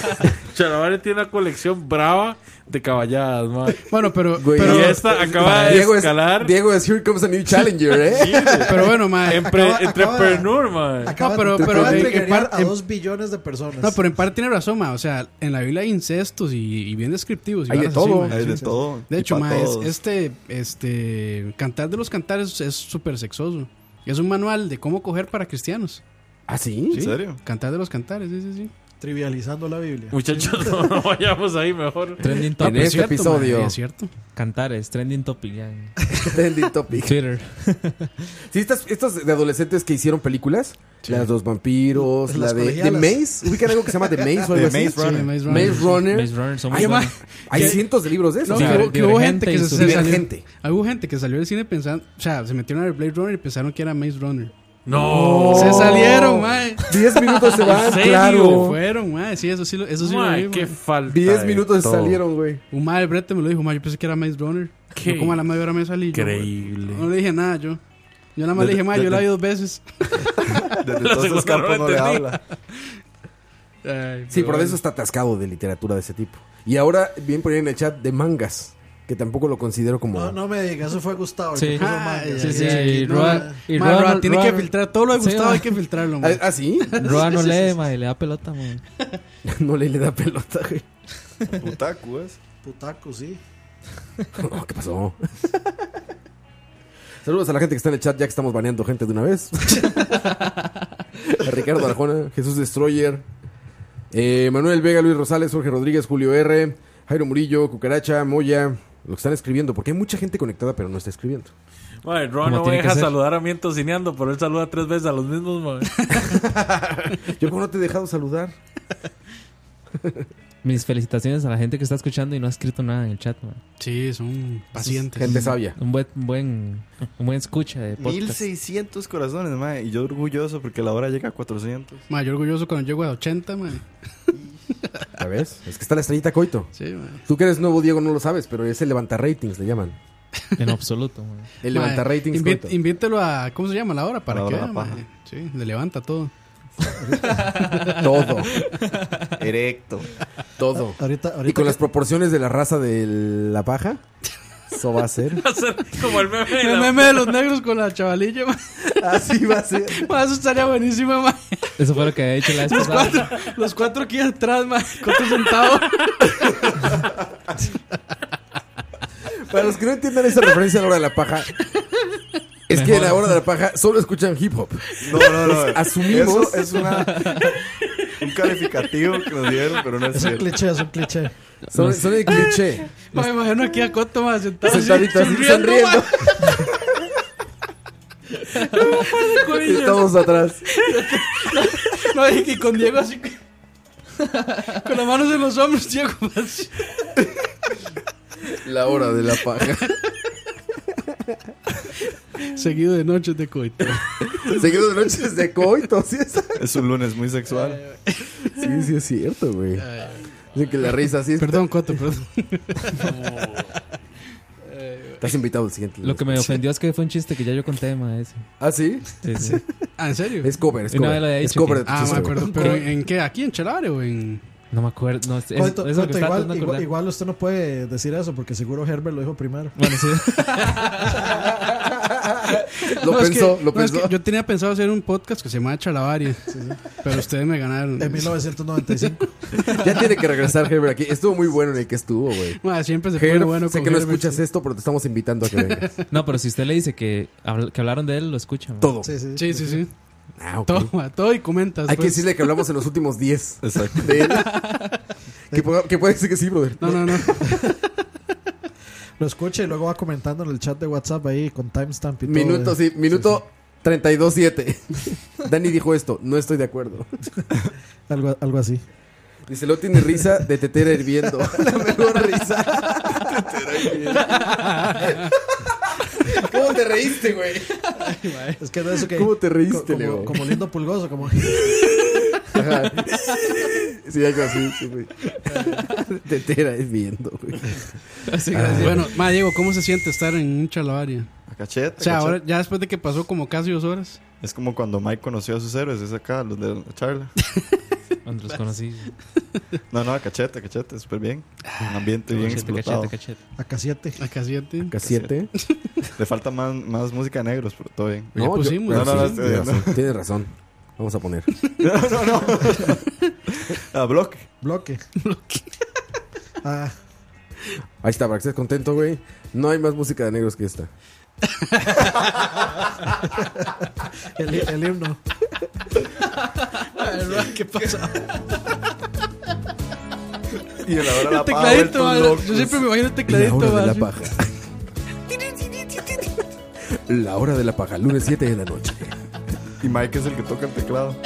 [SPEAKER 6] Charabare tiene una colección brava de caballadas, man.
[SPEAKER 7] Bueno, pero.
[SPEAKER 6] Y
[SPEAKER 7] pero-
[SPEAKER 6] esta acaba de
[SPEAKER 3] Diego es-
[SPEAKER 6] escalar.
[SPEAKER 3] Diego es Here Comes a New Challenger, ¿eh?
[SPEAKER 6] Sí, güey.
[SPEAKER 7] Pero bueno, man,
[SPEAKER 6] Empre-
[SPEAKER 7] acaba-
[SPEAKER 6] entrepreneur, man.
[SPEAKER 7] [laughs] No, pero,
[SPEAKER 4] te
[SPEAKER 7] pero
[SPEAKER 4] acaba de
[SPEAKER 7] en- en
[SPEAKER 4] triggeriar
[SPEAKER 7] par-
[SPEAKER 4] a
[SPEAKER 7] en-
[SPEAKER 4] dos billones de personas.
[SPEAKER 7] No, pero en parte tiene razón, ma. O sea, en la Biblia hay incestos y, y bien descriptivos. y
[SPEAKER 8] Hay de
[SPEAKER 7] varas
[SPEAKER 8] todo.
[SPEAKER 7] ma.
[SPEAKER 8] Hay de todo.
[SPEAKER 7] De
[SPEAKER 8] Y
[SPEAKER 7] hecho,
[SPEAKER 8] pa'
[SPEAKER 7] ma, es-
[SPEAKER 8] todos.
[SPEAKER 7] este, este Cantar de los Cantares es súper sexoso. Es un manual de cómo coger para cristianos.
[SPEAKER 3] ¿Ah, sí?
[SPEAKER 6] ¿En serio?
[SPEAKER 7] Cantar de los Cantares, sí, sí, sí.
[SPEAKER 4] Trivializando la Biblia.
[SPEAKER 6] Muchachos, no, [laughs] no vayamos ahí mejor.
[SPEAKER 5] Trending topic.
[SPEAKER 3] este
[SPEAKER 7] pero es Ah, pues cierto, ma, es
[SPEAKER 5] cierto. Cantares, trending topic. Ya.
[SPEAKER 3] [laughs] Trending topic.
[SPEAKER 5] Twitter.
[SPEAKER 3] [laughs] Sí, estas, estas de adolescentes que hicieron películas, las dos vampiros, la
[SPEAKER 5] Las
[SPEAKER 3] de The
[SPEAKER 5] colegialas.
[SPEAKER 3] Maze, ubican algo que se llama The Maze
[SPEAKER 7] [laughs]
[SPEAKER 3] o
[SPEAKER 5] The
[SPEAKER 3] algo así.
[SPEAKER 5] Maze Runner. Sí,
[SPEAKER 3] Maze
[SPEAKER 5] Maze Runner.
[SPEAKER 3] Runner. Maze Runner.
[SPEAKER 5] Maze Runner, son muy
[SPEAKER 3] Hay, ma-
[SPEAKER 5] buenos.
[SPEAKER 3] hay
[SPEAKER 5] Que-
[SPEAKER 3] cientos de libros de
[SPEAKER 7] No,
[SPEAKER 3] esos.
[SPEAKER 7] que hubo- que hubo gente que se, se
[SPEAKER 3] Divergente.
[SPEAKER 7] salió- Hubo gente que salió del cine pensando, o sea, se metieron al Blade Runner y pensaron que era Maze Runner.
[SPEAKER 6] No.
[SPEAKER 7] Se salieron, mae.
[SPEAKER 3] 10 minutos se van,
[SPEAKER 7] ¿En serio?
[SPEAKER 3] claro.
[SPEAKER 7] Se fueron, mae. Sí, eso sí, lo- eso sí lo
[SPEAKER 6] Mae,
[SPEAKER 7] vi,
[SPEAKER 6] qué
[SPEAKER 7] mae.
[SPEAKER 6] falta
[SPEAKER 3] 10 de minutos se todo. salieron, güey.
[SPEAKER 7] Un mae del brete me lo dijo, mae, yo pensé que era Maze Runner.
[SPEAKER 6] Qué
[SPEAKER 7] Yo como a la media hora me salí. yo,
[SPEAKER 6] increíble.
[SPEAKER 7] No le dije nada yo. Yo nada más
[SPEAKER 6] Desde-
[SPEAKER 7] le dije, mae, yo
[SPEAKER 6] desde-
[SPEAKER 7] la vi dos veces.
[SPEAKER 3] [laughs]
[SPEAKER 8] Desde
[SPEAKER 7] [laughs]
[SPEAKER 8] entonces Campo no le habla.
[SPEAKER 3] Sí, pero de eso está atascado de literatura de ese tipo. Y ahora, bien por ahí en el chat, de mangas, que tampoco lo considero como...
[SPEAKER 4] No, no me digas, eso fue Gustavo. el
[SPEAKER 3] Sí.
[SPEAKER 4] que puso
[SPEAKER 3] Ah,
[SPEAKER 4] manga.
[SPEAKER 3] sí,
[SPEAKER 4] Ya,
[SPEAKER 3] sí,
[SPEAKER 4] ya,
[SPEAKER 3] y
[SPEAKER 4] ya.
[SPEAKER 3] Roa-
[SPEAKER 4] No,
[SPEAKER 5] y
[SPEAKER 4] ma,
[SPEAKER 5] Roa-
[SPEAKER 4] Roa tiene
[SPEAKER 5] Roa-
[SPEAKER 4] que filtrar todo lo de
[SPEAKER 5] Sí,
[SPEAKER 4] Gustavo,
[SPEAKER 5] ma.
[SPEAKER 4] hay que filtrarlo. ma.
[SPEAKER 5] Ah,
[SPEAKER 3] ¿ah, sí?
[SPEAKER 4] [laughs]
[SPEAKER 5] Roa no
[SPEAKER 3] Sí, sí,
[SPEAKER 5] lee,
[SPEAKER 3] sí.
[SPEAKER 5] mae, le da pelota, mae.
[SPEAKER 3] [laughs] no le, le da pelota, güey.
[SPEAKER 8] Putaku es.
[SPEAKER 4] Putaco,
[SPEAKER 3] [laughs]
[SPEAKER 4] sí.
[SPEAKER 3] No, ¿eh? Oh, [laughs] ¿Qué pasó? Saludos a la gente que está en el chat, ya que estamos baneando gente de una vez. A Ricardo Arjona, Jesús Destroyer, eh, Manuel Vega, Luis Rosales, Jorge Rodríguez, Julio R, Jairo Murillo, Cucaracha, Moya. Lo que están escribiendo, porque hay mucha gente conectada, pero no está escribiendo.
[SPEAKER 6] Mae, Ron
[SPEAKER 3] Como
[SPEAKER 6] no me
[SPEAKER 3] tiene que
[SPEAKER 6] deja
[SPEAKER 3] ser.
[SPEAKER 6] saludar a Miento cineando, pero él saluda tres veces a los mismos,
[SPEAKER 4] [laughs]
[SPEAKER 6] mae.
[SPEAKER 3] Yo, como no te he dejado saludar.
[SPEAKER 5] Mis felicitaciones a la gente que está escuchando y no ha escrito nada en el chat, mae.
[SPEAKER 7] Sí, son pacientes.
[SPEAKER 5] Es Un buen, un buen, un buen escucha de podcast.
[SPEAKER 8] 1600 corazones, mae. Y yo orgulloso porque la hora llega a 400.
[SPEAKER 7] Mae, yo orgulloso cuando llego a 80, mae.
[SPEAKER 3] ¿Ya ves? Es que está la estrellita Coito. Tú que eres nuevo, Diego, no lo sabes, pero es el levanta ratings,
[SPEAKER 5] [laughs]
[SPEAKER 3] le llaman.
[SPEAKER 5] En absoluto, mae.
[SPEAKER 3] El levanta
[SPEAKER 7] Mae,
[SPEAKER 3] ratings,
[SPEAKER 7] invi-
[SPEAKER 3] Coito.
[SPEAKER 7] Invítelo a, ¿cómo se llama? La hora para
[SPEAKER 3] La
[SPEAKER 7] que
[SPEAKER 3] hora de
[SPEAKER 7] vea,
[SPEAKER 3] la
[SPEAKER 7] mae.
[SPEAKER 3] paja.
[SPEAKER 7] Sí, le levanta todo.
[SPEAKER 3] [laughs] Todo.
[SPEAKER 7] [laughs]
[SPEAKER 3] Erecto. Todo.
[SPEAKER 7] A- ahorita-
[SPEAKER 3] y
[SPEAKER 7] ahorita
[SPEAKER 3] con
[SPEAKER 7] que-
[SPEAKER 3] las proporciones de la raza de la paja, eso va
[SPEAKER 7] [laughs]
[SPEAKER 3] a ser.
[SPEAKER 6] Hacer como el meme de
[SPEAKER 7] El
[SPEAKER 6] la-
[SPEAKER 7] meme de los negros con la chavalilla, mae.
[SPEAKER 3] [laughs] Así va a ser.
[SPEAKER 7] [laughs] Mae, eso estaría buenísimo, mae.
[SPEAKER 5] Eso fue lo que había hecho
[SPEAKER 7] [laughs]
[SPEAKER 5] la vez
[SPEAKER 7] Los
[SPEAKER 5] pasada.
[SPEAKER 7] cuatro, los cuatro aquí atrás, mae. Cuatro [laughs] sentados.
[SPEAKER 3] Para los que no entiendan esa referencia a la hora de la paja, es que a la hora de la paja solo escuchan hip hop.
[SPEAKER 8] No, no, no.
[SPEAKER 3] [laughs] Asumimos.
[SPEAKER 8] Eso es una, un calificativo que nos dieron, pero no es
[SPEAKER 4] Es un
[SPEAKER 8] cierto.
[SPEAKER 4] cliché, es un cliché.
[SPEAKER 3] Son, son el cliché.
[SPEAKER 7] [laughs] Me imagino aquí a Coto más sentado. así,
[SPEAKER 3] Sentadito
[SPEAKER 7] [laughs]
[SPEAKER 3] así, sonriendo.
[SPEAKER 7] mae.
[SPEAKER 3] Estamos atrás.
[SPEAKER 7] No, y que con Diego así. Con las manos en los hombros, Diego. así.
[SPEAKER 3] La hora de la paja.
[SPEAKER 7] Seguido de noches de coito.
[SPEAKER 3] Seguido de noches de coito, ¿sí es?
[SPEAKER 8] Es un lunes muy sexual.
[SPEAKER 3] Sí, sí es cierto, güey. Dicen que la risa sí es. [laughs]
[SPEAKER 7] Perdón, Coto, perdón.
[SPEAKER 3] Eh, Estás invitado al siguiente.
[SPEAKER 5] Lo que me ofendió es que fue un chiste que ya yo conté, ma, ese.
[SPEAKER 3] ¿Ah, sí?
[SPEAKER 5] Sí, sí.
[SPEAKER 7] [laughs] Ah, ¿en serio?
[SPEAKER 3] Es cover, es cover. Es cover de tu
[SPEAKER 7] Ah, me
[SPEAKER 3] chiste,
[SPEAKER 7] acuerdo.
[SPEAKER 3] güey.
[SPEAKER 7] ¿Pero
[SPEAKER 3] Ok.
[SPEAKER 7] en qué? ¿Aquí en Chelare o en...?
[SPEAKER 5] No me
[SPEAKER 3] [laughs]
[SPEAKER 5] acuerdo. No, es,
[SPEAKER 4] Coito, Coito, igual, igual, igual usted no puede decir eso porque seguro Herbert lo dijo primero.
[SPEAKER 5] Bueno, sí.
[SPEAKER 7] No, es que- no, es que yo tenía pensado hacer un podcast que se llamaba Chalabaria. Pero ustedes me ganaron.
[SPEAKER 4] En 1995.
[SPEAKER 3] Ya tiene que regresar Herbert aquí. Estuvo muy bueno en el que estuvo, güey.
[SPEAKER 7] Ma, siempre se
[SPEAKER 3] Herb,
[SPEAKER 7] pone bueno
[SPEAKER 3] Sé
[SPEAKER 7] con
[SPEAKER 3] que no
[SPEAKER 7] Herbert,
[SPEAKER 3] escuchas esto, pero te estamos invitando a que
[SPEAKER 7] [laughs]
[SPEAKER 3] vengas.
[SPEAKER 5] No, pero si usted le dice que, habl- que hablaron de él, lo escucha. ma.
[SPEAKER 3] Todo.
[SPEAKER 7] Sí, sí, sí.
[SPEAKER 3] Ah, ok.
[SPEAKER 7] Todo, todo y comentas.
[SPEAKER 3] Hay que
[SPEAKER 7] pues.
[SPEAKER 3] decirle que hablamos en los últimos 10. Exacto.
[SPEAKER 7] [laughs]
[SPEAKER 3] De él. que, pueda- que puede decir que sí, brother.
[SPEAKER 7] No, no, no.
[SPEAKER 4] [laughs] Lo escucha y luego va comentando en el chat de WhatsApp ahí con timestamp y todo. eh.
[SPEAKER 3] Minuto, sí, minuto 32.7. Dani dijo esto, no estoy de acuerdo.
[SPEAKER 4] Algo, algo así.
[SPEAKER 3] Dice, lo tiene risa de tetera hirviendo. [laughs]
[SPEAKER 7] [laughs]
[SPEAKER 3] La mejor risa. [laughs] ¿Cómo te reíste, güey?
[SPEAKER 4] Es que no eso que.
[SPEAKER 3] ¿Cómo te reíste,
[SPEAKER 4] co-
[SPEAKER 3] Leo?
[SPEAKER 4] como, como lindo pulgoso, como.
[SPEAKER 3] Ajá. Sí, algo así,
[SPEAKER 7] [laughs]
[SPEAKER 3] sí, güey. Tetera hirviendo, güey.
[SPEAKER 7] Sí,
[SPEAKER 3] Ah.
[SPEAKER 7] gracias. Bueno, ma, Diego, ¿cómo se siente estar en un Chalabaria?
[SPEAKER 8] A cachete,
[SPEAKER 7] O sea,
[SPEAKER 8] a cachete.
[SPEAKER 7] ahora, ya después de que pasó como casi [laughs] dos horas.
[SPEAKER 8] Es como cuando Mike conoció a sus héroes, es acá, los de la
[SPEAKER 7] [laughs]
[SPEAKER 8] charla.
[SPEAKER 5] Cuando los conocí.
[SPEAKER 8] No, no, a cachete, a cachete, súper bien. Un ambiente bien
[SPEAKER 5] Cachete,
[SPEAKER 8] explotado.
[SPEAKER 5] cachete, cachete.
[SPEAKER 4] Acá 7.
[SPEAKER 7] Acá 7.
[SPEAKER 3] Acá siete.
[SPEAKER 8] [laughs] Le falta más, más música de negros, pero todo bien.
[SPEAKER 3] No, yo-
[SPEAKER 7] pues
[SPEAKER 8] No, no, no,
[SPEAKER 3] sí,
[SPEAKER 8] no,
[SPEAKER 3] tienes,
[SPEAKER 8] no.
[SPEAKER 3] razón, tienes razón. Vamos a poner.
[SPEAKER 8] No, no, no. Ah, [laughs] bloque.
[SPEAKER 4] Bloque.
[SPEAKER 7] Bloque.
[SPEAKER 4] Ah,
[SPEAKER 3] Ahí está, para que estés contento, güey. No hay más música de negros que esta.
[SPEAKER 4] el, el himno.
[SPEAKER 7] ¿Qué pasa?
[SPEAKER 8] Y el pues. ahora la paja
[SPEAKER 7] El tecladito,
[SPEAKER 8] vueltos
[SPEAKER 7] ma,
[SPEAKER 8] locos.
[SPEAKER 7] Yo siempre me imagino el
[SPEAKER 3] La
[SPEAKER 7] tecladito,
[SPEAKER 3] hora de
[SPEAKER 7] ma,
[SPEAKER 3] la
[SPEAKER 7] así.
[SPEAKER 3] paja. La hora de la paja, lunes 7 de la noche.
[SPEAKER 8] Y Mike es el que toca el teclado.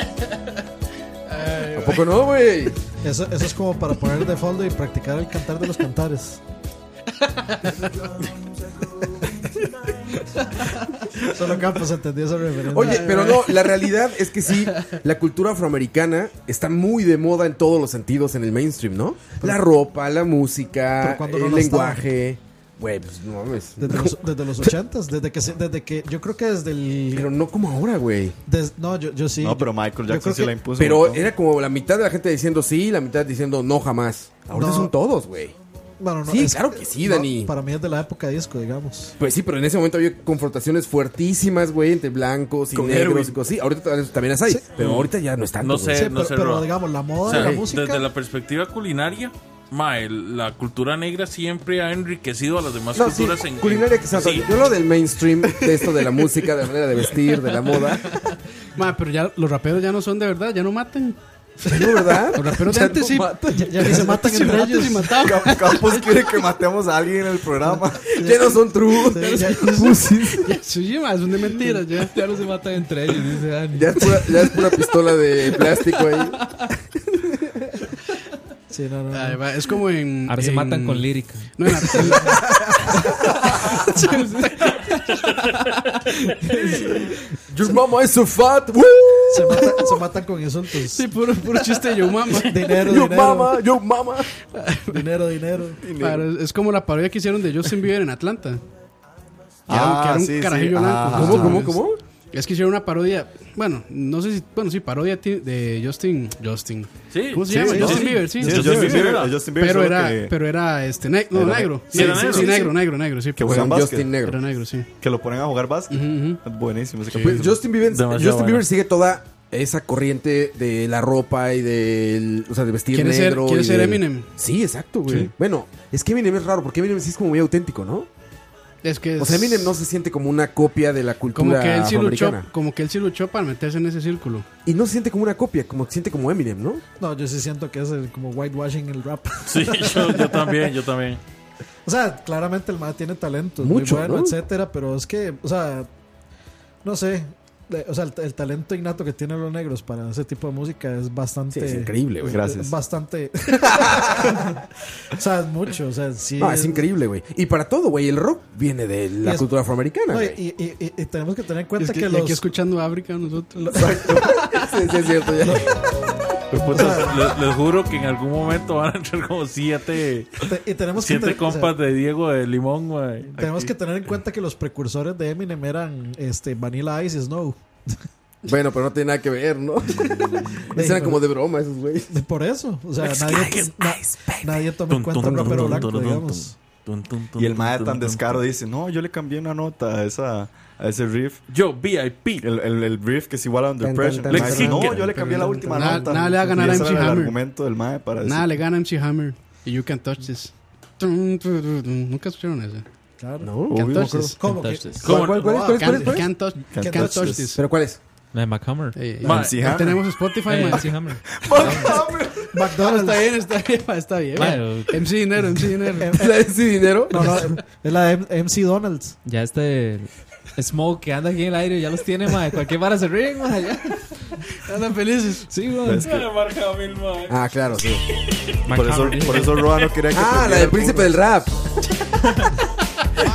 [SPEAKER 3] ¿A poco no, güey?
[SPEAKER 4] Eso, eso es como para poner de fondo y practicar el cantar de los cantares. Solo Campos entendió esa referencia.
[SPEAKER 3] Oye, pero no, la realidad es que sí, la cultura afroamericana está muy de moda en todos los sentidos en el mainstream, ¿no? La ropa, la música,
[SPEAKER 4] Pero cuando no
[SPEAKER 3] el
[SPEAKER 4] lo estaba.
[SPEAKER 3] lenguaje. Güey, pues no mames.
[SPEAKER 4] Desde los, desde los 80s, desde que, se- desde que yo creo que desde el.
[SPEAKER 3] Pero no como ahora, güey.
[SPEAKER 4] des- no, yo, yo sí.
[SPEAKER 8] No, pero Michael
[SPEAKER 4] yo creo
[SPEAKER 8] Jackson sí
[SPEAKER 4] que-
[SPEAKER 8] la impuso. un
[SPEAKER 3] Pero
[SPEAKER 8] montón.
[SPEAKER 3] era como la mitad de la gente diciendo sí, la mitad diciendo no jamás. Ahora
[SPEAKER 4] No.
[SPEAKER 3] son todos, güey.
[SPEAKER 4] Bueno, no,
[SPEAKER 3] Sí, claro que sí,
[SPEAKER 4] no,
[SPEAKER 3] Dani.
[SPEAKER 4] para mí es de la época disco, digamos. [laughs]
[SPEAKER 3] Pues sí, pero en ese momento había confrontaciones fuertísimas, güey, entre blancos y
[SPEAKER 6] Con
[SPEAKER 3] negros
[SPEAKER 6] Erwin.
[SPEAKER 3] y cosas así. Ahorita tal- también las hay, pero ahorita ya no están.
[SPEAKER 6] No sé, no
[SPEAKER 4] pero,
[SPEAKER 6] sé.
[SPEAKER 4] pero
[SPEAKER 6] Roa.
[SPEAKER 4] digamos, la moda
[SPEAKER 6] O sea,
[SPEAKER 4] de la música.
[SPEAKER 6] Desde la perspectiva culinaria, ma, el- la cultura negra siempre ha enriquecido a las demás
[SPEAKER 3] No, sí,
[SPEAKER 6] culturas en
[SPEAKER 3] culinaria que se
[SPEAKER 6] sí,
[SPEAKER 3] Yo lo del mainstream, de esto de la música, de la manera de vestir, de la moda.
[SPEAKER 7] Ma, pero ya los raperos ya no son de verdad, ya no matan.
[SPEAKER 3] ¿No, verdad?
[SPEAKER 7] Los raperos de
[SPEAKER 3] Ya
[SPEAKER 7] antes
[SPEAKER 3] no
[SPEAKER 7] sí.
[SPEAKER 3] matan.
[SPEAKER 4] Ya, ya ni se matan
[SPEAKER 7] Se
[SPEAKER 4] entre
[SPEAKER 7] matan,
[SPEAKER 4] ellos.
[SPEAKER 7] se mataban.
[SPEAKER 8] Cam- Campos quiere que matemos a alguien en el programa.
[SPEAKER 3] Ya no son true.
[SPEAKER 4] Sí, ya-
[SPEAKER 7] Ya, sí, ma, son de mentiras, ya.
[SPEAKER 5] Ya no se matan entre ellos, dice Dani.
[SPEAKER 3] Ya es, pura, ya es pura pistola de plástico ahí.
[SPEAKER 4] sí, no, no, no.
[SPEAKER 7] Ay, va, Es como en.
[SPEAKER 5] Ahora se
[SPEAKER 7] en-
[SPEAKER 5] matan con lírica.
[SPEAKER 7] No, en la-
[SPEAKER 4] [laughs]
[SPEAKER 7] [laughs]
[SPEAKER 3] Your mama is so fat. Woo!
[SPEAKER 4] Se, mata- se matan con insultos.
[SPEAKER 7] Sí, puro, puro chiste de yo, mamá.
[SPEAKER 4] [laughs] Dinero,
[SPEAKER 3] Yo
[SPEAKER 4] dinero,
[SPEAKER 3] mama, yo mama.
[SPEAKER 4] dinero, dinero.
[SPEAKER 7] Claro, es- es como la parodia que hicieron de Justin Bieber en Atlanta. Que era un-
[SPEAKER 8] Ah,
[SPEAKER 7] que era un
[SPEAKER 8] sí, sí.
[SPEAKER 7] carajillo blanco.
[SPEAKER 8] Ah.
[SPEAKER 3] ¿Cómo, cómo, cómo?
[SPEAKER 7] Es que hicieron una parodia, bueno, no sé si, bueno, sí, parodia ti- de Justin, Justin.
[SPEAKER 6] Sí,
[SPEAKER 7] ¿Cómo se
[SPEAKER 6] sí,
[SPEAKER 7] llama?
[SPEAKER 6] sí,
[SPEAKER 7] Justin
[SPEAKER 6] sí.
[SPEAKER 7] Bieber, sí.
[SPEAKER 8] Sí, es
[SPEAKER 6] Justin
[SPEAKER 8] Justin
[SPEAKER 6] Bieber.
[SPEAKER 8] Bieber, es Justin Bieber,
[SPEAKER 7] Pero
[SPEAKER 8] solo
[SPEAKER 7] era,
[SPEAKER 8] que-
[SPEAKER 7] pero era este, ne- no,
[SPEAKER 8] Era
[SPEAKER 7] [laughs] negro.
[SPEAKER 8] negro.
[SPEAKER 7] Sí,
[SPEAKER 6] Sí, era
[SPEAKER 7] sí,
[SPEAKER 6] negro,
[SPEAKER 7] sí,
[SPEAKER 6] sí,
[SPEAKER 7] negro, negro, negro, sí.
[SPEAKER 8] Que juegan
[SPEAKER 3] Con Justin
[SPEAKER 8] básquet.
[SPEAKER 7] Era
[SPEAKER 3] Negro.
[SPEAKER 7] negro, sí.
[SPEAKER 8] Que lo ponen a jugar básquet. Buenísimo ese
[SPEAKER 3] Pues
[SPEAKER 8] capítulo.
[SPEAKER 3] Justin Bieber,
[SPEAKER 6] Demasiado
[SPEAKER 3] Justin
[SPEAKER 6] bueno.
[SPEAKER 3] Bieber sigue toda esa corriente de la ropa y del, o sea, de vestir
[SPEAKER 7] ¿Quiere ser-
[SPEAKER 3] negro.
[SPEAKER 7] quiere
[SPEAKER 3] y
[SPEAKER 7] ser
[SPEAKER 3] del-
[SPEAKER 7] Eminem?
[SPEAKER 3] Sí, exacto, güey.
[SPEAKER 7] Sí.
[SPEAKER 3] Bueno, es que Eminem es raro porque Eminem sí es como muy auténtico, ¿no?
[SPEAKER 7] Es que
[SPEAKER 3] O sea, Eminem no se siente como una copia de la cultura
[SPEAKER 7] como que él sí luchó,
[SPEAKER 3] afroamericana.
[SPEAKER 7] como que él sí luchó para meterse en ese círculo.
[SPEAKER 3] Y no se siente como una copia, como que se siente como Eminem, ¿no?
[SPEAKER 4] No, yo sí siento que es el- como whitewashing el rap.
[SPEAKER 6] [laughs] [laughs] sí, yo, yo también, yo también.
[SPEAKER 4] O sea, claramente el MAD tiene talento, es
[SPEAKER 3] Mucho,
[SPEAKER 4] muy bueno,
[SPEAKER 3] ¿no?
[SPEAKER 4] etcétera, pero es que, o sea, no sé. le- O sea, el, el talento innato que tienen los negros para ese tipo de música es bastante.
[SPEAKER 3] Sí, es increíble, güey.
[SPEAKER 8] Gracias.
[SPEAKER 4] es Bastante. [laughs] o sea, es mucho. O sea, sí.
[SPEAKER 3] No, es increíble, güey. Y para todo, güey, el rock viene de la
[SPEAKER 4] es-
[SPEAKER 3] cultura afroamericana,
[SPEAKER 4] No, y,
[SPEAKER 3] güey.
[SPEAKER 4] y- y- y tenemos que tener en
[SPEAKER 7] Es
[SPEAKER 4] cuenta
[SPEAKER 7] que,
[SPEAKER 4] que,
[SPEAKER 7] y
[SPEAKER 4] los.
[SPEAKER 7] [laughs] aquí escuchando África nosotros.
[SPEAKER 3] Sí, sí, es cierto. ya.
[SPEAKER 6] Puta, Pues, les, les juro que en algún momento van a entrar como siete,
[SPEAKER 4] Te- y tenemos que
[SPEAKER 6] siete
[SPEAKER 4] tener- o
[SPEAKER 6] compas
[SPEAKER 4] sea,
[SPEAKER 6] de Diego de Limón, güey.
[SPEAKER 4] Tenemos
[SPEAKER 6] Aquí.
[SPEAKER 4] que tener en cuenta que los precursores de Eminem eran este, Vanilla Ice y Snow.
[SPEAKER 3] Bueno, pero no tiene nada
[SPEAKER 7] [laughs]
[SPEAKER 3] que
[SPEAKER 4] [laughs]
[SPEAKER 3] ver, ¿no? Esos eran como de broma esos güeyes.
[SPEAKER 4] Por eso. O sea,
[SPEAKER 3] Ice,
[SPEAKER 4] nadie,
[SPEAKER 3] ice,
[SPEAKER 4] na- nadie toma en cuenta el rapero blanco, digamos.
[SPEAKER 8] Y el mae tan descaro dice, no, yo le cambié una nota a, esa, a ese riff.
[SPEAKER 6] Yo, VIP.
[SPEAKER 8] El, el, el riff que es igual a Under
[SPEAKER 7] Tan,
[SPEAKER 8] Pressure.
[SPEAKER 7] tan,
[SPEAKER 8] El
[SPEAKER 7] tan,
[SPEAKER 8] mae
[SPEAKER 7] tan,
[SPEAKER 8] dice,
[SPEAKER 7] tan,
[SPEAKER 8] no,
[SPEAKER 7] tan,
[SPEAKER 8] yo le
[SPEAKER 7] tan,
[SPEAKER 8] cambié la
[SPEAKER 7] tan,
[SPEAKER 8] última
[SPEAKER 7] tan. Nada-
[SPEAKER 8] nota.
[SPEAKER 7] nada le va a ganar
[SPEAKER 8] Y
[SPEAKER 7] a
[SPEAKER 8] ese
[SPEAKER 7] MC
[SPEAKER 8] era el
[SPEAKER 7] Hammer.
[SPEAKER 8] argumento del mae para
[SPEAKER 7] Nada,
[SPEAKER 8] decir,
[SPEAKER 7] le gana MC Hammer. Y You Can Touch This. Tum, tu, tu, tu. Nunca escucharon esa.
[SPEAKER 4] Claro.
[SPEAKER 7] No,
[SPEAKER 5] Obvio,
[SPEAKER 7] Can't
[SPEAKER 5] no
[SPEAKER 7] Touch
[SPEAKER 5] creo.
[SPEAKER 7] This.
[SPEAKER 5] ¿Cómo? Can't Touch This. ¿Cuál- cuál- cuál es? ¿Cuál es? ¿Cuál es? ¿Cuál es?
[SPEAKER 7] Can't Touch-
[SPEAKER 5] Can't
[SPEAKER 7] Can't
[SPEAKER 5] Touch
[SPEAKER 7] Touch
[SPEAKER 5] This.
[SPEAKER 7] This.
[SPEAKER 5] ¿Pero
[SPEAKER 3] cuál es?
[SPEAKER 5] La de McHammer.
[SPEAKER 7] Ma, MC Hammer. Eh, tenemos Spotify,
[SPEAKER 5] Eh,
[SPEAKER 7] ma.
[SPEAKER 5] MC
[SPEAKER 7] [laughs]
[SPEAKER 5] Hammer.
[SPEAKER 7] McDonald's. Está bien, está bien, ma, está bien. ma.
[SPEAKER 5] Bueno.
[SPEAKER 7] MC Dinero, MC
[SPEAKER 3] [laughs]
[SPEAKER 7] Dinero.
[SPEAKER 3] Dinero?
[SPEAKER 4] No, no, es la de MC
[SPEAKER 7] [laughs]
[SPEAKER 4] Donald's.
[SPEAKER 5] Ya este Smoke que anda aquí en el aire ya los tiene, madre. Cualquier vara se ríen, madre. Ya.
[SPEAKER 7] Andan felices.
[SPEAKER 5] Sí, madre.
[SPEAKER 6] Es que- Ay, Mark Hamill, madre.
[SPEAKER 3] Ah, claro, sí.
[SPEAKER 4] Ah,
[SPEAKER 8] Por eso, por eso Roa no quería que
[SPEAKER 3] Ah, la
[SPEAKER 8] perdiera
[SPEAKER 3] del
[SPEAKER 8] el mundo.
[SPEAKER 3] príncipe del rap.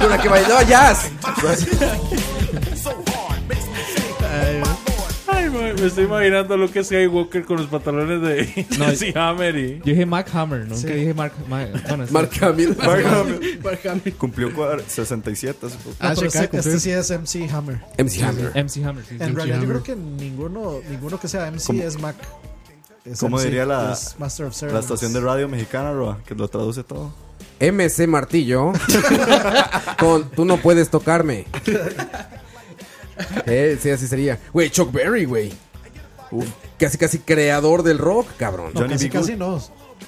[SPEAKER 3] Con la que
[SPEAKER 8] [laughs]
[SPEAKER 3] bailaba jazz.
[SPEAKER 6] Ay, madre, me estoy imaginando lo que es Skywalker con los pantalones de [laughs]
[SPEAKER 5] No,
[SPEAKER 6] MC Hammer y...
[SPEAKER 5] Yo dije Mac Hammer, nunca
[SPEAKER 6] Sí.
[SPEAKER 5] dije Mark. Ma- bueno, sí. [laughs]
[SPEAKER 8] Mark Hamill. Cumplió cuar- 67 hace poco.
[SPEAKER 5] Ah,
[SPEAKER 7] Ah,
[SPEAKER 4] No, pero este, este sí es MC Hammer.
[SPEAKER 8] MC Hammer.
[SPEAKER 5] MC Hammer, sí, sí.
[SPEAKER 4] En
[SPEAKER 5] MC
[SPEAKER 4] realidad, yo
[SPEAKER 5] Hammer.
[SPEAKER 4] creo que ninguno, ninguno que sea MC
[SPEAKER 8] ¿Cómo-
[SPEAKER 4] es Mac. Es
[SPEAKER 8] ¿Cómo
[SPEAKER 4] MC,
[SPEAKER 8] diría la,
[SPEAKER 4] es Master of
[SPEAKER 8] la
[SPEAKER 4] Ceremonies.
[SPEAKER 8] estación de radio mexicana, Roa? Que lo traduce todo.
[SPEAKER 3] MC Martillo. [laughs] Con tú no
[SPEAKER 8] [laughs]
[SPEAKER 3] puedes tocarme. Eh, sí, así sería. Güey, Chuck Berry, güey. Uf, Casi, casi creador del rock, cabrón.
[SPEAKER 4] No, casi, casi no.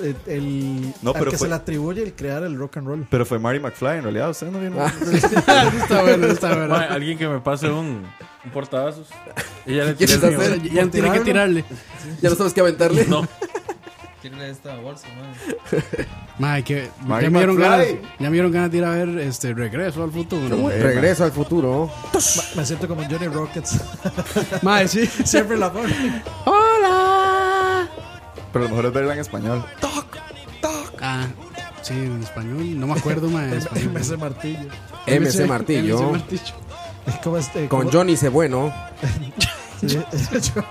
[SPEAKER 4] Eh, El,
[SPEAKER 8] No,
[SPEAKER 4] al
[SPEAKER 8] pero
[SPEAKER 4] que
[SPEAKER 8] fue-
[SPEAKER 4] se le atribuye el crear el rock and roll.
[SPEAKER 8] Pero fue Marty McFly, en realidad. Usted no vieron.
[SPEAKER 4] Ah,
[SPEAKER 3] [laughs]
[SPEAKER 4] [laughs] está bueno, está bueno.
[SPEAKER 6] Madre, Ah, Alguien que me pase un, un portavasos. Y ya le tiré
[SPEAKER 3] ¿Quieres
[SPEAKER 6] el mío.
[SPEAKER 3] hacer? Ya no sabes qué aventarle.
[SPEAKER 6] No.
[SPEAKER 5] Tiene esta bolsa, madre.
[SPEAKER 7] Ma, que
[SPEAKER 3] Marty
[SPEAKER 7] ya me, dieron ganas,
[SPEAKER 3] McFly.
[SPEAKER 7] ya me dieron ganas de ir a ver este Regreso al futuro.
[SPEAKER 3] Qué bueno. Regreso al futuro.
[SPEAKER 4] Me siento como Johnny Rockets. [laughs]
[SPEAKER 7] Mae, sí.
[SPEAKER 4] Siempre la pone.
[SPEAKER 7] ¡Hola!
[SPEAKER 8] Pero lo mejor es verla en español.
[SPEAKER 7] Ah, sí, en español. No me acuerdo, ma.
[SPEAKER 3] [laughs]
[SPEAKER 7] en español.
[SPEAKER 4] MC Martillo.
[SPEAKER 3] MC Martillo.
[SPEAKER 7] MC Martillo.
[SPEAKER 4] [laughs] ¿Cómo este,
[SPEAKER 3] Con
[SPEAKER 4] cómo-
[SPEAKER 3] Johnny Cebueno.
[SPEAKER 4] [laughs] Sí, es [laughs] John.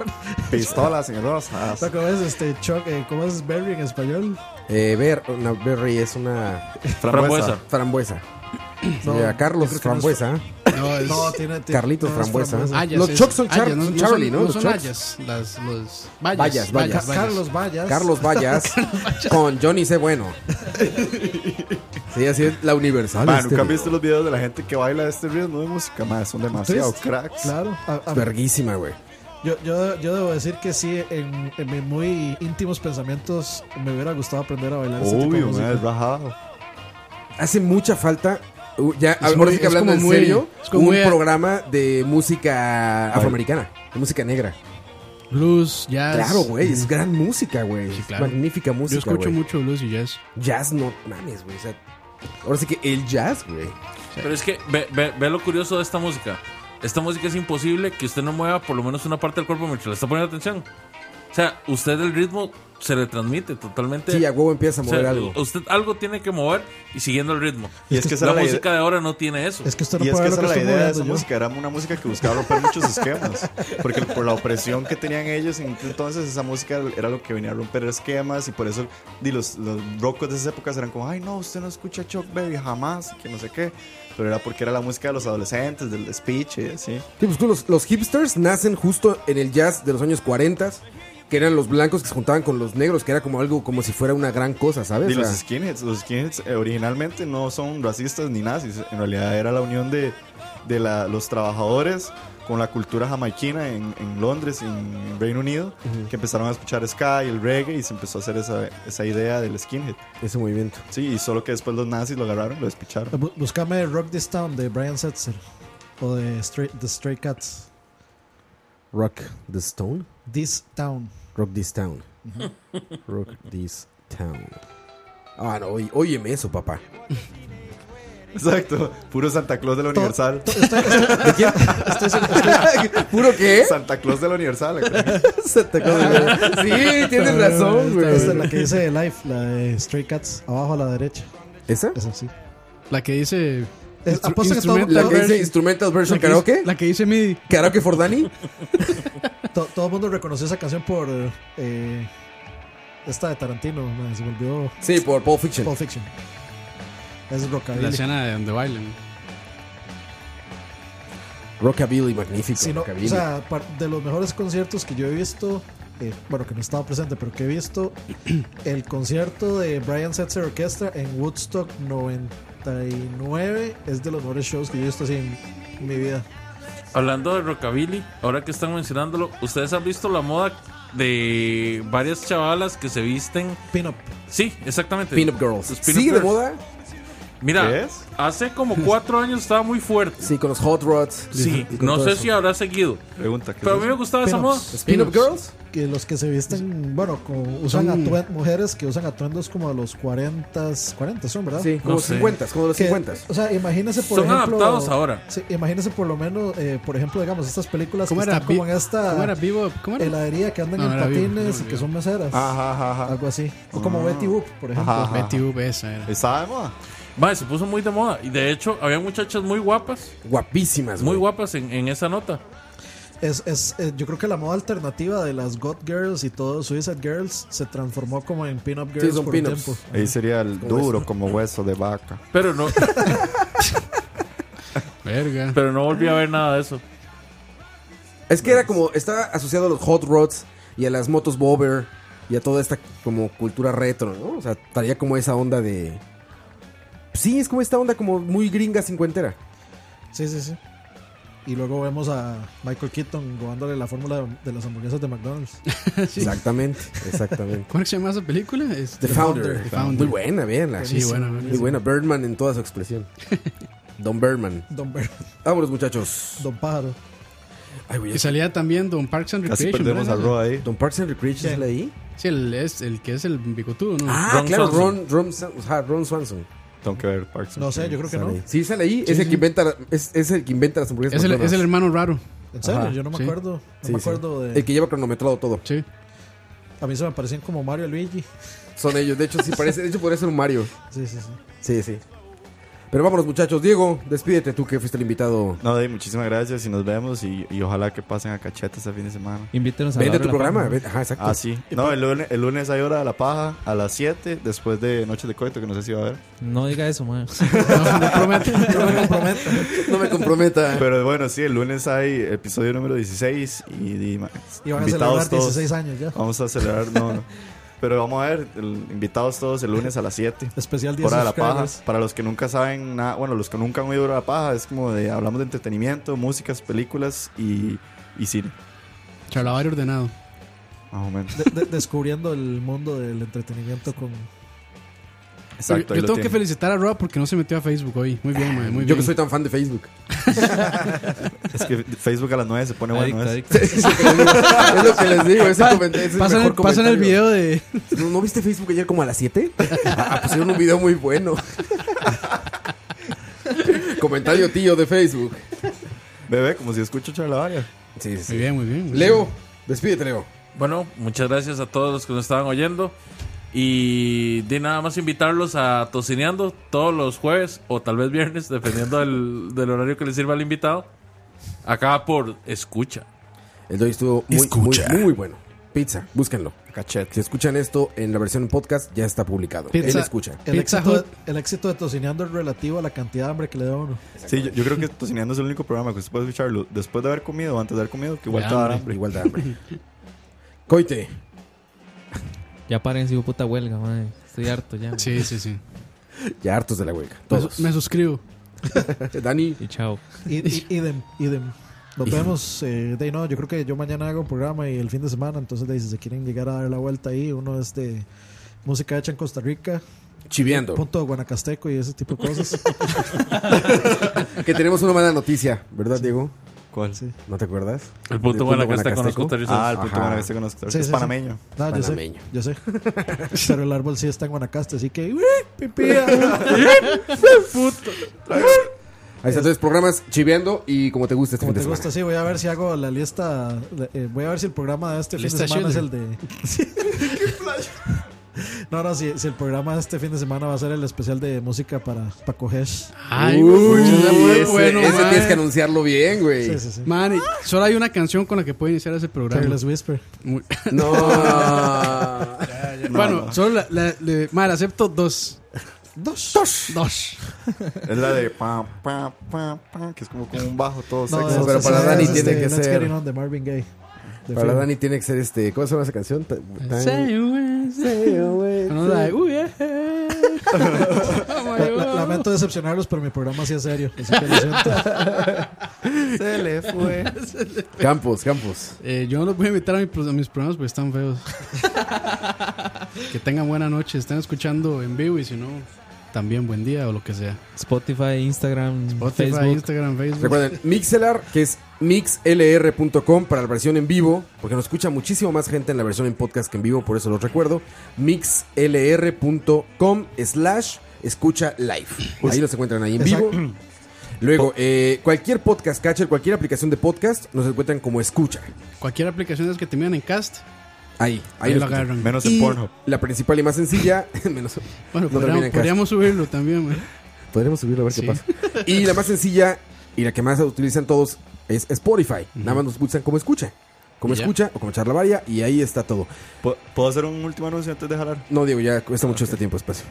[SPEAKER 8] Pistolas en rosas.
[SPEAKER 4] No, ¿Cómo es este Chuck? eh, ¿Cómo es Berry en español?
[SPEAKER 3] Eh, Ber- no, Berry es una.
[SPEAKER 8] Frambuesa.
[SPEAKER 3] Frambuesa.
[SPEAKER 4] No,
[SPEAKER 3] Sí, a Carlos
[SPEAKER 4] yo creo que no es-
[SPEAKER 3] Frambuesa.
[SPEAKER 7] No, es-
[SPEAKER 4] No, tiene- tiene-
[SPEAKER 3] Carlitos
[SPEAKER 4] no es
[SPEAKER 3] Frambuesa.
[SPEAKER 4] frambuesa.
[SPEAKER 3] los
[SPEAKER 7] es-
[SPEAKER 3] Chucks son Char-
[SPEAKER 7] Ayas,
[SPEAKER 3] son Charlie,
[SPEAKER 7] son-
[SPEAKER 3] Ah, ¿no?
[SPEAKER 7] No
[SPEAKER 3] los
[SPEAKER 7] son
[SPEAKER 3] Chucks.
[SPEAKER 7] Ayas, las, los
[SPEAKER 3] Vallas, vallas.
[SPEAKER 7] Ca-
[SPEAKER 4] Carlos
[SPEAKER 8] [laughs]
[SPEAKER 4] Vallas.
[SPEAKER 3] Carlos Vallas. con Johnny C. Bueno. Sí, así es la universal.
[SPEAKER 8] Man,
[SPEAKER 3] este
[SPEAKER 8] nunca han
[SPEAKER 3] video.
[SPEAKER 8] visto los videos de la gente que baila este ritmo de música, más son demasiado
[SPEAKER 4] Triste.
[SPEAKER 8] cracks.
[SPEAKER 4] Claro. A- a-
[SPEAKER 3] Es Verguísima, güey.
[SPEAKER 4] yo, yo, yo debo decir que sí, en, en mis muy íntimos pensamientos me hubiera gustado aprender a bailar ese tipo de
[SPEAKER 8] Obvio,
[SPEAKER 4] música.
[SPEAKER 8] man, es rajado.
[SPEAKER 3] Hace mucha falta. uh, ya,
[SPEAKER 8] Es
[SPEAKER 3] ahora
[SPEAKER 8] muy-
[SPEAKER 3] sí que
[SPEAKER 8] es
[SPEAKER 3] hablando
[SPEAKER 8] como
[SPEAKER 3] en
[SPEAKER 8] muy-
[SPEAKER 3] serio,
[SPEAKER 8] es
[SPEAKER 3] un
[SPEAKER 8] como muy-
[SPEAKER 3] programa de música afroamericana, de música negra.
[SPEAKER 7] Blues, jazz.
[SPEAKER 3] Claro, güey, es
[SPEAKER 7] Mm.
[SPEAKER 3] gran música, güey.
[SPEAKER 7] Sí, claro.
[SPEAKER 3] Magnífica música.
[SPEAKER 7] Yo escucho
[SPEAKER 3] güey.
[SPEAKER 7] mucho blues y jazz.
[SPEAKER 3] Jazz, no mames, güey. o sea, ahora sí que el jazz, güey.
[SPEAKER 6] Pero es que ve, ve- ve lo curioso de esta música. Esta música es imposible que usted no mueva por lo menos una parte del cuerpo mientras le está poniendo atención. O sea, usted el ritmo se le transmite totalmente.
[SPEAKER 3] Sí, a huevo empieza a
[SPEAKER 6] O sea,
[SPEAKER 3] mover algo.
[SPEAKER 6] Usted algo tiene que mover y siguiendo el ritmo.
[SPEAKER 8] Y es que esa
[SPEAKER 6] la
[SPEAKER 8] era la
[SPEAKER 6] música de ahora no tiene eso.
[SPEAKER 4] Es que
[SPEAKER 8] y es que esa era la idea de esa música, era una música que buscaba romper muchos esquemas, porque por la opresión que tenían ellos en aquel entonces esa música era lo que venía a romper esquemas y por eso y los, los rocos de esas épocas eran como, ay no, usted no escucha Chuck Berry jamás, que no sé qué, pero era porque era la música de los adolescentes, del speech y así.
[SPEAKER 3] Sí, pues, los, los hipsters nacen justo en el jazz de los años 40, que eran los blancos que se juntaban con los negros, que era como algo como si fuera una gran cosa, ¿sabes?
[SPEAKER 8] Y
[SPEAKER 3] O
[SPEAKER 8] los
[SPEAKER 3] sea,
[SPEAKER 8] skinheads, los skinheads eh, originalmente no son racistas ni nazis, en realidad era la unión de, de la- los trabajadores con la cultura jamaiquina en, en Londres, en, en Reino Unido,
[SPEAKER 3] Ujú.
[SPEAKER 8] que empezaron a escuchar ska y el reggae y se empezó a hacer esa, esa idea del skinhead.
[SPEAKER 3] Ese movimiento.
[SPEAKER 8] Sí, y solo que después los nazis lo agarraron, lo despicharon. [laughs]
[SPEAKER 4] Bu- Búscame Rock This Town de Brian Setzer o de Stray- The Stray Cats.
[SPEAKER 3] Rock the Stone.
[SPEAKER 4] This Town.
[SPEAKER 3] Rock This Town.
[SPEAKER 4] Ujú.
[SPEAKER 3] Rock This Town. Ah, no, oí- óyeme eso, papá.
[SPEAKER 8] Exacto, puro Santa Claus de la Universal.
[SPEAKER 3] ¿De quién? [laughs] ¿Puro qué?
[SPEAKER 8] Santa Claus de la Universal.
[SPEAKER 3] [laughs] Santa Claus de
[SPEAKER 7] [laughs]
[SPEAKER 3] la- Sí, tienes razón, güey.
[SPEAKER 4] Esta es la que dice de Life, la de Stray Cats, abajo a la derecha.
[SPEAKER 3] ¿Esa?
[SPEAKER 4] Esa sí.
[SPEAKER 7] La que dice.
[SPEAKER 4] Es-
[SPEAKER 7] instru-
[SPEAKER 4] apuesto que todo-
[SPEAKER 7] instrumental
[SPEAKER 4] todo-
[SPEAKER 3] ¿La que dice
[SPEAKER 4] version.
[SPEAKER 3] Instrumental Version
[SPEAKER 4] La que
[SPEAKER 3] Karaoke?
[SPEAKER 7] La que dice MIDI.
[SPEAKER 3] ¿Karaoke for Danny?
[SPEAKER 4] To- todo el mundo reconoció esa canción por eh, Esta de Tarantino, mae, se volvió.
[SPEAKER 3] Sí, por Pulp Fiction.
[SPEAKER 4] Pulp Fiction. Es rockabilly.
[SPEAKER 7] La escena de donde bailan.
[SPEAKER 3] Rockabilly, magnífico.
[SPEAKER 4] Sí, no,
[SPEAKER 3] rockabilly.
[SPEAKER 4] o sea, par- de los mejores conciertos que yo he visto, eh, bueno, que no estaba presente, pero que he visto, [clears throat] el concierto de Brian Setzer Orchestra en Woodstock 99 es de los mejores shows que yo he visto así en mi vida.
[SPEAKER 6] Hablando de rockabilly, ahora que están mencionándolo, ustedes han visto la moda de varias chavalas que se visten
[SPEAKER 4] pin-up.
[SPEAKER 6] Sí, exactamente.
[SPEAKER 3] Pin-up girls.
[SPEAKER 6] Las
[SPEAKER 3] ¿Sigue de moda? ¿Qué
[SPEAKER 6] Mira,
[SPEAKER 3] es?
[SPEAKER 6] hace como cuatro años estaba muy fuerte.
[SPEAKER 3] Sí, con los hot rods.
[SPEAKER 6] Sí,
[SPEAKER 3] Y con
[SPEAKER 6] no
[SPEAKER 3] todo
[SPEAKER 6] sé
[SPEAKER 3] eso.
[SPEAKER 6] si habrá seguido.
[SPEAKER 8] Pregunta.
[SPEAKER 6] Pero a mí me gustaba esa moda.
[SPEAKER 4] Pin-ups. Que los que se visten, bueno, como usan
[SPEAKER 6] Son-
[SPEAKER 4] atuen- mujeres que usan atuendos como a los 40, 40 son, ¿verdad?
[SPEAKER 3] Sí, como No sé. 50s, como los
[SPEAKER 4] Que,
[SPEAKER 3] 50s.
[SPEAKER 4] O sea, imagínense por
[SPEAKER 6] Son
[SPEAKER 4] ejemplo.
[SPEAKER 6] adaptados ahora.
[SPEAKER 4] Sí, imagínense por lo menos, eh, por ejemplo, digamos, estas películas que
[SPEAKER 7] ¿Cómo era?
[SPEAKER 4] están como en
[SPEAKER 7] Vi-
[SPEAKER 4] esta
[SPEAKER 7] ¿cómo era?
[SPEAKER 4] heladería que andan
[SPEAKER 7] No,
[SPEAKER 4] en
[SPEAKER 7] era Vivo,
[SPEAKER 4] patines
[SPEAKER 7] no,
[SPEAKER 4] y que son meseras.
[SPEAKER 8] Ajá, ajá, ajá.
[SPEAKER 4] Algo así. O como
[SPEAKER 8] Ah.
[SPEAKER 4] Betty Boop, por ejemplo.
[SPEAKER 8] Ajá, ajá, ajá. Betty Boop,
[SPEAKER 7] esa era.
[SPEAKER 8] ¿Estaba de moda?
[SPEAKER 6] Mae, se puso muy de moda. Y de hecho, había muchachas muy guapas.
[SPEAKER 3] Guapísimas.
[SPEAKER 6] Muy guapas en, en esa nota.
[SPEAKER 4] Es, es, eh, yo creo que la moda alternativa de las God Girls y todo Suicide Girls se transformó como en Pin-Up Girls por un tiempo.
[SPEAKER 8] Ahí sería el
[SPEAKER 3] este.
[SPEAKER 8] duro como hueso de vaca.
[SPEAKER 6] Pero no.
[SPEAKER 7] Verga.
[SPEAKER 6] Pero no volví a ver nada de eso.
[SPEAKER 3] Es que era como, estaba asociado a los hot rods y a las motos bobber y a toda esta como cultura retro, ¿no? O sea, traía como esa onda de... Sí, es como esta onda como muy
[SPEAKER 7] [laughs]
[SPEAKER 3] gringa cincuentera.
[SPEAKER 4] Sí, sí, sí. Y luego vemos a Michael Keaton robándole la fórmula de las hamburguesas de McDonald's.
[SPEAKER 3] Exactamente, exactamente.
[SPEAKER 7] [laughs] ¿Cómo es que se llama esa película? Es-
[SPEAKER 3] The, Founder.
[SPEAKER 7] The Founder.
[SPEAKER 3] Muy buena, véanla.
[SPEAKER 7] Sí, buena, buena.
[SPEAKER 3] Muy buena. Birdman en toda
[SPEAKER 7] [laughs]
[SPEAKER 3] su expresión. Don Birdman.
[SPEAKER 4] Don Birdman.
[SPEAKER 3] Vámonos, muchachos.
[SPEAKER 4] Don Pájaro.
[SPEAKER 7] Y salía también Don Parks and
[SPEAKER 3] Casi
[SPEAKER 7] Recreation.
[SPEAKER 3] perdemos
[SPEAKER 7] ¿verdad?
[SPEAKER 3] a Roa ahí. Don Parks and Recreation, ¿es la ahí?
[SPEAKER 7] Sí, el, es, el que es el bigotudo, ¿no?
[SPEAKER 3] Ah, claro, Ron, Ron, Swan- ajá, Ron Swanson.
[SPEAKER 8] Tengo que ver Parks
[SPEAKER 7] and No sé, yo creo que
[SPEAKER 3] Sale
[SPEAKER 7] no.
[SPEAKER 3] ahí. Sí, sale ahí.
[SPEAKER 7] Sí,
[SPEAKER 3] es, el
[SPEAKER 7] sí.
[SPEAKER 3] que inventa, la- es, es el que inventa las hamburguesas.
[SPEAKER 7] Es el, es
[SPEAKER 3] McDonald's.
[SPEAKER 7] el hermano raro.
[SPEAKER 4] ¿En serio? Yo no me
[SPEAKER 7] sí.
[SPEAKER 4] acuerdo. No
[SPEAKER 3] Sí,
[SPEAKER 4] me
[SPEAKER 3] sí.
[SPEAKER 4] acuerdo de.
[SPEAKER 3] El que lleva cronometrado todo.
[SPEAKER 7] Sí.
[SPEAKER 4] A mí se me parecían como Mario y Luigi.
[SPEAKER 3] Son ellos.
[SPEAKER 7] [laughs]
[SPEAKER 3] De hecho, sí parece. De hecho, podría ser un Mario.
[SPEAKER 4] Sí, sí, sí.
[SPEAKER 3] Sí, sí. Pero vámonos,
[SPEAKER 7] [laughs]
[SPEAKER 3] muchachos. Diego, Oh, despídete tú que fuiste el invitado.
[SPEAKER 8] No, Dave, muchísimas gracias y nos vemos y, y ojalá que pasen a cacheta este fin de semana.
[SPEAKER 5] Invítenos
[SPEAKER 3] a Vende la hora tu de la programa, paja. vende- ajá, exacto.
[SPEAKER 8] Ah, sí. No, el lunes, el lunes hay hora de la paja a las 7 después de Noches de Coito, que no sé si va a haber.
[SPEAKER 5] No diga eso,
[SPEAKER 4] [laughs]
[SPEAKER 8] [laughs]
[SPEAKER 5] man. [laughs]
[SPEAKER 3] No me comprometa.
[SPEAKER 8] Pero bueno, sí, el lunes hay episodio número 16 y, y, ma-
[SPEAKER 4] Y van a
[SPEAKER 8] invitados
[SPEAKER 4] celebrar 16 años ya.
[SPEAKER 8] Vamos a celebrar, no, no. Pero vamos a ver, el- invitados todos el lunes a las 7.
[SPEAKER 4] Especial 10
[SPEAKER 8] Hora de la paja.
[SPEAKER 4] subscribers.
[SPEAKER 8] Para los que nunca saben nada, bueno, los que nunca han oído Hora de la paja, es como de hablamos de entretenimiento, músicas, películas y, y cine.
[SPEAKER 7] Charlavario ordenado.
[SPEAKER 8] Más o menos.
[SPEAKER 4] De- de- descubriendo el mundo del entretenimiento con.
[SPEAKER 7] Yo- yo tengo que felicitar a Roa porque no se metió a Facebook hoy. Muy bien, mae, muy bien.
[SPEAKER 3] Ah, Yo que soy tan fan
[SPEAKER 7] [laughs]
[SPEAKER 3] de Facebook.
[SPEAKER 8] Es que Facebook a las 9 se pone bueno. ¿ves? [laughs]
[SPEAKER 3] Es lo que les digo, es lo que les digo. Ese
[SPEAKER 7] Pa-
[SPEAKER 3] comentario, ese es
[SPEAKER 7] pasan
[SPEAKER 3] mejor
[SPEAKER 7] el- pasan el
[SPEAKER 3] comentario.
[SPEAKER 7] video de-
[SPEAKER 3] ¿No, no viste Facebook ayer como a las 7? Ah, pusieron un video
[SPEAKER 7] [laughs]
[SPEAKER 3] muy bueno. comentario tío de Facebook.
[SPEAKER 8] Bebé, como si escucho charlavaria.
[SPEAKER 3] Sí, sí.
[SPEAKER 7] Muy bien, muy bien.
[SPEAKER 3] Leo, despídete, Leo.
[SPEAKER 6] Bueno, muchas gracias a todos los que nos estaban oyendo. Y de nada más invitarlos a Tocineando todos los jueves o tal vez viernes, dependiendo del, del horario que les sirva al invitado. Acá por Escucha.
[SPEAKER 3] El Doy estuvo muy,
[SPEAKER 6] Escucha.
[SPEAKER 3] muy, muy bueno. Pizza, búsquenlo.
[SPEAKER 8] Cachet.
[SPEAKER 3] Si escuchan esto en la versión podcast, ya está publicado. Él escucha.
[SPEAKER 4] El, éxito de, el éxito de Tocineando es relativo a la cantidad de hambre que le da a uno.
[SPEAKER 8] Sí, yo, yo creo que Tocineando es el único programa que usted puede escucharlo después de haber comido o antes de haber comido, que igual
[SPEAKER 3] De
[SPEAKER 8] te va a dar hambre.
[SPEAKER 3] hambre. Igual da hambre. Coite.
[SPEAKER 5] Ya paren si puta huelga, man. Estoy harto ya.
[SPEAKER 7] Sí, sí, sí.
[SPEAKER 3] Ya hartos de la huelga.
[SPEAKER 7] Me,
[SPEAKER 3] Todos.
[SPEAKER 7] su-
[SPEAKER 3] [laughs]
[SPEAKER 4] [laughs]
[SPEAKER 7] me suscribo.
[SPEAKER 3] Dani.
[SPEAKER 5] Y chao.
[SPEAKER 4] Y, y- idem, idem. Nos vemos. eh, de ahí no, yo creo que yo mañana hago un programa y el fin de semana. Entonces, de ahí, si se quieren llegar a dar la vuelta ahí, uno es de música hecha en Costa Rica. eh,
[SPEAKER 3] Chiveando.
[SPEAKER 4] Punto Guanacasteco y ese tipo de cosas.
[SPEAKER 3] [laughs] que tenemos una mala noticia, ¿verdad, Diego?
[SPEAKER 8] ¿Cuál?
[SPEAKER 3] ¿No te acuerdas?
[SPEAKER 6] El punto
[SPEAKER 3] Del
[SPEAKER 6] Guanacasteco con los
[SPEAKER 3] Guanacasteco.
[SPEAKER 6] costarricenses.
[SPEAKER 8] Ah, el punto
[SPEAKER 3] Ajá.
[SPEAKER 8] Guanacasteco con los costarricenses. Es panameño.
[SPEAKER 4] No, yo sé.
[SPEAKER 8] Panameño. [laughs]
[SPEAKER 4] Yo sé. Pero el árbol sí está en Guanacaste, así que. [laughs] pipía.
[SPEAKER 10] Puto.
[SPEAKER 3] Ahí está, entonces programas chiveando y como te gusta este
[SPEAKER 4] Como
[SPEAKER 3] fin
[SPEAKER 4] te
[SPEAKER 3] de
[SPEAKER 4] gusta,
[SPEAKER 3] semana.
[SPEAKER 4] sí, voy a ver si hago la lista. eh, voy a ver si el programa de [laughs] este fin de
[SPEAKER 3] Lista
[SPEAKER 4] semana es el
[SPEAKER 3] Schindler.
[SPEAKER 4] de. No, no, si, si el programa este fin de semana va a ser el especial de música para Paco Hesh.
[SPEAKER 7] Ay, güey, está muy bueno,
[SPEAKER 3] ese
[SPEAKER 7] mae.
[SPEAKER 3] tienes que anunciarlo bien, güey.
[SPEAKER 4] Sí, sí, sí.
[SPEAKER 7] Man, y solo hay una canción con la que puede iniciar ese programa.
[SPEAKER 4] Careless Whisper.
[SPEAKER 7] Muy- [laughs]
[SPEAKER 3] No.
[SPEAKER 7] Ya, ya, bueno,
[SPEAKER 8] no.
[SPEAKER 7] solo la, la- le- mae, le acepto dos.
[SPEAKER 4] Dos.
[SPEAKER 7] Dos. Dos.
[SPEAKER 8] Es la de pam, pam, pam, pam, que es como, como un bajo todo
[SPEAKER 4] No,
[SPEAKER 8] sexy.
[SPEAKER 4] es-
[SPEAKER 3] pero
[SPEAKER 4] es-
[SPEAKER 3] para
[SPEAKER 4] es
[SPEAKER 3] Dani
[SPEAKER 4] este,
[SPEAKER 3] tiene que
[SPEAKER 4] Let's
[SPEAKER 3] ser-
[SPEAKER 4] Get It On de Marvin Gaye. De
[SPEAKER 3] Para
[SPEAKER 4] Fear.
[SPEAKER 3] Dani tiene que ser este. ¿Cómo se llama esa canción? Ta- tan-
[SPEAKER 7] No, la de, uy, eh, eh. Oh, my
[SPEAKER 4] La- la-
[SPEAKER 7] God.
[SPEAKER 4] lamento decepcionarlos, pero mi programa sí es serio. así que lo
[SPEAKER 3] [laughs]
[SPEAKER 4] siento.
[SPEAKER 7] Se le [laughs] fue.
[SPEAKER 3] Campos, Campos.
[SPEAKER 7] Eh, yo no los voy a invitar a, mi pro- a mis programas porque están feos. que tengan buena noche. Están escuchando en vivo y si no, también buen día o lo que sea.
[SPEAKER 14] Spotify, Instagram,
[SPEAKER 7] Spotify,
[SPEAKER 14] Facebook.
[SPEAKER 7] Instagram, Facebook.
[SPEAKER 3] Recuerden, Mixelar, que es mixlr.com para la versión en vivo, porque nos escucha muchísimo más gente en la versión en podcast que en vivo, por eso los recuerdo. Mixlr.com slash escucha live. Ahí los encuentran ahí en vivo. Luego, eh, cualquier podcast catcher, cualquier aplicación de podcast, nos encuentran como escucha.
[SPEAKER 7] Cualquier aplicación de las que te miran en cast.
[SPEAKER 3] Ahí,
[SPEAKER 7] Ahí
[SPEAKER 3] ahí, los
[SPEAKER 7] lo
[SPEAKER 3] encuentran.
[SPEAKER 7] agarran. Menos
[SPEAKER 3] Y
[SPEAKER 7] en Pornhub.
[SPEAKER 3] La principal y más sencilla, menos.
[SPEAKER 7] Bueno,
[SPEAKER 3] no termina en
[SPEAKER 7] podríamos,
[SPEAKER 3] cast.
[SPEAKER 7] podríamos subirlo también, man.
[SPEAKER 3] Podríamos subirlo a ver
[SPEAKER 7] Sí.
[SPEAKER 3] qué
[SPEAKER 7] [laughs]
[SPEAKER 3] pasa. Y la más sencilla y la que más utilizan todos es Spotify. Nada más nos pulsan como escucha. Como
[SPEAKER 8] Y ya.
[SPEAKER 3] escucha o como charla varia y ahí está todo.
[SPEAKER 8] ¿Puedo- ¿Puedo hacer un último anuncio antes de jalar?
[SPEAKER 3] No, Diego, [laughs] ya cuesta mucho este tiempo espacio.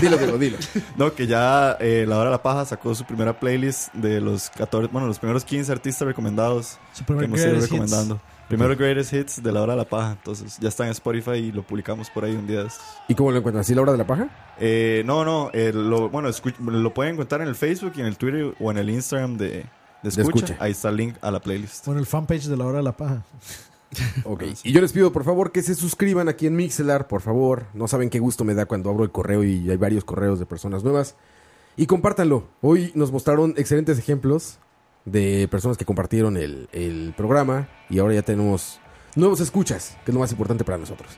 [SPEAKER 3] dilo, Diego, dilo.
[SPEAKER 8] No, que ya eh, La Hora de la Paja sacó su primera playlist de los 14, bueno, los primeros 15 artistas recomendados
[SPEAKER 4] Su primer
[SPEAKER 8] que hemos ido
[SPEAKER 4] Greatest
[SPEAKER 8] recomendando.
[SPEAKER 4] Hits.
[SPEAKER 8] Primero Greatest Hits de La Hora de la Paja. Entonces ya está en Spotify y lo publicamos por ahí un día de estos.
[SPEAKER 3] ¿Y cómo lo encuentran? ¿Así la hora de la paja?
[SPEAKER 8] Eh, no, no, eh, lo, bueno, escu- lo pueden encontrar en el Facebook y en el Twitter o en el Instagram de, de escucha.
[SPEAKER 3] Escucha.
[SPEAKER 8] Ahí está el link a la playlist.
[SPEAKER 4] Bueno, el fanpage de la hora de la paja.
[SPEAKER 3] Ok. Y yo les pido, por favor, que se suscriban aquí en Mixelar, por favor. No saben qué gusto me da cuando abro el correo y hay varios correos de personas nuevas. Y compártanlo. Hoy nos mostraron excelentes ejemplos de personas que compartieron el, el programa y ahora ya tenemos nuevos escuchas, que es lo más importante para nosotros.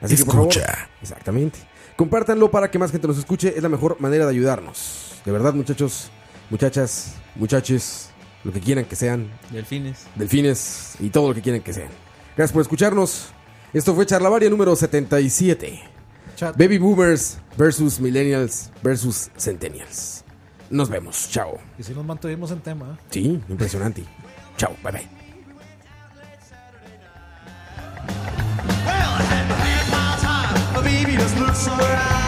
[SPEAKER 3] Así que por favor,
[SPEAKER 1] Escucha.
[SPEAKER 3] Ah, exactamente. Compártanlo para que más gente nos escuche, es la mejor manera de ayudarnos. De verdad, muchachos, muchachas, muchaches, lo que quieran que sean.
[SPEAKER 14] Delfines.
[SPEAKER 3] Delfines y todo lo que quieran que sean. Gracias por escucharnos. Esto fue Charlavaria número 77.
[SPEAKER 4] Chat.
[SPEAKER 3] Baby Boomers versus Millennials versus Centennials. Nos vemos. Chao.
[SPEAKER 4] Y si nos mantuvimos en tema. ¿eh?
[SPEAKER 3] Sí, impresionante. Chao, bye bye.
[SPEAKER 10] Well, I had to leave my time, but maybe just look somewhere else.